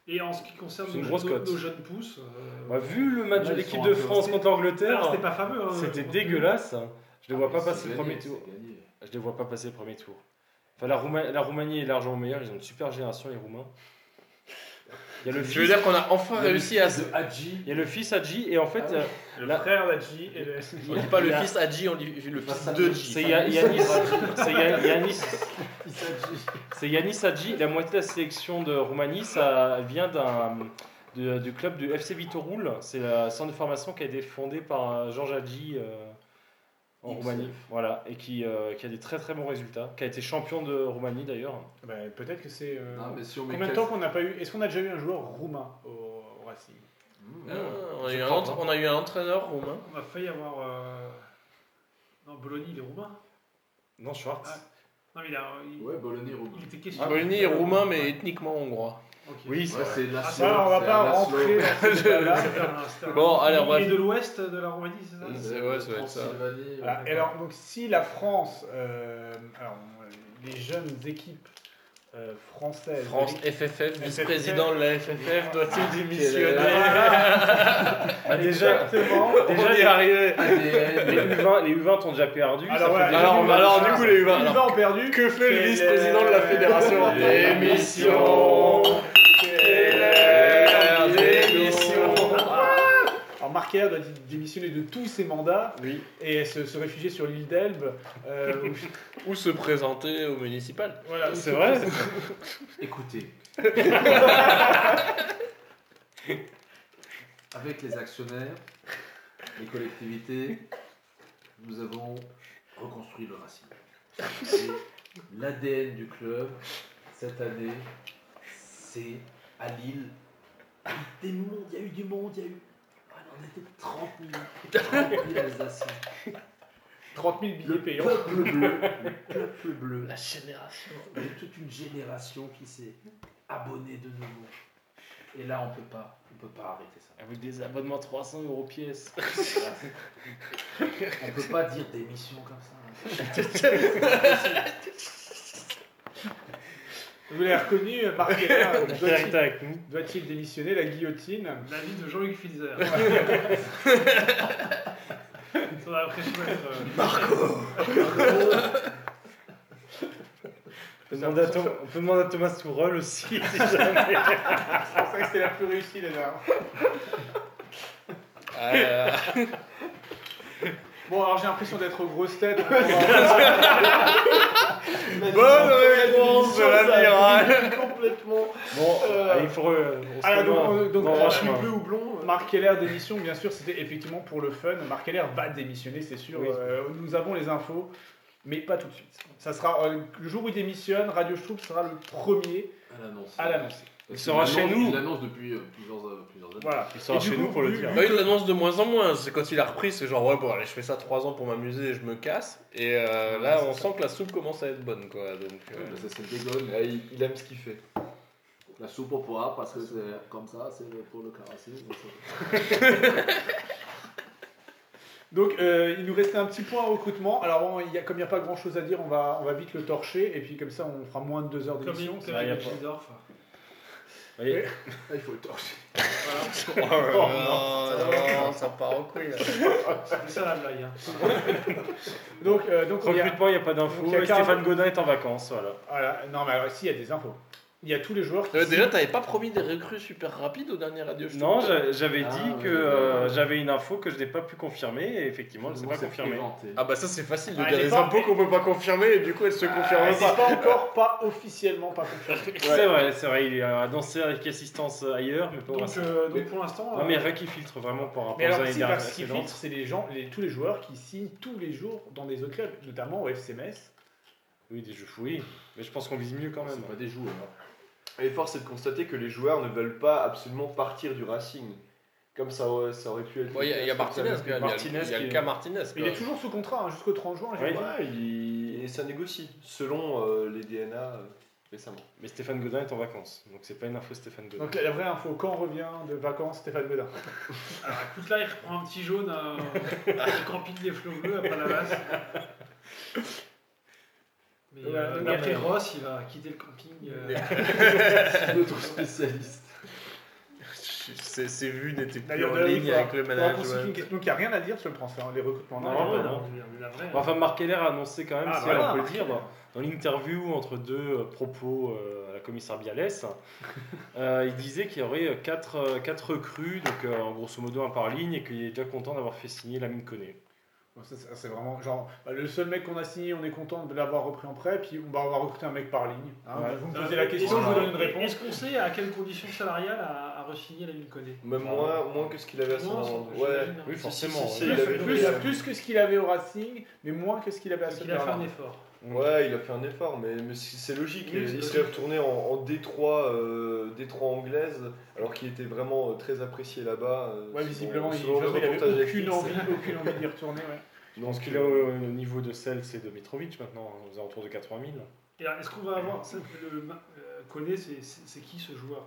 Speaker 5: Et en ce qui concerne
Speaker 3: C'est
Speaker 5: nos,
Speaker 3: une grosse
Speaker 5: nos-
Speaker 3: cote.
Speaker 5: nos jeunes pousses, euh,
Speaker 3: Bah, vu le match
Speaker 4: Là,
Speaker 3: de
Speaker 4: ils
Speaker 3: l'équipe
Speaker 4: sont
Speaker 3: de
Speaker 4: un peu
Speaker 3: France contre
Speaker 5: alors,
Speaker 3: l'Angleterre,
Speaker 5: c'était pas fameux. hein,
Speaker 3: c'était
Speaker 5: euh,
Speaker 3: dégueulasse. Je
Speaker 4: Ah,
Speaker 3: les vois
Speaker 4: mais
Speaker 3: pas
Speaker 4: c'est
Speaker 3: passer le
Speaker 4: gagné,
Speaker 3: premier
Speaker 4: c'est
Speaker 3: tour.
Speaker 4: gagné.
Speaker 3: Je les vois pas passer le premier tour. Enfin, la, Rouma- la Roumanie est largement meilleure. Ils ont une super génération, les Roumains. Il y a le
Speaker 6: Je veux
Speaker 3: fils,
Speaker 6: dire qu'on a enfin
Speaker 4: Le
Speaker 6: réussi à.
Speaker 4: fils de Hadji.
Speaker 3: il y a le fils Hadji, et en fait,
Speaker 4: Ah ouais.
Speaker 3: euh,
Speaker 2: Le
Speaker 3: Là-
Speaker 2: frère d'Adji et le.
Speaker 6: On dit pas le
Speaker 3: Il a-
Speaker 6: fils Adji, on dit le fils
Speaker 4: ça,
Speaker 6: de
Speaker 3: c'est
Speaker 6: J.
Speaker 3: Ya- Yanis,
Speaker 2: *laughs*
Speaker 3: c'est Ya- Yanis, c'est Yanis Hadji. La moitié de la sélection de Roumanie, ça vient d'un de- du club du FC Vitorul. C'est le centre de formation qui a été fondé par euh, Georges Hadji euh, en
Speaker 4: X.
Speaker 3: Roumanie, voilà, et qui, euh, qui a des très très bons résultats, qui a été champion de Roumanie d'ailleurs.
Speaker 2: Bah, Peut-être que c'est. euh,
Speaker 4: Non, mais si on met
Speaker 2: Combien de
Speaker 4: quatre-
Speaker 2: temps qu'on n'a pas eu. Est-ce qu'on a déjà eu un joueur roumain au, au Racing
Speaker 4: Mmh.
Speaker 6: Ah, on, a
Speaker 4: Je
Speaker 6: eu un
Speaker 4: crois
Speaker 6: entra-
Speaker 4: pas.
Speaker 6: on a eu un entraîneur roumain.
Speaker 5: On a failli avoir. euh, Non, Bologna, il est roumain.
Speaker 3: Non, Schwartz.
Speaker 5: Ah. Non, mais il, a- il-
Speaker 4: Ouais, Bologna, Roubaix.
Speaker 5: il était question.
Speaker 6: Ah, Bologna est roumain mais ethniquement hongrois.
Speaker 5: Ok.
Speaker 3: Oui,
Speaker 4: Ouais, c'est la
Speaker 5: Ah,
Speaker 2: Ça, on va
Speaker 4: c'est
Speaker 2: pas
Speaker 4: Laszlo.
Speaker 2: rentrer dans
Speaker 6: *laughs*
Speaker 2: ce débat-là.
Speaker 5: C'est un- c'est un-
Speaker 6: Bon, allez, on va-
Speaker 5: Il est de l'ouest de la Roumanie, c'est ça
Speaker 6: Mm. C'est- ouais, ça doit être ça.
Speaker 4: Transylvanie,
Speaker 2: Voilà.
Speaker 4: ouais.
Speaker 2: Ah, Et alors, donc, si la France, euh, alors, euh, les jeunes équipes euh, françaises,
Speaker 6: France
Speaker 2: les-
Speaker 6: FFF, vice-président de la FFF, doit-il démissionner
Speaker 2: Voilà, *laughs*
Speaker 3: Bah, déjà,
Speaker 2: exactement.
Speaker 3: déjà,
Speaker 6: On y est arrivé.
Speaker 3: les
Speaker 4: ADN.
Speaker 3: U20, les U20 ont déjà perdu.
Speaker 2: Alors,
Speaker 3: ça
Speaker 2: ouais,
Speaker 3: fait déjà
Speaker 6: Alors,
Speaker 3: du mal.
Speaker 6: alors, du coup, les U20.
Speaker 2: Les
Speaker 6: alors,
Speaker 2: gens ont perdu.
Speaker 6: que fait le
Speaker 2: Quelle-
Speaker 6: vice-président de la fédération Démission Quelle démission
Speaker 2: Alors Marquer doit dé- démissionner de tous ses mandats
Speaker 3: Oui.
Speaker 2: et se, se réfugier sur l'île d'Elbe. euh, où-
Speaker 6: Ou se présenter au *laughs* municipal.
Speaker 2: voilà, *laughs*
Speaker 3: C'est vrai.
Speaker 4: Écoutez. Avec les actionnaires, les collectivités, nous avons reconstruit le racisme. Et L'ADN du club, cette année, c'est à Lille. Des mondes, Il y a eu du monde, il y a eu. Ah non, on était 30 000. 30 000 Alsaciens.
Speaker 2: 30 000 billets payants.
Speaker 4: Peuple bleu, le peuple bleu.
Speaker 6: La génération.
Speaker 4: Il y a toute une génération qui s'est abonnée de nouveau. Et là, on peut pas, on peut pas arrêter ça.
Speaker 3: Avec des abonnements 300 euros pièce.
Speaker 4: On peut pas dire des missions comme ça.
Speaker 2: Vous l'avez reconnu, Marquer hein,
Speaker 3: Tac,
Speaker 2: doit-il
Speaker 3: tac.
Speaker 2: doit-il démissionner la guillotine
Speaker 5: La vie de Jean-Luc Filzer. *laughs* Ça va après, je vais être, euh,
Speaker 3: On peut demander à Tom- on peut demander à Thomas Tourel aussi. *laughs* si jamais.
Speaker 2: Ah, C'est vrai que c'est la plus réussie les dernière.
Speaker 6: Euh,
Speaker 2: Bon, alors j'ai l'impression d'être aux grosses têtes. hein. *laughs*
Speaker 6: Bonne réponse de l'amiral
Speaker 2: Complètement.
Speaker 3: bon, allez, il faut. re- on se
Speaker 2: Alors,
Speaker 3: remet
Speaker 2: Euh, donc, euh, donc,
Speaker 3: dans- dans
Speaker 2: on
Speaker 3: un
Speaker 2: a
Speaker 3: chemin.
Speaker 2: plus houblon. euh. Marc Keller démission, bien sûr, c'était effectivement pour le fun. Marc Keller va démissionner, c'est sûr.
Speaker 3: Oui.
Speaker 2: Euh, nous avons les infos. mais pas tout de suite. Ça sera euh, le jour où il démissionne, Radio Schtroumpf sera le premier
Speaker 9: à l'annonce.
Speaker 2: à l'annoncer.
Speaker 9: Parce
Speaker 6: Il
Speaker 9: que
Speaker 6: sera
Speaker 9: l'annonce-
Speaker 6: chez nous.
Speaker 9: Il l'annonce depuis euh, plusieurs, euh, plusieurs années.
Speaker 2: Voilà.
Speaker 3: Il
Speaker 2: Et
Speaker 3: sera
Speaker 2: du
Speaker 3: chez
Speaker 2: coup,
Speaker 3: nous pour le
Speaker 2: vu-
Speaker 3: dire.
Speaker 6: Bah, il l'annonce de moins en moins. C'est quand il a repris, c'est genre, ouais, bon, allez, je fais ça 3 ans pour m'amuser et je me casse. Et euh, là, on sent que la soupe commence à être bonne, quoi. Donc, euh,
Speaker 9: Ouais, bah, ça, c'est le dégomme.
Speaker 4: Ouais, il, il aime ce qu'il fait.
Speaker 9: La soupe au poids, parce que c'est comme ça, c'est pour le carassi.
Speaker 2: Donc euh, il nous restait un petit point recrutement. Alors bon, il y a, comme il n'y a pas grand chose à dire, on va, on va vite le torcher et puis comme ça on fera moins de deux heures
Speaker 5: Comme
Speaker 2: d'émission.
Speaker 5: il
Speaker 3: ça, y a
Speaker 5: comme
Speaker 3: pas.
Speaker 5: Schindorf.
Speaker 9: il faut le torcher.
Speaker 6: oh, non, ça part en couille. là.
Speaker 5: C'est ça la blague. hein.
Speaker 2: Donc, euh, donc on y a-
Speaker 3: Recrutement, il n'y a pas
Speaker 2: Donc,
Speaker 3: d'infos.
Speaker 2: il y a
Speaker 3: Et
Speaker 2: Karl-
Speaker 3: Stéphane Godin est en vacances, voilà.
Speaker 2: voilà. non mais alors ici il y a des infos. Il y a tous les joueurs qui
Speaker 6: Euh, déjà, t'avais pas promis des recrues super rapides au dernier radio Show
Speaker 3: Non, j'a- j'avais
Speaker 9: Ah,
Speaker 3: dit
Speaker 9: ouais.
Speaker 3: que euh, j'avais une info que je n'ai pas pu confirmer et effectivement, elle ne s'est pas
Speaker 9: Comment c'est
Speaker 3: confirmée.
Speaker 9: présenté
Speaker 6: Ah bah ça c'est facile de
Speaker 2: Ah,
Speaker 6: dire
Speaker 2: elle est
Speaker 6: des
Speaker 2: pas-
Speaker 6: impôts qu'on peut pas confirmer et du coup elle se confirme
Speaker 2: c'est
Speaker 6: pas.
Speaker 2: pas encore pas officiellement pas confirmé.
Speaker 3: *laughs* C'est vrai, c'est vrai, il est euh, danseur avec assistance ailleurs, mais pas au
Speaker 5: Donc,
Speaker 3: Racing.
Speaker 5: euh, donc pour l'instant,
Speaker 3: Non, mais
Speaker 5: euh,
Speaker 3: rien qui filtre vraiment par rapport
Speaker 2: Mais
Speaker 3: aux
Speaker 2: alors,
Speaker 3: années
Speaker 2: si par
Speaker 3: dernières
Speaker 2: ce qui
Speaker 3: précédentes.
Speaker 2: filtre, c'est les gens, les- tous les joueurs qui signent tous les jours dans des autres clubs, notamment au FCMS.
Speaker 3: Oui, des jeux fouillis, mais je pense qu'on vise mieux quand même.
Speaker 9: C'est pas des joueurs.
Speaker 4: Et force est de constater que les joueurs ne veulent pas absolument partir du Racing. Comme ça, aurait- ça aurait pu être.
Speaker 6: Bon, il y, a- il y a Martinez quand même. Il y a,
Speaker 3: Martinez
Speaker 6: le- il y a
Speaker 3: qui
Speaker 6: le
Speaker 3: est-
Speaker 6: cas Martinez.
Speaker 2: Il
Speaker 6: quoi.
Speaker 2: est toujours sous contrat hein, jusqu'au 30 juin. j'ai
Speaker 3: Oui.
Speaker 2: vu.
Speaker 4: Ouais, il- et ça négocie selon euh, les DNA euh, récemment.
Speaker 3: Mais Stéphane Godin est en vacances, donc c'est pas une info Stéphane Godin. *laughs*
Speaker 2: Donc la vraie info, quand revient de vacances Stéphane Godin
Speaker 5: alors, écoute là, il reprend un petit jaune, euh, *laughs* il campine des flots bleus après la masse.
Speaker 2: Ouais,
Speaker 5: Mais euh,
Speaker 2: non,
Speaker 5: après
Speaker 2: mais-
Speaker 5: Ross, il va quitter le camping. euh, *laughs*
Speaker 9: C'est notre spécialiste.
Speaker 6: Ces ces vues n'étaient plus
Speaker 2: D'ailleurs, hein.
Speaker 6: en
Speaker 2: là, oui,
Speaker 6: ligne
Speaker 2: faudra-
Speaker 6: avec le
Speaker 2: faudra qu'on cite une
Speaker 6: management.
Speaker 2: question qui a rien à dire sur le transfert, les recrutements.
Speaker 5: non,
Speaker 3: non,
Speaker 5: mais
Speaker 3: non.
Speaker 5: non, mais la vraie, hein.
Speaker 3: Bon, Enfin, Marc Keller a annoncé quand même,
Speaker 2: Ah,
Speaker 3: si
Speaker 2: voilà,
Speaker 3: on peut le
Speaker 2: Marc
Speaker 3: dire,
Speaker 2: Keller.
Speaker 3: dans, dans l'interview entre deux euh, propos euh, à la commissaire Bialès, hein.
Speaker 2: *laughs*
Speaker 3: euh, il disait qu'il y aurait 4 recrues, donc euh, en grosso modo un par ligne, et qu'il est déjà content d'avoir fait signer Lamine Koné.
Speaker 2: Bon, ça, ça, C'est vraiment genre bah, le seul mec qu'on a signé, on est content de l'avoir repris en prêt, puis on va, on va recruter un mec par ligne. hein.
Speaker 3: Ouais.
Speaker 2: Vous me
Speaker 5: Euh,
Speaker 2: posez la question, je vous donne une réponse.
Speaker 5: Est-ce qu'on sait à quelles conditions salariales a, a re-signé la Lincoln
Speaker 6: Ah.
Speaker 4: Même
Speaker 3: Bravo.
Speaker 4: moins, moins que ce qu'il avait à son
Speaker 5: Moins,
Speaker 4: avant.
Speaker 5: je
Speaker 4: Ouais.
Speaker 5: l'imagine.
Speaker 3: Oui,
Speaker 4: Si,
Speaker 3: forcément.
Speaker 4: si, si,
Speaker 3: ouais.
Speaker 4: il avait-
Speaker 2: Plus,
Speaker 4: il avait-
Speaker 2: plus que ce qu'il avait au Racing, mais moins que ce qu'il avait à
Speaker 5: Parce qu'il a fait un
Speaker 2: Sunderland.
Speaker 5: effort.
Speaker 4: Ouais, il a fait un effort, mais, mais c'est c'est logique.
Speaker 5: Oui,
Speaker 4: il-
Speaker 5: c'est
Speaker 4: il serait retourné en, en Détroit, euh, Détroit anglaise, alors qu'il était vraiment euh, très apprécié là-bas. euh,
Speaker 2: Ouais,
Speaker 4: selon-
Speaker 2: visiblement, il,
Speaker 4: selon le
Speaker 2: il avait
Speaker 4: reportage
Speaker 2: aucune
Speaker 4: Netflix.
Speaker 2: envie, aucune envie d'y retourner. ouais.
Speaker 3: Je pense qu'il est au, au niveau de celle, c'est de Mitrovic maintenant, hein, aux alentours de 80 000.
Speaker 5: Et alors, est-ce qu'on va avoir. ça, le, euh, Koné, c'est, c'est- c'est qui ce joueur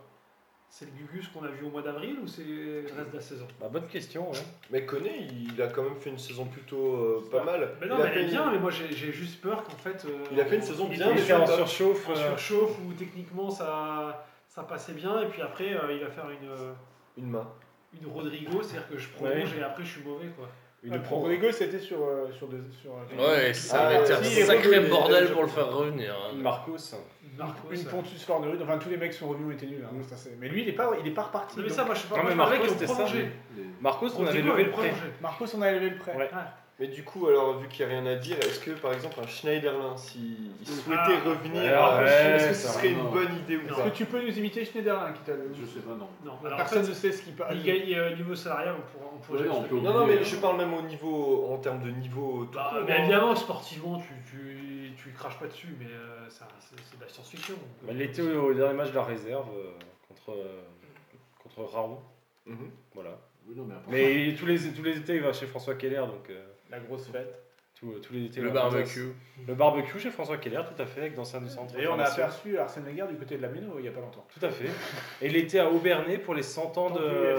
Speaker 5: C'est le Gugus qu'on a vu au mois d'avril ou c'est le reste de la saison
Speaker 3: Bah, bonne question, ouais.
Speaker 4: Mais Koné, il a quand même fait une saison plutôt euh, pas mal.
Speaker 5: Mais non,
Speaker 4: il, a
Speaker 5: mais elle est
Speaker 4: fait-
Speaker 5: bien, mais moi j'ai, j'ai juste peur qu'en fait. euh,
Speaker 4: il a fait une saison
Speaker 5: il
Speaker 2: Ah,
Speaker 4: bien,
Speaker 5: était
Speaker 4: mais
Speaker 3: Il
Speaker 4: sur
Speaker 3: était
Speaker 5: en
Speaker 3: en
Speaker 4: le top.
Speaker 3: surchauffe.
Speaker 5: en
Speaker 3: euh,
Speaker 5: surchauffe où techniquement ça, ça passait bien, et puis après euh, il va faire une, euh,
Speaker 4: une main.
Speaker 5: une Rodrigo, c'est-à-dire que je prolonge et après je suis mauvais quoi.
Speaker 2: Ah,
Speaker 3: une pro-
Speaker 2: Euh, Rodrigo, c'était sur, euh, sur, deux- sur, euh,
Speaker 6: Ouais, et ça avait
Speaker 4: Ah,
Speaker 6: été un
Speaker 4: si, il est
Speaker 6: sacré
Speaker 4: revenu,
Speaker 6: bordel
Speaker 4: il est
Speaker 6: pour le faire revenir. hein.
Speaker 3: Marcos.
Speaker 5: Marcos,
Speaker 2: une
Speaker 5: euh,
Speaker 2: Pontus Fornerud. Enfin, tous les mecs qui sont revenus étaient nuls. hein. Ça, c'est- mais lui, il est pas, il est pas reparti.
Speaker 5: Non, mais
Speaker 2: donc.
Speaker 5: ça, moi je sais pas.
Speaker 3: Non,
Speaker 5: moi,
Speaker 3: mais
Speaker 5: je parlais
Speaker 3: Marcos,
Speaker 5: qu'ils
Speaker 3: c'était
Speaker 5: ont
Speaker 3: ça,
Speaker 5: prolongé.
Speaker 3: Marcos, on avait
Speaker 5: Rodrigo, Ah,
Speaker 3: levé
Speaker 5: il
Speaker 3: le prêt.
Speaker 5: prolongeait.
Speaker 2: Marcos, on a élevé le prêt.
Speaker 3: Ouais.
Speaker 4: Mais du coup, alors, vu qu'il n'y a rien à dire, est-ce que par exemple un Schneiderlin, s'il il souhaitait
Speaker 5: Ah.
Speaker 4: revenir, euh,
Speaker 3: Ouais,
Speaker 4: est-ce
Speaker 3: ouais,
Speaker 4: que
Speaker 3: ça,
Speaker 4: ce serait une
Speaker 9: non.
Speaker 4: bonne idée ou
Speaker 5: Non.
Speaker 2: Est-ce
Speaker 4: pas
Speaker 2: que tu peux nous imiter Schneiderlin qui t'a le-
Speaker 9: Je sais pas, non.
Speaker 5: Non, alors
Speaker 2: Personne
Speaker 5: ça,
Speaker 2: ne sait ce qu'il parle.
Speaker 5: il gagne euh, niveau salarial, on pourra. On pourra
Speaker 9: Ouais, on peut
Speaker 4: Non, non, mais
Speaker 3: hein.
Speaker 9: oublier.
Speaker 4: je parle même au niveau, en termes de niveau. tout
Speaker 5: Bah,
Speaker 4: court,
Speaker 5: mais
Speaker 4: hein.
Speaker 5: évidemment, sportivement, tu, tu, tu craches pas dessus, mais euh, ça- c'est c'est de la science-fiction.
Speaker 3: Bah, il était au, au dernier match de la réserve euh, contre, euh, contre Raon.
Speaker 4: Mhm.
Speaker 3: Voilà.
Speaker 9: Oui, non, mais après.
Speaker 3: Mais il- tous, les, tous les étés, il va chez François Keller, donc euh,
Speaker 2: La grosse fête.
Speaker 3: tous, tous les étés.
Speaker 6: Le
Speaker 3: il va en
Speaker 6: barbecue.
Speaker 3: Alsace. Le barbecue chez François Keller, tout à fait, avec dans sa centre.
Speaker 2: D'ailleurs, on a
Speaker 3: d'information.
Speaker 2: aperçu Arsène Wenger du côté de la Méno il n'y a pas longtemps.
Speaker 3: Tout à fait. Et il était à Aubernay pour les 100
Speaker 2: Tant
Speaker 3: ans
Speaker 2: pis,
Speaker 3: de.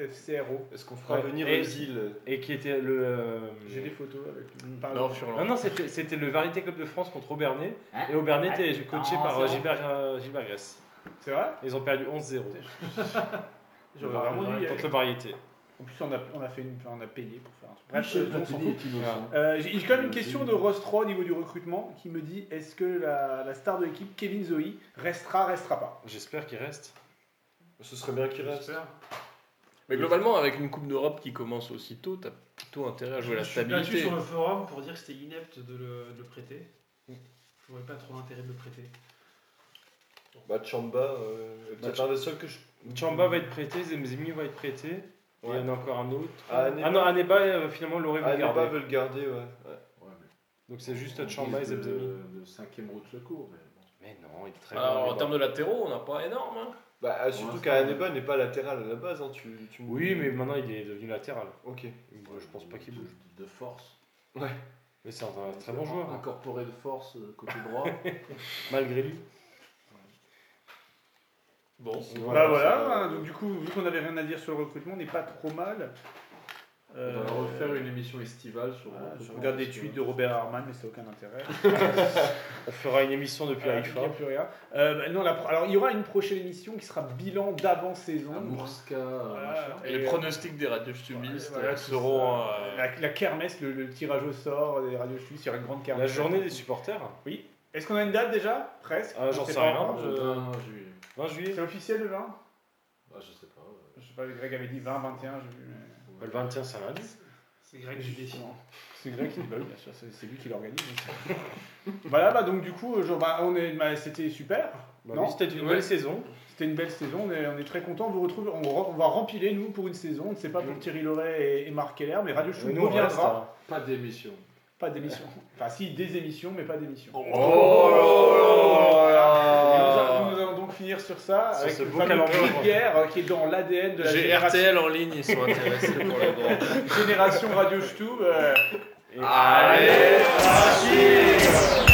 Speaker 2: FCR FCRO.
Speaker 4: Est-ce qu'on fera
Speaker 3: Ouais.
Speaker 4: venir
Speaker 3: Et-
Speaker 4: les îles
Speaker 3: Et qui était le. euh,
Speaker 2: J'ai des photos avec.
Speaker 6: Non, sur
Speaker 3: Non, non, c'était c'était le Variété Club de France contre Aubernay.
Speaker 9: Hein
Speaker 3: et Aubernay était coaché
Speaker 9: Non,
Speaker 3: par euh,
Speaker 9: c'est bon.
Speaker 3: Gilbert, euh, Gilbert Gress.
Speaker 2: C'est vrai
Speaker 3: Ils ont perdu 11-0
Speaker 2: J'aurais vraiment dit.
Speaker 3: contre le Variété.
Speaker 2: En plus, on a, on a fait une, enfin, on a payé pour faire un truc.
Speaker 9: Bref,
Speaker 2: Bref, euh, on s'en fout. Euh, J'ai j'ai quand même une question de Rostro au niveau du recrutement qui me dit est-ce que la, la star de l'équipe, Kevin Zoe, restera, restera pas
Speaker 3: J'espère qu'il reste.
Speaker 4: Ce serait bien qu'il reste.
Speaker 6: Mais globalement, avec une Coupe d'Europe qui commence aussitôt, t'as plutôt intérêt à jouer la
Speaker 5: Je suis battu
Speaker 6: stabilité.
Speaker 5: sur le forum pour dire que c'était inepte de le, de le prêter. Je n'aurais pas trop l'intérêt de le prêter.
Speaker 4: Bah, Chamba, euh, est peut-être
Speaker 3: Bah,
Speaker 4: un des seuls que je.
Speaker 3: Chamba va être prêté, Zem- Zemni va être prêté. et Il y
Speaker 4: Ouais.
Speaker 3: en a encore un autre.
Speaker 4: Ah,
Speaker 3: Ah non, Aneba, euh, finalement, l'aurait
Speaker 4: Aneba
Speaker 3: gardé.
Speaker 4: veut le garder, ouais. ouais.
Speaker 9: Ouais, mais
Speaker 3: Donc c'est juste
Speaker 9: en
Speaker 3: Tchamba et
Speaker 9: guise de,
Speaker 3: Zebzemi.
Speaker 9: de cinquième roue de secours. mais bon.
Speaker 3: Mais non, il est très
Speaker 6: Alors,
Speaker 3: bon.
Speaker 6: en termes de latéraux, on n'a pas énorme. hein.
Speaker 4: Bah, ah, surtout
Speaker 9: l'instant,
Speaker 4: qu'Aneba n'est pas latéral à la base, hein, tu, tu me-
Speaker 3: Oui, mais maintenant il est devenu latéral.
Speaker 4: Ok.
Speaker 3: Je pense pas qu'il
Speaker 9: De-
Speaker 3: bouge.
Speaker 9: De force.
Speaker 3: Mais c'est un très bon joueur, hein,
Speaker 9: Incorporé de force euh, côté droit.
Speaker 3: *laughs* malgré lui.
Speaker 6: Bon.
Speaker 2: Bah voilà, hein, donc du coup, vu qu'on n'avait rien à dire sur le recrutement, on n'est pas trop mal.
Speaker 9: On
Speaker 2: Euh,
Speaker 9: va refaire une émission estivale sur.
Speaker 2: voilà, je regarde des tweets de Robert Harman, mais c'est aucun intérêt.
Speaker 3: On fera une émission depuis
Speaker 6: Ah,
Speaker 2: Euh, il y a
Speaker 3: Haïfa.
Speaker 2: plus rien. Euh, bah, non, la pro- Alors, il y aura une prochaine émission qui sera bilan d'avant-saison.
Speaker 3: Ah,
Speaker 9: Un Mourska, euh,
Speaker 2: Voilà.
Speaker 9: machin.
Speaker 3: hein.
Speaker 6: Et
Speaker 2: Et,
Speaker 6: les
Speaker 2: euh,
Speaker 6: pronostics des radiostubistes
Speaker 2: voilà,
Speaker 6: euh,
Speaker 2: tout
Speaker 6: seront. euh,
Speaker 2: La, la kermesse, le, le tirage au sort des radios suisses, il y aura une grande
Speaker 3: La
Speaker 2: kermesse.
Speaker 3: journée des supporters, hein.
Speaker 2: Est-ce qu'on a une date déjà Presque
Speaker 3: Ah,
Speaker 2: On
Speaker 3: j'en
Speaker 2: sait
Speaker 3: sais
Speaker 2: pas
Speaker 3: rien.
Speaker 2: encore.
Speaker 6: euh,
Speaker 9: Le 20 juillet.
Speaker 3: 20 juillet.
Speaker 2: C'est officiel le 20
Speaker 9: Ah, je sais pas. ouais.
Speaker 2: Je sais pas, Greg avait dit 20, 21, j'ai vu. mais-
Speaker 3: Bah, Le 21, c'est un lundi.
Speaker 5: C'est Greg qui décide.
Speaker 2: Justement. C'est Greg qui dit, bah oui, bien sûr, c'est c'est lui qui l'organise. *laughs* voilà, bah donc du coup, je- bah, on est, bah, c'était super.
Speaker 3: Bah
Speaker 2: Non.
Speaker 3: oui, C'était une nouvelle saison.
Speaker 2: C'était une belle saison, on est, on est très content. On vous retrouve, on, re- on va rempiler nous pour une saison. On ne sait pas pour Thierry Loret et, et Marc Keller, mais Radio Chou
Speaker 3: Mais nous, on reste,
Speaker 2: reviendra.
Speaker 3: hein.
Speaker 9: Pas d'émission.
Speaker 2: Pas d'émission. Enfin, si, des émissions, mais pas d'émission.
Speaker 3: Oh là là.
Speaker 5: Euh,
Speaker 2: nous, nous allons donc finir sur ça
Speaker 3: Sur
Speaker 2: avec
Speaker 3: ce
Speaker 2: le
Speaker 3: beau
Speaker 2: fameux
Speaker 3: calendrier.
Speaker 2: Pierre euh, qui est dans l'ADN de la
Speaker 6: J'ai
Speaker 2: génération,
Speaker 6: RTL en ligne,
Speaker 5: *laughs*
Speaker 6: ils sont intéressés pour la grande.
Speaker 2: euh, génération Radio Stube.
Speaker 3: Et-
Speaker 6: Allez, Rachid